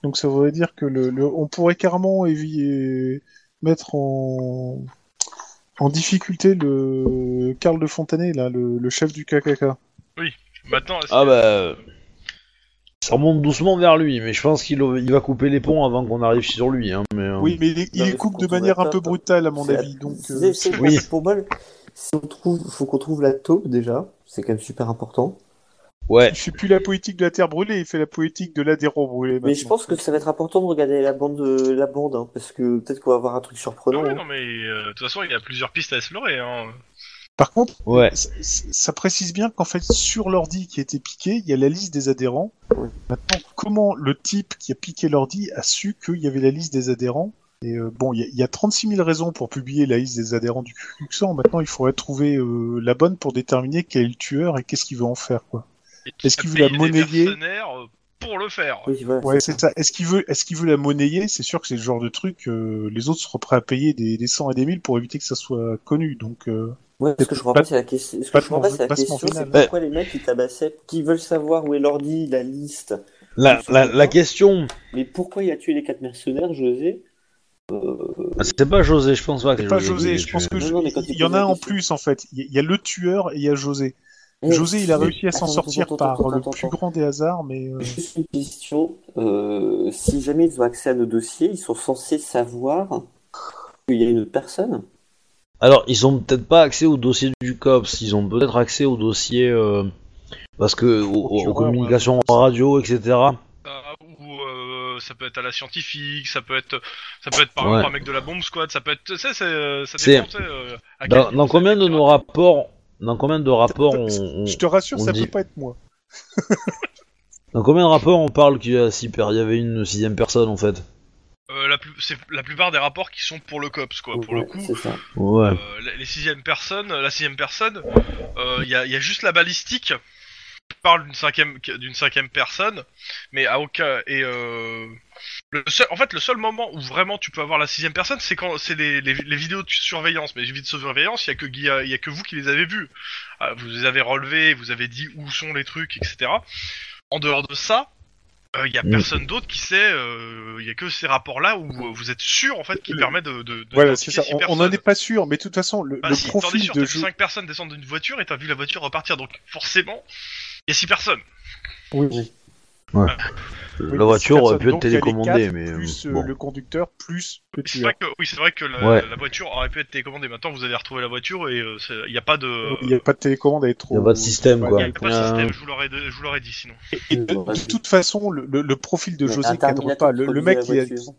Speaker 3: Donc ça voudrait dire que le, le- on pourrait carrément évi- euh, mettre en, en difficulté le Karl de Fontenay, là, le, le chef du KKK.
Speaker 2: Maintenant est-ce
Speaker 1: Ah
Speaker 2: que-
Speaker 1: bah euh, ça remonte doucement vers lui, mais je pense qu'il il va couper les ponts avant qu'on arrive sur lui. Hein, mais, euh,
Speaker 3: Oui, mais il, est- il
Speaker 4: Non,
Speaker 3: les
Speaker 4: mais
Speaker 3: coupe
Speaker 4: faut
Speaker 3: de
Speaker 4: qu'on
Speaker 3: manière un
Speaker 4: attende.
Speaker 3: peu brutale, à mon
Speaker 4: C'est-
Speaker 3: avis. Donc,
Speaker 4: c'est-
Speaker 3: euh,
Speaker 4: c'est-
Speaker 1: oui.
Speaker 4: Pour moi, si on trouve, faut qu'on trouve la taupe déjà. C'est quand même super important.
Speaker 1: Ouais.
Speaker 3: il fait plus la politique de la terre brûlée, il fait la politique de l'adhéro brûlée.
Speaker 4: Mais je pense que ça va être important de regarder la bande, de- la bande, hein, parce que peut-être qu'on va avoir un truc
Speaker 2: Ah
Speaker 4: surprenant.
Speaker 2: ouais,
Speaker 4: hein.
Speaker 2: non mais euh, de toute façon il y a plusieurs pistes à explorer hein.
Speaker 3: Par contre,
Speaker 1: Ouais.
Speaker 3: ça, ça- ça précise bien qu'en fait, sur l'ordi qui a été piqué, il y a la liste des adhérents.
Speaker 4: Oui.
Speaker 3: Maintenant, comment le type qui a piqué l'ordi a su qu'il y avait la liste des adhérents Et euh, bon, il y, a- il y a 36 000 raisons pour publier la liste des adhérents du Cuxan. Maintenant, il faudrait trouver euh, la bonne pour déterminer quel est le tueur et qu'est-ce qu'il veut en faire. Quoi.
Speaker 2: Et tu
Speaker 3: Est-ce
Speaker 2: as
Speaker 3: qu'il veut la
Speaker 2: payé des
Speaker 3: monnayer
Speaker 2: mercenaires, euh, pour le faire.
Speaker 4: Oui, voilà.
Speaker 3: Ouais, c'est ça. Est-ce qu'il veut, est-ce qu'il veut la monnayer C'est sûr que c'est le genre de truc. euh, les autres seront prêts à payer des, des 100 et des 1000 pour éviter que ça soit connu. Donc, euh,
Speaker 4: Ouais, parce que je comprends pas, c'est la question. Ce que
Speaker 3: pas
Speaker 4: je comprends
Speaker 3: de
Speaker 4: pas, c'est la
Speaker 3: classement
Speaker 4: question, c'est
Speaker 3: final.
Speaker 4: pourquoi les mecs ils tabassaient, qui veulent savoir où est l'ordi, la liste.
Speaker 1: La, la, la question,
Speaker 4: Mais pourquoi il a tué les quatre mercenaires, José
Speaker 1: c'est pas José, je pense pas que
Speaker 3: c'est pas
Speaker 1: José
Speaker 3: José.
Speaker 1: qui
Speaker 3: Je
Speaker 1: l'a
Speaker 3: pense
Speaker 1: tué.
Speaker 3: que
Speaker 4: Non,
Speaker 3: je-
Speaker 4: non, mais quand tu
Speaker 3: il y en
Speaker 4: poses
Speaker 3: a
Speaker 4: la
Speaker 3: un en
Speaker 4: question-
Speaker 3: plus en fait. Il y a- il y a le tueur et il y a José. Eh, José, il a réussi à s'en
Speaker 4: Attends,
Speaker 3: sortir
Speaker 4: attends, attends,
Speaker 3: par
Speaker 4: attends,
Speaker 3: le
Speaker 4: attends,
Speaker 3: plus
Speaker 4: attends.
Speaker 3: grand des hasards, mais euh,
Speaker 4: Juste une question. euh, si jamais ils ont accès à nos dossiers, ils sont censés savoir qu'il y a une autre personne.
Speaker 1: Alors, ils ont peut-être pas accès au dossier du COPS, ils ont peut-être accès au dossier. euh, parce que. au- au- aux
Speaker 3: Procureur,
Speaker 1: communications
Speaker 3: ouais,
Speaker 1: en radio, etc.
Speaker 2: Ah, ou euh, ça peut être à la scientifique, ça peut être, ça peut être par
Speaker 1: Ouais.
Speaker 2: exemple un mec de la bombe squad, ça peut être, tu sais, c'est, euh, ça
Speaker 1: C'est-
Speaker 2: dépend. tu sais, euh, à quel
Speaker 1: Dans,
Speaker 2: point
Speaker 1: dans
Speaker 2: ça
Speaker 1: combien
Speaker 2: fait
Speaker 1: de nos
Speaker 2: pirater.
Speaker 1: rapports. Dans combien de rapports on. on-
Speaker 3: je te rassure,
Speaker 1: Mm. on
Speaker 3: ça
Speaker 1: dit-
Speaker 3: peut pas être moi.
Speaker 1: Dans combien de rapports on parle qu'il y a six per- il y avait une sixième personne en fait
Speaker 2: Euh, la, plus, c'est la plupart des rapports qui sont pour le cops,
Speaker 3: Bah,
Speaker 2: quoi. Pour le
Speaker 4: Ouais,
Speaker 2: coup,
Speaker 4: c'est ça.
Speaker 1: Ouais.
Speaker 2: euh, les- les sixièmes personnes, la sixième personne, euh, il y, a, il y a juste la balistique qui parle d'une cinquième, d'une cinquième personne, mais à aucun et euh, le seul, en fait, le seul moment où vraiment tu peux avoir la sixième personne, c'est quand c'est les, les- les vidéos de surveillance. Mais les vidéos de surveillance, il y a que Guy- il y a que vous qui les avez vues. Ah, Vous les avez relevées, vous avez dit où sont les trucs, etc. En dehors de ça, Il y a
Speaker 1: Mm.
Speaker 2: personne d'autre qui sait. Il y a que ces rapports-là où euh, vous êtes sûr en fait qui
Speaker 3: Le-
Speaker 2: permet de. de, de
Speaker 3: Voilà, c'est
Speaker 2: d'identifier
Speaker 3: ça.
Speaker 2: six
Speaker 3: On- On n'en
Speaker 2: personnes.
Speaker 3: est pas sûr, mais de toute façon, le,
Speaker 2: Bah
Speaker 3: le
Speaker 2: si, t'en es
Speaker 3: profil
Speaker 2: sûr,
Speaker 3: de
Speaker 2: t'as
Speaker 3: jeu.
Speaker 2: vu 5 personnes descendre d'une voiture et t'as vu la voiture repartir, donc forcément, il y a 6 personnes.
Speaker 3: Oui,
Speaker 2: Ah,
Speaker 1: La voiture aurait pu être télécommandée, mais.
Speaker 3: Plus euh,
Speaker 1: euh, bon.
Speaker 3: le conducteur, plus le
Speaker 2: C'est
Speaker 3: tueur.
Speaker 2: vrai que, oui, c'est vrai que la,
Speaker 1: Ouais.
Speaker 2: la voiture aurait pu être télécommandée. Maintenant, vous allez retrouver la voiture et euh, c'est- il n'y a pas de...
Speaker 3: Oh, Il n'y a pas de télécommande, elle est trop.
Speaker 1: Y a pas de système,
Speaker 3: Ouais,
Speaker 1: quoi.
Speaker 3: y a
Speaker 2: il y a pas de système, je vous l'aurais de- je vous l'aurais dit sinon.
Speaker 3: Et de, de toute façon, le, le- le profil de
Speaker 4: Mais
Speaker 3: José
Speaker 4: un
Speaker 3: cadre pas. Le, le
Speaker 4: Terminator
Speaker 3: mec,
Speaker 4: produit
Speaker 3: il
Speaker 4: la
Speaker 3: a-
Speaker 4: voiture.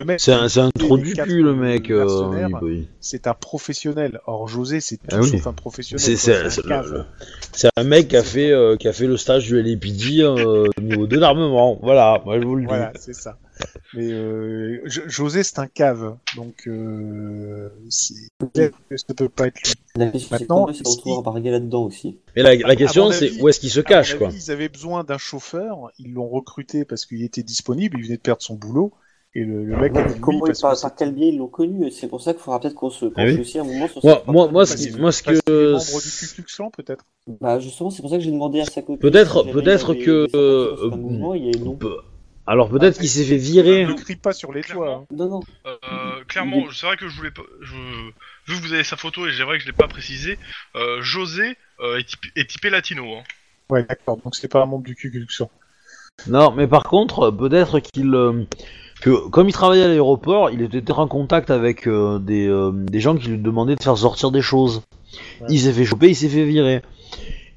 Speaker 3: le mec,
Speaker 1: C'est un, c'est un trou du
Speaker 3: quatre
Speaker 1: cul, le mec. euh,
Speaker 3: mercenaires.
Speaker 1: oui, oui.
Speaker 3: c'est un professionnel. Or, José, c'est tout
Speaker 1: Ah oui.
Speaker 3: sauf un professionnel.
Speaker 1: C'est-
Speaker 3: quoi,
Speaker 1: c'est-
Speaker 3: un
Speaker 1: c'est le-
Speaker 3: cave.
Speaker 1: le- C'est un mec qui a fait, euh, qui a fait le stage du LAPD euh, au niveau de l'armement. Voilà, moi je vous le dis.
Speaker 3: Voilà, c'est ça. Mais euh, Jo- José, c'est un cave. Donc, euh, c'est- ça peut pas être lui.
Speaker 4: La question, c'est
Speaker 3: Maintenant,
Speaker 4: comment ils se retrouvent
Speaker 3: si-
Speaker 4: embarqués là-dedans aussi.
Speaker 1: Mais la,
Speaker 3: À-
Speaker 1: la
Speaker 3: à
Speaker 1: question
Speaker 3: mon
Speaker 1: c'est
Speaker 3: avis-
Speaker 1: où est-ce qu'il se
Speaker 3: À mon
Speaker 1: cache,
Speaker 3: avis,
Speaker 1: quoi.
Speaker 3: Ils avaient besoin d'un chauffeur, ils l'ont recruté parce qu'il était disponible, il venait de perdre son boulot, et le, le mec a dit oui
Speaker 4: Comment ils,
Speaker 3: parce
Speaker 4: par,
Speaker 3: que
Speaker 4: par quel biais ils l'ont connu C'est pour ça qu'il faudra peut-être qu'on se penche
Speaker 1: Ah oui.
Speaker 4: aussi un moment sur
Speaker 1: Moi,
Speaker 4: cette-
Speaker 1: moi, moi, ce
Speaker 3: parce
Speaker 1: qui-
Speaker 3: qu'il-
Speaker 1: moi, ce
Speaker 3: parce qu'il est
Speaker 1: que.
Speaker 3: membre du Ku Klux Klan, peut-être.
Speaker 4: Bah justement, c'est pour ça que j'ai demandé à sa copine.
Speaker 1: Peut-être-
Speaker 4: si jamais
Speaker 1: peut-être
Speaker 4: il y
Speaker 1: que,
Speaker 4: avait des sympathies pour
Speaker 1: euh,
Speaker 4: ce mouvement, il y a non.
Speaker 1: Alors peut-être qu'il s'est fait virer.
Speaker 3: Ne crie pas sur les toits. hein.
Speaker 4: Non, non.
Speaker 2: Euh, clairement, c'est vrai que je voulais pas. Je... Vu que vous avez sa photo et c'est vrai que je l'ai pas précisé, euh, José euh, est, typ- est typé latino. Hein.
Speaker 3: Ouais, d'accord, donc c'est pas un membre du Ku Klux Klan.
Speaker 1: Non, mais par contre, peut-être qu'il. euh, que, comme il travaillait à l'aéroport, il était peut-être en contact avec euh, des, euh, des gens qui lui demandaient de faire sortir des choses.
Speaker 3: Ouais.
Speaker 1: Il s'est fait choper, il s'est fait virer.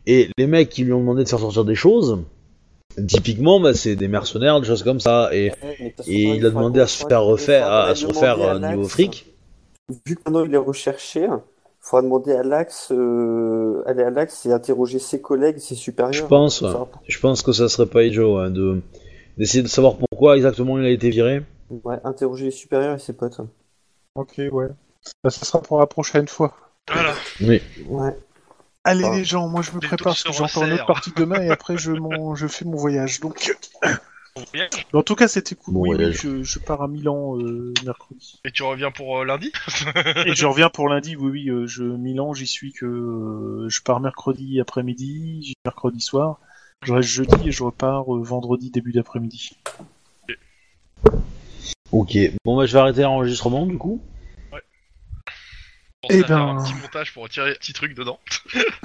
Speaker 1: Et les mecs qui lui ont demandé de faire sortir des choses, typiquement, bah, c'est des mercenaires, des choses comme ça. Et,
Speaker 4: Ouais, mais de toute façon,
Speaker 1: et
Speaker 4: là,
Speaker 1: il a
Speaker 4: faudra
Speaker 1: demandé à
Speaker 4: qu'on-
Speaker 1: se faire refaire, à,
Speaker 4: faudra
Speaker 1: à se refaire
Speaker 4: demander à
Speaker 1: euh, niveau
Speaker 4: Max,
Speaker 1: fric.
Speaker 4: Vu que maintenant il est recherché, il faudra demander à l'axe, euh, aller à l'axe et interroger ses collègues, ses
Speaker 1: Je
Speaker 4: supérieurs.
Speaker 1: pense, ouais.
Speaker 4: Ça va
Speaker 1: je pense que ça serait pas idiot hein, de d'essayer de savoir pourquoi exactement il a été viré.
Speaker 4: pas- ouais, interroger les supérieurs et ses potes.
Speaker 3: Ok, ouais. Bah, ça sera pour la prochaine fois.
Speaker 2: Voilà.
Speaker 1: Oui.
Speaker 4: Ouais.
Speaker 3: Allez
Speaker 4: Ah.
Speaker 3: les gens, moi je me
Speaker 2: Les
Speaker 3: prépare parce
Speaker 2: douces
Speaker 3: que j'entends
Speaker 2: resserrent.
Speaker 3: notre partie demain et après je, mon, je fais mon voyage. Donc,
Speaker 2: Bien.
Speaker 3: Mais en tout cas, c'était cool.
Speaker 1: Bon
Speaker 3: oui, oui,
Speaker 1: voyage.
Speaker 3: je, je pars à Milan euh, mercredi.
Speaker 2: Et tu reviens pour euh, lundi
Speaker 3: Et je reviens pour lundi, oui, oui, euh, je, Milan, j'y suis que euh, je pars mercredi après-midi, j'y vais mercredi soir, je reste jeudi et je repars euh, vendredi début d'après-midi.
Speaker 1: Ok. Bon bah je vais arrêter l'enregistrement du coup.
Speaker 2: Pensez à
Speaker 3: ben- Eh
Speaker 2: faire un petit montage pour retirer un petit truc dedans.